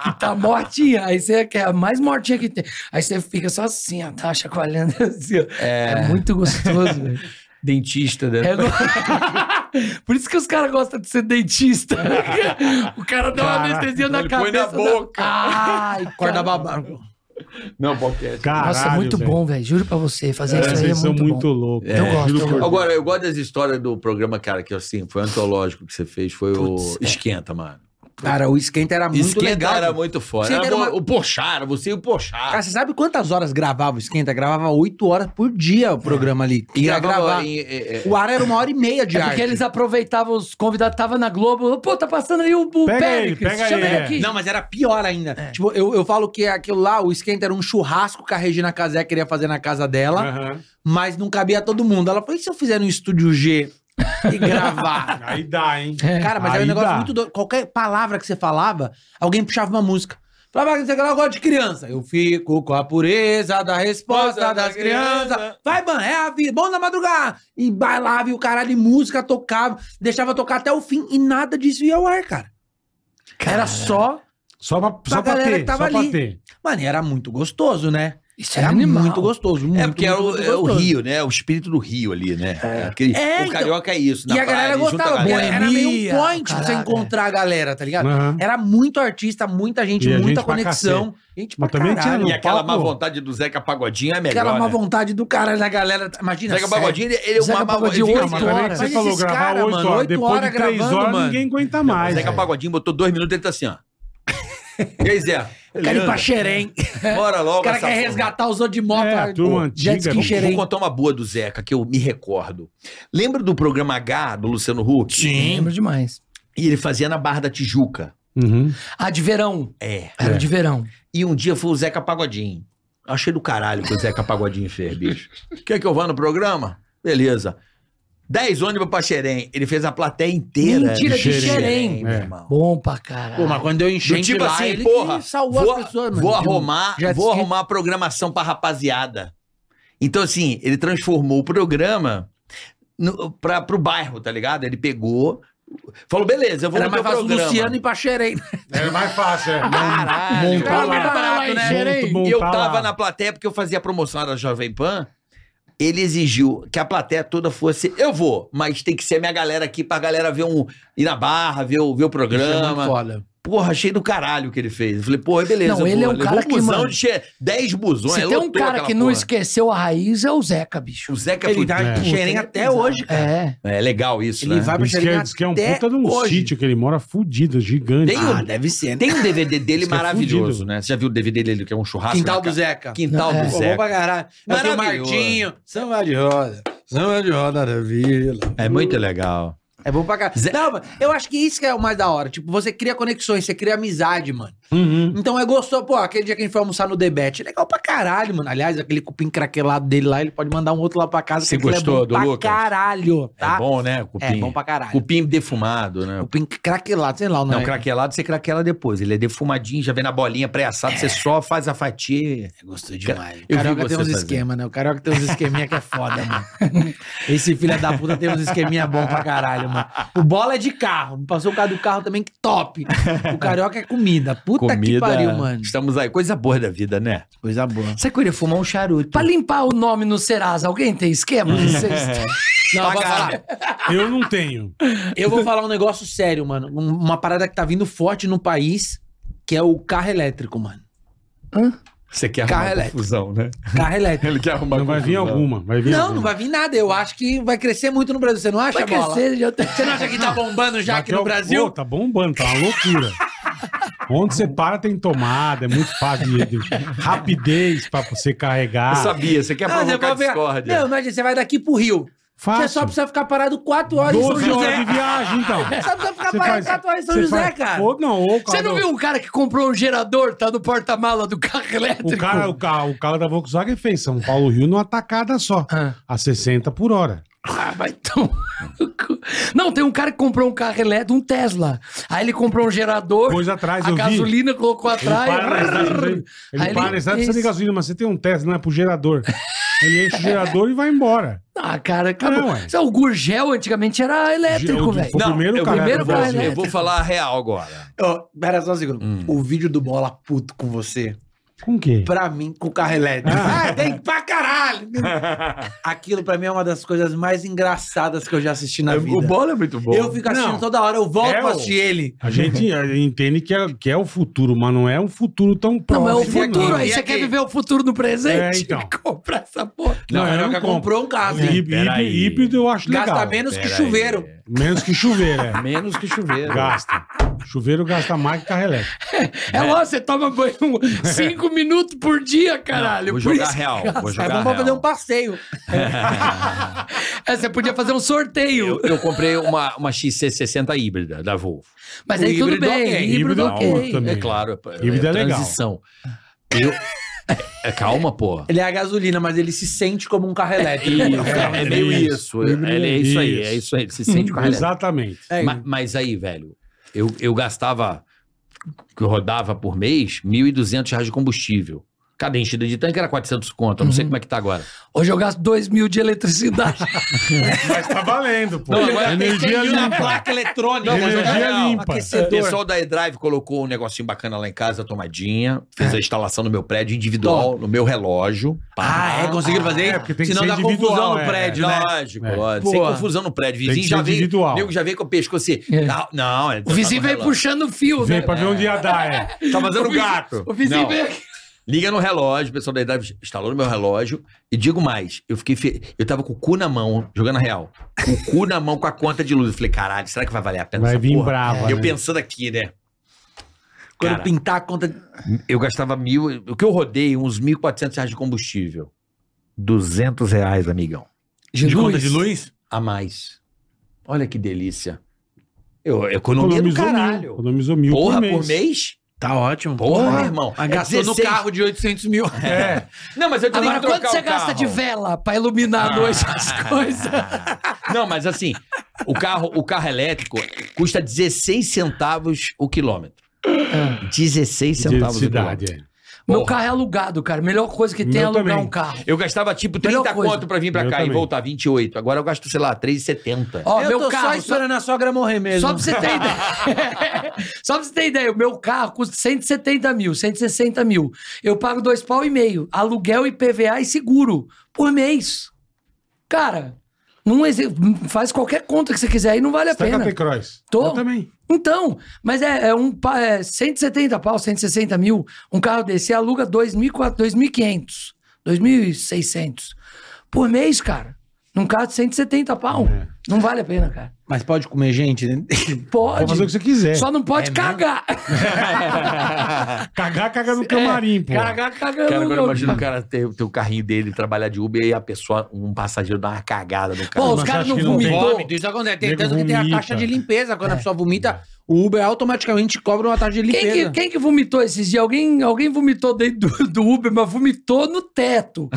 S1: que tá mortinha. Aí você quer a mais mortinha que tem. Aí você fica só assim, ó, tá chacoalhando assim, ó. É, muito gostoso, velho.
S19: Dentista, né?
S1: É go- <laughs> Por isso que os caras gostam de ser <laughs> dentista. o cara dá uma
S19: Caraca,
S1: anestesia na
S19: ele põe na
S1: cabeça.
S19: boca.
S1: Ai,
S19: Acorda
S1: cara.
S19: babado.
S7: Não, podcast.
S1: Nossa, é muito bom, velho. Juro pra você. Fazer isso aí é muito, bom.
S8: loucos.
S1: Eu gosto, eu gosto.
S7: Agora, eu gosto das histórias do programa, cara, que assim, foi antológico que você fez, foi o
S1: é.
S7: Esquenta, mano.
S4: Cara, o esquenta era muito
S7: Esquenta
S4: legal.
S7: era é muito foda.
S4: Esquenta
S7: Era
S4: era uma-
S7: O Porchara, você e o Porchara.
S4: Cara, você sabe quantas horas gravava o esquenta? Gravava oito horas por dia o programa ali.
S7: E
S4: E ia
S7: gravava
S4: gravar.
S7: em- é, é.
S4: O ar era uma hora e meia de
S1: É
S4: ar.
S1: porque eles aproveitavam os convidados, tava na Globo. Pô, tá passando ali o, o Péricles. Chama ele é. aqui.
S4: Não, mas era pior ainda. Tipo, eu, eu falo que aquilo lá, o esquenta era um churrasco que a Regina Casé queria fazer na casa dela, mas não cabia todo mundo. Ela falou, e se eu fizer no Estúdio G e gravar?
S8: Aí dá, hein?
S4: Cara, mas era um
S8: É, Aí
S4: negócio
S8: dá.
S4: muito doido. Qualquer palavra que você falava, alguém puxava uma música. Falava "Ah, que você gosta de criança. Eu fico com a pureza da resposta
S19: Nossa,
S4: das
S19: da criança.
S4: crianças. Vai, ban, é a vida. Bom na madrugada. E bailava e o caralho, e música tocava. Deixava tocar até o fim e nada disso ia ao ar, cara. Era só
S8: Só pra,
S4: pra
S8: só pra
S4: galera
S8: ter,
S4: que tava
S8: só
S4: ali.
S8: pra ter.
S4: Mano, e era muito gostoso, né?
S1: Isso
S4: era
S1: é animal.
S4: muito gostoso. Muito,
S7: É porque é
S4: muito,
S7: o,
S4: muito
S7: é o
S4: gostoso.
S7: Rio, né? O espírito do Rio ali, né? Aquele-
S4: É,
S7: o
S4: então.
S7: carioca é isso.
S4: E a galera gostava,
S7: boa.
S4: era era meio um
S1: Boemia,
S4: point pra você
S1: caralho,
S4: encontrar a galera, tá ligado?
S8: Aham.
S4: Era muito artista, muita gente,
S8: E a
S4: muita
S8: gente pra
S4: conexão.
S8: cacete.
S4: Gente
S8: Mas
S4: pra
S8: também
S4: caralho.
S8: tinha no
S7: E aquela
S8: palco-
S7: má vontade do Zeca Pagodinho é melhor.
S4: um Aquela má
S7: né?
S4: vontade do caralho da galera. tá, Imagina,
S7: Zeca
S4: sério.
S7: Pagodinho, ele, ele é
S1: Zeca
S7: uma má
S1: Pagodinho,
S7: ele
S8: Não,
S7: fica-
S8: mas
S1: oito
S8: também que
S1: horas.
S8: você
S4: Mas
S8: falou,
S4: esses
S8: gravar
S4: cara,
S8: 8
S4: mano,
S8: horas.
S4: oito
S8: Depois
S4: horas
S8: de 3
S4: gravando,
S8: horas,
S4: mano.
S8: ninguém aguenta mais.
S7: Zeca
S8: velho.
S7: Pagodinho botou dois minutos e ele tá
S4: <laughs>
S7: assim, ó. E aí, Zé?
S4: Quero
S1: Tá
S4: ir pra Xerém.
S7: Bora logo.
S4: O cara
S7: essa
S4: quer
S7: porra.
S4: resgatar os outros de moto.
S8: É, a
S4: lá,
S8: turma
S4: jet
S8: antiga,
S4: ski em
S8: vamos-
S7: Vou
S4: Xerém.
S7: contar uma boa do Zeca, que eu me recordo. Lembra do programa H, do Luciano Huck?
S1: Lembro demais.
S7: E ele fazia na Barra da Tijuca.
S8: Uhum.
S1: Ah, de verão.
S7: É.
S1: Era de verão.
S7: E um dia foi o Zeca Pagodinho. Achei do caralho que o Zeca Pagodinho fez, bicho. Quer que eu vá no programa? Beleza. Dez ônibus pra Xerém. Ele fez a plateia inteira.
S1: Mentira, de Xerém.
S7: meu
S8: É.
S7: irmão.
S1: Bom pra caralho.
S4: Pô, mas quando deu
S7: Do
S4: enchente
S7: tipo
S4: lá,
S7: assim,
S4: ele
S7: porra,
S4: que salvou
S7: vou,
S4: as pessoas, mano.
S7: vou
S4: de um
S7: arrumar,
S4: jet
S7: vou
S4: ski.
S7: arrumar a programação pra rapaziada. Então, assim, ele transformou o programa no, pra, pro bairro, tá ligado? Ele pegou, falou, beleza, eu vou
S4: Era
S7: no
S4: mais
S7: teu
S4: fácil
S7: programa.
S4: Luciano e pra Xerém.
S8: Era mais fácil, é.
S7: Caralho,
S8: Montar
S7: cara,
S8: lá.
S7: mais
S1: Lá
S7: barato,
S1: em
S7: né?
S1: Xerém.
S7: E eu
S8: Montar
S7: tava
S8: lá.
S7: na plateia porque eu fazia promoção da Jovem Pan. Ele exigiu que a plateia toda fosse. Eu vou, mas tem que ser minha galera aqui pra galera ver um. ir na barra, ver o, ver o programa.
S4: foda.
S7: Porra, achei do caralho o que ele fez. Eu falei, porra, beleza.
S1: Não, ele
S7: pô.
S1: é um
S7: Levou
S1: cara que,
S7: busão
S1: mano,
S7: de che... 10 busões.
S1: Se
S7: é,
S1: tem um
S7: lotou
S1: cara
S7: aquela
S1: que não
S7: porra.
S1: esqueceu a raiz, é o Zeca, bicho.
S7: O Zeca
S4: Ele
S7: foi.
S4: tá em
S8: É.
S4: Xerém até hoje, cara.
S1: É.
S7: É legal isso,
S4: Ele
S7: né?
S4: vai pra
S8: Diz que, é,
S4: Xerém
S8: diz que é um
S4: até
S8: puta de um
S4: hoje.
S8: sítio que ele mora fudido, gigante.
S7: Tem um-
S4: Ah, deve ser, né?
S7: Tem um DVD dele
S8: Isso que é
S7: maravilhoso,
S8: fudido.
S7: né? Você já viu o DVD dele que é um churrasco?
S4: Quintal
S7: na
S4: do
S7: ca-
S4: Zeca.
S7: Quintal
S1: Não, é.
S7: do
S4: Pô, bom
S7: Zeca.
S4: pra caralho. Mas tem o
S7: Maravilhoso.
S4: Martinho, samba de roda. Samba de roda da vila.
S7: É muito legal.
S4: É bom pra caralho. Não, mas eu acho que isso que é o mais da hora. Tipo, você cria conexões, você cria amizade, mano.
S8: Uhum.
S4: Então é gostoso. Pô, aquele dia que a gente foi almoçar no Debete, é legal pra caralho, mano. Aliás, aquele cupim craquelado dele lá, ele pode mandar um outro lá pra casa.
S7: Você
S4: que aquilo
S7: gostou
S4: é bom
S7: do
S4: pra
S7: Lucas?
S4: caralho, tá?
S7: É bom, né? o Cupim.
S4: É bom pra caralho.
S7: Cupim defumado, né?
S4: Cupim craquelado, sei lá né? o nome.
S7: Não,
S14: é.
S7: craquelado você craquela depois. Ele é defumadinho, já vem na bolinha pré-assado,
S14: É.
S7: você só faz a fatia.
S4: É gostoso demais. O
S7: Eu vi
S4: Carioca
S7: você
S4: tem uns
S7: fazer.
S4: esquemas, né? O Carioca tem uns esqueminha que é foda, mano.
S7: <laughs>
S4: Esse filho da puta tem uns esqueminha bom pra caralho, mano. O bola é de carro. Me passou o cara do carro também, que top. O Carioca é comida. Puta que pariu, mano.
S7: Estamos aí. Coisa boa da vida, né?
S4: Coisa boa.
S7: Você queria fumar um charuto.
S1: Pra limpar o nome no Serasa, alguém tem <laughs> esquema? Vocês-
S4: Não, eu vou, falar,
S8: É. Eu não tenho.
S4: eu vou falar um negócio sério, mano. Um- Uma parada que tá vindo forte no país, que é o carro elétrico, mano.
S1: Hã?
S7: Você quer
S14: Carro
S7: arrumar uma
S14: elétrico.
S7: confusão, né? <laughs>
S14: Carro elétrico.
S7: Ele quer arrumar
S8: Não Então vai vir alguma, vai vir
S14: Não,
S8: alguma.
S14: não vai vir nada. Eu acho que vai crescer muito no Brasil. Você não acha,
S1: Vai
S14: Bola?
S1: crescer, já tá-
S14: Você não acha que tá bombando já aqui no
S8: Bateu-
S14: Brasil?
S8: Pô, tá bombando, tá uma loucura. Onde você para tem tomada, é muito fácil de, de- rapidez pra você carregar.
S7: Eu sabia, você quer
S14: você
S7: provocar
S14: Ah, vai ver-
S7: discórdia.
S14: Não, imagina, você vai daqui pro Rio.
S8: Fácil.
S14: Você só precisa ficar parado 4 horas em São
S8: 12 horas
S14: José.
S8: de viagem, então.
S14: Só precisa ficar
S8: Você
S14: parado
S8: faz-
S14: 4 horas em São
S8: você
S14: José,
S8: faz-
S14: cara.
S8: Ou não, ou o
S1: Você
S8: carro
S1: não
S8: da-
S1: viu um cara que comprou um gerador, tá no porta-mala do carro elétrico?
S8: O cara, é o, carro, o carro da Volkswagen fez São Paulo Rio numa tacada só,
S14: Ah.
S8: a 60 por hora.
S1: <laughs> Ah, vai então. Não, tem um cara que comprou um carro elétrico, um Tesla. Aí ele comprou um gerador.
S8: Pôs atrás,
S1: a
S8: eu vi.
S1: gasolina colocou
S8: Ele para na
S1: atrás.
S8: cidade, ele-
S1: Aí
S8: ele para na cidade, precisa de
S1: Isso.
S8: gasolina, mas você tem um Tesla, não é pro gerador. Ele enche o gerador e
S1: <laughs>
S8: vai embora.
S1: Ah, cara, acabou.
S8: É, ué.
S1: Isso é, o Gurgel antigamente era elétrico,
S8: Gel-
S1: Tipo, velho.
S8: foi o primeiro
S1: eu-
S8: carro
S1: primeiro
S8: do
S1: carro
S14: né?
S8: Brasil.
S6: Eu
S1: elétrico.
S6: vou falar a real agora.
S14: Ó, pera só um segundo. O vídeo do Bola puto com você.
S8: Com o quê?
S14: Pra mim, com carro elétrico. Ah, tem pra caralho! Aquilo pra mim é uma das coisas mais engraçadas que eu já assisti na vida.
S7: O bola é muito bom.
S14: Eu fico assistindo
S8: Não.
S14: toda hora, eu volto
S8: É,
S14: pra
S8: ô.
S14: assistir ele.
S8: A gente entende que é, que é o futuro, mas não é um futuro tão
S1: Não,
S8: próximo.
S1: é o futuro. Aí
S7: E
S1: você
S7: aqui?
S1: quer viver o futuro no presente? <laughs>
S8: É, então.
S1: Comprar essa porra.
S8: Não, eu não compro.
S14: Comprou um carro.
S8: Híbrido, híbrido,
S7: Peraí.
S8: híbrido eu acho
S14: Gasta
S8: legal.
S14: menos que
S7: Pera
S14: chuveiro.
S7: aí.
S8: Menos que
S14: <laughs>
S8: chuveiro, é.
S7: Menos que chuveiro.
S8: Gasta. Chuveiro gasta mais que carro elétrico.
S1: É lógico, você toma banho um cinco minutos por dia, caralho.
S7: Vou
S1: Por
S7: jogar
S1: isso que
S7: real.
S1: gasta.
S7: Vou
S14: É
S7: jogar
S14: bom pra fazer um
S7: real.
S14: passeio.
S1: É, você podia fazer um sorteio.
S7: Eu, eu comprei uma, uma XC60 híbrida da Volvo.
S1: Mas aí
S14: o
S1: tudo
S14: híbrido
S1: bem.
S14: ok,
S1: Híbrido
S8: híbrido
S1: ok.
S8: ok. Também.
S7: É claro. é-
S8: Híbrida é legal.
S7: transição. Eu... É, calma, pô.
S14: Ele é a gasolina, mas ele se sente como um carro elétrico.
S7: É, é meio isso.
S8: Híbrido,
S7: É, é isso aí.
S8: isso.
S7: É isso aí. Se sente
S8: Hum,
S7: com a realidade.
S8: Exatamente.
S14: É,
S7: Ma- Mas, aí, velho, eu, eu gastava, que eu rodava por mês, 1.200 reais de combustível. Cada enchida de tanque era 400 conto. Eu não
S8: Uhum.
S7: sei como é que tá agora.
S1: Hoje eu gasto dois mil de eletricidade.
S8: Mas tá valendo, pô.
S7: Não, agora-
S8: Energia
S14: na
S8: limpa.
S14: placa eletrônica.
S8: Não, mas
S14: né?
S8: energia
S7: não,
S8: limpa.
S7: O pessoal da E-Drive colocou um negocinho bacana lá em casa, a tomadinha. Fez
S14: É.
S7: a instalação no meu prédio individual, no meu relógio.
S14: Ah, é? Conseguiram fazer?
S8: É, porque tem que
S14: Senão
S8: ser
S14: dá confusão
S8: individual,
S14: no
S8: é.
S14: prédio, né?
S7: Lógico,
S8: É.
S7: lógico. Sem
S14: Boa.
S7: confusão no prédio.
S8: que
S7: Vizinho
S8: ser
S7: já veio.
S8: individual.
S7: Nego já veio com o pescoço assim.
S1: É.
S7: Não, não. é-
S1: O vizinho
S7: tá
S1: vem
S7: no relógio.
S1: puxando fio,
S8: Vem
S1: né?
S8: pra ver onde ia dar, é.
S7: Tá fazendo
S1: O vizinho-
S7: gato.
S1: O vizinho
S7: Não.
S1: vem aqui.
S7: Liga no relógio, o pessoal da idade instalou no meu relógio. E digo mais, eu fiquei. Fe... Eu tava com o cu na mão, jogando a real. Com o cu na mão com a conta de luz. Eu falei, caralho, será que vai valer a pena
S8: Vai
S7: essa
S8: vir
S7: porra?
S8: brava.
S7: Eu
S8: né?
S7: pensando aqui, né?
S14: Quando
S7: Cara,
S14: pintar a conta.
S7: eu gastava mil. O que eu rodei, uns 1.400 reais de combustível. 200 reais, amigão.
S14: De,
S7: conta de
S14: luz?
S7: A mais. Olha que delícia. Eu economia do
S8: Economizou mil.
S7: caralho.
S8: Economizou mil
S7: Porra,
S8: por mês.
S7: por mês?
S14: Tá ótimo.
S7: Porra, meu irmão.
S4: Ah,
S14: Mas
S7: É
S14: gastou no
S7: 16.
S14: carro de 800 mil.
S7: É. Não, mas eu tenho
S1: Agora,
S7: que trocar
S1: quanto você
S7: o carro.
S1: gasta de vela pra iluminar a noite as coisas?
S7: Não, mas assim, o carro, o carro elétrico custa 16 centavos o quilômetro. 16
S8: De
S7: centavos o
S8: cidade,
S7: quilômetro.
S8: é.
S1: Meu
S7: Porra.
S1: carro é alugado, cara. Melhor coisa que tem é
S8: Meu
S1: alugar
S8: também.
S1: um carro.
S7: Eu gastava tipo
S1: Melhor
S7: 30
S1: coisa.
S7: conto pra vir pra
S8: Eu
S7: cá e
S8: também.
S7: voltar 28. Agora eu gasto, sei lá, 3,70.
S1: Ó,
S14: eu
S1: meu
S14: tô só
S1: carro. Só,
S14: esperando a sogra morrer mesmo.
S1: só pra você ter ideia.
S8: <laughs>
S1: só pra você ter ideia, o meu carro custa 170 mil, 160 mil. Eu pago dois pau e meio. Aluguel, IPVA e seguro por mês. Cara, não exi- faz qualquer conta que você quiser aí, não vale a
S8: Você tá com a
S1: pena.
S8: T-Cross?
S1: Tô.
S8: Eu também.
S1: Então, mas é, é um pa- é 170 pau, 160 mil, um carro desse, você aluga 2.400, 2.500, 2.600 por mês, cara. Num carro de 170 pau.
S8: É.
S1: Não vale a pena, cara.
S14: Mas pode comer gente, né?
S8: Pode fazer o
S1: Pode.
S8: que você É quiser.
S1: Só não pode cagar.
S8: Cagar, caga no camarim, pô.
S1: Cagar, cagar.
S7: Cara,
S1: não-
S7: agora eu imagino o cara ter, ter o carrinho dele, trabalhar de Uber e a pessoa, um passageiro dar uma cagada no
S1: Pô,
S7: carro.
S1: os
S8: Mas
S1: caras
S8: acho
S1: não
S8: que não tem.
S1: vomitou.
S14: Vômito, isso acontece. Tem
S8: Nego
S14: tanto que tem a
S8: vomita.
S14: taxa de limpeza. Quando a pessoa vomita, o Uber automaticamente cobra uma taxa de
S1: Quem que,
S14: limpeza.
S1: quem que vomitou esses dias? Alguém, alguém vomitou dentro do, do Uber, mas vomitou no teto.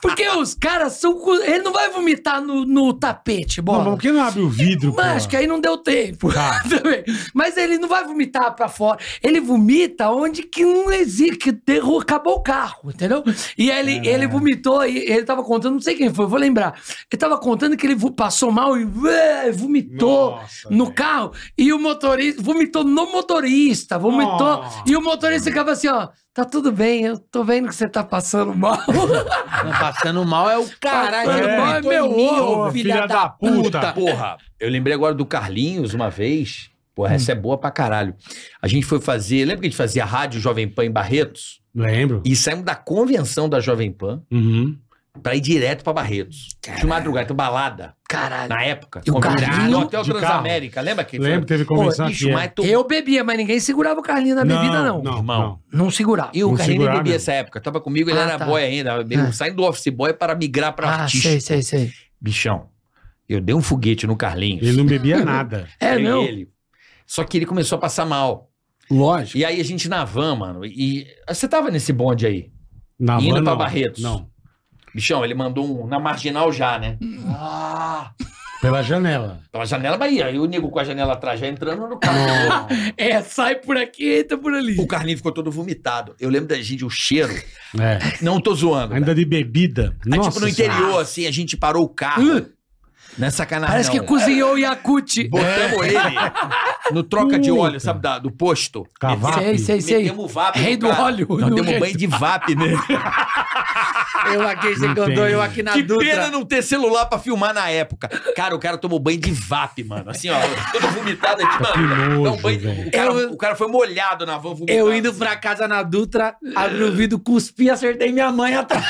S1: Porque os caras são. cu- Ele não vai vomitar no, no tapete,
S8: Não,
S1: bola.
S8: mas por que não abre o vidro, pô?
S1: Mas acho que aí não deu tempo. <laughs> Também. Mas ele não vai vomitar pra fora. Ele vomita onde que não existe, que derru- acabou o carro, entendeu? E ele, ele vomitou e ele tava contando, não sei quem foi, vou lembrar. Ele tava contando que ele vo- passou mal e ué, vomitou
S8: Nossa,
S1: no
S8: velho.
S1: carro. E o motorista vomitou no motorista, vomitou.
S8: Nossa.
S1: E o motorista ficava assim, ó. Tá tudo bem, eu tô vendo que você tá passando mal. <laughs>
S14: Não, passando mal é o caralho.
S1: Passando
S14: ele
S1: mal
S14: vomitou
S1: é
S14: em
S1: meu
S14: mim,
S1: ovo,
S14: ô
S8: filha da puta.
S7: Porra, eu lembrei agora do Carlinhos uma vez. Porra,
S1: Hum.
S7: essa é boa pra caralho. A gente foi fazer. Lembra que a gente fazia rádio Jovem Pan em Barretos?
S8: Lembro. Uhum.
S7: E saímos da convenção da Jovem Pan pra ir direto pra Barretos. De madrugada, então, balada.
S1: Caralho.
S7: Na época.
S1: E o
S7: Combinado.
S1: Carlinho
S7: No Hotel
S1: de carro.
S7: Transamérica. Lembra que
S8: Lembro, teve convenção
S7: Pô,
S8: aqui,
S7: bicho,
S8: é.
S7: mas tu-
S1: Eu bebia, mas ninguém segurava o Carlinho na bebida, não.
S7: irmão.
S1: Não, segurava.
S7: E o Carlinho nem
S1: segurava,
S8: né?
S7: bebia
S1: não.
S7: essa época. Tava comigo, ele
S1: Ah,
S7: era
S1: tá.
S7: boy ainda. meio-
S1: Ah.
S7: Saindo do office boy para migrar pra
S1: Ah,
S7: artista.
S1: sei, sei, sei.
S7: Bichão, eu dei um foguete no Carlinhos.
S8: Ele não bebia nada.
S1: É,
S7: Peguei
S1: não?
S7: Ele. Só que ele começou a passar mal.
S8: Lógico.
S7: E aí a gente na van, mano. E você tava nesse bonde aí?
S8: Na
S7: indo
S8: van,
S7: pra
S8: não.
S7: Barretos.
S8: Não.
S7: Bichão, ele mandou um na marginal já, né? Ah!
S8: Pela janela.
S7: Pela janela, mas aí o nego com a janela atrás já entrando no carro.
S1: É, sai por aqui, entra por ali.
S7: O Carlinho ficou todo vomitado. Eu lembro da gente, o cheiro.
S8: É.
S7: Não tô zoando.
S8: Ainda de bebida.
S7: Aí,
S8: Nossa,
S7: tipo, no interior, assim, a gente parou o carro. Nessa sacanagem.
S4: é
S1: Parece
S4: um
S1: que cozinhou o Yakut.
S7: Botamos
S1: É.
S7: ele no troca de
S1: Puta.
S7: óleo, sabe, da- do posto.
S1: Cavap. Sei, sei, sei.
S4: um-
S7: Metemos VAP.
S1: Rei
S7: no
S1: do
S7: cara.
S1: óleo.
S7: Nós
S1: Do
S7: demos
S1: jeito.
S7: banho de VAP nele.
S4: Eu aqui, você cantou, eu aqui na
S7: <laughs> Que
S4: Dutra.
S7: pena não ter celular pra filmar na época. Cara, o cara tomou banho de VAP, mano. Assim, ó, todo vomitado. Tipo, mano, dá um banho- o, cara, o cara foi molhado na van vomitado.
S4: Eu indo pra casa na Dutra, abri o vidro, cuspi, acertei minha mãe atrás.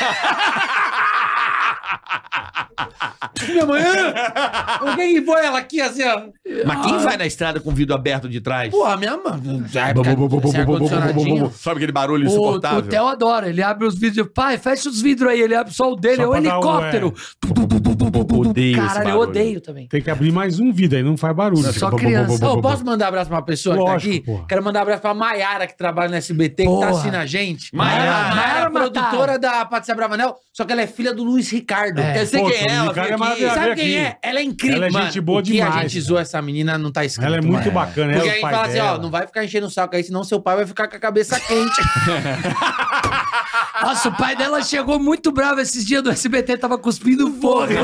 S4: minha mãe, "Ah, o que que foi ela aqui assim, ó?
S7: Mas quem vai na estrada com o vidro aberto de trás?
S4: Porra, minha mãe. já é
S7: Bu- bu- bu- bu-
S4: porque- sem
S7: bu- bu- bu- bu-
S4: ar-condicionadinho.
S7: bu- bu- Sabe aquele barulho
S1: O,
S7: insuportável?
S1: o Theo adora, ele abre os vidros, pai, fecha os vidros aí, ele abre só o dele,
S8: Só
S1: é o
S8: pra dar um,
S1: helicóptero.
S8: Odeio
S1: Caralho, eu odeio também.
S8: Tem que abrir mais um vídeo aí, não faz barulho.
S4: Só
S8: Fica bo- bo- bo-
S4: criança.
S8: bo- bo-
S4: Ô,
S8: bo-
S4: posso mandar abraço pra uma pessoa que
S8: Lógico,
S4: tá aqui?
S8: porra.
S4: Quero mandar abraço pra Maiara, que trabalha no SBT, que tá
S8: Porra.
S4: assistindo a gente.
S8: Maiara.
S4: Maiara é
S8: Maiara
S4: produtora da Patrícia Bravanel, só que ela é filha do Luiz Ricardo.
S7: É. Eu sei quem é, ela
S4: Ricardo
S7: veio aqui.
S4: maravilhoso. Sabe
S7: Ela veio
S4: quem
S7: aqui.
S4: é? Ela é incrível,
S7: Ela é
S4: mano.
S7: gente boa
S4: O que
S7: demais,
S4: a gente
S7: né?
S4: zoou essa menina, não tá escrito.
S8: Ela é muito
S4: mano.
S8: bacana, ela
S4: Porque
S8: é
S4: a
S8: o
S4: gente
S8: pai
S4: fala assim, ó,
S8: dela.
S4: não vai ficar enchendo o saco aí, senão seu pai vai ficar com a cabeça quente.
S1: Nossa, o pai dela chegou muito bravo esses dias do SBT, tava cuspindo fogo.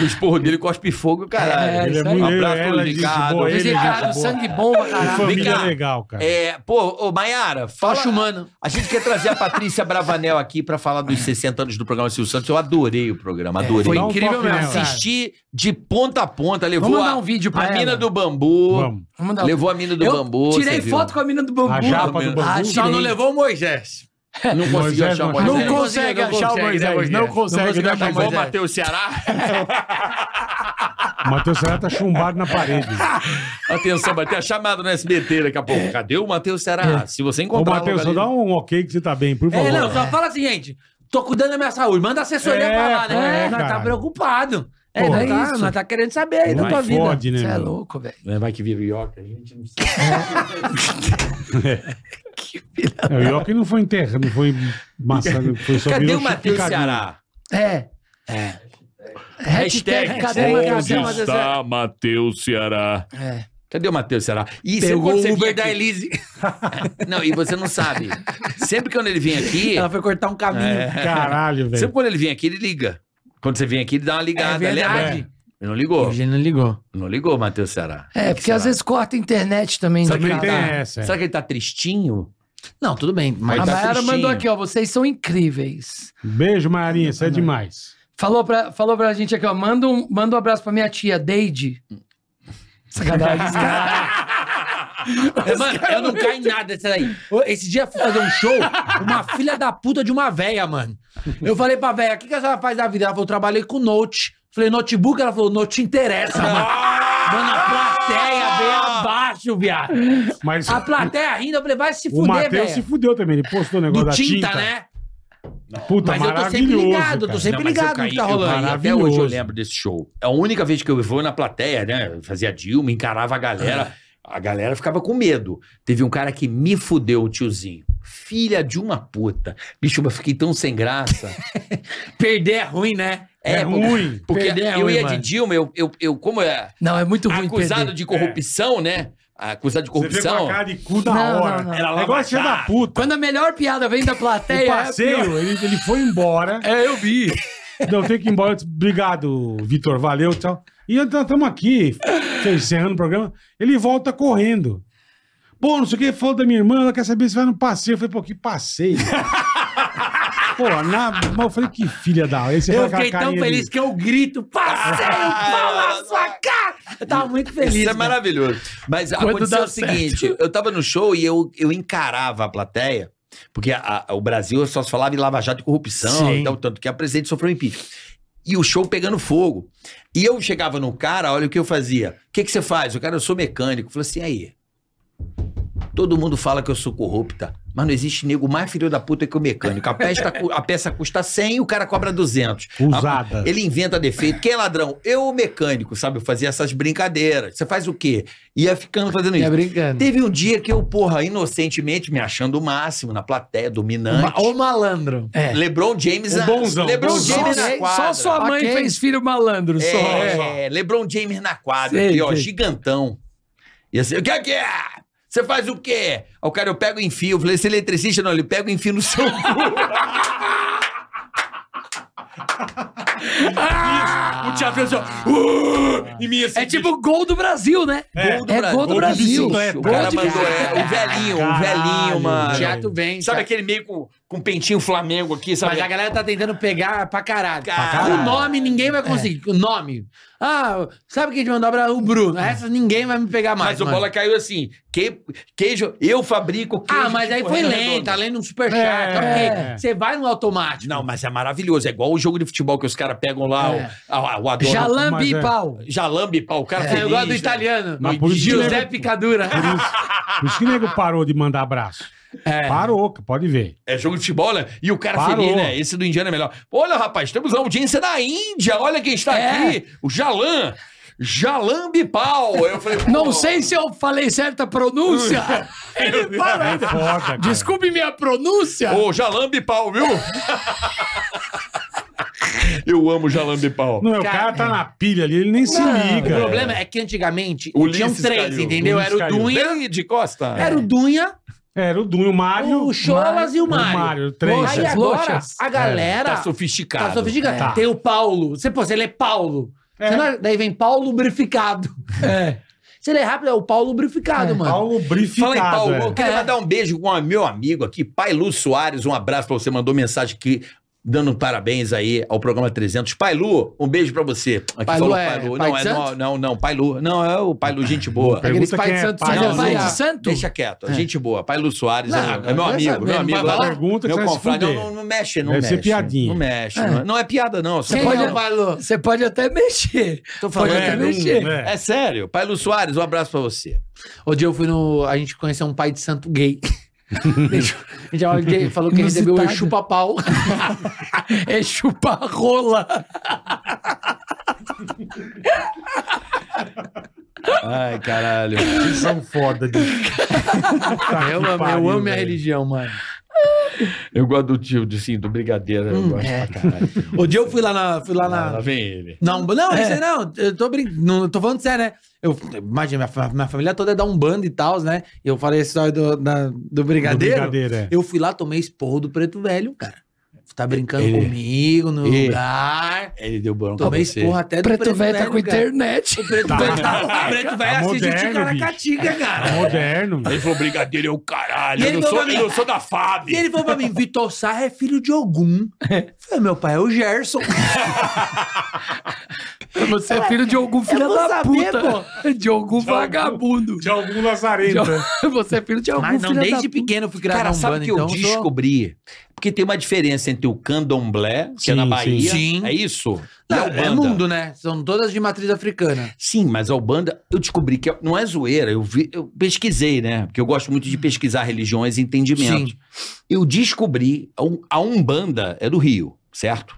S7: O esporro dele cospe fogo, caralho.
S1: É, Ele é isso aí.
S7: um
S1: muito-
S7: abraço pro
S1: ela é gente
S7: Ricardo.
S1: boa, ele é gente Ricardo, boa. sangue bom pra caralho.
S7: Vem
S1: Família
S7: cá.
S1: legal, cara.
S7: É, pô, ô Maiara, fala. humano. A gente quer trazer a Patrícia Bravanel aqui pra falar dos 60 anos do programa Silvio Santos. Eu adorei o programa, adorei.
S1: foi Dá um incrível toque mesmo, nela. cara.
S7: Assisti de ponta a ponta, levou
S1: Vamos mandar
S7: a,
S1: um vídeo pra
S7: a
S1: ela.
S7: mina do bambu.
S1: Vamos. Vamos dar um-
S7: levou a mina do
S1: Eu
S7: bambu.
S1: Tirei foto com a mina do bambu.
S7: A japa do bambu?
S1: tirei.
S7: Só não levou o Moisés. Não conseguiu achar o Moisés.
S1: Não consegue achar o
S4: né,
S1: Moisés. Não consegue,
S7: conseguiu
S1: né,
S7: achar o
S1: Moisés?
S7: bom Matheus Ceará. <laughs>
S8: O Matheus Serra tá
S4: <laughs>
S8: chumbado na parede.
S7: Atenção, vai ter a chamada no SBT daqui a pouco. Cadê o Matheus Ceará? Se você
S8: Ô,
S7: encontrar.
S8: Matheus, só
S7: logo ali-
S8: dá um ok que você tá bem, por favor.
S4: É, não, só fala assim, gente, tô cuidando da minha saúde, manda a assessoria
S8: É,
S4: pra lá, né?
S8: é,
S4: nós tá
S8: caralho.
S4: preocupado. É,
S8: Porra,
S4: nós,
S8: é
S4: tá,
S8: isso.
S4: nós tá querendo saber aí da
S8: Vai,
S4: tua vida.
S8: fode, né,
S4: Cê
S8: meu?
S1: louco, velho.
S7: É, Vai que vive ioca, a gente não sabe.
S8: É, o Yoki não foi enterrado, não foi massacre, foi só
S7: Cadê
S8: virou
S7: o Matheus
S8: chupicadinho.
S7: Ceará?
S1: É.
S7: É.
S1: Hashtag, cadê o Matheus
S20: Onde
S1: Ceará?
S20: está Matheus Ceará?
S1: É.
S7: Cadê o Matheus Ceará?
S20: Pegou
S7: E sempre quando
S20: o
S7: você
S20: Uber
S7: vinha
S20: da
S7: aqui-
S1: <laughs>
S20: Elise.
S7: Não, e você não sabe. Sempre quando ele vem aqui.
S4: Ela foi cortar um caminho.
S8: É, Caralho, velho.
S7: Sempre quando ele vem aqui, ele liga. Quando você vem aqui, ele dá uma ligada.
S1: É verdade.
S7: lembra? Ele não ligou.
S4: Ele não ligou.
S7: Não ligou, Matheus Ceará.
S1: É, porque às vezes corta a internet também.
S7: Sabe
S1: né,
S7: que ele
S1: cara?
S7: tá- Será que ele tá tristinho?
S4: Não, tudo bem.
S1: A
S7: tá
S1: Mayara
S7: tristinho.
S1: mandou aqui, ó. Vocês são incríveis.
S8: Beijo, Marinha, você é demais.
S1: Falou pra, falou pra gente aqui, ó. Manda um, manda um abraço pra minha tia, Deide. Sacanagem, <laughs> esse cara.
S4: É, Mano, eu não caio em nada dessa daí. Eu- Esse dia eu fui fazer um show, uma filha da puta de uma véia, mano. Eu falei pra véia, o que, que a senhora faz da vida? Ela falou, trabalhei com note. Falei, notebook? Ela falou, note te interessa, mano.
S1: Ah!
S4: Mano, a plateia veio abaixo, viado.
S8: Mas-
S4: A plateia rindo, eu falei, vai se
S8: O
S4: fuder,
S8: Matheus
S4: velho.
S8: se fudeu também, ele postou o negócio
S4: Do
S8: da tinta.
S4: tinta, né?
S8: Puta,
S4: Mas eu tô sempre
S8: maravilhoso,
S4: ligado, eu tô
S8: cara.
S4: sempre
S7: Mas eu
S4: ligado no
S7: caí,
S4: que tá
S7: eu
S4: rolando.
S7: caí, até hoje eu lembro desse show. É a única vez que eu vou na plateia, né? Eu fazia Dilma, encarava a galera. A galera ficava com medo. Teve um cara que me fudeu, o tiozinho. Filha de uma puta. Bicho, eu fiquei tão sem graça.
S4: Perder é ruim, né?
S7: É, porque- Porque
S1: Perder é
S7: eu
S1: ruim,
S7: ia
S1: mano.
S7: de Dilma, eu, eu, eu como é...
S1: Não, é muito ruim
S7: Acusado
S1: perder.
S7: de corrupção, né? Acusado de
S8: Você veio
S7: corrupção.
S8: com a cara de cu na hora.
S7: Era lá
S8: é igual esse filho da puta.
S1: Quando a melhor piada vem da plateia.
S8: O
S1: é a
S8: passeio,
S1: pior.
S8: ele, ele foi <laughs> embora.
S7: É, eu vi.
S8: Não, tem que ir embora. Eu disse, Obrigado, Vitor. Valeu, tchau. E então estamos aqui, encerrando o programa. Ele volta correndo. <laughs> Pô, não sei o que, falou da minha irmã, ela quer saber se vai no passeio. Eu falei, pô, que passeio? Pô, na... mas eu falei, que filha da... Aí você
S4: Eu
S8: fala com a
S4: fiquei tão
S8: carinha
S4: feliz
S8: de-
S4: que eu grito, passei o pau na sua cara! Eu tava muito feliz.
S7: Isso é
S4: cara.
S7: maravilhoso. Mas
S4: Quando
S7: aconteceu
S4: dá
S7: o seguinte: eu tava no show e eu, eu encarava a plateia, porque a- a- o Brasil só se falava em Lava Jato e corrupção,
S21: Sim.
S7: então, tanto que a presidente sofreu impeachment. E o show pegando fogo. E eu chegava no cara, olha o que eu fazia. O que, que você faz? O cara, eu sou mecânico. Eu falei assim, aí. Todo mundo fala que eu sou corrupta, mas não existe nego mais filho da puta que o mecânico. A peça, cu- a peça custa 100 e o cara cobra 200.
S8: Usada.
S7: A- ele inventa defeito. Quem é ladrão? Eu, o mecânico, sabe? Eu fazia essas brincadeiras. Você faz o quê? Ia ficando fazendo isso. brincando. Teve um dia que eu, porra, inocentemente, me achando o máximo na plateia, dominante.
S4: O malandro.
S7: É. LeBron James.
S4: O
S7: na-
S4: bonzão,
S7: LeBron
S4: bonzão.
S7: James
S4: Só-
S7: na
S4: só
S7: quadra.
S4: sua mãe Ok. fez
S1: filho malandro,
S7: é,
S1: só.
S7: É, LeBron James na quadra,
S1: Sei,
S7: aqui, ó,
S1: sei.
S7: gigantão. E assim, o que é que é? Você faz o quê? Aí o cara, eu pego e enfio. Eu falei, esse eletricista não, ele pega e enfio no seu cu. Ah!
S22: O teatro assim, ó. "Uh!" Em mim assim.
S1: É tipo o gol do Brasil, né?
S22: É.
S1: Gol do Brasil.
S22: Gol de bicicleta.
S7: O cara
S22: Gol de
S7: mandou,
S22: bicicleta.
S7: é, o velhinho, o velhinho,
S4: Caralho,
S7: mano.
S4: o teatro vem,
S7: Sabe
S4: cara.
S7: aquele meio com, com pentinho Flamengo aqui, sabe? é?
S4: Mas a galera tá tentando pegar pra caralho.
S7: Caralho.
S4: O nome ninguém vai conseguir. O nome. Ah, sabe quem te mandou pra o Bruno? Essa ninguém vai me pegar mais.
S7: Mas o
S4: mano.
S7: bola caiu assim, que, queijo, eu fabrico queijo.
S4: Ah, mas
S7: de
S4: aí foi
S7: Correio
S4: lento,
S7: Redondo.
S4: além de um superchat. ok.
S7: né, É.
S4: Você vai no automático.
S7: Não, mas é maravilhoso. É igual o jogo de futebol que os caras pegam lá,
S4: É.
S7: o, a, o Adorno.
S4: Já lambe Mas é. pau.
S7: Já lambe pau. O cara
S4: É,
S7: feliz,
S4: eu gosto do
S7: né?
S4: italiano.
S8: Mas por isso que é
S4: José
S8: lembra-
S4: Picadura. Ah,
S8: Por isso que o nego parou de mandar abraço.
S4: É.
S8: Parou, que pode ver.
S7: É jogo de futebol, né? E o cara
S8: Parou.
S7: feliz, né? Esse do indiano é melhor. Olha, rapaz, temos a audiência da Índia. Olha quem está
S4: É.
S7: aqui. O Jalan. Jalan Bipal. Eu falei, pô,
S1: Não sei se eu falei certa pronúncia. Ele fala.
S8: É foda, cara.
S1: Desculpe minha pronúncia.
S7: Ô, Jalan
S4: <laughs>
S7: Bipal, viu? eu amo o Jalan Bipal.
S8: Não, é, o cara tá na pilha ali, ele nem se liga.
S4: O problema é que antigamente
S7: Ulisses
S4: tinham três,
S7: caiu. É.
S4: entendeu?
S8: Ulisses
S4: Era o
S8: caiu.
S4: Dunha.
S7: Bem de Costa. Tá
S4: Era o Dunha.
S8: É, Era o Dunho, o Mário.
S4: O Cholas e o Mário.
S8: O Mário, três. é.
S4: Aí agora, a galera.
S7: Tá sofisticado.
S4: Tá sofisticado.
S7: Tá.
S4: Tem o Paulo. Você, pô, você lê Paulo. Você não é- daí vem Paulo lubrificado. É. <laughs> Você lê rápido, é o Paulo lubrificado, mano.
S8: Paulo
S7: Fala em Paulo, eu quero
S4: É.
S7: mandar um beijo com o meu amigo aqui, Pai Lu Soares. Um abraço pra você, mandou mensagem aqui. Dando parabéns aí ao programa 300. Pai Lu, um beijo pra você. Aqui
S4: Pai
S7: falou
S4: Lu é
S7: Pai Lu.
S4: pai
S7: não,
S4: de
S7: é,
S4: santo?
S7: não, não, não, Pai Lu. Não, é o Pai Lu, gente boa.
S8: Pergunta Aqueles pai quem de é santo pai.
S7: não,
S8: que sai
S7: não,
S8: de
S7: santo? Deixa quieto, é gente boa. Pai Lu Soares
S8: Não,
S7: é, é meu
S8: vai
S7: amigo,
S8: saber,
S7: meu
S8: não
S7: amigo.
S8: vai falar.
S7: lá,
S8: Pergunta que
S7: meu
S8: você vai se
S7: confrade. Não,
S8: fuder.
S7: não, não mexe, não
S8: Deve
S7: mexe.
S8: ser piadinha.
S7: Não mexe.
S1: É.
S7: Não, não é piada, não. Você
S1: Quem
S7: pode-
S1: é o Você pode até mexer.
S7: Tô falando
S1: pode até
S7: é,
S1: mexer.
S7: não- é. sério. Pai Lu Soares, um abraço pra você.
S4: Outro dia eu fui no. A gente conheceu um pai de santo <laughs> gay. a gente olha, ele falou que recebeu o
S1: Inusitado.
S4: <laughs> chupa-pau.
S1: É chupar rola.
S7: Ai, caralho.
S8: Vocês são foda. De...
S4: Tá, Eu amo, eu amo é minha religião, mano.
S7: Eu gosto do tio de sim, do brigadeiro. eu gosto
S4: é. <laughs>
S7: pra caralho.
S4: O dia eu fui lá na. Fui lá na...
S7: Lá vem ele.
S4: Não, não,
S1: É.
S4: isso aí não, eu tô brincando, tô falando sério, né? Eu, imagina, minha, fa- minha família toda é da Umbanda e tal, né? E eu falei a história do, da- do Brigadeiro.
S8: Do Brigadeiro,
S4: <laughs>
S8: é.
S4: Eu fui lá, tomei esporro do Preto Velho, cara. Tá brincando
S7: Ele-
S4: comigo no
S7: Ele-
S4: lugar.
S7: Ele deu bronca
S4: Tomei
S7: em você.
S4: esporro até É do
S1: Preto Velho tá com
S4: cara.
S1: internet.
S4: O Preto Velho tá, o Preto Velho assiste o
S8: moderno,
S4: Ticaracatiga, cara.
S8: Moderno.
S7: Ele falou, brigadeiro é o caralho.
S4: E ele
S7: eu, não
S4: falou
S7: sou,
S4: pra mim-
S7: eu não sou da
S4: E
S7: FAB.
S4: ele falou pra mim, Vitor Sarra é filho de algum. Falei, meu pai é
S1: <laughs>
S4: o Gerson.
S1: Você é filho de algum filho
S4: vou
S1: da
S4: saber,
S1: puta. De algum vagabundo.
S8: De algum lazarento.
S1: De- Você é filho de algum <laughs>
S4: Mas não,
S1: filho
S4: desde
S1: da puta.
S4: pequeno eu fui criado
S7: Cara,
S4: na
S7: sabe
S4: Umbanda,
S7: que eu
S4: então eu sou-
S7: descobri? Porque tem uma diferença entre o candomblé, que é na
S8: Sim,
S7: Bahia,
S4: sim. Sim.
S7: é isso? E a
S4: Não,
S7: Umbanda.
S4: é mundo, né? São todas de matriz africana.
S7: Sim, mas a Ubanda, eu descobri que não é zoeira. Eu, vi- eu pesquisei, né? Porque eu gosto muito de pesquisar religiões e entendimentos. Eu descobri, a Um- a Umbanda é do Rio, certo?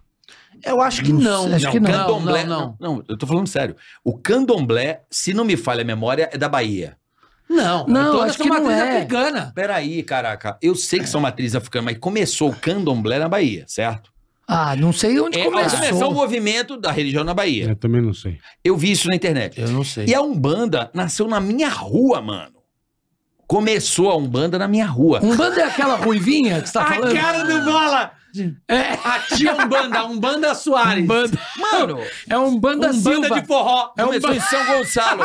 S4: Eu acho que não.
S1: Acho que não.
S7: Candomblé,
S4: não, não.
S7: não, eu tô falando sério. O candomblé, se não me falha a memória, é da Bahia.
S4: Não,
S1: Não,
S4: todas
S1: acho
S4: são
S1: que não
S4: matriz
S1: é.
S4: africana.
S7: Peraí, caraca. Eu sei que são matrizes africanas, mas começou o candomblé na Bahia, certo?
S1: Ah, não sei onde
S7: É, começou o
S1: começou.
S7: movimento da religião na Bahia.
S8: Eu É, também não sei.
S7: Eu vi isso na internet.
S4: É. Eu não sei.
S7: E a Umbanda nasceu na minha rua, mano. Começou a Umbanda na minha rua.
S1: Um bando é aquela ruivinha que você tá falando?
S4: do bola! É. A tia Umbanda, Umbanda Soares.
S7: Mano,
S1: é um banda
S7: Umbanda
S1: Silva.
S7: de forró.
S1: É um
S7: Começou
S1: ba-
S7: em São Gonçalo.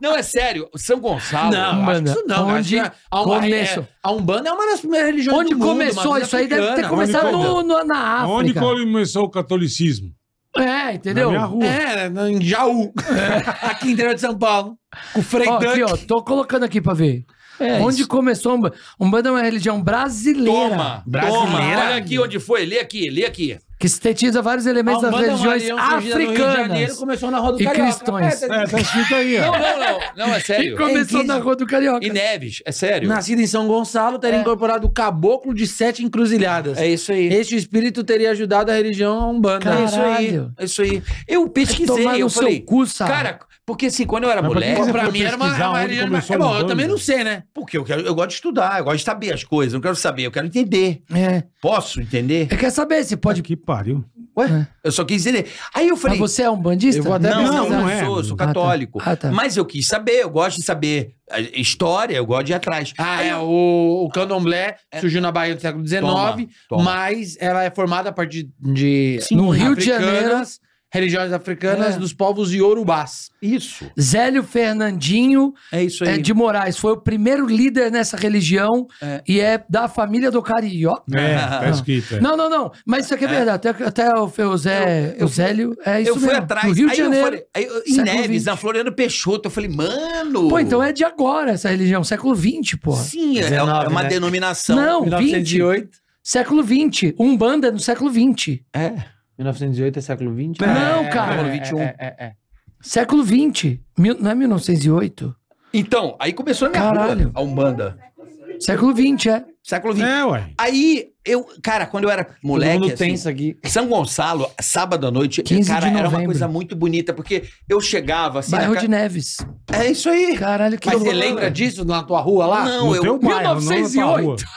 S7: Não, é sério. São Gonçalo.
S4: Não,
S7: eu acho que
S4: mano,
S7: isso não. eu acho
S4: onde
S7: que a, Umba-
S4: começou?
S7: é-
S4: a Umbanda é uma das primeiras religiões
S1: Onde
S4: do mundo.
S1: começou
S4: uma
S1: isso aí? Deve ter
S4: africana.
S1: começado no- no- na
S8: Onde
S1: África.
S8: começou o catolicismo?
S1: É, entendeu?
S8: Na minha rua.
S4: É, no- em Jaú. Aqui interior de São Paulo. Com o Frei
S1: É. Ó,
S4: Dunk.
S1: aqui, ó, tô colocando aqui pra ver.
S4: É
S1: Onde
S4: isso.
S1: começou a Umbanda? Umbanda é uma religião brasileira.
S7: Toma, toma. Olha aqui onde foi. Lê aqui, lê aqui.
S1: Que sintetiza vários elementos
S7: A
S1: das
S7: Umbanda é uma
S1: religiões
S4: um
S7: religião surgida no Rio de Janeiro,
S1: africanas.
S4: começou na Roda do
S1: E
S4: Carioca.
S1: cristões.
S4: É, tá- É, tá escrito aí, ó.
S7: Não, não, não. Não, é sério.
S4: E começou na
S1: Rua do Carioca.
S7: E Neves, é sério.
S4: Nascido em São Gonçalo,
S1: É.
S4: teria incorporado o caboclo de sete encruzilhadas.
S7: É isso aí.
S4: Este espírito teria ajudado a religião a Umbanda.
S7: É isso aí.
S4: Caralho.
S7: É isso aí. Eu pesquisei,
S4: tomar
S7: eu
S4: no seu
S7: falei.
S4: cu,
S1: Tá.
S4: Sara.
S7: Cara, porque assim, quando eu era
S4: Mas pra que
S7: moleque,
S4: você
S7: pra
S4: foi
S7: mim era uma,
S4: pesquisar
S7: era uma
S4: onde
S7: religião.
S4: começou
S7: É
S4: a
S7: bom, eu
S4: Umbanda?
S7: também não sei, né? Porque eu, quero, eu gosto de estudar, eu gosto de saber as coisas, eu não quero saber, eu quero entender.
S1: É.
S7: Posso entender?
S1: Quer saber se pode...
S8: <laughs> Que pariu.
S7: Ué? Eu só quis entender. Aí eu falei.
S1: Mas você é um bandista?
S7: Eu vou até não,
S1: pesquisar.
S7: não, não sou, eu sou católico.
S1: Ah, tá.
S7: Mas eu quis saber, eu gosto de saber a história, eu gosto de ir atrás.
S4: Ah,
S7: Aí
S4: é,
S7: eu- É.
S4: o, o candomblé surgiu na Bahia no século XIX,
S7: Toma, toma.
S4: mas ela é formada a partir de...
S1: Sim. No Rio de
S4: africanas,
S1: Janeiro.
S4: Religiões africanas
S1: É.
S4: dos povos iorubás.
S7: Isso.
S1: Zélio Fernandinho
S7: é isso
S1: aí. de Moraes foi o primeiro líder nessa religião e é da família do Carioca.
S8: É,
S4: Ah.
S8: tá escrito. é.
S1: Não, não, não. Mas isso aqui é verdade. Até, até o, Fe- o Zé, o Zélio, é isso
S7: eu fui
S1: mesmo.
S7: atrás.
S1: No Rio
S7: aí
S1: de Janeiro.
S7: Eu falei, aí eu- em
S1: século
S7: Neves,
S1: 20.
S7: na Floriano Peixoto, eu falei, mano.
S1: Pô, então é de agora essa religião, século XX, porra.
S7: Sim, é- é uma denominação.
S1: Não,
S4: 1908.
S1: 20. Século XX. Umbanda é no século XX.
S4: É. 1908 é século XX?
S1: Não, cara.
S4: Século
S1: É,
S7: um.
S4: XXI.
S1: é, Século XX. Mil- não é 1908?
S7: Então, aí começou a minha
S1: Caralho.
S7: rua, a Umbanda.
S1: Século XX, é.
S7: Século XX.
S8: É, ué.
S7: Aí, eu, cara, quando eu era moleque. assim,
S4: mundo tenso aqui.
S7: São Gonçalo, sábado à noite,
S1: 15
S7: cara,
S1: de
S7: era uma
S1: novembro.
S7: coisa muito bonita, porque eu chegava assim.
S1: Bairro
S7: na ca-
S1: de Neves.
S7: É isso aí.
S1: Caralho, que
S4: Mas você
S1: loucura.
S4: lembra disso na tua rua lá?
S7: Não,
S8: No
S7: eu.
S8: teu bairro, não na tua
S1: 1908.
S8: rua.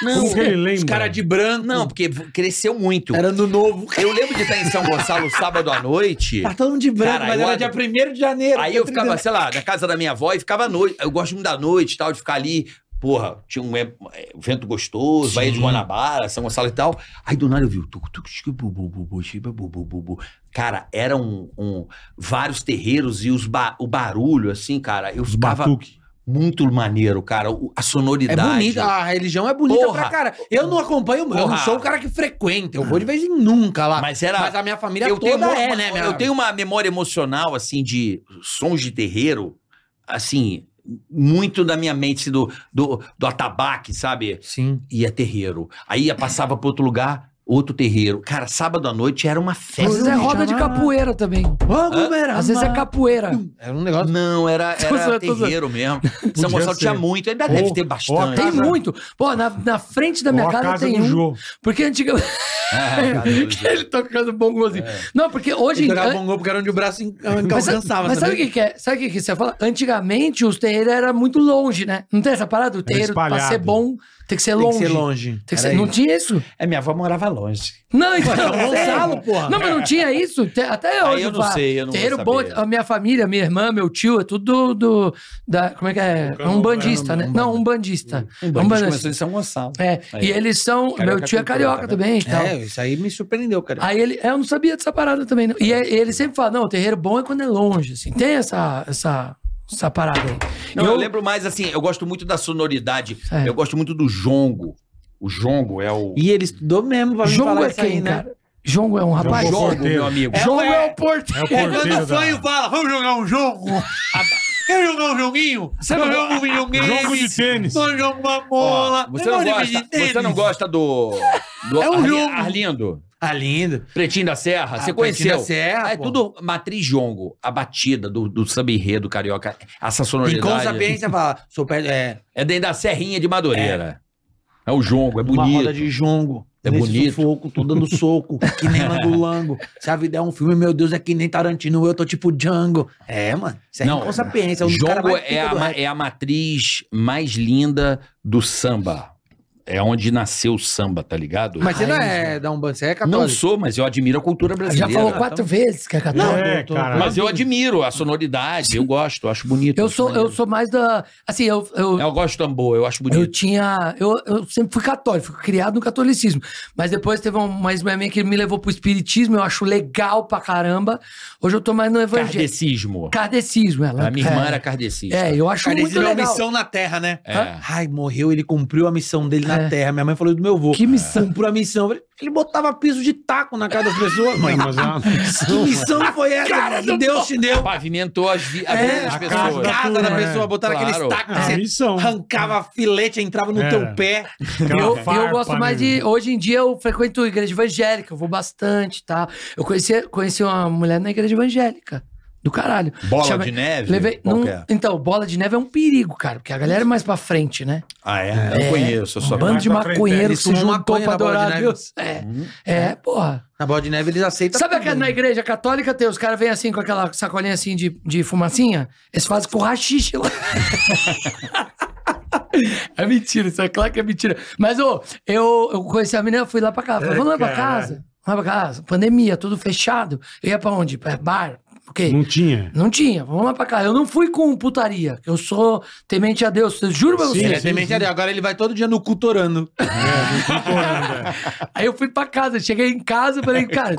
S7: Não,
S8: Como que ele lembra?
S4: Os caras de branco.
S7: não, porque cresceu muito.
S4: Era no novo.
S7: Eu lembro de estar em São Gonçalo sábado à noite.
S4: Tá todo mundo de branco,
S7: Cara,
S4: mas
S7: eu
S4: era
S7: ad-
S4: dia 1 de janeiro.
S7: Aí eu ficava, sei lá, na casa da minha avó e ficava à noite. Eu gosto muito da noite e tal, de ficar ali. Porra, tinha um é, é, vento gostoso, Bahia de Guanabara, São Gonçalo e tal. Aí do nada eu vi. o tuc, tuc, tuc, bu, bu, bu, bu, chi, bu, bu, bu, bu, bu. Cara, eram um, vários terreiros e os ba- o barulho, assim, cara. Eu ficava
S8: Batuque.
S7: muito maneiro, cara. o- a
S4: É
S7: sonoridade.
S4: bonita, a religião é bonita
S7: Porra.
S4: pra cara. Eu não acompanho, eu não
S7: Porra. Ah.
S4: sou o cara que frequenta, eu vou de vez em nunca lá.
S7: Mas era-
S4: a minha família
S7: eu
S4: toda
S7: tenho,
S4: é,
S7: uma-
S4: né? Minha...
S7: eu tenho uma memória emocional, assim, de sons de terreiro, assim, muito da minha mente assim, do, do, do atabaque, sabe?
S4: Sim.
S7: Ia terreiro. Aí ia, passava pra outro lugar, outro terreiro. Cara, sábado à noite era uma
S1: Às vezes
S7: festa.
S1: é roda de capoeira também. Às vezes é capoeira.
S4: Era um negócio.
S7: Não, era, era
S1: zoando, tô
S7: terreiro mesmo. São Gonçalo
S8: ser.
S7: tinha muito, ainda deve
S8: Ou-
S7: ter
S8: ou a
S7: bastante.
S1: Tem
S8: casa-
S1: muito. Pô, na, na frente da minha
S8: Ou a
S1: casa,
S8: casa
S1: tem
S8: do
S1: um.
S8: Jô.
S1: Porque antigamente. <laughs>
S7: É, cara, eu-
S1: Ele tocando bongozinho. Não, porque hoje.
S4: Ele jogava
S1: an-
S4: bongô porque era onde o braço en-
S1: Mas, sa-
S4: alcançava.
S1: mas sabe o que, que é? Sabe o que, que você fala? Antigamente os terreiros eram muito longe, né? Não tem essa parada? O terreiro, pra
S8: espalhado.
S1: ser bom, tem que ser
S4: Tem que
S1: longe.
S4: ser longe.
S1: Tem que
S4: Era
S1: ser- Não
S4: isso.
S1: tinha isso?
S7: É, minha avó morava longe.
S1: Não, então. <laughs> não sei.
S4: Gonçalo, porra.
S1: Não, mas não tinha isso? Te- Até hoje.
S7: eu não
S1: fala.
S7: sei, eu não vou
S1: Terreiro bom,
S7: saber.
S1: a minha família, minha irmã, meu tio, é tudo do. da, como é que é? Um bandista, né? Não, um bandista. Um
S7: Mas
S4: assim.
S1: bandista.
S7: começou em São Gonçalo.
S1: É,
S7: Aí,
S1: e
S7: ó.
S1: eles são. meu tio é
S7: cultura,
S1: carioca
S7: tá vendo?
S1: também e tal.
S4: É, isso aí me surpreendeu, cara.
S1: Aí ele. é, Eu não sabia dessa parada também, não. E é- ele sempre fala: não, o terreiro bom é quando é longe, assim. Tem essa. essa essa parada aí.
S7: Não,
S1: E
S7: eu... lembro mais assim, eu gosto muito da sonoridade.
S1: É.
S7: Eu gosto muito do jongo. O jongo é o.
S4: E ele estudou mesmo pra me
S1: Jongo
S4: falar
S1: é
S4: isso aí,
S1: quem,
S4: né?
S1: cara? Jongo é um rapaz.
S8: Jongo
S7: jongo,
S8: porteiro.
S7: meu amigo.
S4: É,
S1: Jongo
S4: ué.
S1: é o porto.
S8: É o porteiro da...
S4: fala, vamos jogar um jogo. Quer jogar um joguinho? Você não joga um videogame?
S8: Jogo de tênis.
S4: joga uma
S7: Ó, você,
S4: um
S7: não gosta, você não gosta do. do
S4: É um
S7: Arli-
S4: jongo.
S7: Arlindo?
S4: Ah, lindo.
S7: Pretinho da Serra? você conheceu?
S4: Pretinho da Serra,
S7: Ah, é
S4: pô.
S7: tudo matriz jongo. A batida do, do samba enredo carioca. Essa
S4: E com
S7: sonoridade.
S4: sapiência fala, sou pé, é,
S7: É dentro da Serrinha de Madureira. É, o jongo, é
S4: uma roda
S7: bonito.
S4: de jongo.
S7: É
S4: nesse
S7: bonito.
S4: Sufoco, tô dando soco,
S23: <laughs>
S4: que nem mangolango. Se a vida é um filme, meu Deus, é que nem Tarantino, eu tô tipo Django. É, mano. Isso é
S7: Não,
S4: com sapiência. É um dos
S7: Jongo
S4: caras mais
S7: é
S4: pica
S7: a,
S4: do
S7: ma-
S4: rap.
S7: é a matriz mais linda do samba.
S23: é onde nasceu o samba, tá ligado?
S4: Mas você não é da Umbanda, você é católico?
S23: Não sou, mas eu admiro a cultura brasileira.
S4: Já
S7: né?
S4: falou quatro
S1: vezes que é
S4: católico.
S23: Não, eu tô- mas eu admiro a sonoridade, eu gosto, eu acho bonito.
S7: é
S1: Eu sou, eu sou mais da. Assim, eu.
S7: um
S1: Eu,
S23: eu gosto de tambor, eu acho
S1: bonito. Eu tipo tinha. Eu, eu sempre fui católico, fui criado no catolicismo. Mas depois teve um, uma ex minha que me levou pro espiritismo, eu acho legal pra caramba. Hoje eu tô mais no evangelho.
S23: Kardecismo.
S1: Kardecismo, ela.
S23: A minha irmã
S1: é.
S23: era kardecista.
S1: É, eu acho
S23: Kardecismo
S1: muito
S23: é uma
S1: legal.
S23: missão na Terra, né? É.
S4: Ai, morreu, ele cumpriu a missão dele na Terra. Minha mãe falou do meu avô. Que missão? Cumpriu a missão. Ele- Ele botava piso de taco na cara das pessoas.
S8: Mãe, mas é uma
S4: que missão foi essa?
S23: Cara,
S4: que Deus te deu.
S23: Pavimentou as vi- a vida
S4: É,
S23: das
S4: a
S23: pessoas.
S4: casa da casa da pessoa, botaram aquele
S23: Claro.
S4: taco, você arrancava filete, entrava no
S23: É.
S4: teu pé.
S1: Eu, eu gosto
S23: né?
S1: mais
S8: né?
S1: de. Hoje em dia eu frequento igreja evangélica, eu vou bastante, tá? Eu conheci, conheci uma mulher na igreja evangélica. Do caralho.
S23: Bola de neve?
S1: Levei,
S23: Qual
S1: num-
S23: que é?
S1: Então, bola de neve é um perigo, cara, porque a galera é mais pra frente, né?
S23: Ah, é? Eu
S1: É.
S23: conheço, eu sou
S1: Bando de
S23: é.
S1: maconheiro que
S4: Eles
S1: se
S4: fumam
S1: juntou
S4: maconha
S1: pra
S4: na bola de
S1: adorar a
S4: neve.
S1: Deus. É,
S23: Uhum.
S1: é, porra.
S4: Na bola de neve eles aceitam.
S1: Sabe
S4: tudo,
S1: aquela
S4: né?
S1: na igreja católica tem? Os caras vêm assim com aquela sacolinha assim de, de fumacinha? Eles fazem com rachixe lá. <laughs> É mentira, isso é claro que é mentira. Mas, ô, eu, eu conheci a menina, eu fui lá pra casa. Falei, vamos lá pra
S8: Caralho.
S1: casa? Vamos lá pra casa? Pandemia, tudo fechado. Eu ia pra onde? Pra bar? O quê?
S8: Não tinha.
S1: Não tinha, vamos lá pra casa. Eu não fui com putaria. Eu sou temente a Deus. Eu juro pra
S4: Sim,
S1: você.
S4: ele é temente a Deus. Agora ele vai todo dia no cultorando.
S1: Aí eu fui pra casa, cheguei em casa e falei, cara,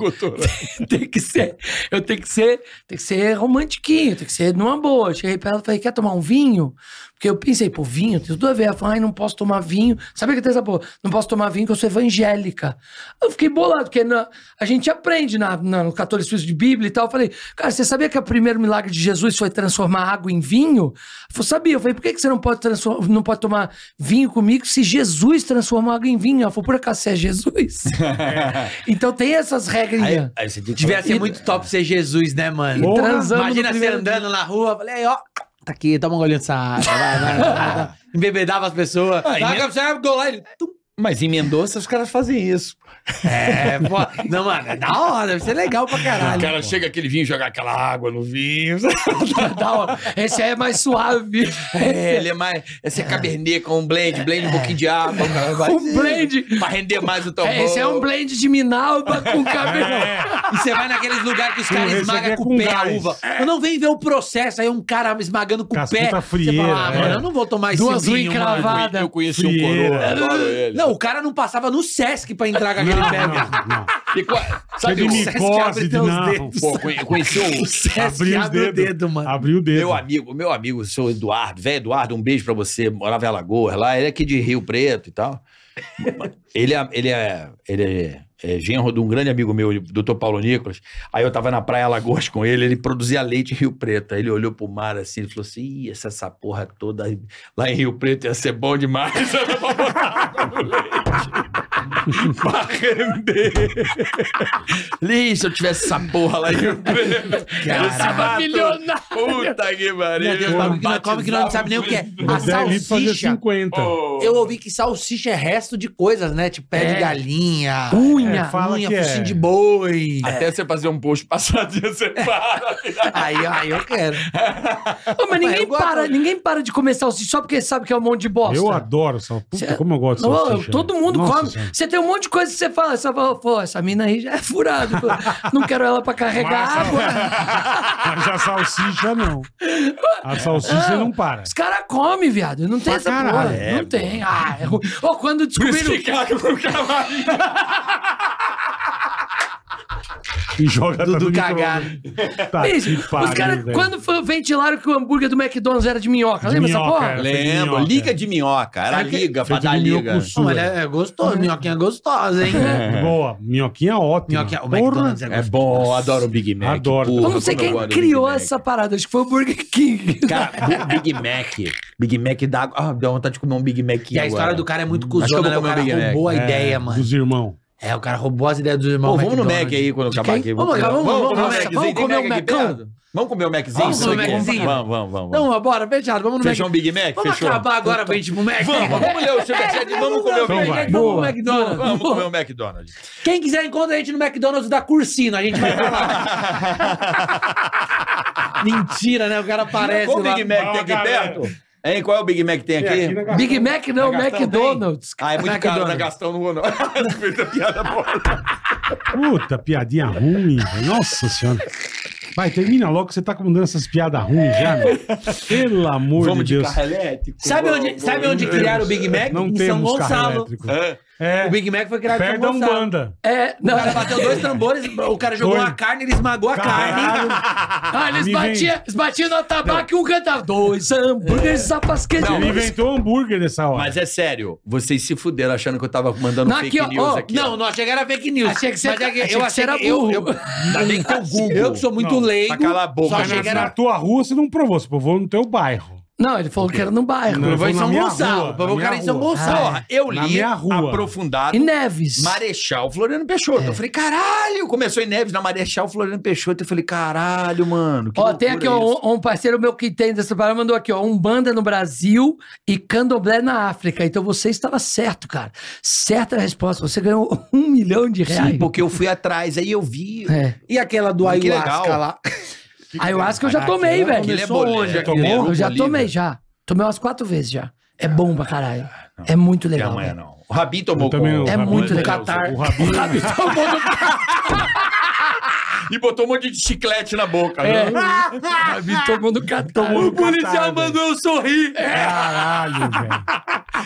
S1: <laughs> tem que ser, eu tenho que ser, tem que ser romantiquinho, tem que ser numa boa. Eu cheguei pra ela e falei, quer tomar um vinho? Porque eu pensei, pô, vinho, tem tudo a ver. Ela falou, ai, não posso tomar vinho. Sabe o que tem essa porra? Não posso tomar vinho que eu sou evangélica. Eu fiquei bolado, porque na- a gente aprende na, na- no catolicismo de Bíblia e tal. Eu falei, cara, você sabia que o primeiro milagre de Jesus foi transformar água em vinho? Eu falei, sabia. Eu falei, por que, que você não pode, transform- não pode tomar vinho comigo se Jesus transformou água em vinho? Ela falou, por acaso você é Jesus? Então tem essas regrinhas.
S23: Aí você tem que
S4: Devia
S23: falar-
S4: ser muito top ser Jesus, né, mano?
S1: E transando no
S4: Imagina você
S1: primeiro
S4: andando na rua, falei, aí, ó, tá aqui, toma um golinho dessa água, vai, vai, vai, vai. Embebedava as pessoas.
S23: Ah,
S4: Sabe,
S23: emen-
S4: você vai golar, ele... tum.
S23: Mas em Mendonça os caras fazem isso.
S4: É, pô. Não, mano, é da hora, deve ser legal pra
S23: Ah, O
S4: caralho.
S23: cara chega aquele vinho jogar aquela água no vinho.
S1: <laughs> Da hora. Esse aí é mais suave.
S7: É, ele é mais. Esse é cabernet com um blend, blend um pouquinho de água.
S1: <laughs> Um blend.
S7: Pra render mais o tambor.
S1: É, esse é um blend de Minalba
S8: <laughs>
S1: com cabelo.
S8: É.
S4: E você vai naqueles lugares que os caras
S8: Esse aqui
S4: esmagam
S8: é
S4: com
S8: com
S4: o pé a
S8: gás. É.
S4: uva. Eu não vem ver o processo, aí um cara esmagando com o
S8: Cascuta
S4: pé.
S8: frieira,
S4: você fala, ah,
S8: é.
S4: mano, eu não vou tomar esse
S1: Duas
S4: vinho, mano.
S1: encravadas.
S7: Eu conheci um
S8: Frieira.
S7: coroa, adoro ele.
S4: Não, o cara não passava no Sesc pra entrar com aquele pé. velho.
S7: E co-
S8: Sabe,
S7: sabe o
S8: de
S7: Sesc abre
S8: micose, de
S7: teus
S8: não.
S7: dedos. Pô, eu conheci o
S8: Abriu os
S4: abre o
S8: dedos.
S4: dedo, mano.
S8: Abriu o dedo.
S7: Meu amigo, meu amigo, o seu Eduardo, velho Eduardo, um beijo pra você, morava em Alagoas lá, ele é aqui de Rio Preto e tal. ele é, ele é, ele é, é genro de um grande amigo meu, doutor Paulo Nicolas. Aí eu tava na praia Alagoas com ele, ele produzia leite em Rio Preto. Aí ele olhou pro mar assim, ele falou assim, Ih, essa, essa porra toda aí lá em Rio Preto ia ser bom demais. <laughs> Eu vou botar água no leite. pra render. Ih, se eu tivesse essa porra lá em Rio Preto, eu se
S1: Tava
S7: mato.
S1: milionário.
S7: Puta que pariu.
S4: Meu
S7: um
S4: Deus, como que não- como que nós não sabe nem o que é? A
S8: Deve fazer assim.
S4: salsicha.
S8: 50.
S4: Eu ouvi que salsicha é resto de coisas, né? Tipo pé de
S1: É.
S4: galinha,
S1: Unha.
S8: É, fala
S4: unha,
S8: que é.
S4: focinho de boi.
S7: Até você fazer um post passadinho, <laughs> você para.
S4: Aí, aí eu quero.
S1: Ô, mas
S4: eu
S1: ninguém
S4: gosto-
S1: para, ninguém para de comer salsicha só porque sabe que é um monte de bosta.
S8: Eu adoro salsicha. Puta,
S1: Cê-
S8: como eu gosto de
S1: Não,
S8: salsicha.
S1: todo mundo
S8: Nossa
S1: come.
S8: Senhora.
S1: Você tem um monte de coisa que você fala. Você fala, pô, essa mina aí já é furada. pô. Não quero ela pra carregar
S8: Mas a
S1: água.
S8: Mas a salsicha não. A salsicha
S1: <laughs>
S8: não para.
S1: Os caras comem, viado. Não tem
S8: Pra
S1: essa
S8: caralho.
S1: porra.
S8: É,
S1: não tem. Ah, é ruim. Ô, quando descobriram...
S8: E joga
S4: Dudu
S8: tudo no
S4: cagado.
S8: micro-ondas. Tá
S1: Bicho,
S8: que
S1: os caras,
S8: pariu, velho.
S1: quando foi- ventilaram que o hambúrguer do McDonald's era de minhoca,
S8: De
S1: lembra
S8: minhoca,
S1: essa porra?
S8: é.
S7: Lembro,
S8: Minhoca.
S7: liga de minhoca. Era
S4: Aquele-
S7: é liga, pra
S8: Feito
S7: dar
S8: de
S7: liga.
S8: minhoco
S4: Não,
S8: sua.
S4: mas é é gostoso, minhoquinha é gostosa,
S8: <laughs>
S4: hein?
S8: Boa, minhoquinha ótima.
S4: Minhoquinha, o
S8: Porra.
S4: McDonald's é
S7: É
S4: gostoso.
S7: bom, eu adoro o Big Mac.
S8: Adoro.
S7: porra,
S1: Eu não sei
S7: como eu
S1: quem
S7: gosto do
S1: criou
S7: Big Mac.
S1: essa parada, acho que foi o Burger King.
S7: <laughs>
S1: <laughs>
S7: Cara, Bi- Big Mac. Big Mac dá. Ah, dá vontade de comer um Big Mac.
S4: E a história do cara é muito cuzona,
S7: vou
S4: né? O
S7: comer
S4: cara
S7: Big Mac.
S4: roubou a
S8: É,
S4: ideia, mano.
S8: Dos irmãos.
S4: É, o cara roubou as ideias dos irmãos.
S7: Pô, vamos no Mac
S4: McDonald's.
S7: aí quando acabar
S4: quem?
S7: aqui.
S4: Vamos, vamos, vamos,
S7: comer um
S4: vamos,
S7: Maczinho.
S4: vamos
S7: Tem
S4: comer
S7: Mac
S4: um
S7: aqui
S4: Macão?
S7: perto? Vamos comer o Maczinho?
S4: Vamos comer
S7: Isso
S4: um
S7: aqui.
S4: Maczinho?
S7: Vamos, vamos, vamos. vamos.
S4: Não, bora, fechado, vamos no
S7: Fechou um
S4: McDonald's.
S7: Big Mac?
S4: Vamos
S7: Fechou.
S4: acabar agora pra
S1: tipo,
S4: gente ir pro Mac.
S7: Vamos, vamos ler o
S4: É,
S7: superchat e vamos comer o
S8: Então
S7: Big
S8: vai.
S7: Mac.
S4: Vamos no
S1: Boa.
S4: McDonald's.
S7: Vamos comer o McDonald's.
S4: Quem quiser encontra a gente no McDonald's da Cursino, a gente vai pra lá. Mentira, né? O cara aparece
S7: Qual
S4: lá.
S7: Big Mac tem
S8: Fala,
S7: aqui
S8: galera.
S7: perto? Hein, qual é o Big Mac que tem
S1: É, aqui na Gastão.
S7: aqui?
S1: Big Mac não,
S7: Na Gastão tem?
S1: McDonald's.
S7: Ah, é muito caro na
S1: McDonald's.
S7: Gastão, não vou não. <laughs> Muita piada boa.
S8: Puta, piadinha ruim, velho. Nossa senhora. Vai, termina logo que você tá mandando essas piadas ruins já, meu. Pelo amor
S7: Vamos de
S8: de Deus.
S7: carro elétrico.
S4: Sabe
S7: Vamos,
S4: onde, sabe
S7: vamos.
S4: onde criaram o Big Mac?
S8: Não
S4: em São
S8: temos carro
S4: Gonçalo.
S8: elétrico.
S4: É. O Big Mac foi criado
S8: Perto
S4: em
S8: da
S4: São Gonçalo.
S8: Umbanda.
S1: É, não.
S4: O cara bateu dois tambores, o cara jogou
S8: Foi.
S4: uma carne, ele esmagou a carne.
S1: Ah, eles
S8: Me
S1: batiam,
S8: vem.
S1: eles batiam no atabaque e um cantava. Dois hambúrgueres, zapas queijo.
S8: Ele inventou hambúrguer nessa hora.
S7: Mas é sério, vocês se fuderam achando que eu tava mandando
S1: Não,
S7: fake
S1: aqui, ó,
S7: news
S1: ó,
S7: aqui.
S4: Não, não, achei que era fake news.
S1: Achei que você-
S4: Mas é
S1: achei
S4: eu
S1: que
S4: achei
S1: você era
S4: que eu,
S1: burro.
S4: eu,
S7: Ainda bem que é o Google.
S4: eu que sou muito
S8: Não,
S4: leigo.
S7: Pra calar a boca.
S4: só
S8: Mas
S4: achei
S8: na,
S4: que era
S8: na tua rua você não provou, você provou no teu bairro.
S1: Não, ele falou que era no bairro.
S8: Não,
S4: Eu vou em
S8: na
S4: São
S8: minha
S4: um Gonçalo.
S8: rua,
S4: eu vou
S8: na
S4: cara
S8: minha
S4: em São
S8: rua.
S4: Gonçalo.
S7: Porra, eu
S8: Na
S7: li
S8: minha rua.
S7: aprofundado
S1: E Neves.
S7: Marechal Floriano Peixoto.
S1: É.
S7: Eu falei, caralho! Começou em Neves na Marechal Floriano Peixoto. Eu falei, caralho, mano. que
S1: Ó, tem aqui
S7: loucura
S1: ó,
S7: isso.
S1: um, um parceiro meu que tem dessa parada, mandou aqui, ó, Umbanda no Brasil e Candomblé na África. Então você estava certo, cara. Certa a resposta. Você ganhou um milhão de reais.
S7: Sim, porque eu fui atrás, aí eu vi.
S1: É.
S4: E aquela do
S7: Que
S4: ayahuasca
S7: legal.
S4: lá.
S1: Ayahuasca eu já tomei, velho.
S7: Aquele é bolinha.
S8: tomou?
S7: aquele é
S1: Eu já
S7: bolívia.
S1: tomei, já. Tomei umas quatro vezes já. É bom pra caralho. É muito
S7: Ah, Até
S1: legal.
S7: amanhã,
S1: velho.
S7: não. O Rabi tomou
S8: Eu também não.
S1: É
S8: Rabi,
S1: muito
S8: o
S1: legal.
S8: O Rabinho.
S4: <laughs>
S7: E botou um monte de chiclete na boca.
S1: É.
S7: né?
S1: Rabi tomou no catão.
S8: O policial mandou
S7: eu sorrir.
S8: Caralho, velho.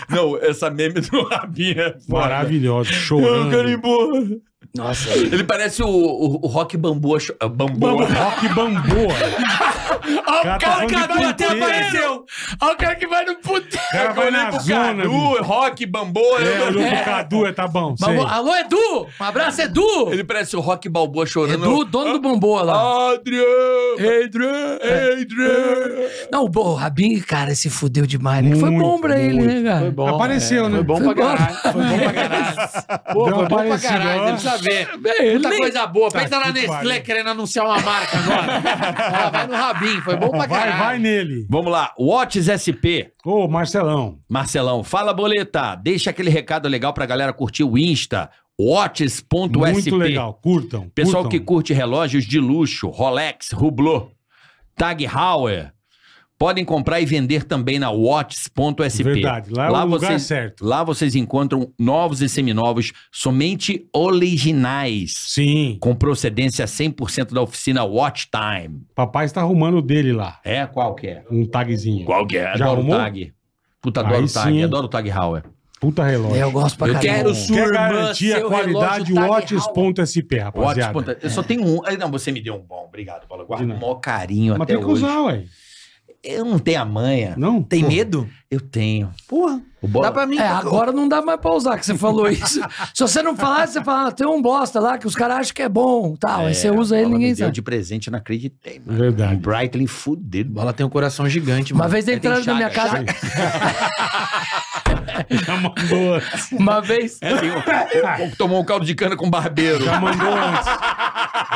S7: Não, essa meme do Rabi é foda.
S8: Maravilhoso.
S7: Eu quero ir
S8: Chorando.
S7: embora.
S1: Nossa.
S7: Ele parece o, o, o Rock Bamboa. cho- ah, Bamboa.
S8: Rock Bamboa. cara tá falando de puteiro.
S1: Olha o cara que vai no puteiro.
S8: O cara vai
S7: Olhei
S8: na
S7: pro
S8: zona. bicho.
S7: Cadu, Rock Bamboa.
S8: É,
S7: eu-
S8: olhou pro Cadu, é, tá bom. sei.
S1: Vamos- Alô, Edu! Um abraço, Edu!
S7: Ele parece o Rock Balboa chorando.
S1: Edu, dono do Bomboa lá.
S7: Adrian! Adrian! Adrian!
S1: Não, bom, o Rabin, cara, se fudeu demais, né? foi
S8: Muito,
S1: bom pra ele, né, cara?
S4: é,
S8: Apareceu, né? Foi
S1: pra <laughs>
S8: bom caralho. Foi bom pra caralho. Pô,
S4: Foi bom pra caralho, você precisa ver.
S1: Ele
S4: Muita
S1: nem-
S4: coisa boa.
S8: Tá
S4: Pensa na
S8: que
S4: Nestlé
S8: pariu.
S4: querendo anunciar uma marca agora. Ela vai no Rabin, foi bom pra
S8: Vai,
S4: caralho.
S8: vai nele.
S7: Vamos lá, Watts SP.
S8: Ô, Marcelão.
S7: Marcelão, fala boleta. Deixa aquele recado legal pra galera curtir o Insta.
S8: Muito
S7: Watts.sp.
S8: legal. Curtam.
S7: Pessoal
S8: curtam.
S7: que curte relógios de luxo, Rolex, Hublot, Tag Heuer, podem comprar e vender também na Watts.sp.
S8: Verdade, lá é o lugar
S7: vocês,
S8: certo.
S7: Lá vocês encontram novos e seminovos, somente originais,
S8: Sim.
S7: com procedência 100% da oficina Watch Time.
S8: Papai está arrumando o dele lá.
S7: É, qual que é?
S8: Um tagzinho.
S7: Qual que é?
S8: Já
S7: Adoro o
S8: arrumou?
S7: Tag. Puta, adoro
S8: Aí
S7: o Tag,
S8: sim, hein?
S7: adoro o Tag Heuer.
S8: Puta relógio.
S7: É
S1: Eu gosto pra
S7: Eu
S1: caralho.
S7: quero su-
S8: Quer
S7: Turma,
S8: garantir a
S7: seu
S8: qualidade,
S7: relógio tá Tag
S8: watches.sp,
S7: Watch.
S8: rapaziada.
S7: Eu só tenho um. Ah, Não, você me deu um bom. Obrigado, Paulo. Eu Guardo
S8: De
S7: com o
S8: nada.
S7: maior carinho
S8: Mas
S7: até
S8: tem que
S7: hoje.
S8: usar, ué.
S7: Eu não tenho a manha.
S8: Não?
S4: Tem
S8: Pô,
S4: medo?
S7: Eu tenho.
S4: Porra.
S7: O Bola-
S4: Dá pra mim.
S1: É, agora não dá mais pra usar que você falou isso. Se você não falar, você fala, ah, tem um bosta lá que os caras acham que é bom tal. Aí você usa ele
S7: Bola me
S1: ninguém
S7: deu
S1: sabe.
S7: de presente, eu não acreditei, mano.
S8: Verdade.
S7: <laughs> Um Brightling fudido. Bola
S4: Ela tem um coração gigante,
S1: Uma
S4: mano.
S1: vez
S4: Aí tem
S1: entraram na minha
S4: chaga,
S1: casa.
S4: chaga.
S8: Já mandou antes.
S1: Uma vez.
S8: É
S7: <laughs> tomou um caldo de cana com barbeiro.
S8: Já mandou antes.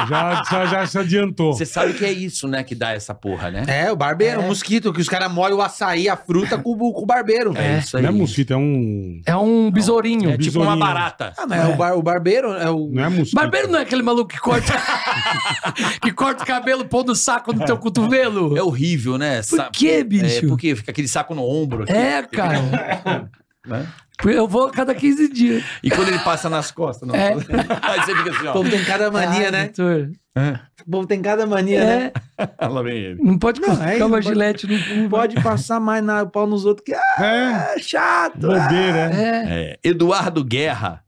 S8: Já, já, já se adiantou.
S7: Você sabe que é isso, né, que dá essa porra, né?
S4: É, o barbeiro, o mosquito, que os caras molham o açaí, a fruta com, o- com o barbeiro, velho.
S7: isso
S8: Não é mosquito, é um...
S1: É um besourinho.
S7: É tipo uma
S8: besourinho.
S7: barata.
S4: Ah, mas é. o, bar- o barbeiro é o.
S8: Não é mosquito.
S1: Barbeiro não é aquele maluco que corta. <laughs> que corta o cabelo, pondo o saco no teu cotovelo.
S7: É horrível, né? Sa-
S1: quê, bicho?
S7: É, porque fica aquele saco no ombro aqui,
S1: É, cara.
S7: né?
S1: Eu vou a cada 15 dias.
S7: E quando ele passa nas costas, não.
S1: É.
S7: <laughs> Aí você fica assim,
S4: O
S7: ó.
S4: povo tem cada mania,
S1: Ai,
S4: né?
S1: doutor.
S4: O povo tem cada mania, né?
S1: É,
S7: Lá vem ele.
S1: não pode
S4: Não, é
S1: colocar
S4: isso,
S1: uma
S4: pode-
S1: gilete no cu.
S4: Não pode passar mais na, o pau nos outros, que ah,
S8: É,
S4: é chato.
S8: bobeira, é.
S1: É.
S7: É, Eduardo Guerra.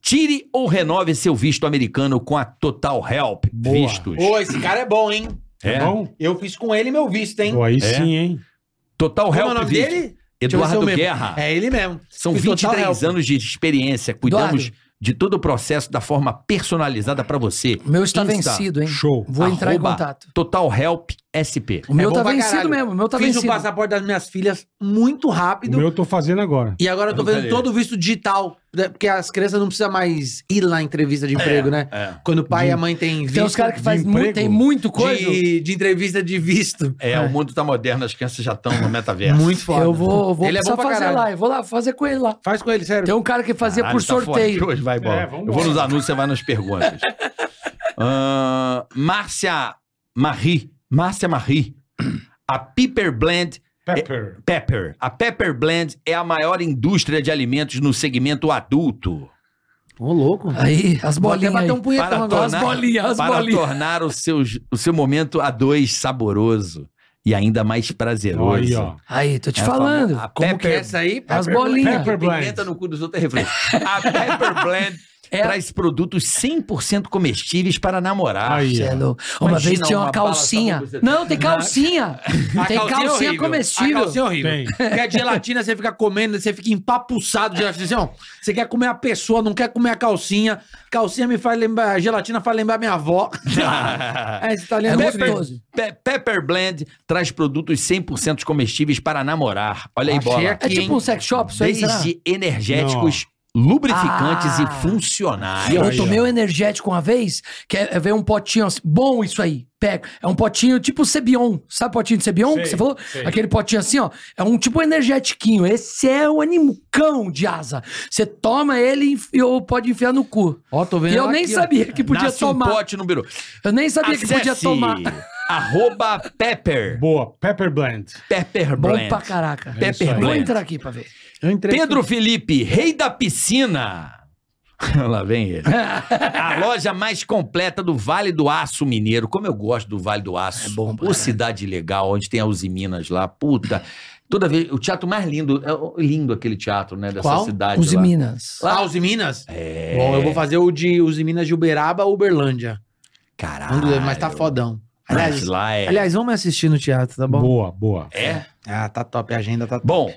S7: Tire ou renove seu visto americano com a Total Help
S8: Boa.
S7: Vistos.
S4: Pô, esse cara é bom, hein?
S8: Tá
S7: É.
S8: bom?
S4: Eu fiz com ele meu visto, hein?
S8: Pô, aí sim, hein?
S7: Total
S4: Como é
S7: Help
S4: o nome
S7: Vistos.
S4: dele? Deixa eu ver se é o
S7: Eduardo
S4: mesmo.
S7: Guerra.
S4: É ele mesmo.
S7: São
S4: Fiz Total
S7: 23
S4: Help.
S7: anos de experiência. Cuidamos
S1: Eduardo.
S7: de todo o processo da forma personalizada para você.
S1: O meu está
S7: Insta,
S1: vencido, hein?
S8: Show.
S1: Vou entrar em
S7: arroba
S1: contato.
S7: Total Help SP.
S1: O meu
S4: bom
S1: tá
S4: pra
S1: vencido
S4: caralho.
S1: mesmo. O meu tá
S4: fiz o
S1: vencido.
S4: passaporte das minhas filhas muito
S8: O
S4: rápido.
S8: meu eu tô fazendo agora.
S4: E agora eu tô
S7: Puta
S4: vendo
S7: aí.
S4: todo o visto digital. né? Porque as crianças não precisam mais ir lá em entrevista de emprego, né?
S7: É.
S4: Quando o pai e a mãe têm visto.
S1: Tem uns caras que
S8: de
S1: fazem
S8: emprego?
S1: muito, tem muito coisa.
S4: de, de entrevista de visto.
S7: É, o mundo tá moderno, as crianças já estão no
S1: É
S7: metaverso.
S4: Muito foda.
S1: Eu vou, vou
S4: Ele é
S1: precisar
S4: bom pra
S1: fazer
S4: caralho.
S1: lá. Eu vou lá fazer com ele lá.
S4: Faz com ele, sério.
S1: Tem um cara que fazia
S7: Caralho,
S1: por
S7: tá forte
S1: sorteio.
S7: hoje, vai, bola.
S8: É, vamos
S7: Eu vou
S8: lá.
S7: nos anúncios, você vai nas
S8: <laughs>
S7: perguntas. Ahn, Márcia Marie. Márcia Marie. A Piper Blend.
S8: Pepper.
S7: Pepper. A Pepper Blend é a maior indústria de alimentos no segmento adulto.
S14: Ô, louco.
S1: Aí, as
S14: Vou até
S1: bolinhas.
S14: bater
S1: aí.
S14: um punhetão
S7: para
S14: agora.
S7: tornar,
S14: As bolinhas, as
S7: para
S14: bolinhas.
S7: tornar o seu, o seu momento a dois saboroso e ainda mais prazeroso.
S8: Aí, É. ó.
S1: Aí, tô te
S7: É a
S1: falando.
S7: famo- a
S1: Como
S7: Pepper-
S1: que é
S7: essa aí?
S1: As
S7: Pepper-
S1: bolinhas.
S7: Pepper Blend. Pimenta no cu dos outros é refresco. A Pepper Blend
S1: É.
S7: traz produtos 100% comestíveis para namorar.
S8: Aí, ó.
S1: É louco. Uma
S7: Imagina
S1: vez tinha uma,
S7: uma bala
S1: calcinha.
S7: sabor-
S1: Não, tem <laughs> calcinha. <laughs> tem
S4: é
S1: calcinha, é
S14: horrível.
S1: comestível.
S14: A calcinha horrível.
S8: Tem.
S14: Porque a gelatina você fica comendo, você fica empapuçado de gelatina. Assim, ó, Você quer comer a pessoa, não quer comer a calcinha. Calcinha me faz lembrar, a gelatina faz lembrar minha
S4: <laughs>
S14: avó. Aí
S1: tipo
S14: você tá
S1: um
S7: É
S14: lembrando.
S7: Pepper, <laughs> Pe- Pepper Blend traz produtos 100% comestíveis para namorar. Olha aí,
S14: Achei
S7: bola.
S14: aqui,
S1: É tipo um sex shop, isso aí, será?
S7: Desde energéticos, lubrificantes
S1: Ah.
S7: e funcionais.
S1: eu tomei um energético uma vez, que é, é, veio um potinho assim, bom isso aí, pega. É um potinho tipo Cebion, sabe potinho de Cebion
S8: Sei,
S1: que você falou?
S8: sei.
S1: Aquele potinho assim, ó, é um tipo energetiquinho. Esse é o animucão de asa. Você toma ele e enfi- ou pode enfiar no cu.
S14: Ó, tô vendo
S1: E eu
S14: ela
S1: nem
S14: aqui, ó.
S1: sabia que podia
S7: Nasce
S1: tomar.
S7: um pote no birô.
S1: Eu nem sabia que podia
S7: Acesse
S1: tomar. É
S7: Arroba Pepper.
S8: Boa. Pepper Blend.
S7: Pepper
S1: Bom
S7: Blend.
S1: pra caraca.
S8: É isso aí.
S7: Pepper
S1: Vou
S7: Blend.
S1: entrar aqui pra ver.
S14: Eu entrei
S7: Pedro Felipe, rei da piscina. <laughs> Lá vem ele. A loja mais completa do Vale do Aço Mineiro. Como eu gosto do Vale do Aço. É bom, Ô, cidade legal, onde tem a Uzi Minas lá. Puta. Toda vez. O teatro mais lindo. É o- lindo aquele teatro, né? Dessa
S14: Qual?
S7: cidade.
S1: Os
S7: lá.
S1: Minas.
S14: Ah, os de Minas? É. Bom, eu vou fazer o de os de Minas de Uberaba ou Uberlândia. Um dos-
S7: Caralho.
S14: mas tá fodão.
S7: Mas
S14: Aliás,
S7: lá é.
S14: aliás, vamos assistir no teatro, tá bom?
S8: Boa, boa.
S7: É?
S14: Ah, tá top. A agenda tá top.
S7: Bom,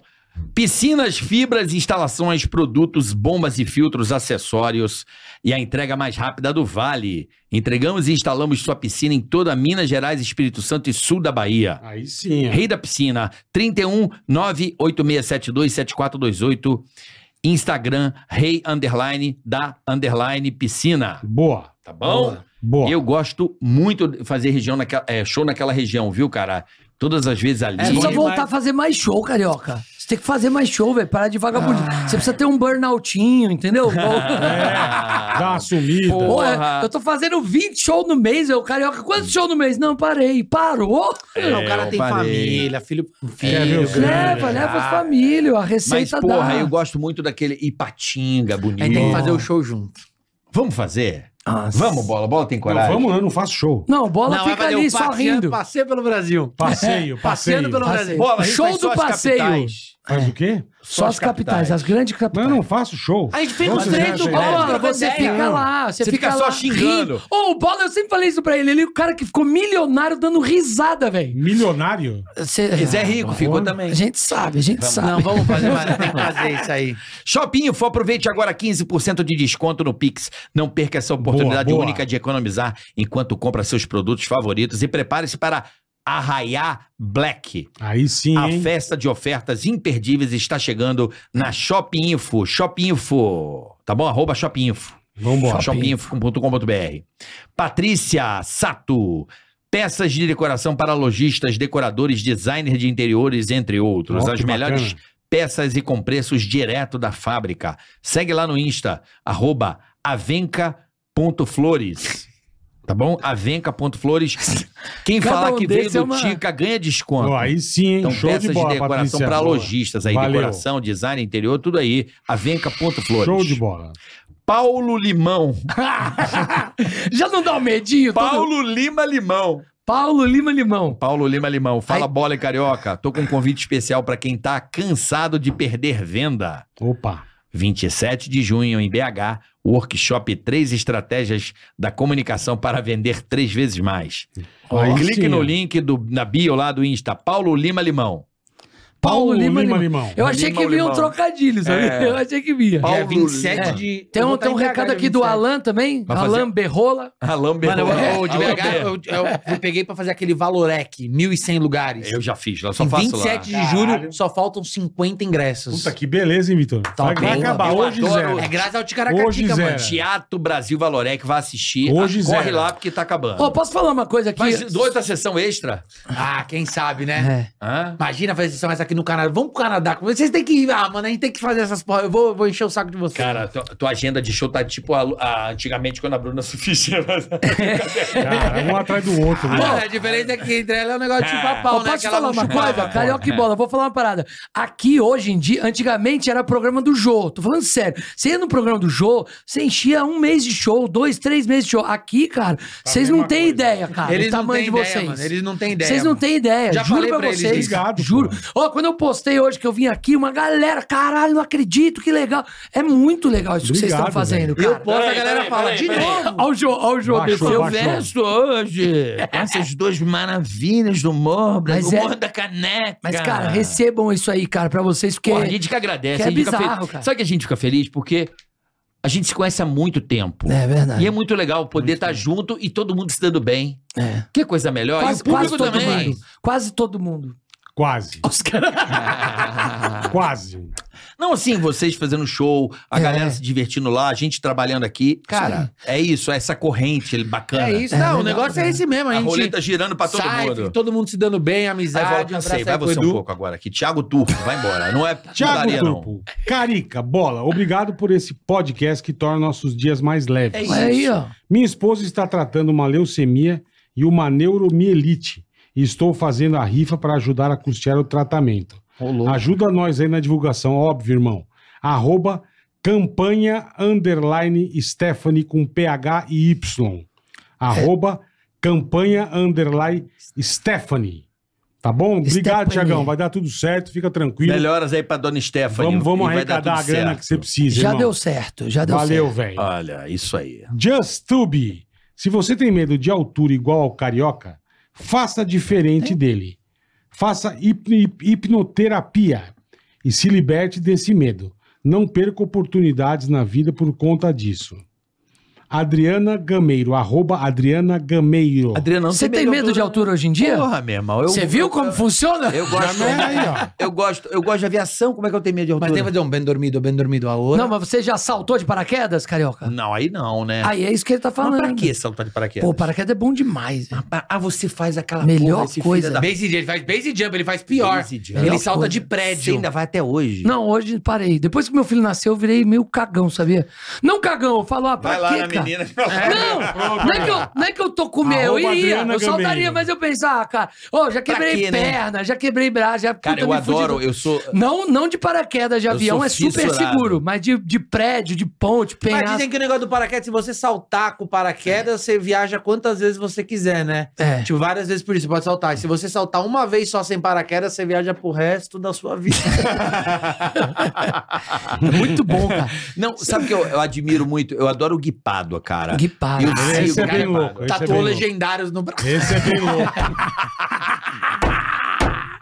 S7: piscinas, fibras, instalações, produtos, bombas e filtros, acessórios e a entrega mais rápida do Vale. Entregamos e instalamos sua piscina em toda Minas Gerais, Espírito Santo e sul da Bahia.
S8: Aí sim. ó.
S7: Rei da Piscina, 31 986727428. Instagram, rei underline da underline piscina.
S8: Boa.
S7: Tá bom?
S8: Boa.
S7: Eu gosto muito de fazer região naquela, é, show naquela região, viu, cara? Todas as vezes ali.
S1: Você precisa
S8: bom demais.
S1: voltar a fazer mais show, carioca. Você tem que fazer mais show, velho. Parar de vagabundismo. Você precisa ter um burnoutinho, entendeu?
S7: Ah,
S8: Dá uma sumida.
S1: Pô, é,
S7: Porra.
S1: eu tô fazendo 20 shows no mês, eu, carioca. Quantos shows no mês? Não, parei. Parou?
S14: Não, o cara
S7: eu
S14: tem
S7: parei.
S14: família, filho é, com
S8: Quer ver
S14: filho.
S8: os
S1: Leva,
S8: grandes?
S1: leva as famílias. A
S7: É. Mas,
S1: receita
S7: porra,
S1: dá.
S7: eu gosto muito daquele Ipatinga bonito.
S14: Aí tem que fazer o show junto.
S7: Vamos fazer? Vamos, bola. Bola tem
S8: Não,
S7: coragem.
S8: vamos lá, eu não
S7: <laughs>
S8: faço show.
S1: Não, bola
S14: Não, vai
S1: fica
S14: valer o
S1: ali só
S14: passeio-
S1: rindo.
S14: Passeio pelo Brasil.
S8: Passeio, passeio.
S14: Passeando pelo Brasil.
S7: Bola, a gente
S1: Show
S7: faz só
S1: do
S7: as
S1: passeio.
S7: capitais.
S8: Faz o quê?
S1: Só as capitais, as grandes
S8: Não,
S1: capitais.
S8: eu não faço show.
S14: A gente fez os
S8: Vocês
S14: três do
S7: né?
S8: acham
S14: bola.
S8: ideia?
S1: Bola,
S14: troca
S1: você
S14: ideia.
S1: fica lá, você,
S7: Você fica só
S1: lá
S7: xingando.
S1: rindo. Ô, o Bola, eu sempre falei isso pra ele. Ele é o cara que ficou milionário dando risada, velho.
S8: Milionário?
S1: Você-
S7: É, Zé Rico ficou também.
S1: A gente sabe, a gente sabe.
S14: Não, Tá vamos fazer
S7: <laughs>
S14: mais. Tem que fazer isso aí.
S7: Shopping Info, aproveite agora 15% de desconto no Pix. Não perca essa oportunidade
S8: Boa, boa.
S7: única de economizar enquanto compra seus produtos favoritos e prepare-se para Arraiar Black.
S8: Aí sim,
S7: A
S8: hein?
S7: festa de ofertas imperdíveis está chegando na Shopping Info. Shopping Info. Tá bom? Arroba Shopping Info.
S8: Vambora.
S7: Shoppinginfo.com.br. Patrícia Sato. Peças de decoração para lojistas, decoradores, designers de interiores, entre outros.
S8: Ó,
S7: As
S8: que
S7: melhores
S8: bacana.
S7: peças e com preços direto da fábrica. Segue lá no Insta, arroba avenca.flores. Tá bom?
S8: <laughs>
S7: Avenca.flores. Quem
S1: Cada
S7: falar
S1: um
S7: que veio
S1: desses é
S7: do
S1: uma-
S7: Tica ganha desconto.
S8: Ó, aí sim, hein?
S7: Então,
S8: show
S7: peças
S8: de
S7: de,
S8: bola,
S7: decoração
S8: Patrícia.
S7: para
S8: Boa.
S7: lojistas aí,
S8: Valeu.
S7: decoração, design interior, tudo aí. Avenca.flores.
S8: Show de bola.
S7: Paulo Limão.
S1: <laughs> Já não dá um medinho? todo-
S7: Paulo Lima Limão.
S1: Paulo Lima Limão.
S7: Paulo Lima Limão, fala
S1: Ai.
S7: bola e carioca. Tô com um convite especial pra quem tá cansado de perder venda.
S8: Opa.
S7: 27 de junho em BH, workshop 3 estratégias da comunicação para vender três vezes mais.
S8: Aí
S7: Clique
S8: sim, ó.
S7: no link do, na bio lá do Insta, Paulo Lima Limão.
S1: Paulo, Lima, Limão. Eu achei
S7: Lima
S1: que vinha um
S7: Limão.
S1: trocadilho, sabe?
S7: É.
S1: Eu achei que vinha.
S7: Paulo
S14: 27
S7: Lima.
S14: é de.
S1: Tem
S14: eu
S1: um,
S14: vou tá
S1: tem
S14: em
S1: um
S14: BH
S1: recado
S14: dia
S1: aqui do
S14: 27.
S1: Alan também.
S7: Vai fazer-
S1: Alan Berrola.
S7: Alain
S14: Mano,
S7: Berrola.
S14: eu, eu, de
S7: Alain
S14: BH,
S7: Berrola.
S14: eu, eu- eu peguei pra fazer aquele Valorec, 1.100 lugares.
S7: Eu já fiz, eu só
S14: em
S7: faço
S14: 27
S7: lá.
S14: de
S8: Caralho.
S14: julho, só faltam 50 ingressos.
S8: Puta que beleza, hein, Vitor? Vai, vai
S14: bem,
S8: acabar
S7: eu
S8: hoje,
S7: adoro.
S8: Zé.
S14: É graças ao
S8: Hoje,
S14: Ticaracatica,
S8: Zé.
S14: mano.
S7: Teatro Brasil Valorec, vai assistir. Ah,
S8: Hoje,
S7: Corre
S8: zero.
S7: lá porque tá acabando.
S1: Ô, posso falar uma coisa aqui?
S7: Mas outra sessão extra?
S14: Ah, quem sabe, né?
S1: É.
S7: Hã?
S14: Imagina fazer sessão essa aqui no Canadá. Vamos pro Canadá. Vocês têm que ir. Ah, mano, a gente tem que fazer essas porra. Eu vou, eu vou encher o saco de vocês.
S7: Cara, tua, tua agenda de show tá tipo a, a- antigamente quando a Bruna <laughs> Suficia.
S1: Tá
S8: Cara, um atrás do outro.
S14: Bom,
S8: né?
S14: a diferença é que entre ela é um negócio de chupar
S1: Ó,
S14: pau, né?
S1: posso
S14: Que ela
S1: falar
S14: não
S1: uma
S14: chupa.
S1: coisa? Carioca e bola, vou falar uma parada. Aqui, hoje em dia, antigamente era programa do Jô. Tô falando sério. Você ia no programa do Jô, você enchia um mês de show, dois, três meses de show. Aqui, cara,
S14: Tá
S1: vocês não têm ideia, cara.
S14: Eles
S1: o
S14: não
S1: tamanho
S14: têm
S1: de
S14: ideia,
S1: vocês.
S14: mano. Eles não têm ideia,
S1: Vocês não
S14: mano.
S1: têm ideia.
S14: Já
S1: Juro
S14: falei
S1: pra
S14: pra eles
S1: vocês.
S14: isso. Obrigado,
S1: Juro. Ó, quando eu postei hoje que eu vim aqui, uma galera, caralho, não acredito, que legal. É muito legal isso que vocês
S14: Obrigado,
S1: estão fazendo,
S14: velho.
S1: cara.
S14: Eu posto, a galera fala, de novo.
S1: Ó o Jô, ó o Jô.
S14: Baixou,
S1: desceu.
S14: baixou.
S7: hoje, essas duas maravilhas do morro,
S1: Mas
S7: do
S1: é-
S7: morro da caneca.
S1: Mas, cara, recebam isso aí, cara, pra vocês, porque.
S7: Porra, a gente que agradece.
S1: que
S7: a
S1: é
S7: gente fica
S1: bizarro,
S7: feliz.
S1: cara.
S7: Sabe que a gente fica feliz? Porque a gente se conhece há muito tempo.
S1: É verdade.
S7: E é muito legal poder estar junto e todo mundo se dando bem.
S1: É.
S7: Que coisa melhor.
S1: Quase,
S7: e o público
S1: quase todo
S7: também.
S1: mundo. Quase todo mundo.
S8: Quase.
S1: Os caras.
S8: Quase.
S7: Não, assim, vocês fazendo show, a
S14: É.
S7: galera se divertindo lá, a gente trabalhando aqui. Cara, é isso, é essa corrente bacana.
S14: É isso, não, o negócio é esse mesmo. A,
S7: A
S14: gente
S7: roleta girando pra todo
S14: sai,
S7: mundo.
S14: fica todo mundo se dando bem,
S7: Aí
S14: amizade.
S7: fala, cansei, vai
S14: abraçar
S7: você
S14: com o
S7: um
S14: Edu.
S7: pouco agora aqui. Tiago Turco, vai
S14: <laughs>
S7: embora. Não é
S8: Thiago
S7: putaria, não.
S8: Turpo, Carica, bola, obrigado por esse podcast que torna nossos dias mais leves.
S1: É isso. Aí, ó.
S8: Minha esposa está tratando uma leucemia e uma neuromielite. E estou fazendo a rifa para ajudar a custear o tratamento. Ajuda nós aí na divulgação, óbvio, irmão. Arroba campanha underline Stephanie com PH e Y. Arroba campanha underline Stephanie. Tá bom? Obrigado,
S7: Stephanie.
S8: Tiagão. Vai dar tudo certo, fica tranquilo.
S7: Melhoras aí pra dona Stephanie.
S8: Vamos, vamos
S7: e vai dar
S8: arrecadar a
S7: tudo
S8: grana
S7: certo.
S8: que você precisa. irmão.
S1: certo,
S8: Valeu, velho.
S7: Olha, isso aí.
S8: JustTube. Se você tem medo de altura igual ao carioca, faça
S1: Né?
S8: diferente dele. Faça hip- hip- hipnoterapia e se liberte desse medo. Não perca oportunidades na vida por conta disso. Adriana Gameiro, arroba Adriana Gameiro.
S7: Adriana, não
S1: Você tem medo de altura hoje em
S14: É.
S1: dia?
S7: Porra, meu irmão. eu-
S1: Você viu como funciona?
S7: Eu gosto, eu gosto, eu gosto de aviação. Como é que eu tenho medo de altura?
S14: Mas tem que fazer um bem dormido, bem dormido a hora.
S1: Não, mas você já saltou de paraquedas, carioca?
S7: Não, aí não, né?
S1: Aí é isso que ele tá falando.
S7: Mas pra que saltar de paraquedas?
S1: Pô, paraquedas é bom demais. velho.
S7: Ah, você faz aquela
S1: Melhor
S7: esse filho
S1: coisa.
S7: da-
S14: Ah, Base jump, ele faz base jump, ele faz pior.
S7: Base jump.
S14: Ele
S1: Melhor
S14: salta
S1: coisa.
S14: de
S7: Você
S14: prédio.
S7: ainda vai até hoje.
S1: Não, hoje parei. Depois que meu filho nasceu, eu virei meio cagão, sabia? Não cagão, eu falo, ah, pra
S7: Vai lá
S1: quê,
S7: na
S1: cara? É.
S7: menina.
S1: Não, não é, que eu, não é que eu tô com medo, eu
S7: Arroba
S1: iria,
S7: Adriana
S1: eu saltaria,
S7: Gameiro.
S1: mas eu pensava, ah, cara, ó, já
S7: Pra
S1: quebrei
S7: quê, né?
S1: perna, já quebrei braço, já
S7: Cara,
S1: puta,
S7: eu
S1: me fudi
S7: adoro,
S1: tudo.
S7: eu sou...
S1: Não, não de paraquedas de
S7: Eu
S1: avião,
S7: sou
S1: é super
S7: fissurado.
S1: seguro, mas de, de prédio, de ponte,
S14: Mas
S1: penhasco.
S14: dizem que o negócio do paraquedas, se você saltar com o paraquedas, você viaja quantas vezes você quiser, né?
S1: É.
S14: Tipo, várias vezes por isso, pode saltar. E se você saltar uma vez só sem paraquedas, você viaja pro resto da sua <laughs> vida.
S1: tipo, Muito bom,
S7: <laughs>
S1: cara.
S7: Não, sabe o que eu, eu admiro muito? Eu adoro o Guipado, cara.
S1: Guipado.
S7: Eu sei
S8: Esse
S7: o
S8: é
S7: cara
S8: bem
S7: é
S8: louco. Esse é
S14: Tatuou
S8: bem louco.
S14: legendários no braço.
S8: Esse é bem louco.
S1: <laughs>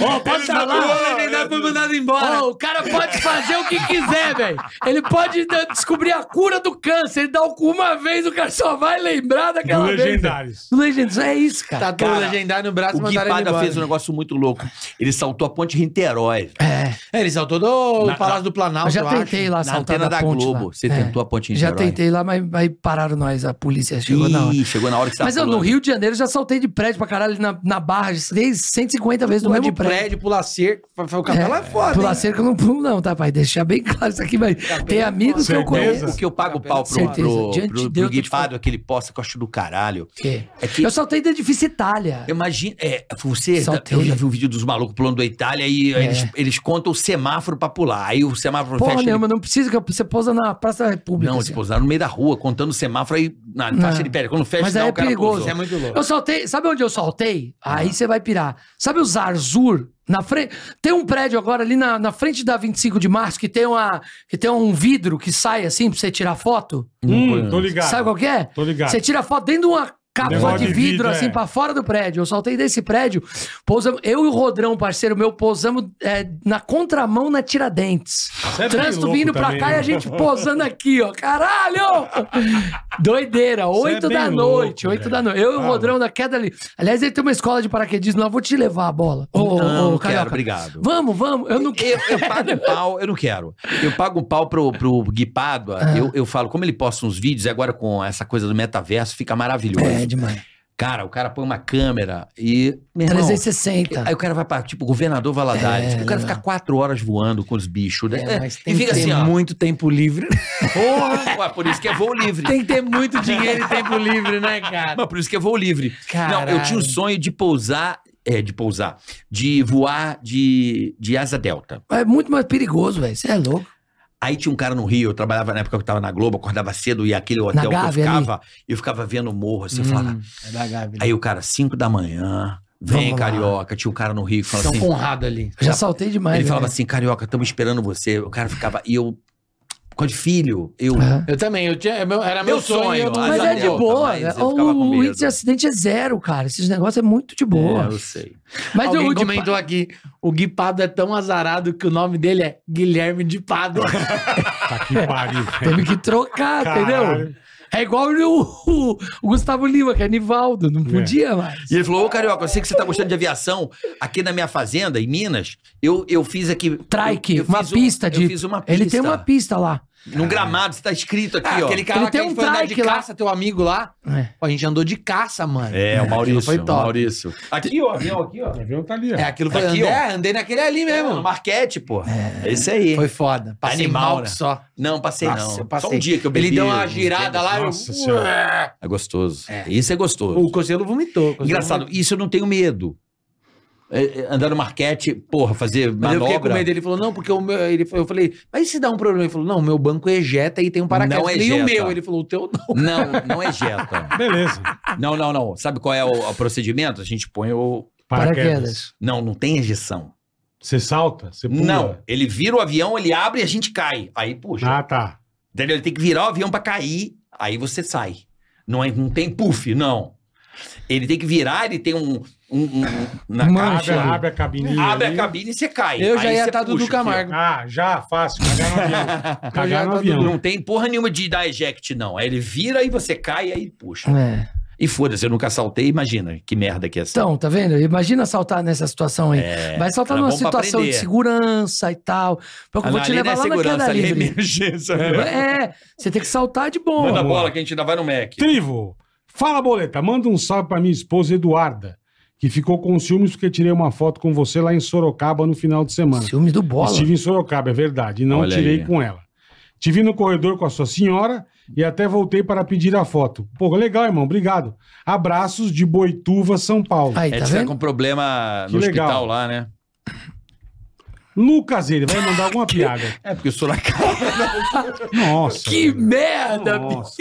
S8: Ó, pode falar.
S14: legendário foi mandado
S1: Ó, o cara pode fazer o que quiser, velho. Ele pode da- descobrir a cura do câncer. Ele dá o cu uma vez, o cara só vai lembrar daquela
S8: Do
S1: vez. velho.
S8: Legendários.
S1: Do Legendários. É isso, cara.
S14: Tatuou
S7: Cara,
S14: legendário no braço,
S7: O
S14: mandaram ele
S7: Guipada
S14: embora.
S7: fez um negócio muito louco. Ele saltou a ponte Rinterói.
S14: É, ele saltou do
S7: Na-
S14: Palácio do Planalto,
S1: Eu já
S14: eu
S1: tentei
S14: acho.
S1: lá
S7: Tá Na
S1: saltar
S7: antena
S1: da
S7: da
S1: ponte
S7: Globo.
S1: lá. É.
S7: Você tentou a ponte em
S1: Já
S7: Niterói?
S1: tentei lá, mas, mas pararam nós. A polícia chegou
S7: Ih,
S1: na hora.
S7: chegou na hora que você
S1: Mas eu,
S7: tava
S1: no
S7: falando.
S1: Rio de Janeiro, já saltei de prédio pra caralho na, na barra. Já saltei 150 vezes no
S14: Pula de
S1: mesmo prédio.
S14: prédio, pula cerco. foi- foi- O
S1: É,
S14: cabelo é foda,
S1: Pular
S14: hein?
S1: cerca eu não pulo, não, tá, pai? Deixar bem claro isso aqui, mas tem amigos que eu
S8: Certeza?
S1: conheço.
S7: O que eu pago pau pro,
S1: Certeza.
S7: pro,
S1: Diante
S7: pro,
S1: de
S7: pro
S1: Deus, eu te
S7: Guipado, aquele poste que eu acho do caralho.
S1: Que?
S7: É que
S1: Eu saltei do edifício Itália.
S7: Imagina, é, você,
S1: Saltei.
S7: eu já vi um vídeo dos malucos pulando da Itália e
S1: É.
S7: eles, eles contam o semáforo pra pular. Aí o semáforo
S1: Porra
S7: fecha.
S1: nenhuma,
S7: ele-
S1: não precisa que eu- você pousa na Praça da República.
S7: Não,
S1: assim.
S7: eles pousaram no meio da rua, contando o semáforo, aí na
S1: Não.
S7: faixa ele perde. Quando fecha,
S1: Mas
S7: não,
S1: aí é
S7: o cara pousou.
S1: perigoso.
S7: Isso é muito louco.
S1: Eu saltei, sabe onde eu saltei?
S7: Ah.
S1: Aí você vai pirar. Sabe os Arzur? Na frente, tem um prédio agora ali na, na frente da 25 de março que tem, uma, que tem um vidro que sai assim pra você tirar foto.
S8: Hum, tô ligado.
S1: Sabe qual que é?
S8: Tô ligado.
S1: Você tira foto dentro de uma capa
S8: Negócio
S1: de
S8: de
S1: vidro,
S8: vidro,
S1: assim,
S8: é.
S1: pra fora do prédio. Eu saltei desse prédio. Pousamos, eu e o Rodrão, parceiro meu, pousamos é, na contramão na Tiradentes.
S8: Isso é bem
S1: Trânsito
S8: louco
S1: vindo pra
S8: também,
S1: cá e
S8: né?
S1: a gente pousando aqui, ó.
S8: <laughs>
S1: Caralho! Doideira.
S8: Isso é
S1: Oito
S8: bem
S1: da
S8: louco,
S1: noite, oito
S8: velho.
S1: da noite. Eu e o
S8: Tá
S1: Rodrão da queda ali. Aliás, ele tem uma escola de paraquedismo lá. Vou te levar a bola. Ô, ô,
S7: Não,
S1: ô,
S7: não quero,
S1: Carioca.
S7: obrigado.
S1: Vamos, vamos. Eu não
S7: Eu,
S1: quero.
S7: eu pago um pau, eu não quero. Eu pago um pau pro, pro Gui
S14: Ah.
S7: Pádua. Eu, eu falo, como ele posta uns vídeos, e agora com essa coisa do metaverso, fica maravilhoso.
S1: É demais.
S7: Cara, o cara põe uma câmera e. meu
S1: é
S7: irmão,
S1: 360.
S7: aí o cara vai pra, tipo, governador Valadares.
S14: É,
S7: o cara fica
S14: não.
S7: quatro horas voando com os bichos. né?
S14: mas
S7: e
S14: tem
S7: fica
S14: que ter
S7: assim, ó.
S14: muito tempo livre.
S7: Porra! Ué, por isso que é voo livre.
S14: Tem que ter muito dinheiro e
S7: <laughs>
S14: tempo livre, né, cara?
S7: Mas por isso que é voo livre.
S14: Caralho.
S7: Não, eu tinha um sonho de pousar. É, de pousar. De voar de, de asa delta.
S1: É muito mais perigoso, velho. Você é louco.
S7: Aí tinha um cara no Rio, eu trabalhava na época que eu tava na Globo, acordava cedo e aquele hotel que eu
S1: Gávea, ali. Hum.
S7: ficava, eu ficava vendo o morro, assim, eu falava.
S14: É da Gabi.
S7: Aí o cara, 5 da manhã, vem
S14: Vamos lá.
S7: carioca, tinha um cara no Rio que falava
S14: São
S7: assim.
S14: Conrado ali.
S1: Eu já saltei demais.
S7: ele
S1: né,
S7: falava
S1: velho?
S7: assim, carioca, estamos esperando você. O cara ficava, e eu, com de filho, eu.
S1: Ah,
S14: Eu também, eu tinha, é meu- era meu,
S7: Meu
S14: sonho. tipo,
S7: sonho,
S14: eu não-
S7: mas
S1: Mas é de
S7: Delta,
S1: boa.
S7: mas eu
S1: né?
S7: ficava com
S1: O
S7: medo.
S1: índice de acidente é zero, cara. Esses negócios é muito de boa.
S7: É, eu sei.
S1: Mas
S14: Alguém
S1: o de
S14: comentou aqui, o Gui Pado é tão azarado que o nome dele é Guilherme de
S7: <laughs>
S14: Pado.
S8: Que pariu.
S1: <laughs> <laughs> Teve que trocar,
S8: Caralho.
S1: entendeu? É igual o, o- o Gustavo Lima, que é Nivaldo, não podia mais.
S7: E ele falou, ô Carioca, eu sei que você tá gostando de aviação. Aqui na minha fazenda, em Minas, eu, eu fiz aqui...
S1: Trike,
S7: eu, eu
S1: uma
S7: fiz um-
S1: pista de.
S7: Eu fiz uma pista.
S1: Ele tem uma pista lá.
S7: Num gramado, está escrito aqui, ó.
S14: Aquele cara
S1: Ele
S14: que
S1: tem
S14: a gente
S1: um
S14: foi andar de
S1: trike lá. É.
S14: caça, teu amigo lá. Pô, a gente andou de caça, mano.
S1: <laughs>
S7: É, o Maurício.
S14: Aquilo Foi top.
S7: O Maurício. Aqui, ó, avião aqui, ó.
S8: O avião tá ali, ó.
S14: É, aquilo foi.
S7: Aqui,
S14: andei,
S7: ó.
S14: é, andei naquele ali mesmo.
S7: No Marquete, pô. É isso aí.
S14: Foi foda. Passei
S7: Animal,
S14: mal
S7: né?
S14: que só.
S7: Não, passei não.
S14: Nossa, eu passei.
S7: Só um dia que eu bebi.
S14: Ele deu uma
S7: uns
S14: girada
S7: tênis.
S14: lá.
S8: Nossa
S14: eu... Uh,
S8: Senhora.
S7: É gostoso. Isso é gostoso.
S14: O Conselho vomitou. o Conselho
S7: Engraçado, isso eu não tenho medo. É, é, Andar no Marquete, porra, fazer
S14: Mas eu fiquei com
S7: manobra.
S14: medo. Ele falou, não, porque o meu. Ele, eu falei, mas e se dá um problema? Ele falou, não, meu banco ejeta e tem um paraquedas.
S7: Não
S14: Eu falei, e o
S7: ejeta.
S14: meu? Ele falou, o teu não.
S7: Não, não é jeta. <laughs>
S8: Beleza.
S7: Não, não, não. Sabe qual é o, o procedimento? A gente põe o.
S1: Paraquedas.
S7: Não, não tem ejeção.
S8: Você salta? Você pula?
S7: Não. Ele vira o avião, ele abre e a gente cai. Aí puxa.
S8: Ah, tá.
S7: Entendeu? Ele tem que virar o avião pra cair, aí você sai. Não, é, não tem puff, não. Ele tem que virar, ele tem um. um, um- um- na
S8: Abre,
S7: caixa.
S8: abre a cabininha.
S7: Abre a
S8: ali.
S7: cabine e você cai.
S14: Eu já
S7: Aí
S14: ia
S7: você
S1: tá
S14: estar Dudu
S7: puxa aqui, ó.
S14: Camargo.
S8: Ah, já, fácil.
S7: <laughs>
S8: Cagar no avião.
S14: Eu já
S8: Cagar no
S14: tá
S8: avião.
S7: Não tem porra nenhuma de dar eject, não. Aí ele vira e você cai, aí puxa.
S1: É.
S7: E foda-se, eu nunca saltei, imagina que merda que é essa.
S1: Então, tá vendo? Imagina saltar nessa situação aí. Vai saltar
S7: É, era
S1: numa
S7: bom pra
S1: situação de
S7: aprender.
S1: segurança e tal. Porque eu vou te
S7: Ali não
S1: levar
S7: é
S1: lá na
S7: segurança,
S1: queda
S7: ali é
S1: livre.
S7: emergência.
S1: É, você tem que saltar de bom.
S7: Manda a bola que a gente ainda vai no Mac.
S8: Trivo, fala boleta, manda um salve pra minha esposa Eduarda, que ficou com ciúmes porque tirei uma foto com você lá em Sorocaba no final de semana.
S1: Ciúme do bola.
S8: Estive em Sorocaba, é verdade, e não
S7: Olha
S8: tirei
S7: aí.
S8: com ela. Te vi no corredor com a sua senhora e até voltei para pedir a foto. Pô, legal, irmão, obrigado. Abraços de Boituva, São Paulo.
S1: Aí,
S7: Ele
S1: tá
S7: tá
S1: vendo?
S7: com problema
S8: Que
S7: no
S8: legal.
S7: hospital lá, né?
S8: Lucas, ele vai mandar
S1: <laughs>
S8: alguma piada.
S7: É, porque o Sorocaba.
S8: Nossa.
S1: Que merda, bicho.
S8: Nossa.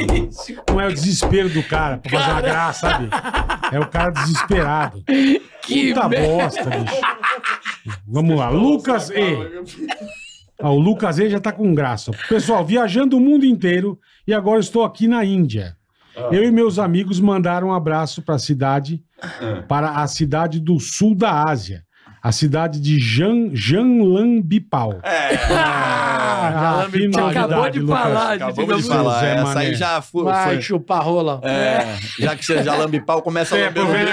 S8: Não é o desespero do cara pra fazer uma graça, sabe? É o cara desesperado.
S1: Que
S8: Puta
S1: merda.
S8: bosta, bicho. Vamos lá, Lucas E. Ah, o Lucas E já tá com graça. Pessoal, viajando o mundo inteiro e agora estou aqui na Índia. Eu e meus amigos mandaram um abraço para a cidade, para a cidade do sul da Ásia, a cidade de Jan, Janlambipal. É. Ah,
S1: Você acabou de falar, gente.
S7: Acabamos de
S8: Seu
S1: assim.
S7: falar.
S8: Zé
S7: Essa
S8: Mané.
S7: aí já fu- foi.
S14: Vai chupar rola.
S7: É, já que você já lambe pau, começa a
S8: É,
S7: lamber o meu.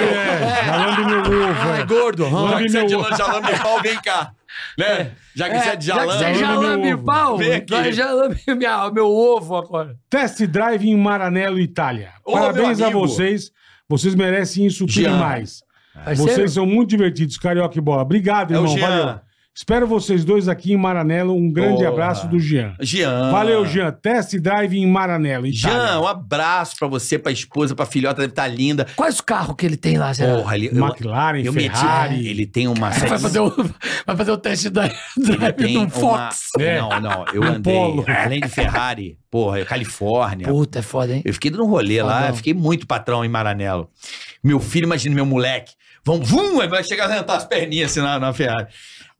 S8: já lambe meu ovo. é.
S7: gordo. Já
S8: Lambe
S7: que você é de
S8: meu ovo.
S7: já lambe pau, vem cá. Né? Já que você é de
S1: já que você
S7: lambe...
S1: já
S8: Lambe meu
S1: lambe
S8: ovo.
S1: pau,
S7: Vem aqui.
S1: nós já lambe minha- meu ovo agora.
S8: Test drive em Maranello, Itália.
S7: Ô,
S8: Parabéns
S7: meu
S8: a
S7: amigo.
S8: vocês. Vocês merecem isso tudo e
S7: Jean.
S8: mais.
S1: Vai
S8: vocês
S1: ser-
S8: são muito divertidos, Carioca e Bola. Obrigado,
S7: É o
S8: irmão.
S7: Jean.
S8: Valeu. Espero vocês dois aqui em Maranello. Um grande
S7: Porra.
S8: abraço do Jean.
S7: Jean.
S8: Valeu, Jean. Test drive em Maranello, Itália.
S7: Jean, um abraço pra você, pra esposa, pra filhota, deve estar linda.
S1: Quais o carro que ele tem lá, Zé?
S7: Porra, ele, eu-
S8: McLaren,
S7: eu meti-
S8: Ferrari.
S7: ele tem uma...
S1: Vai fazer, o, vai fazer o teste da <laughs> drive
S7: tem
S1: num
S7: uma...
S1: Fox.
S8: É.
S7: Não, não, eu
S8: Um
S7: andei,
S8: Polo.
S7: além de Ferrari, porra, Califórnia,
S1: Puta, é foda, hein?
S7: Eu fiquei dando um rolê lá,
S1: Fodão.
S7: eu fiquei muito patrão em Maranello. Meu filho, imagina, meu moleque. Vamos, vum, aí vai chegar a arrancar as perninhas assim na, na Ferrari.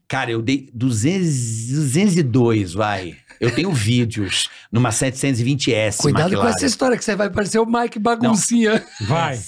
S7: Cara, eu dei 200, 202, vai. Eu tenho vídeos numa 720S.
S1: Cuidado com
S7: McLaren.
S1: essa história que você vai parecer o Mike Baguncinha.
S8: Vai.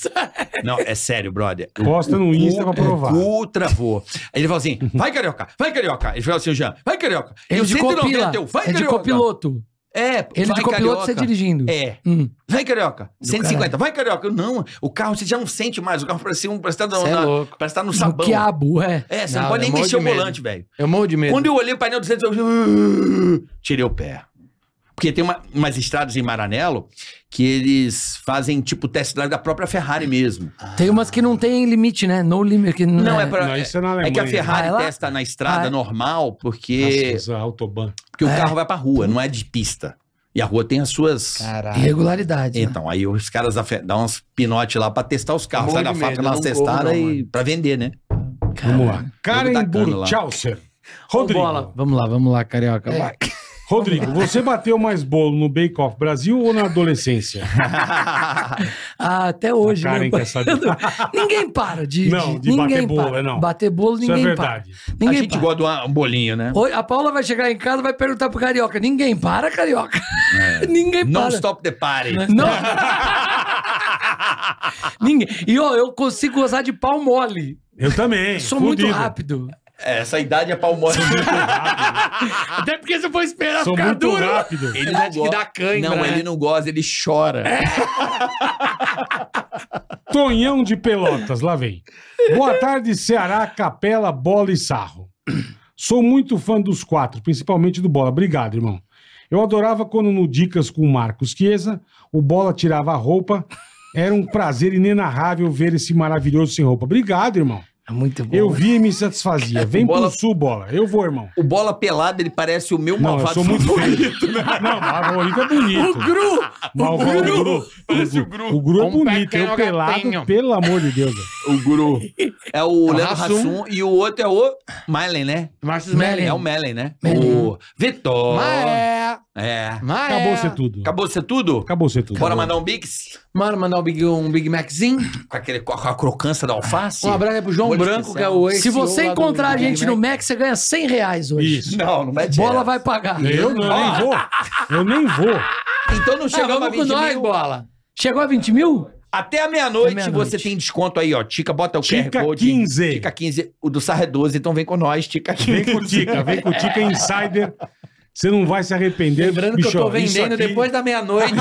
S7: Não, é sério, brother.
S8: Posta no Insta pra provar.
S7: O travou. Aí ele
S1: <laughs>
S7: falou assim: vai, carioca, vai, carioca. Ele falou assim, Jean, vai, carioca.
S1: Ele
S7: Eu
S1: de
S7: 190,
S1: copila.
S7: eu, um, vai,
S1: Ele de
S7: carioca.
S1: copiloto.
S7: É,
S1: Ele de
S7: vai,
S1: copiloto,
S7: carioca.
S1: você tá dirigindo.
S7: É.
S1: Hum.
S7: Vem, carioca.
S1: Do
S7: 150.
S1: caralho.
S7: Vai, carioca. Eu, Não, o carro você já é não sente mais. O carro parece um. Parece que tá,
S14: Cê é
S7: na-
S14: louco.
S7: parece que tá no
S1: No
S7: sabão.
S1: quiabo, é.
S7: É, você
S14: Não,
S7: não, pode
S14: eu
S7: nem
S14: morro
S7: mexer
S14: de
S7: o
S14: medo.
S7: volante, velho.
S14: Eu morro de medo.
S7: <laughs> Quando eu olhei o painel do centro, eu. Tirei o pé. Porque tem uma- umas estradas em Maranello que eles fazem tipo test drive da própria Ferrari mesmo.
S1: Tem umas que não tem limite, né? No limit. Que não,
S7: Não, é, pra, é, é que a Ferrari
S1: Ah, ela-
S7: testa na estrada
S1: Ah, é?
S7: normal
S8: Nossa,
S7: porque,
S8: essa autobahn.
S7: porque o carro vai pra rua, não é de pista. E a rua tem as suas
S1: Irregularidades, né?
S7: Então, aí os caras afe- dão uns pinote lá pra testar os carros.
S8: Morro
S7: Sai da
S8: de
S7: fábrica, dá
S8: medo,
S7: uma
S8: não corro não,
S7: testada e
S8: mano.
S7: pra vender, né?
S8: Vamos lá.
S7: O
S8: Karen
S7: nego tacando lá.
S8: Burchauser.
S1: Ô,
S8: Rodrigo.
S1: bola. Vamos lá, vamos lá, carioca.
S7: É.
S1: vai.
S8: Rodrigo, você bateu mais bolo no Bake Off Brasil ou na adolescência?
S1: Ah, até hoje,
S8: A Karen
S1: né?
S8: quer saber.
S1: <laughs> ninguém para de,
S8: Não, de
S1: ninguém
S8: bater bolo,
S1: para.
S8: não.
S1: Bater bolo,
S8: Isso é
S1: <laughs> ninguém
S8: verdade.
S1: para. Ninguém
S7: a gente
S1: para.
S7: gosta de uma- um bolinho, né?
S1: Oi, a Paula vai chegar em casa e vai perguntar pro carioca. Ninguém para, carioca. <laughs>
S7: É.
S1: Ninguém para.
S7: Não né? É.
S1: Né?
S7: stop the party.
S1: Não. <laughs> Ninguém. E ó, eu consigo gozar de pau mole.
S8: Eu também.
S1: Sou
S8: fudido.
S1: muito rápido.
S7: É, Essa idade é pau mole.
S1: Até porque se eu for esperar
S8: Sou
S1: ficar
S8: muito
S1: duro.
S8: rápido.
S7: Ele não
S1: que
S7: gosta.
S1: dá cãibra,
S7: não,
S1: né?
S7: ele não gosta, ele chora.
S8: Tonhão de Pelotas, lá vem. Boa tarde, Ceará, Capela, Bola e Sarro. Sou muito fã dos quatro, principalmente do Bola. Obrigado, irmão. Eu adorava quando no Dicas com o Marcos Chiesa, o Bola tirava a roupa. Era um prazer inenarrável ver esse maravilhoso sem roupa. Obrigado, irmão.
S1: É muito bom.
S8: Eu via e me satisfazia. Vem
S7: Bola-
S8: pro sul, Bola. Eu vou, irmão.
S7: O bola pelado, ele parece o meu
S8: Não, eu
S7: malvado
S8: sou muito
S7: favorito.
S8: Não, mas né? o Olímpio é bonito.
S1: O Gru!
S8: Mas o Gru, o Gru, o Gru, é
S7: um
S8: bonito. Eu pelado, pelo amor de Deus. velho.
S7: O guru. É o
S8: É o
S7: Leandro
S8: Hassum.
S7: Hassum e o outro é o Mailen, né?
S14: Marcos
S1: Mellen.
S7: É o Mellen, né? O Vitor.
S14: Maé.
S7: É.
S14: Maé.
S8: Acabou ser tudo.
S7: Acabou ser tudo?
S8: Acabou ser tudo.
S7: Bora mandar um Bix?
S14: Mano, mandar um Big, um Big Maczinho.
S7: Com, aquele, com a crocância da alface?
S14: Um abraço aí pro João
S7: Molho
S14: Branco, que é
S7: especial.
S14: o ex
S1: Se você
S14: CEO lá do
S1: encontrar a
S14: Big
S1: gente
S14: Mac.
S1: no Mac, você ganha 100 reais
S7: um
S1: hoje.
S8: Isso.
S7: Não, não vai
S1: Bola
S7: tirar.
S1: vai pagar.
S8: Eu não, eu nem vou. Eu nem vou.
S7: Então não
S1: Ah,
S7: chegamos a
S1: vamos com
S7: 20
S1: nós,
S7: mil.
S1: bola. Chegou a 20 mil?
S7: Até a meia-noite
S1: Até a meia-noite.
S7: você tem desconto aí, ó. Tica, bota o
S8: Tica
S7: QR Code.
S8: 15.
S7: Tica 15. O do Sarra é 12, então vem <laughs> com nós, Tica 15.
S8: Vem com o Tica, vem com o Tica Insider. Você não vai se arrepender.
S14: Lembrando que eu tô vendendo depois da meia-noite.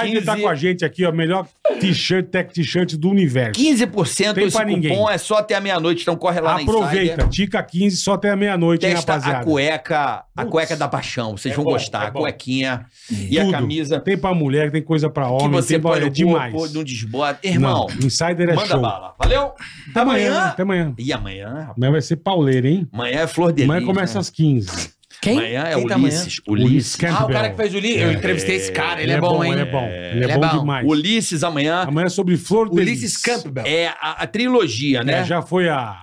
S7: Tica 15.
S8: tá com a gente aqui, ó. Melhor t-shirt, tech t-shirt do universo.
S7: 15%
S8: Tem
S7: esse cupom
S8: pra ninguém.
S7: é só até a meia-noite, então corre lá na
S8: Aproveita,
S7: Insider.
S8: Tica 15 só até a meia-noite, hein,
S7: Testa
S8: rapaziada.
S7: a cueca, a cueca da paixão. Vocês
S8: É
S7: vão
S8: bom,
S7: gostar.
S8: é
S7: a
S8: bom.
S7: cuequinha e a
S8: Tudo.
S7: camisa
S8: Tem pra mulher, tem coisa pra
S7: que
S8: homem,
S7: você
S8: tem pra...
S7: põe
S8: é
S7: no
S8: demais.
S7: corpo, não desbota. Irmão,
S8: Não, Insider é
S7: manda
S8: show.
S7: bala. Valeu?
S8: Até amanhã. né? Até amanhã.
S7: E amanhã, rapaz?
S8: Amanhã vai ser pauleira, hein?
S7: Amanhã é Flor de
S8: Amanhã
S7: Lis,
S8: começa
S7: né?
S8: às 15.
S1: Quem?
S7: Amanhã é
S14: Quem tá amanhã?
S7: Ulisses.
S14: <laughs>
S7: Ulisses.
S14: Ah, o
S8: Campbell.
S14: cara que fez o livro. Eu entrevistei esse cara, ele, é, bom, hein?
S8: Ele é bom, ele é bom demais.
S7: Ulisses amanhã
S8: Amanhã é sobre Flor de
S14: Ulisses
S8: Lis.
S14: Campbell.
S7: é a, a trilogia, né?
S8: É, já foi a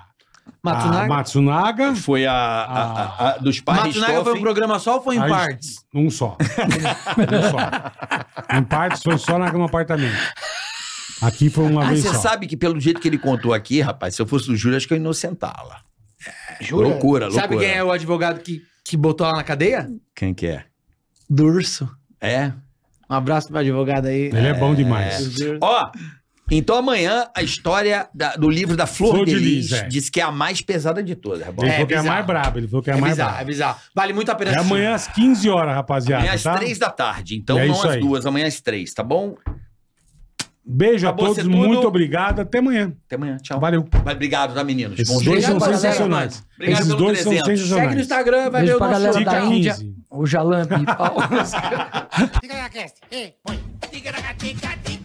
S14: Matsunaga?
S8: Matsunaga. A Matsunaga
S7: Foi a, a- a- a-
S8: Ah.
S7: dos pais
S14: Matsunaga Ah, foi um
S7: Richthofen.
S14: programa só ou foi em
S8: Aí-
S14: partes?
S7: <laughs>
S8: um só. um só. Em partes foi só na- no apartamento. Aqui foi uma
S7: Ah,
S8: vez
S7: você
S8: só.
S7: sabe que pelo jeito que ele contou aqui, rapaz, se eu fosse o Júlio, acho que eu ia inocentá-la.
S8: É,
S7: Loucura, loucura.
S14: Sabe quem é o advogado que, que botou ela na cadeia?
S7: Quem que é?
S14: Durso.
S7: É?
S14: Um abraço pro advogado aí.
S8: Ele é bom demais.
S7: Ó, então amanhã a história da- do livro da Flor,
S8: Flor
S7: de
S8: de
S7: Lis
S8: Lis, é.
S7: diz que é a mais pesada de todas, é bom?
S8: Ele
S14: É,
S8: falou que é a
S14: bizarro.
S8: mais brabo, ele falou que é a
S14: É
S8: mais
S14: bizarro, é
S8: brabo.
S14: bizarro. Vale muito a pena
S8: É
S14: assistir.
S8: amanhã às 15 horas, rapaziada,
S7: Amanhã É às
S8: tá?
S7: três da tarde, então
S8: É
S7: não
S8: isso
S7: às
S8: aí.
S7: duas, amanhã às três, tá bom?
S8: Beijo a
S7: Acabou
S8: todos,
S7: ser tudo.
S8: muito obrigado, até amanhã.
S7: Até amanhã, tchau.
S8: Valeu.
S7: Mas obrigado, tá, meninos?
S8: Esses
S7: Bom
S8: dois
S7: dia.
S8: são
S1: Obrigado, galera.
S8: sensacionais.
S7: Obrigado
S8: Esses
S7: pelo
S8: dois são
S7: 300.
S14: Segue no
S8: sensacionais.
S14: Instagram, vai
S1: Beijo
S14: ver
S1: pra
S14: o nosso...
S1: galera
S8: Tica
S1: da Índia.
S8: 15.
S1: O Jalambi. Paulo.
S7: <laughs>
S24: Ticaracast. Ei, põe. Ticaracá, tica, tica.